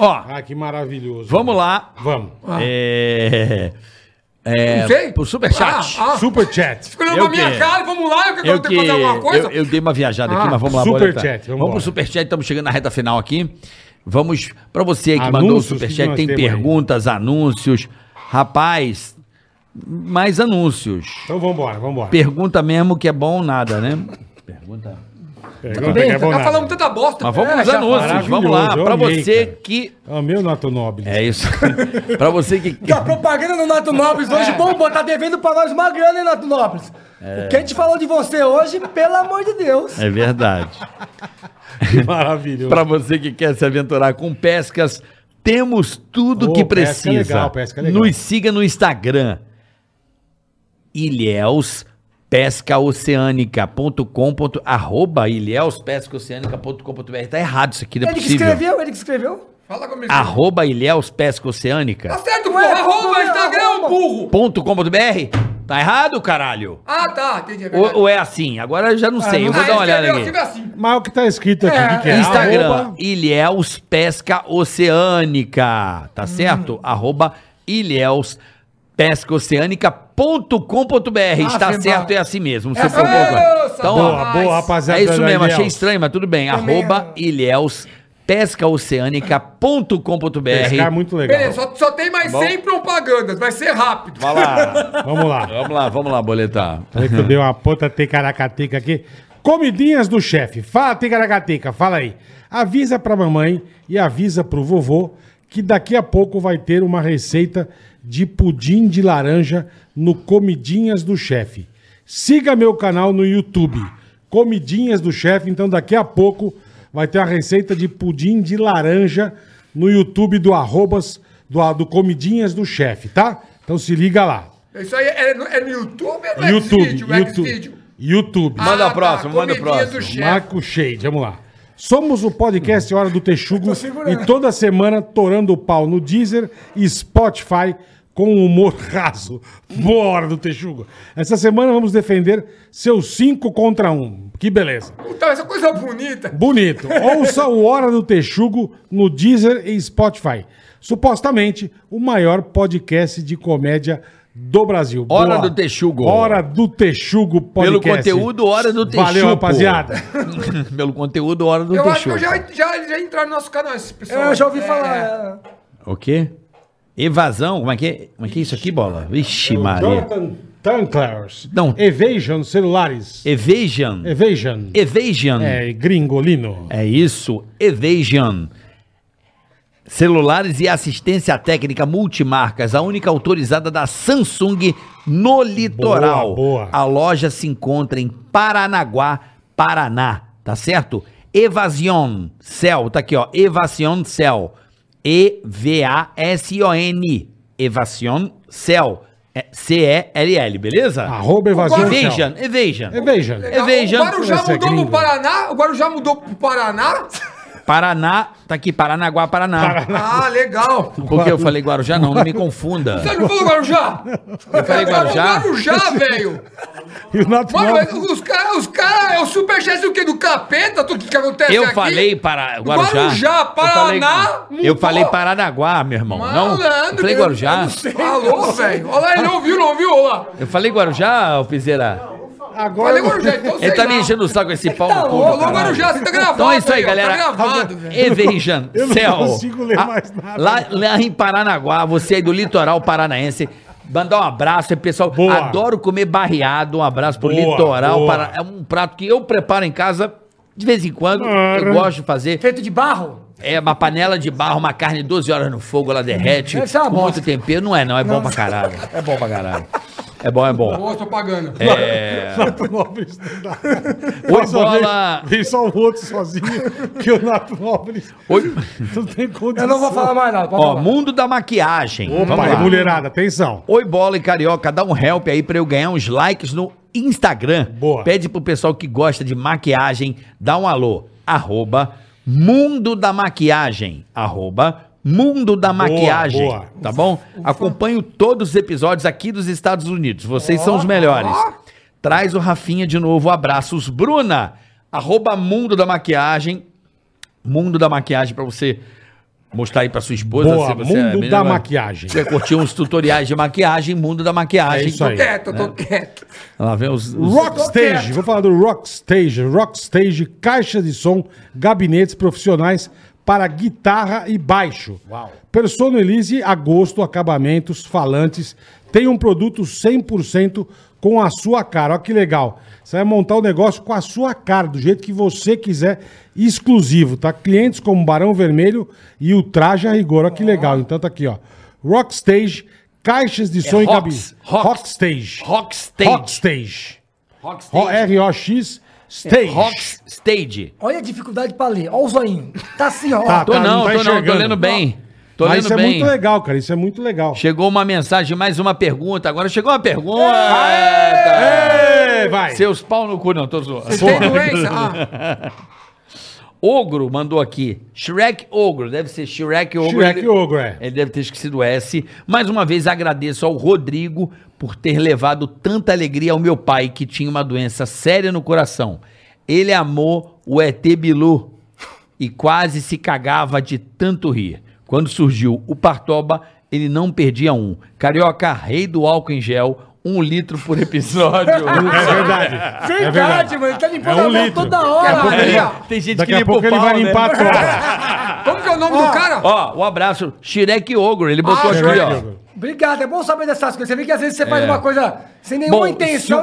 [SPEAKER 3] Ó,
[SPEAKER 2] Ah, que maravilhoso.
[SPEAKER 3] vamos lá.
[SPEAKER 2] Vamos.
[SPEAKER 3] É. É.
[SPEAKER 5] Ah. Não sei.
[SPEAKER 3] Pro superchat.
[SPEAKER 5] Ah, ah.
[SPEAKER 2] Super chat.
[SPEAKER 5] Ficou olhando
[SPEAKER 3] Eu
[SPEAKER 5] pra minha
[SPEAKER 3] que-
[SPEAKER 5] cara, vamos lá, eu que
[SPEAKER 3] Eu,
[SPEAKER 5] eu
[SPEAKER 3] que,
[SPEAKER 5] tenho que fazer alguma coisa.
[SPEAKER 3] eu, eu dei uma viajada aqui,
[SPEAKER 5] Ah,
[SPEAKER 3] mas vamos lá.
[SPEAKER 2] superchat,
[SPEAKER 3] Boleta.
[SPEAKER 2] vamos
[SPEAKER 3] Vamos
[SPEAKER 2] embora.
[SPEAKER 3] pro superchat, estamos chegando na reta final aqui. Vamos, pra você que
[SPEAKER 2] Anúncios,
[SPEAKER 3] mandou o
[SPEAKER 2] que
[SPEAKER 3] superchat,
[SPEAKER 2] nós
[SPEAKER 3] tem
[SPEAKER 2] temos aí?
[SPEAKER 3] perguntas, anúncios. Rapaz, mais anúncios.
[SPEAKER 2] Então vambora, vambora.
[SPEAKER 3] Pergunta mesmo que é bom ou nada, né? Pergunta.
[SPEAKER 2] Pergunta que é bom
[SPEAKER 5] Já
[SPEAKER 2] nada.
[SPEAKER 5] falamos tanta bosta.
[SPEAKER 3] Mas vamos
[SPEAKER 5] É,
[SPEAKER 3] nos
[SPEAKER 5] já-
[SPEAKER 3] anúncios, vamos lá.
[SPEAKER 2] maravilhoso, eu
[SPEAKER 3] Pra
[SPEAKER 2] amei,
[SPEAKER 3] você
[SPEAKER 2] cara.
[SPEAKER 3] que.
[SPEAKER 2] Ah, meu Nato Noble.
[SPEAKER 3] É isso. <laughs> pra você que.
[SPEAKER 4] E a propaganda do Nato
[SPEAKER 5] É.
[SPEAKER 4] Nobres hoje bombou, tá devendo pra nós uma grana, hein, Nato Nobres? O que a gente falou de você hoje, pelo amor de Deus.
[SPEAKER 3] É verdade.
[SPEAKER 2] Maravilhoso.
[SPEAKER 3] <laughs> Pra você que quer se aventurar com pescas, temos
[SPEAKER 2] Ô,
[SPEAKER 3] tudo que
[SPEAKER 2] pesca é
[SPEAKER 3] precisa.
[SPEAKER 2] legal, pesca é legal.
[SPEAKER 3] Nos siga no Instagram. Ilhéus pescaoceânica.com. Arroba ilhéuspescaoceânica.com.br. Tá errado isso aqui, não é
[SPEAKER 4] Ele que
[SPEAKER 3] possível.
[SPEAKER 4] escreveu, ele que escreveu.
[SPEAKER 5] Fala comigo.
[SPEAKER 3] Arroba ilhéuspescaoceânica.
[SPEAKER 5] Tá certo, pô.
[SPEAKER 4] Ué,
[SPEAKER 5] Arroba
[SPEAKER 4] é arroba,
[SPEAKER 5] Instagram,
[SPEAKER 4] arroba.
[SPEAKER 5] burro.
[SPEAKER 3] .com.br Tá errado, caralho?
[SPEAKER 5] Ah, tá, entendi. É verdade.
[SPEAKER 3] Ou, ou é assim? Agora eu já não sei, eu vou
[SPEAKER 5] Ah,
[SPEAKER 3] dar uma
[SPEAKER 5] ele
[SPEAKER 3] olhada aqui.
[SPEAKER 5] escreveu, escreveu assim.
[SPEAKER 2] Mas o que tá escrito aqui, o que, que é?
[SPEAKER 3] Instagram,
[SPEAKER 2] Arroba-
[SPEAKER 3] Ilhéus Pesca Oceânica,
[SPEAKER 2] Hum.
[SPEAKER 3] tá certo? Arroba Ilhéus Pesca Oceânica.com.br.
[SPEAKER 2] Ah,
[SPEAKER 3] Está
[SPEAKER 4] Afirma.
[SPEAKER 2] tá.
[SPEAKER 3] certo, é assim mesmo. Se
[SPEAKER 4] É
[SPEAKER 3] for
[SPEAKER 4] assim
[SPEAKER 3] procurar.
[SPEAKER 5] mesmo,
[SPEAKER 3] Então,
[SPEAKER 5] safado.
[SPEAKER 3] ó,
[SPEAKER 2] Boa, boa, rapaziada.
[SPEAKER 3] é isso
[SPEAKER 2] da
[SPEAKER 3] mesmo,
[SPEAKER 2] Ilhéus.
[SPEAKER 3] achei estranho, mas tudo bem.
[SPEAKER 4] Também
[SPEAKER 3] Arroba Ilhéus
[SPEAKER 2] Esse cara é
[SPEAKER 3] pescaoceânica.com.br.
[SPEAKER 2] muito legal.
[SPEAKER 5] Beleza, só, só tem mais 100 propagandas, vai ser rápido.
[SPEAKER 3] Vai lá.
[SPEAKER 2] Vamos
[SPEAKER 5] <laughs>
[SPEAKER 2] lá.
[SPEAKER 3] Vamos lá, vamos lá, boletar.
[SPEAKER 2] Falei que eu dei uma puta tecaracateca aqui. Comidinhas do chefe. Fala, tecaracateca, fala aí. Avisa pra mamãe e avisa pro vovô que daqui a pouco vai ter uma receita de pudim de laranja no Comidinhas do Chefe. Siga meu canal no YouTube, Comidinhas do Chefe. Então daqui a pouco vai ter a receita de pudim de laranja no YouTube do arrobas do, do Comidinhas do Chefe, tá? Então se liga lá.
[SPEAKER 5] Isso aí é no, é no YouTube ou no
[SPEAKER 2] YouTube,
[SPEAKER 5] Xvideo?
[SPEAKER 2] YouTube,
[SPEAKER 5] Xvideo.
[SPEAKER 2] YouTube.
[SPEAKER 3] Manda
[SPEAKER 5] Ah,
[SPEAKER 3] a próxima, manda a
[SPEAKER 5] comidinha
[SPEAKER 3] próxima.
[SPEAKER 5] do chefe.
[SPEAKER 2] Marco Shade, vamos lá. Somos o podcast Hora do Texugo e toda semana torando o pau no Deezer e Spotify com humor <laughs> raso. Boa Hora do Texugo. Essa semana vamos defender seus 5 contra 1. Um. Que beleza.
[SPEAKER 5] Então, essa coisa bonita.
[SPEAKER 2] Bonito. Ouça o Hora do Texugo no Deezer e Spotify. Supostamente o maior podcast de comédia do Brasil.
[SPEAKER 3] Hora do Texugo.
[SPEAKER 2] Hora do Texugo
[SPEAKER 3] Pelo
[SPEAKER 2] Podcast.
[SPEAKER 3] conteúdo, hora do Texugo.
[SPEAKER 2] Valeu, rapaziada.
[SPEAKER 3] <laughs> Pelo conteúdo, hora do
[SPEAKER 5] Eu acho que
[SPEAKER 3] Texugo.
[SPEAKER 5] eu já, já, já entraram no nosso canal, esses pessoal.
[SPEAKER 4] Eu já ouvi
[SPEAKER 5] É, é.
[SPEAKER 4] falar.
[SPEAKER 3] O quê? Evasão? Como é que é, Como é, que é isso aqui, bola? Vixe, Maria.
[SPEAKER 2] Jonathan Tanclers.
[SPEAKER 3] Não.
[SPEAKER 2] Evasion celulares.
[SPEAKER 3] Evasion.
[SPEAKER 2] É. Evasion.
[SPEAKER 3] Evasion. É.
[SPEAKER 2] É, gringolino.
[SPEAKER 3] isso. Evasion. Celulares e assistência técnica multimarcas, a única autorizada da Samsung no litoral.
[SPEAKER 2] Boa, boa.
[SPEAKER 3] A loja se encontra em Paranaguá, Paraná, tá certo? Evasion Cell, tá aqui, ó. Evasion Cell. E-V-A-S-I-O-N. Evasion Cell. É C-E-L-L, beleza?
[SPEAKER 2] Arroba Evasion
[SPEAKER 3] Evasion, Evasion.
[SPEAKER 2] Evasion.
[SPEAKER 5] Legal.
[SPEAKER 3] Evasion.
[SPEAKER 5] Tá, O Guarujá
[SPEAKER 2] Esse é
[SPEAKER 5] mudou
[SPEAKER 2] gringo.
[SPEAKER 5] pro Paraná? O Guarujá mudou pro Paraná?
[SPEAKER 3] Paraná, tá aqui, Paranaguá, Paraná.
[SPEAKER 5] Ah, legal.
[SPEAKER 3] Porque eu falei Guarujá, não, não me confunda.
[SPEAKER 5] Você não falou Guarujá? Eu
[SPEAKER 3] falei Guarujá?
[SPEAKER 5] Guarujá, velho.
[SPEAKER 2] E o Nato
[SPEAKER 5] Mano,
[SPEAKER 2] Nova-
[SPEAKER 5] os caras, os cara, é o superchat do quê? Do capeta? Tudo que acontece
[SPEAKER 3] Eu
[SPEAKER 5] aqui?
[SPEAKER 3] falei para Guarujá.
[SPEAKER 5] Guarujá, Paraná,
[SPEAKER 3] Eu falei, eu
[SPEAKER 5] mudou.
[SPEAKER 3] falei Paranaguá, meu irmão. não, eu
[SPEAKER 5] Malandro,
[SPEAKER 3] falei
[SPEAKER 5] eu- eu
[SPEAKER 3] Guarujá.
[SPEAKER 5] não sei. Alô, velho. Olha lá, ele não viu, não viu? Olha lá.
[SPEAKER 3] Eu falei Guarujá, ô Piseira.
[SPEAKER 5] Falei
[SPEAKER 2] Agora.
[SPEAKER 5] Guarujá, então sei
[SPEAKER 3] Ele tá
[SPEAKER 5] lá.
[SPEAKER 3] me enchendo o saco esse pau no cu.
[SPEAKER 5] Alô,
[SPEAKER 3] do caralho.
[SPEAKER 5] Guarujá, você tá gravado.
[SPEAKER 3] Então é isso aí,
[SPEAKER 5] ó,
[SPEAKER 3] galera. É.
[SPEAKER 5] Tá gravado, velho.
[SPEAKER 3] Evasion,
[SPEAKER 2] Eu não
[SPEAKER 3] céu.
[SPEAKER 2] consigo ler
[SPEAKER 3] Ah,
[SPEAKER 2] mais nada.
[SPEAKER 3] Lá, lá em Paranaguá, você aí do litoral paranaense. Mandar um abraço aí, pessoal.
[SPEAKER 2] Boa.
[SPEAKER 3] Adoro comer barreado. Um abraço pro
[SPEAKER 2] Boa,
[SPEAKER 3] litoral.
[SPEAKER 2] boa.
[SPEAKER 3] Para... É um prato que eu preparo em casa de vez em quando.
[SPEAKER 2] Ora.
[SPEAKER 3] Eu gosto de fazer.
[SPEAKER 4] Feito de barro?
[SPEAKER 3] É uma panela de barro, uma carne 12 horas no fogo, ela derrete.
[SPEAKER 4] Deve ser uma
[SPEAKER 3] com
[SPEAKER 4] bosta.
[SPEAKER 3] muito tempero. Não é, não. É bom pra caralho. É bom pra caralho. É bom, é bom.
[SPEAKER 5] Boa, tô pagando.
[SPEAKER 3] É,
[SPEAKER 2] Nato Nobres não dá.
[SPEAKER 3] <laughs> Oi,
[SPEAKER 2] Só vem-
[SPEAKER 3] bola.
[SPEAKER 2] Vem só o outro sozinho, que o Nato Nobres
[SPEAKER 3] Oi.
[SPEAKER 2] não tem condição.
[SPEAKER 4] Eu não vou falar mais nada. pode
[SPEAKER 3] Ó,
[SPEAKER 4] falar.
[SPEAKER 3] mundo da maquiagem.
[SPEAKER 2] Opa, aí, mulherada, atenção.
[SPEAKER 3] Oi, bola e carioca, dá um help aí pra eu ganhar uns likes no Instagram.
[SPEAKER 2] Boa.
[SPEAKER 3] Pede pro pessoal que gosta de maquiagem, dá um alô. Arroba Mundo da Maquiagem. Arroba Mundo da Maquiagem.
[SPEAKER 2] boa.
[SPEAKER 3] Tá bom? Acompanho todos os episódios aqui dos Estados Unidos. Vocês são os melhores. Traz o Rafinha de novo. Abraços, Bruna. Arroba Mundo da Maquiagem. Mundo da Maquiagem pra você mostrar aí pra sua esposa.
[SPEAKER 2] Boa,
[SPEAKER 3] se você é
[SPEAKER 2] mundo
[SPEAKER 3] menina,
[SPEAKER 2] da
[SPEAKER 3] vai-
[SPEAKER 2] maquiagem.
[SPEAKER 3] você curtiu uns tutoriais de maquiagem, mundo da
[SPEAKER 2] É
[SPEAKER 3] maquiagem.
[SPEAKER 2] isso aí.
[SPEAKER 5] Quieto, eu
[SPEAKER 3] né?
[SPEAKER 5] tô quieto.
[SPEAKER 3] Lá vem os. os-
[SPEAKER 2] Rockstage, vou falar do Rockstage. Rockstage, caixa de som, gabinetes profissionais para guitarra e baixo. Personalize a gosto, acabamentos, falantes. Tem um produto 100% com a sua cara. Olha que legal. Você vai montar o negócio com a sua cara, do jeito que você quiser, exclusivo, tá? Clientes como Barão Vermelho e o Traje a Rigor. Olha que legal. Então tá aqui, ó. Rockstage, caixas de som e
[SPEAKER 3] É Rocks,
[SPEAKER 2] gabinetes.
[SPEAKER 3] Rocks.
[SPEAKER 2] Rockstage.
[SPEAKER 3] Rockstage.
[SPEAKER 2] Rockstage.
[SPEAKER 3] Rockstage.
[SPEAKER 2] R-O-X
[SPEAKER 3] É,
[SPEAKER 2] Stage.
[SPEAKER 3] Rockstage.
[SPEAKER 4] Olha a dificuldade pra ler. Olha o zoinho. Tá assim, ó.
[SPEAKER 2] Tá,
[SPEAKER 3] Tô
[SPEAKER 2] tá,
[SPEAKER 3] não,
[SPEAKER 2] não tá
[SPEAKER 3] tô não, tô
[SPEAKER 2] enxergando.
[SPEAKER 3] lendo bem. Tô
[SPEAKER 2] Mas
[SPEAKER 3] lendo
[SPEAKER 2] isso é
[SPEAKER 3] bem.
[SPEAKER 2] muito legal, cara. Isso é muito legal.
[SPEAKER 3] Chegou uma mensagem, mais uma pergunta. Agora chegou uma pergunta.
[SPEAKER 2] Ê, vai. É,
[SPEAKER 3] Seus pau no cu, não, tô zoando.
[SPEAKER 5] Tem doença? Ah,
[SPEAKER 3] Ogro mandou aqui. Shrek Ogro, deve ser Shrek Ogro.
[SPEAKER 2] Shrek
[SPEAKER 3] ele-
[SPEAKER 2] Ogro, é.
[SPEAKER 3] Ele deve ter esquecido o S. Mais uma vez agradeço ao Rodrigo por ter levado tanta alegria ao meu pai, que tinha uma doença séria no coração. Ele amou o ET Bilu e quase se cagava de tanto rir. Quando surgiu o Partoba, ele não perdia um. Carioca, rei do álcool em gel, um litro por episódio.
[SPEAKER 2] É verdade.
[SPEAKER 4] Verdade,
[SPEAKER 2] é verdade.
[SPEAKER 4] mano. Ele tá limpando
[SPEAKER 2] É um
[SPEAKER 4] a mão
[SPEAKER 2] litro.
[SPEAKER 4] toda hora.
[SPEAKER 5] pouco ele-
[SPEAKER 4] Aí, ó.
[SPEAKER 3] Tem
[SPEAKER 2] <laughs>
[SPEAKER 3] gente
[SPEAKER 2] Daqui
[SPEAKER 3] que
[SPEAKER 2] a
[SPEAKER 3] limpa o
[SPEAKER 2] pouco ele
[SPEAKER 3] pau,
[SPEAKER 2] vai
[SPEAKER 3] né?
[SPEAKER 2] limpar a tropa.
[SPEAKER 5] Como que é o nome do cara?
[SPEAKER 3] Ó, o abraço. Shrek Ogro, ele botou
[SPEAKER 5] Ah,
[SPEAKER 3] aqui,
[SPEAKER 2] Shrek
[SPEAKER 3] ó.
[SPEAKER 2] Ogro.
[SPEAKER 4] Obrigado, é bom saber dessas coisas. Você vê que às vezes você faz uma coisa sem nenhuma
[SPEAKER 3] Bom,
[SPEAKER 4] intenção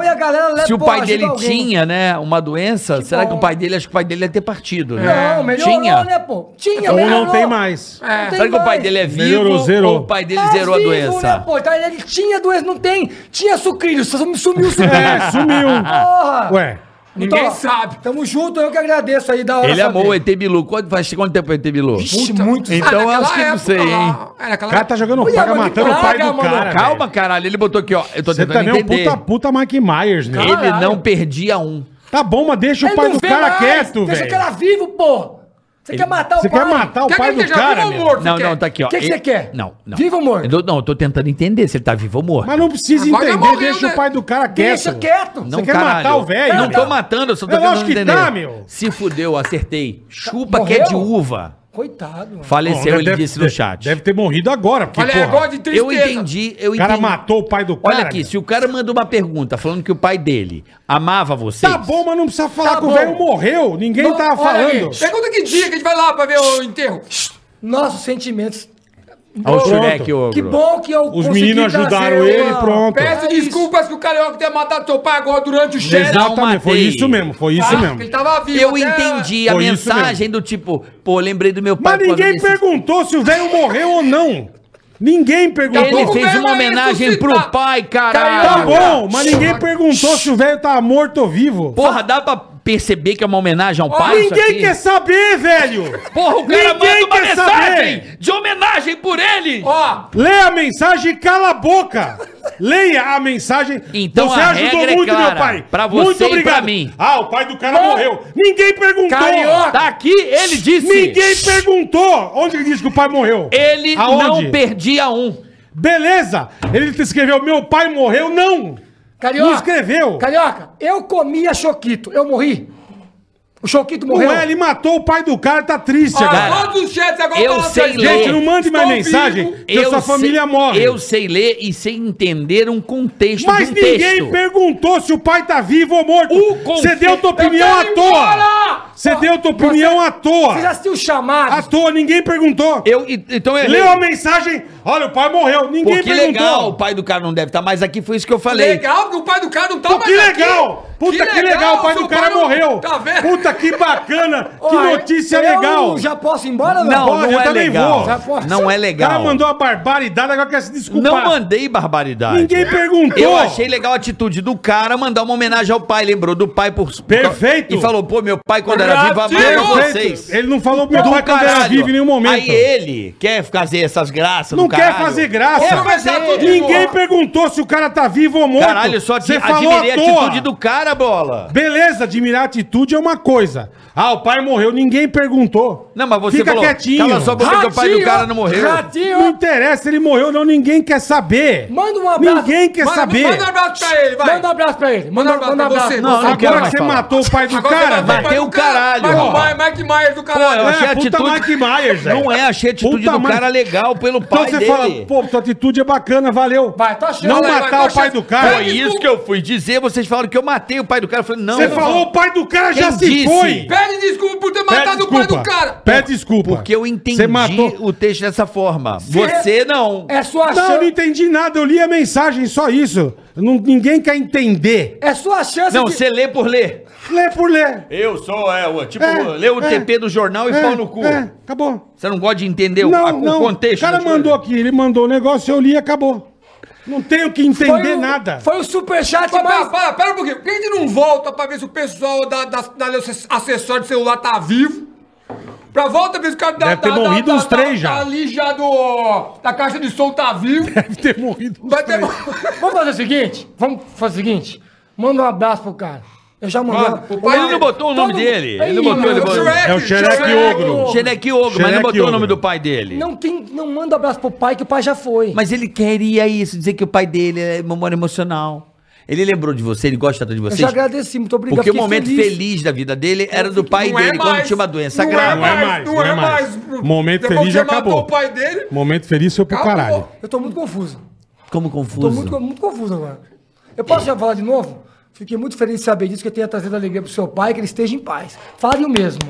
[SPEAKER 3] se o-
[SPEAKER 4] e a galera leva
[SPEAKER 3] Se o
[SPEAKER 4] pô,
[SPEAKER 3] pai
[SPEAKER 4] ajuda
[SPEAKER 3] dele
[SPEAKER 4] alguém.
[SPEAKER 3] tinha, né, uma doença, será que
[SPEAKER 4] bom.
[SPEAKER 3] o pai dele, acho que o pai dele ia ter partido, né?
[SPEAKER 4] Não, melhorou,
[SPEAKER 3] tinha.
[SPEAKER 4] né, pô? Tinha,
[SPEAKER 2] Ou
[SPEAKER 4] melhorou.
[SPEAKER 2] Então, um não tem mais.
[SPEAKER 4] Não tem
[SPEAKER 3] Será que o pai
[SPEAKER 4] mais.
[SPEAKER 3] dele é vivo
[SPEAKER 2] Melhorou, zerou.
[SPEAKER 3] ou o pai dele
[SPEAKER 4] Tá
[SPEAKER 3] zerou a
[SPEAKER 4] vivo,
[SPEAKER 3] doença?
[SPEAKER 4] Né, pô? Então ele tinha doença, não tem. Tinha sucrilho, sumiu, sumiu.
[SPEAKER 2] É, sumiu.
[SPEAKER 4] Porra! Então,
[SPEAKER 2] Ué,
[SPEAKER 5] Ninguém
[SPEAKER 4] ó,
[SPEAKER 5] sabe.
[SPEAKER 4] Tamo junto, eu que agradeço aí da hora.
[SPEAKER 3] Ele amou o
[SPEAKER 4] saber.
[SPEAKER 3] ET Bilu. Quanto, faz quanto tempo é o ET Bilu?
[SPEAKER 4] Vixe, muito.
[SPEAKER 3] Então eu acho que não sei, hein?
[SPEAKER 5] É, naquela
[SPEAKER 2] o cara tá jogando
[SPEAKER 4] Olha,
[SPEAKER 2] praga,
[SPEAKER 4] mano, que
[SPEAKER 2] matando o pai
[SPEAKER 4] praga,
[SPEAKER 2] do
[SPEAKER 4] mano.
[SPEAKER 2] cara.
[SPEAKER 3] Calma, tá
[SPEAKER 2] velho.
[SPEAKER 3] caralho. Ele botou aqui, ó. Eu tô
[SPEAKER 2] Você
[SPEAKER 3] tentando
[SPEAKER 2] também é um
[SPEAKER 3] entender.
[SPEAKER 2] puta puta Mike Myers, né?
[SPEAKER 3] Ele
[SPEAKER 4] Caralho.
[SPEAKER 3] não perdia um.
[SPEAKER 2] Tá bom, mas deixa o
[SPEAKER 4] Ele
[SPEAKER 2] pai
[SPEAKER 4] não
[SPEAKER 2] do
[SPEAKER 4] vê
[SPEAKER 2] cara
[SPEAKER 4] mais.
[SPEAKER 2] quieto,
[SPEAKER 4] Deixa
[SPEAKER 2] velho.
[SPEAKER 4] o cara vivo, pô. Você quer matar o
[SPEAKER 2] Você
[SPEAKER 4] pai?
[SPEAKER 2] quer matar o
[SPEAKER 5] Quer que
[SPEAKER 2] pai
[SPEAKER 5] ele
[SPEAKER 2] do
[SPEAKER 5] esteja
[SPEAKER 2] cara,
[SPEAKER 5] vivo ou
[SPEAKER 2] meu?
[SPEAKER 5] morto?
[SPEAKER 3] Não,
[SPEAKER 5] quer?
[SPEAKER 3] não, tá aqui, ó.
[SPEAKER 4] O que que
[SPEAKER 3] Ele-
[SPEAKER 4] você quer?
[SPEAKER 3] Não, não.
[SPEAKER 4] Vivo ou morto?
[SPEAKER 3] Eu tô- não, eu tô tentando entender se ele tá vivo ou morto.
[SPEAKER 2] Mas não precisa
[SPEAKER 5] Agora
[SPEAKER 2] entender,
[SPEAKER 5] morreu,
[SPEAKER 2] deixa
[SPEAKER 5] né?
[SPEAKER 2] o pai do cara quieto.
[SPEAKER 4] Deixa quieto.
[SPEAKER 2] Você quer matar o velho?
[SPEAKER 3] Não tô
[SPEAKER 2] cara?
[SPEAKER 3] matando, eu só tô
[SPEAKER 2] É
[SPEAKER 3] tentando
[SPEAKER 2] lógico que
[SPEAKER 3] entender.
[SPEAKER 2] tá, meu.
[SPEAKER 3] Se fudeu, acertei. Chupa
[SPEAKER 4] Morreu?
[SPEAKER 3] que é de uva.
[SPEAKER 4] Coitado. mano.
[SPEAKER 3] Faleceu,
[SPEAKER 2] Bom,
[SPEAKER 3] ele
[SPEAKER 2] deve-
[SPEAKER 3] disse no chat.
[SPEAKER 2] Deve ter morrido agora, porque,
[SPEAKER 5] Olha,
[SPEAKER 2] porra,
[SPEAKER 5] é igual de tristeza.
[SPEAKER 3] eu entendi, eu
[SPEAKER 2] o
[SPEAKER 3] entendi.
[SPEAKER 2] cara matou o pai do cara.
[SPEAKER 3] Olha aqui,
[SPEAKER 2] meu.
[SPEAKER 3] se o cara mandou uma pergunta falando que o pai dele amava vocês...
[SPEAKER 2] Tá bom, mas não precisa falar
[SPEAKER 4] Tá
[SPEAKER 2] que o
[SPEAKER 4] bom.
[SPEAKER 2] velho morreu. Ninguém
[SPEAKER 4] Não,
[SPEAKER 2] tava
[SPEAKER 4] olha aí.
[SPEAKER 2] falando.
[SPEAKER 5] Pergunta que dia que a gente vai lá pra ver o enterro.
[SPEAKER 4] Nossos sentimentos.
[SPEAKER 3] Olha o
[SPEAKER 2] Pronto.
[SPEAKER 3] Shrek, ogro.
[SPEAKER 4] Que bom que eu
[SPEAKER 2] Os meninos ajudaram
[SPEAKER 4] trazer
[SPEAKER 2] ele,
[SPEAKER 4] uma-
[SPEAKER 2] pronto.
[SPEAKER 5] Peço desculpas que o Carioca tenha matado seu pai agora durante o cheiro.
[SPEAKER 2] Exatamente, foi
[SPEAKER 3] matei.
[SPEAKER 2] isso mesmo, foi isso
[SPEAKER 5] Ah,
[SPEAKER 2] mesmo.
[SPEAKER 5] Ele tava vivo.
[SPEAKER 3] Eu
[SPEAKER 5] até-
[SPEAKER 4] é.
[SPEAKER 3] entendi a
[SPEAKER 2] Foi isso
[SPEAKER 3] mensagem do tipo, pô, lembrei do meu pai.
[SPEAKER 2] Mas ninguém
[SPEAKER 3] quando ele se-
[SPEAKER 2] perguntou se o velho morreu ou não. Ninguém perguntou.
[SPEAKER 3] Ele fez
[SPEAKER 5] velho
[SPEAKER 3] uma
[SPEAKER 5] vai
[SPEAKER 3] homenagem
[SPEAKER 5] ressuscitar.
[SPEAKER 3] pro pai, caralho.
[SPEAKER 2] né, Tá bom, mas ninguém perguntou se o velho tá morto ou vivo.
[SPEAKER 3] Porra, dá pra perceber que é uma homenagem ao pai? isso
[SPEAKER 2] Ninguém
[SPEAKER 3] aqui?
[SPEAKER 2] quer saber, velho.
[SPEAKER 3] Porra, o cara
[SPEAKER 2] Ninguém
[SPEAKER 3] manda uma
[SPEAKER 2] quer
[SPEAKER 3] mensagem
[SPEAKER 2] saber.
[SPEAKER 3] de homenagem por ele!
[SPEAKER 5] Ó,
[SPEAKER 2] Leia a mensagem e cala a boca. Leia a mensagem.
[SPEAKER 3] Então a regra é clara. Pra você e pra mim.
[SPEAKER 2] Ah, o pai do cara morreu. Ninguém perguntou.
[SPEAKER 4] Carioca.
[SPEAKER 3] Tá aqui, ele disse.
[SPEAKER 2] Ninguém perguntou onde ele disse que o pai morreu.
[SPEAKER 3] Ele
[SPEAKER 2] Aonde?
[SPEAKER 3] não perdia um.
[SPEAKER 2] Beleza. Ele te escreveu, meu pai morreu. Não.
[SPEAKER 4] Carioca.
[SPEAKER 2] Não escreveu.
[SPEAKER 4] Carioca, eu comia Choquito. Eu morri. O Choquito
[SPEAKER 2] Não
[SPEAKER 4] morreu.
[SPEAKER 2] é, ele matou o pai do cara, tá triste
[SPEAKER 5] ó,
[SPEAKER 2] agora.
[SPEAKER 5] todos os chats agora
[SPEAKER 3] eu
[SPEAKER 5] falam
[SPEAKER 3] sei
[SPEAKER 5] assim,
[SPEAKER 3] ler.
[SPEAKER 2] Gente, não mande mais
[SPEAKER 5] estou
[SPEAKER 2] mensagem
[SPEAKER 5] vivo.
[SPEAKER 2] que a sua família
[SPEAKER 3] sei,
[SPEAKER 2] morre.
[SPEAKER 3] Eu sei ler e sei entender um contexto
[SPEAKER 2] Mas
[SPEAKER 3] de um
[SPEAKER 2] ninguém
[SPEAKER 3] texto.
[SPEAKER 2] perguntou se o pai tá vivo ou morto.
[SPEAKER 3] O conce-
[SPEAKER 2] Você deu tua opinião à
[SPEAKER 5] quero ir embora!
[SPEAKER 2] toa. Você deu tua opinião à toa.
[SPEAKER 4] Você já assistiu o
[SPEAKER 2] À
[SPEAKER 4] chamado?
[SPEAKER 2] toa, ninguém perguntou.
[SPEAKER 3] Eu, e- então eu
[SPEAKER 2] Leu a mensagem, olha, o pai morreu.
[SPEAKER 3] Pô,
[SPEAKER 2] Ninguém
[SPEAKER 3] que
[SPEAKER 2] perguntou.
[SPEAKER 3] legal, o pai do cara não deve estar mais aqui, foi isso que eu falei.
[SPEAKER 5] Legal que o pai do cara não tá
[SPEAKER 2] Pô, que
[SPEAKER 5] mais aqui.
[SPEAKER 2] legal! Puta que, legal, o pai do
[SPEAKER 5] seu
[SPEAKER 2] cara
[SPEAKER 5] não-
[SPEAKER 2] morreu!
[SPEAKER 5] Tá vendo?
[SPEAKER 2] Puta que bacana! que
[SPEAKER 4] Ó,
[SPEAKER 2] notícia
[SPEAKER 4] eu
[SPEAKER 2] legal! tá
[SPEAKER 4] Já posso ir embora,
[SPEAKER 3] Não,
[SPEAKER 2] Porra, eu
[SPEAKER 3] não é
[SPEAKER 2] também
[SPEAKER 3] legal.
[SPEAKER 2] vou. Já
[SPEAKER 4] posso.
[SPEAKER 3] Não é
[SPEAKER 2] O cara
[SPEAKER 3] legal.
[SPEAKER 2] mandou a barbaridade, agora quer se desculpar.
[SPEAKER 3] Não mandei barbaridade.
[SPEAKER 2] Ninguém perguntou!
[SPEAKER 3] Eu achei legal a atitude do cara mandar uma homenagem ao pai. Lembrou do pai por.
[SPEAKER 2] Perfeito.
[SPEAKER 3] E falou, pô, meu pai quando era vivo amava
[SPEAKER 5] Perfeito.
[SPEAKER 3] vocês.
[SPEAKER 2] Ele não falou pro meu pai quando era vivo em nenhum momento.
[SPEAKER 3] Aí ele quer fazer essas graças
[SPEAKER 2] Não
[SPEAKER 3] do caralho.
[SPEAKER 2] quer fazer graça.
[SPEAKER 5] Quer fazer tudo de
[SPEAKER 2] Ninguém
[SPEAKER 5] boa.
[SPEAKER 2] perguntou se o cara tá vivo ou morto.
[SPEAKER 3] Caralho, só te
[SPEAKER 2] Você falou
[SPEAKER 3] admirei a
[SPEAKER 2] à toa.
[SPEAKER 3] atitude do cara, bola.
[SPEAKER 2] Beleza, admirar a atitude é uma coisa. Ah, o pai morreu, ninguém perguntou.
[SPEAKER 3] Não, mas você
[SPEAKER 2] Fica
[SPEAKER 3] falou.
[SPEAKER 2] quietinho.
[SPEAKER 3] Cala só boca que o pai do cara não morreu.
[SPEAKER 2] Não
[SPEAKER 4] Ratinho.
[SPEAKER 2] interessa se ele morreu ou não, ninguém quer saber.
[SPEAKER 4] Manda um abraço.
[SPEAKER 2] Ninguém quer
[SPEAKER 5] Manda-
[SPEAKER 2] saber.
[SPEAKER 5] Manda um abraço pra ele, vai.
[SPEAKER 4] Manda um abraço pra ele. Manda,
[SPEAKER 5] Manda um abraço
[SPEAKER 4] manda um
[SPEAKER 5] pra
[SPEAKER 4] abraço.
[SPEAKER 5] você.
[SPEAKER 3] Não, não quero
[SPEAKER 2] Agora que
[SPEAKER 3] mais
[SPEAKER 2] você
[SPEAKER 3] falar.
[SPEAKER 2] matou o pai do
[SPEAKER 5] Agora
[SPEAKER 2] cara,
[SPEAKER 5] você matou
[SPEAKER 2] velho.
[SPEAKER 3] bateu o caralho,
[SPEAKER 5] Vai o Mike Myers do caralho.
[SPEAKER 3] Pô, eu achei
[SPEAKER 2] É,
[SPEAKER 3] a
[SPEAKER 2] puta
[SPEAKER 3] atitude-
[SPEAKER 2] Mike Myers, velho.
[SPEAKER 3] Não é, achei a atitude
[SPEAKER 2] Puta
[SPEAKER 3] do
[SPEAKER 2] Mike-
[SPEAKER 3] cara legal pelo
[SPEAKER 2] Então
[SPEAKER 3] pai
[SPEAKER 2] você
[SPEAKER 3] dele.
[SPEAKER 2] fala, pô, tua atitude é bacana, valeu.
[SPEAKER 4] Vai, tua chance,
[SPEAKER 2] Não
[SPEAKER 5] vai, tá
[SPEAKER 2] matar
[SPEAKER 5] vai, tua
[SPEAKER 2] o pai
[SPEAKER 5] chance.
[SPEAKER 2] do cara.
[SPEAKER 5] Vai,
[SPEAKER 3] Foi isso que eu fui dizer, vocês falaram que eu matei o pai do cara. Eu falei, não.
[SPEAKER 2] Você
[SPEAKER 3] eu-
[SPEAKER 2] falou, o pai do cara já
[SPEAKER 3] Quem
[SPEAKER 2] se
[SPEAKER 3] disse?
[SPEAKER 2] foi.
[SPEAKER 5] Pede desculpa por ter matado o pai do cara.
[SPEAKER 2] Pede desculpa.
[SPEAKER 3] Porque eu entendi
[SPEAKER 2] Você matou.
[SPEAKER 3] o texto dessa forma. Você não.
[SPEAKER 4] É sua
[SPEAKER 2] Não, eu não
[SPEAKER 4] chance.
[SPEAKER 2] entendi nada. Eu li a mensagem, só isso. Não- ninguém quer entender.
[SPEAKER 4] É sua chance
[SPEAKER 3] Não,
[SPEAKER 4] de-
[SPEAKER 3] você lê por ler.
[SPEAKER 2] Lê por ler.
[SPEAKER 3] Eu sou, é, o- tipo,
[SPEAKER 2] É,
[SPEAKER 3] lê o
[SPEAKER 2] é,
[SPEAKER 3] TP do jornal e
[SPEAKER 2] É,
[SPEAKER 3] pau no cu.
[SPEAKER 2] é, acabou.
[SPEAKER 3] Você não gosta de entender o- a-
[SPEAKER 2] não,
[SPEAKER 3] o,
[SPEAKER 2] não.
[SPEAKER 3] contexto.
[SPEAKER 2] o cara
[SPEAKER 3] das
[SPEAKER 2] mandou
[SPEAKER 3] coisas.
[SPEAKER 2] aqui, ele mandou o negócio, eu li e acabou. Não tenho que entender
[SPEAKER 4] o-
[SPEAKER 2] nada.
[SPEAKER 4] Foi o superchat
[SPEAKER 5] Pô, Pera,
[SPEAKER 4] mais...
[SPEAKER 5] pera, pera um pouquinho. Por que a gente não volta pra ver se o pessoal da, da, da acessório de celular tá vivo? Pra volta ver se o cara da,
[SPEAKER 2] Deve ter
[SPEAKER 5] da,
[SPEAKER 2] morrido
[SPEAKER 5] da,
[SPEAKER 2] uns
[SPEAKER 5] da-
[SPEAKER 2] três
[SPEAKER 5] da-
[SPEAKER 2] já.
[SPEAKER 5] da- ali já do... Da caixa de som tá
[SPEAKER 2] <laughs>
[SPEAKER 5] vivo.
[SPEAKER 2] Deve ter morrido.
[SPEAKER 5] Vai ter... é
[SPEAKER 4] Vamos fazer o seguinte? Vamos fazer o seguinte? Manda um abraço pro cara. Eu já mandava.
[SPEAKER 5] Manda. O pai
[SPEAKER 4] Eu-
[SPEAKER 5] dele
[SPEAKER 3] botou o nome
[SPEAKER 4] todo-
[SPEAKER 3] dele, ele não
[SPEAKER 4] Ih,
[SPEAKER 3] botou, ele botou.
[SPEAKER 2] É o Xerec Ogro.
[SPEAKER 3] Xereque Ogro, mas
[SPEAKER 2] Xereque
[SPEAKER 3] não botou o nome
[SPEAKER 2] Ogro.
[SPEAKER 3] do pai dele.
[SPEAKER 4] Não, tem, não manda abraço pro pai, que o pai já foi.
[SPEAKER 3] Mas ele queria isso, dizer que o pai dele é memória emocional. Ele lembrou de você, ele gosta tanto de
[SPEAKER 4] eu
[SPEAKER 3] você.
[SPEAKER 4] já agradeci, muito obrigado.
[SPEAKER 3] Porque o
[SPEAKER 4] fiquei
[SPEAKER 3] momento feliz. da vida dele era do pai
[SPEAKER 5] Não é
[SPEAKER 3] dele, quando
[SPEAKER 5] mais.
[SPEAKER 3] tinha uma doença
[SPEAKER 5] Não é
[SPEAKER 3] grave.
[SPEAKER 2] Não é mais, não é mais. Momento
[SPEAKER 5] Depois
[SPEAKER 2] feliz
[SPEAKER 5] que
[SPEAKER 2] já
[SPEAKER 5] você matou
[SPEAKER 2] acabou.
[SPEAKER 5] o pai dele.
[SPEAKER 2] Momento feliz foi pro
[SPEAKER 5] Acabou.
[SPEAKER 2] caralho.
[SPEAKER 4] Eu tô muito confuso.
[SPEAKER 3] Como
[SPEAKER 4] Tô
[SPEAKER 3] confuso.
[SPEAKER 4] muito, muito confuso agora. Eu posso já falar de novo? Fiquei muito feliz de saber disso, que eu tenha trazido alegria pro seu pai, que ele esteja em paz. Fale o mesmo.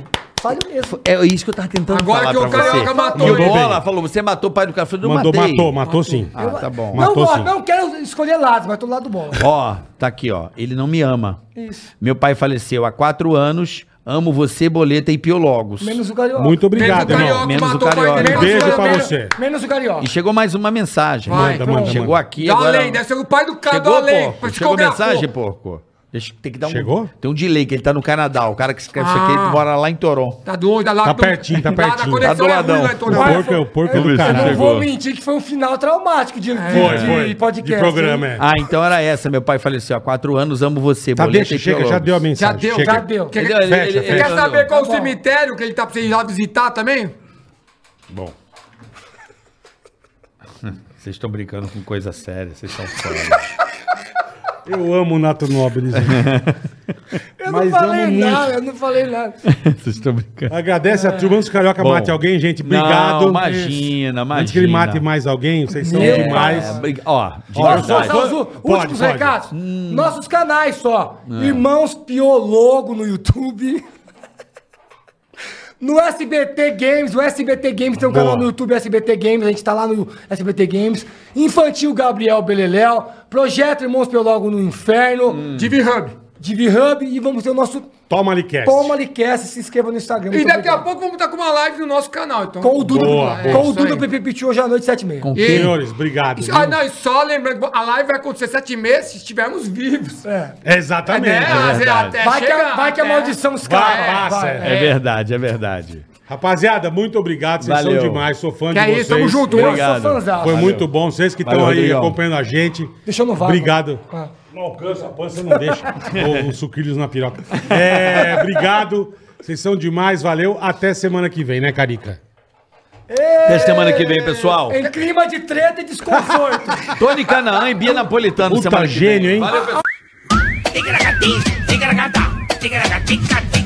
[SPEAKER 4] Fale o mesmo.
[SPEAKER 3] É isso que eu tava tentando
[SPEAKER 5] Agora
[SPEAKER 3] falar
[SPEAKER 5] que o
[SPEAKER 3] pra você.
[SPEAKER 5] Carioca matou
[SPEAKER 3] Que o
[SPEAKER 5] ele.
[SPEAKER 3] Bola falou, você matou o pai do cara. Eu falei, não
[SPEAKER 2] Mandou,
[SPEAKER 3] matei.
[SPEAKER 2] matou, matou sim.
[SPEAKER 4] Eu-
[SPEAKER 3] tá bom.
[SPEAKER 4] Não,
[SPEAKER 2] Matou
[SPEAKER 4] gosto,
[SPEAKER 2] sim.
[SPEAKER 4] não quero escolher lado, mas tô do lado do bom.
[SPEAKER 3] Ó, tá aqui, ó. Ele não me ama.
[SPEAKER 4] Isso.
[SPEAKER 3] Meu pai faleceu há quatro anos. Amo você, Boleta e Piologos.
[SPEAKER 4] Menos o carioca.
[SPEAKER 2] Muito obrigado,
[SPEAKER 5] menos o
[SPEAKER 2] irmão.
[SPEAKER 5] carioca
[SPEAKER 3] Menos
[SPEAKER 5] matou
[SPEAKER 3] o
[SPEAKER 5] o pai dele.
[SPEAKER 3] Carioca.
[SPEAKER 2] Um beijo pra
[SPEAKER 4] menos,
[SPEAKER 2] você.
[SPEAKER 4] Menos o carioca.
[SPEAKER 3] E chegou mais uma mensagem.
[SPEAKER 5] Vai, então.
[SPEAKER 2] Manda, manda,
[SPEAKER 3] Chegou
[SPEAKER 2] manda.
[SPEAKER 3] aqui
[SPEAKER 5] Do
[SPEAKER 3] agora.
[SPEAKER 5] além, deve ser o pai do cara do
[SPEAKER 3] Chegou,
[SPEAKER 5] além.
[SPEAKER 3] porco. Chegou
[SPEAKER 5] psicografou.
[SPEAKER 3] mensagem, porco. Deixa- Tem que dar um...
[SPEAKER 2] Chegou?
[SPEAKER 3] Tem um delay, que ele tá no Canadá. O cara que escreve isso
[SPEAKER 5] Ah.
[SPEAKER 3] aqui, ele mora lá em Toronto.
[SPEAKER 5] Tá doido, tá lá.
[SPEAKER 2] Tá
[SPEAKER 5] do-
[SPEAKER 2] pertinho, tá
[SPEAKER 5] lá
[SPEAKER 2] pertinho.
[SPEAKER 5] Na
[SPEAKER 3] Tá
[SPEAKER 5] conexão
[SPEAKER 3] do
[SPEAKER 5] é ruim,
[SPEAKER 3] ladão.
[SPEAKER 5] né, Antônio?
[SPEAKER 2] O
[SPEAKER 5] Vai,
[SPEAKER 2] porco é o porco
[SPEAKER 4] Eu-
[SPEAKER 2] é do
[SPEAKER 4] Eu não
[SPEAKER 2] caralho.
[SPEAKER 4] vou mentir que foi um final traumático de, de,
[SPEAKER 2] Foi,
[SPEAKER 4] de
[SPEAKER 2] foi.
[SPEAKER 4] podcast.
[SPEAKER 2] De programa, é.
[SPEAKER 3] Ah, então era essa. Meu pai faleceu há quatro anos. Amo você,
[SPEAKER 2] Tá,
[SPEAKER 3] Boleta
[SPEAKER 2] deixa,
[SPEAKER 3] e
[SPEAKER 2] chega,
[SPEAKER 3] Piologos.
[SPEAKER 2] já deu a
[SPEAKER 5] Já
[SPEAKER 2] mensagem.
[SPEAKER 5] deu,
[SPEAKER 2] chega.
[SPEAKER 5] já deu. Quer,
[SPEAKER 3] Ele-
[SPEAKER 5] quer-
[SPEAKER 3] ele-
[SPEAKER 2] Fecha,
[SPEAKER 3] ele-
[SPEAKER 5] quer
[SPEAKER 2] fecha.
[SPEAKER 3] ele-
[SPEAKER 5] saber qual
[SPEAKER 4] Tá
[SPEAKER 5] o
[SPEAKER 4] bom.
[SPEAKER 5] cemitério que ele tá precisando ir lá visitar também?
[SPEAKER 3] Bom. Vocês estão brincando com coisa séria, vocês são foda.
[SPEAKER 2] <laughs> Eu amo o Nato Nobles.
[SPEAKER 4] <laughs> Eu
[SPEAKER 2] Mas
[SPEAKER 4] não falei
[SPEAKER 2] amo muito.
[SPEAKER 4] nada, eu não falei nada.
[SPEAKER 3] Vocês estão brincando.
[SPEAKER 2] Agradece a turma antes que o Carioca
[SPEAKER 3] Bom.
[SPEAKER 2] mate alguém, gente. Obrigado.
[SPEAKER 3] Não, imagina, imagina.
[SPEAKER 2] Antes que ele mate mais alguém, vocês são
[SPEAKER 4] Meu
[SPEAKER 2] demais.
[SPEAKER 3] É, briga- Ó, de
[SPEAKER 2] Olha,
[SPEAKER 3] verdade.
[SPEAKER 2] eu sou
[SPEAKER 4] Passar os ú-
[SPEAKER 2] Pode,
[SPEAKER 4] últimos
[SPEAKER 2] pode.
[SPEAKER 4] recados. Nossos canais só. Irmãos Piologo no YouTube. <laughs> No SBT Games, o SBT Games tem um
[SPEAKER 2] Boa.
[SPEAKER 4] canal no YouTube SBT Games, a gente tá lá no SBT Games. Infantil Gabriel Beleléu, Projeto Irmãos Piologo no Inferno,
[SPEAKER 5] Divi Hub.
[SPEAKER 4] Divi Hub e vamos ter o nosso
[SPEAKER 2] Toma Alicast.
[SPEAKER 4] Toma Alicast, se inscreva no Instagram.
[SPEAKER 5] E
[SPEAKER 4] muito
[SPEAKER 5] daqui a
[SPEAKER 4] obrigado.
[SPEAKER 5] pouco vamos estar com uma live no nosso canal, então.
[SPEAKER 4] Com o Duda,
[SPEAKER 2] Boa,
[SPEAKER 4] com
[SPEAKER 2] boa.
[SPEAKER 4] o
[SPEAKER 5] Isso
[SPEAKER 4] Duda
[SPEAKER 5] aí.
[SPEAKER 4] Pipipipi hoje à noite, 7 h
[SPEAKER 3] Com
[SPEAKER 5] E-
[SPEAKER 2] Senhores, obrigado.
[SPEAKER 5] Isso-
[SPEAKER 2] viu?
[SPEAKER 5] Ah, não, e só lembrando, a live vai acontecer sete meses se estivermos vivos.
[SPEAKER 4] É.
[SPEAKER 2] Exatamente.
[SPEAKER 5] Né? Às vezes
[SPEAKER 3] verdade.
[SPEAKER 5] até
[SPEAKER 4] Vai, que a,
[SPEAKER 5] chegar,
[SPEAKER 4] vai que a
[SPEAKER 5] até-
[SPEAKER 4] maldição
[SPEAKER 2] Vai,
[SPEAKER 4] escapa.
[SPEAKER 2] passa.
[SPEAKER 4] vai.
[SPEAKER 2] é.
[SPEAKER 3] É verdade, é verdade.
[SPEAKER 2] Rapaziada, muito obrigado. Vocês
[SPEAKER 3] Valeu.
[SPEAKER 2] são demais. Sou fã
[SPEAKER 5] Que
[SPEAKER 2] de
[SPEAKER 5] é
[SPEAKER 2] vocês.
[SPEAKER 5] isso, tamo junto.
[SPEAKER 4] Eu
[SPEAKER 3] Obrigado.
[SPEAKER 4] sou fãzão.
[SPEAKER 2] Foi muito bom. Vocês que
[SPEAKER 3] Valeu,
[SPEAKER 2] estão aí
[SPEAKER 3] Rodrigão.
[SPEAKER 2] acompanhando a gente.
[SPEAKER 4] Deixa eu no vago.
[SPEAKER 2] Obrigado.
[SPEAKER 4] Ah.
[SPEAKER 2] Não alcança, a pança não deixa. <laughs> Ou os sucrilhos na piroca. É, obrigado. Vocês são demais. Valeu. Até semana que vem, né, Carica?
[SPEAKER 3] Até semana que vem, pessoal.
[SPEAKER 2] É.
[SPEAKER 4] Em clima de treta
[SPEAKER 2] <laughs>
[SPEAKER 4] e desconforto.
[SPEAKER 3] Tony Canaã e Bia Napolitano
[SPEAKER 2] Puta
[SPEAKER 3] semana que vem.
[SPEAKER 2] gênio, hein?
[SPEAKER 3] Valeu, pessoal.
[SPEAKER 1] Tigra gatinho, tigra gata, tigra gatica, tigra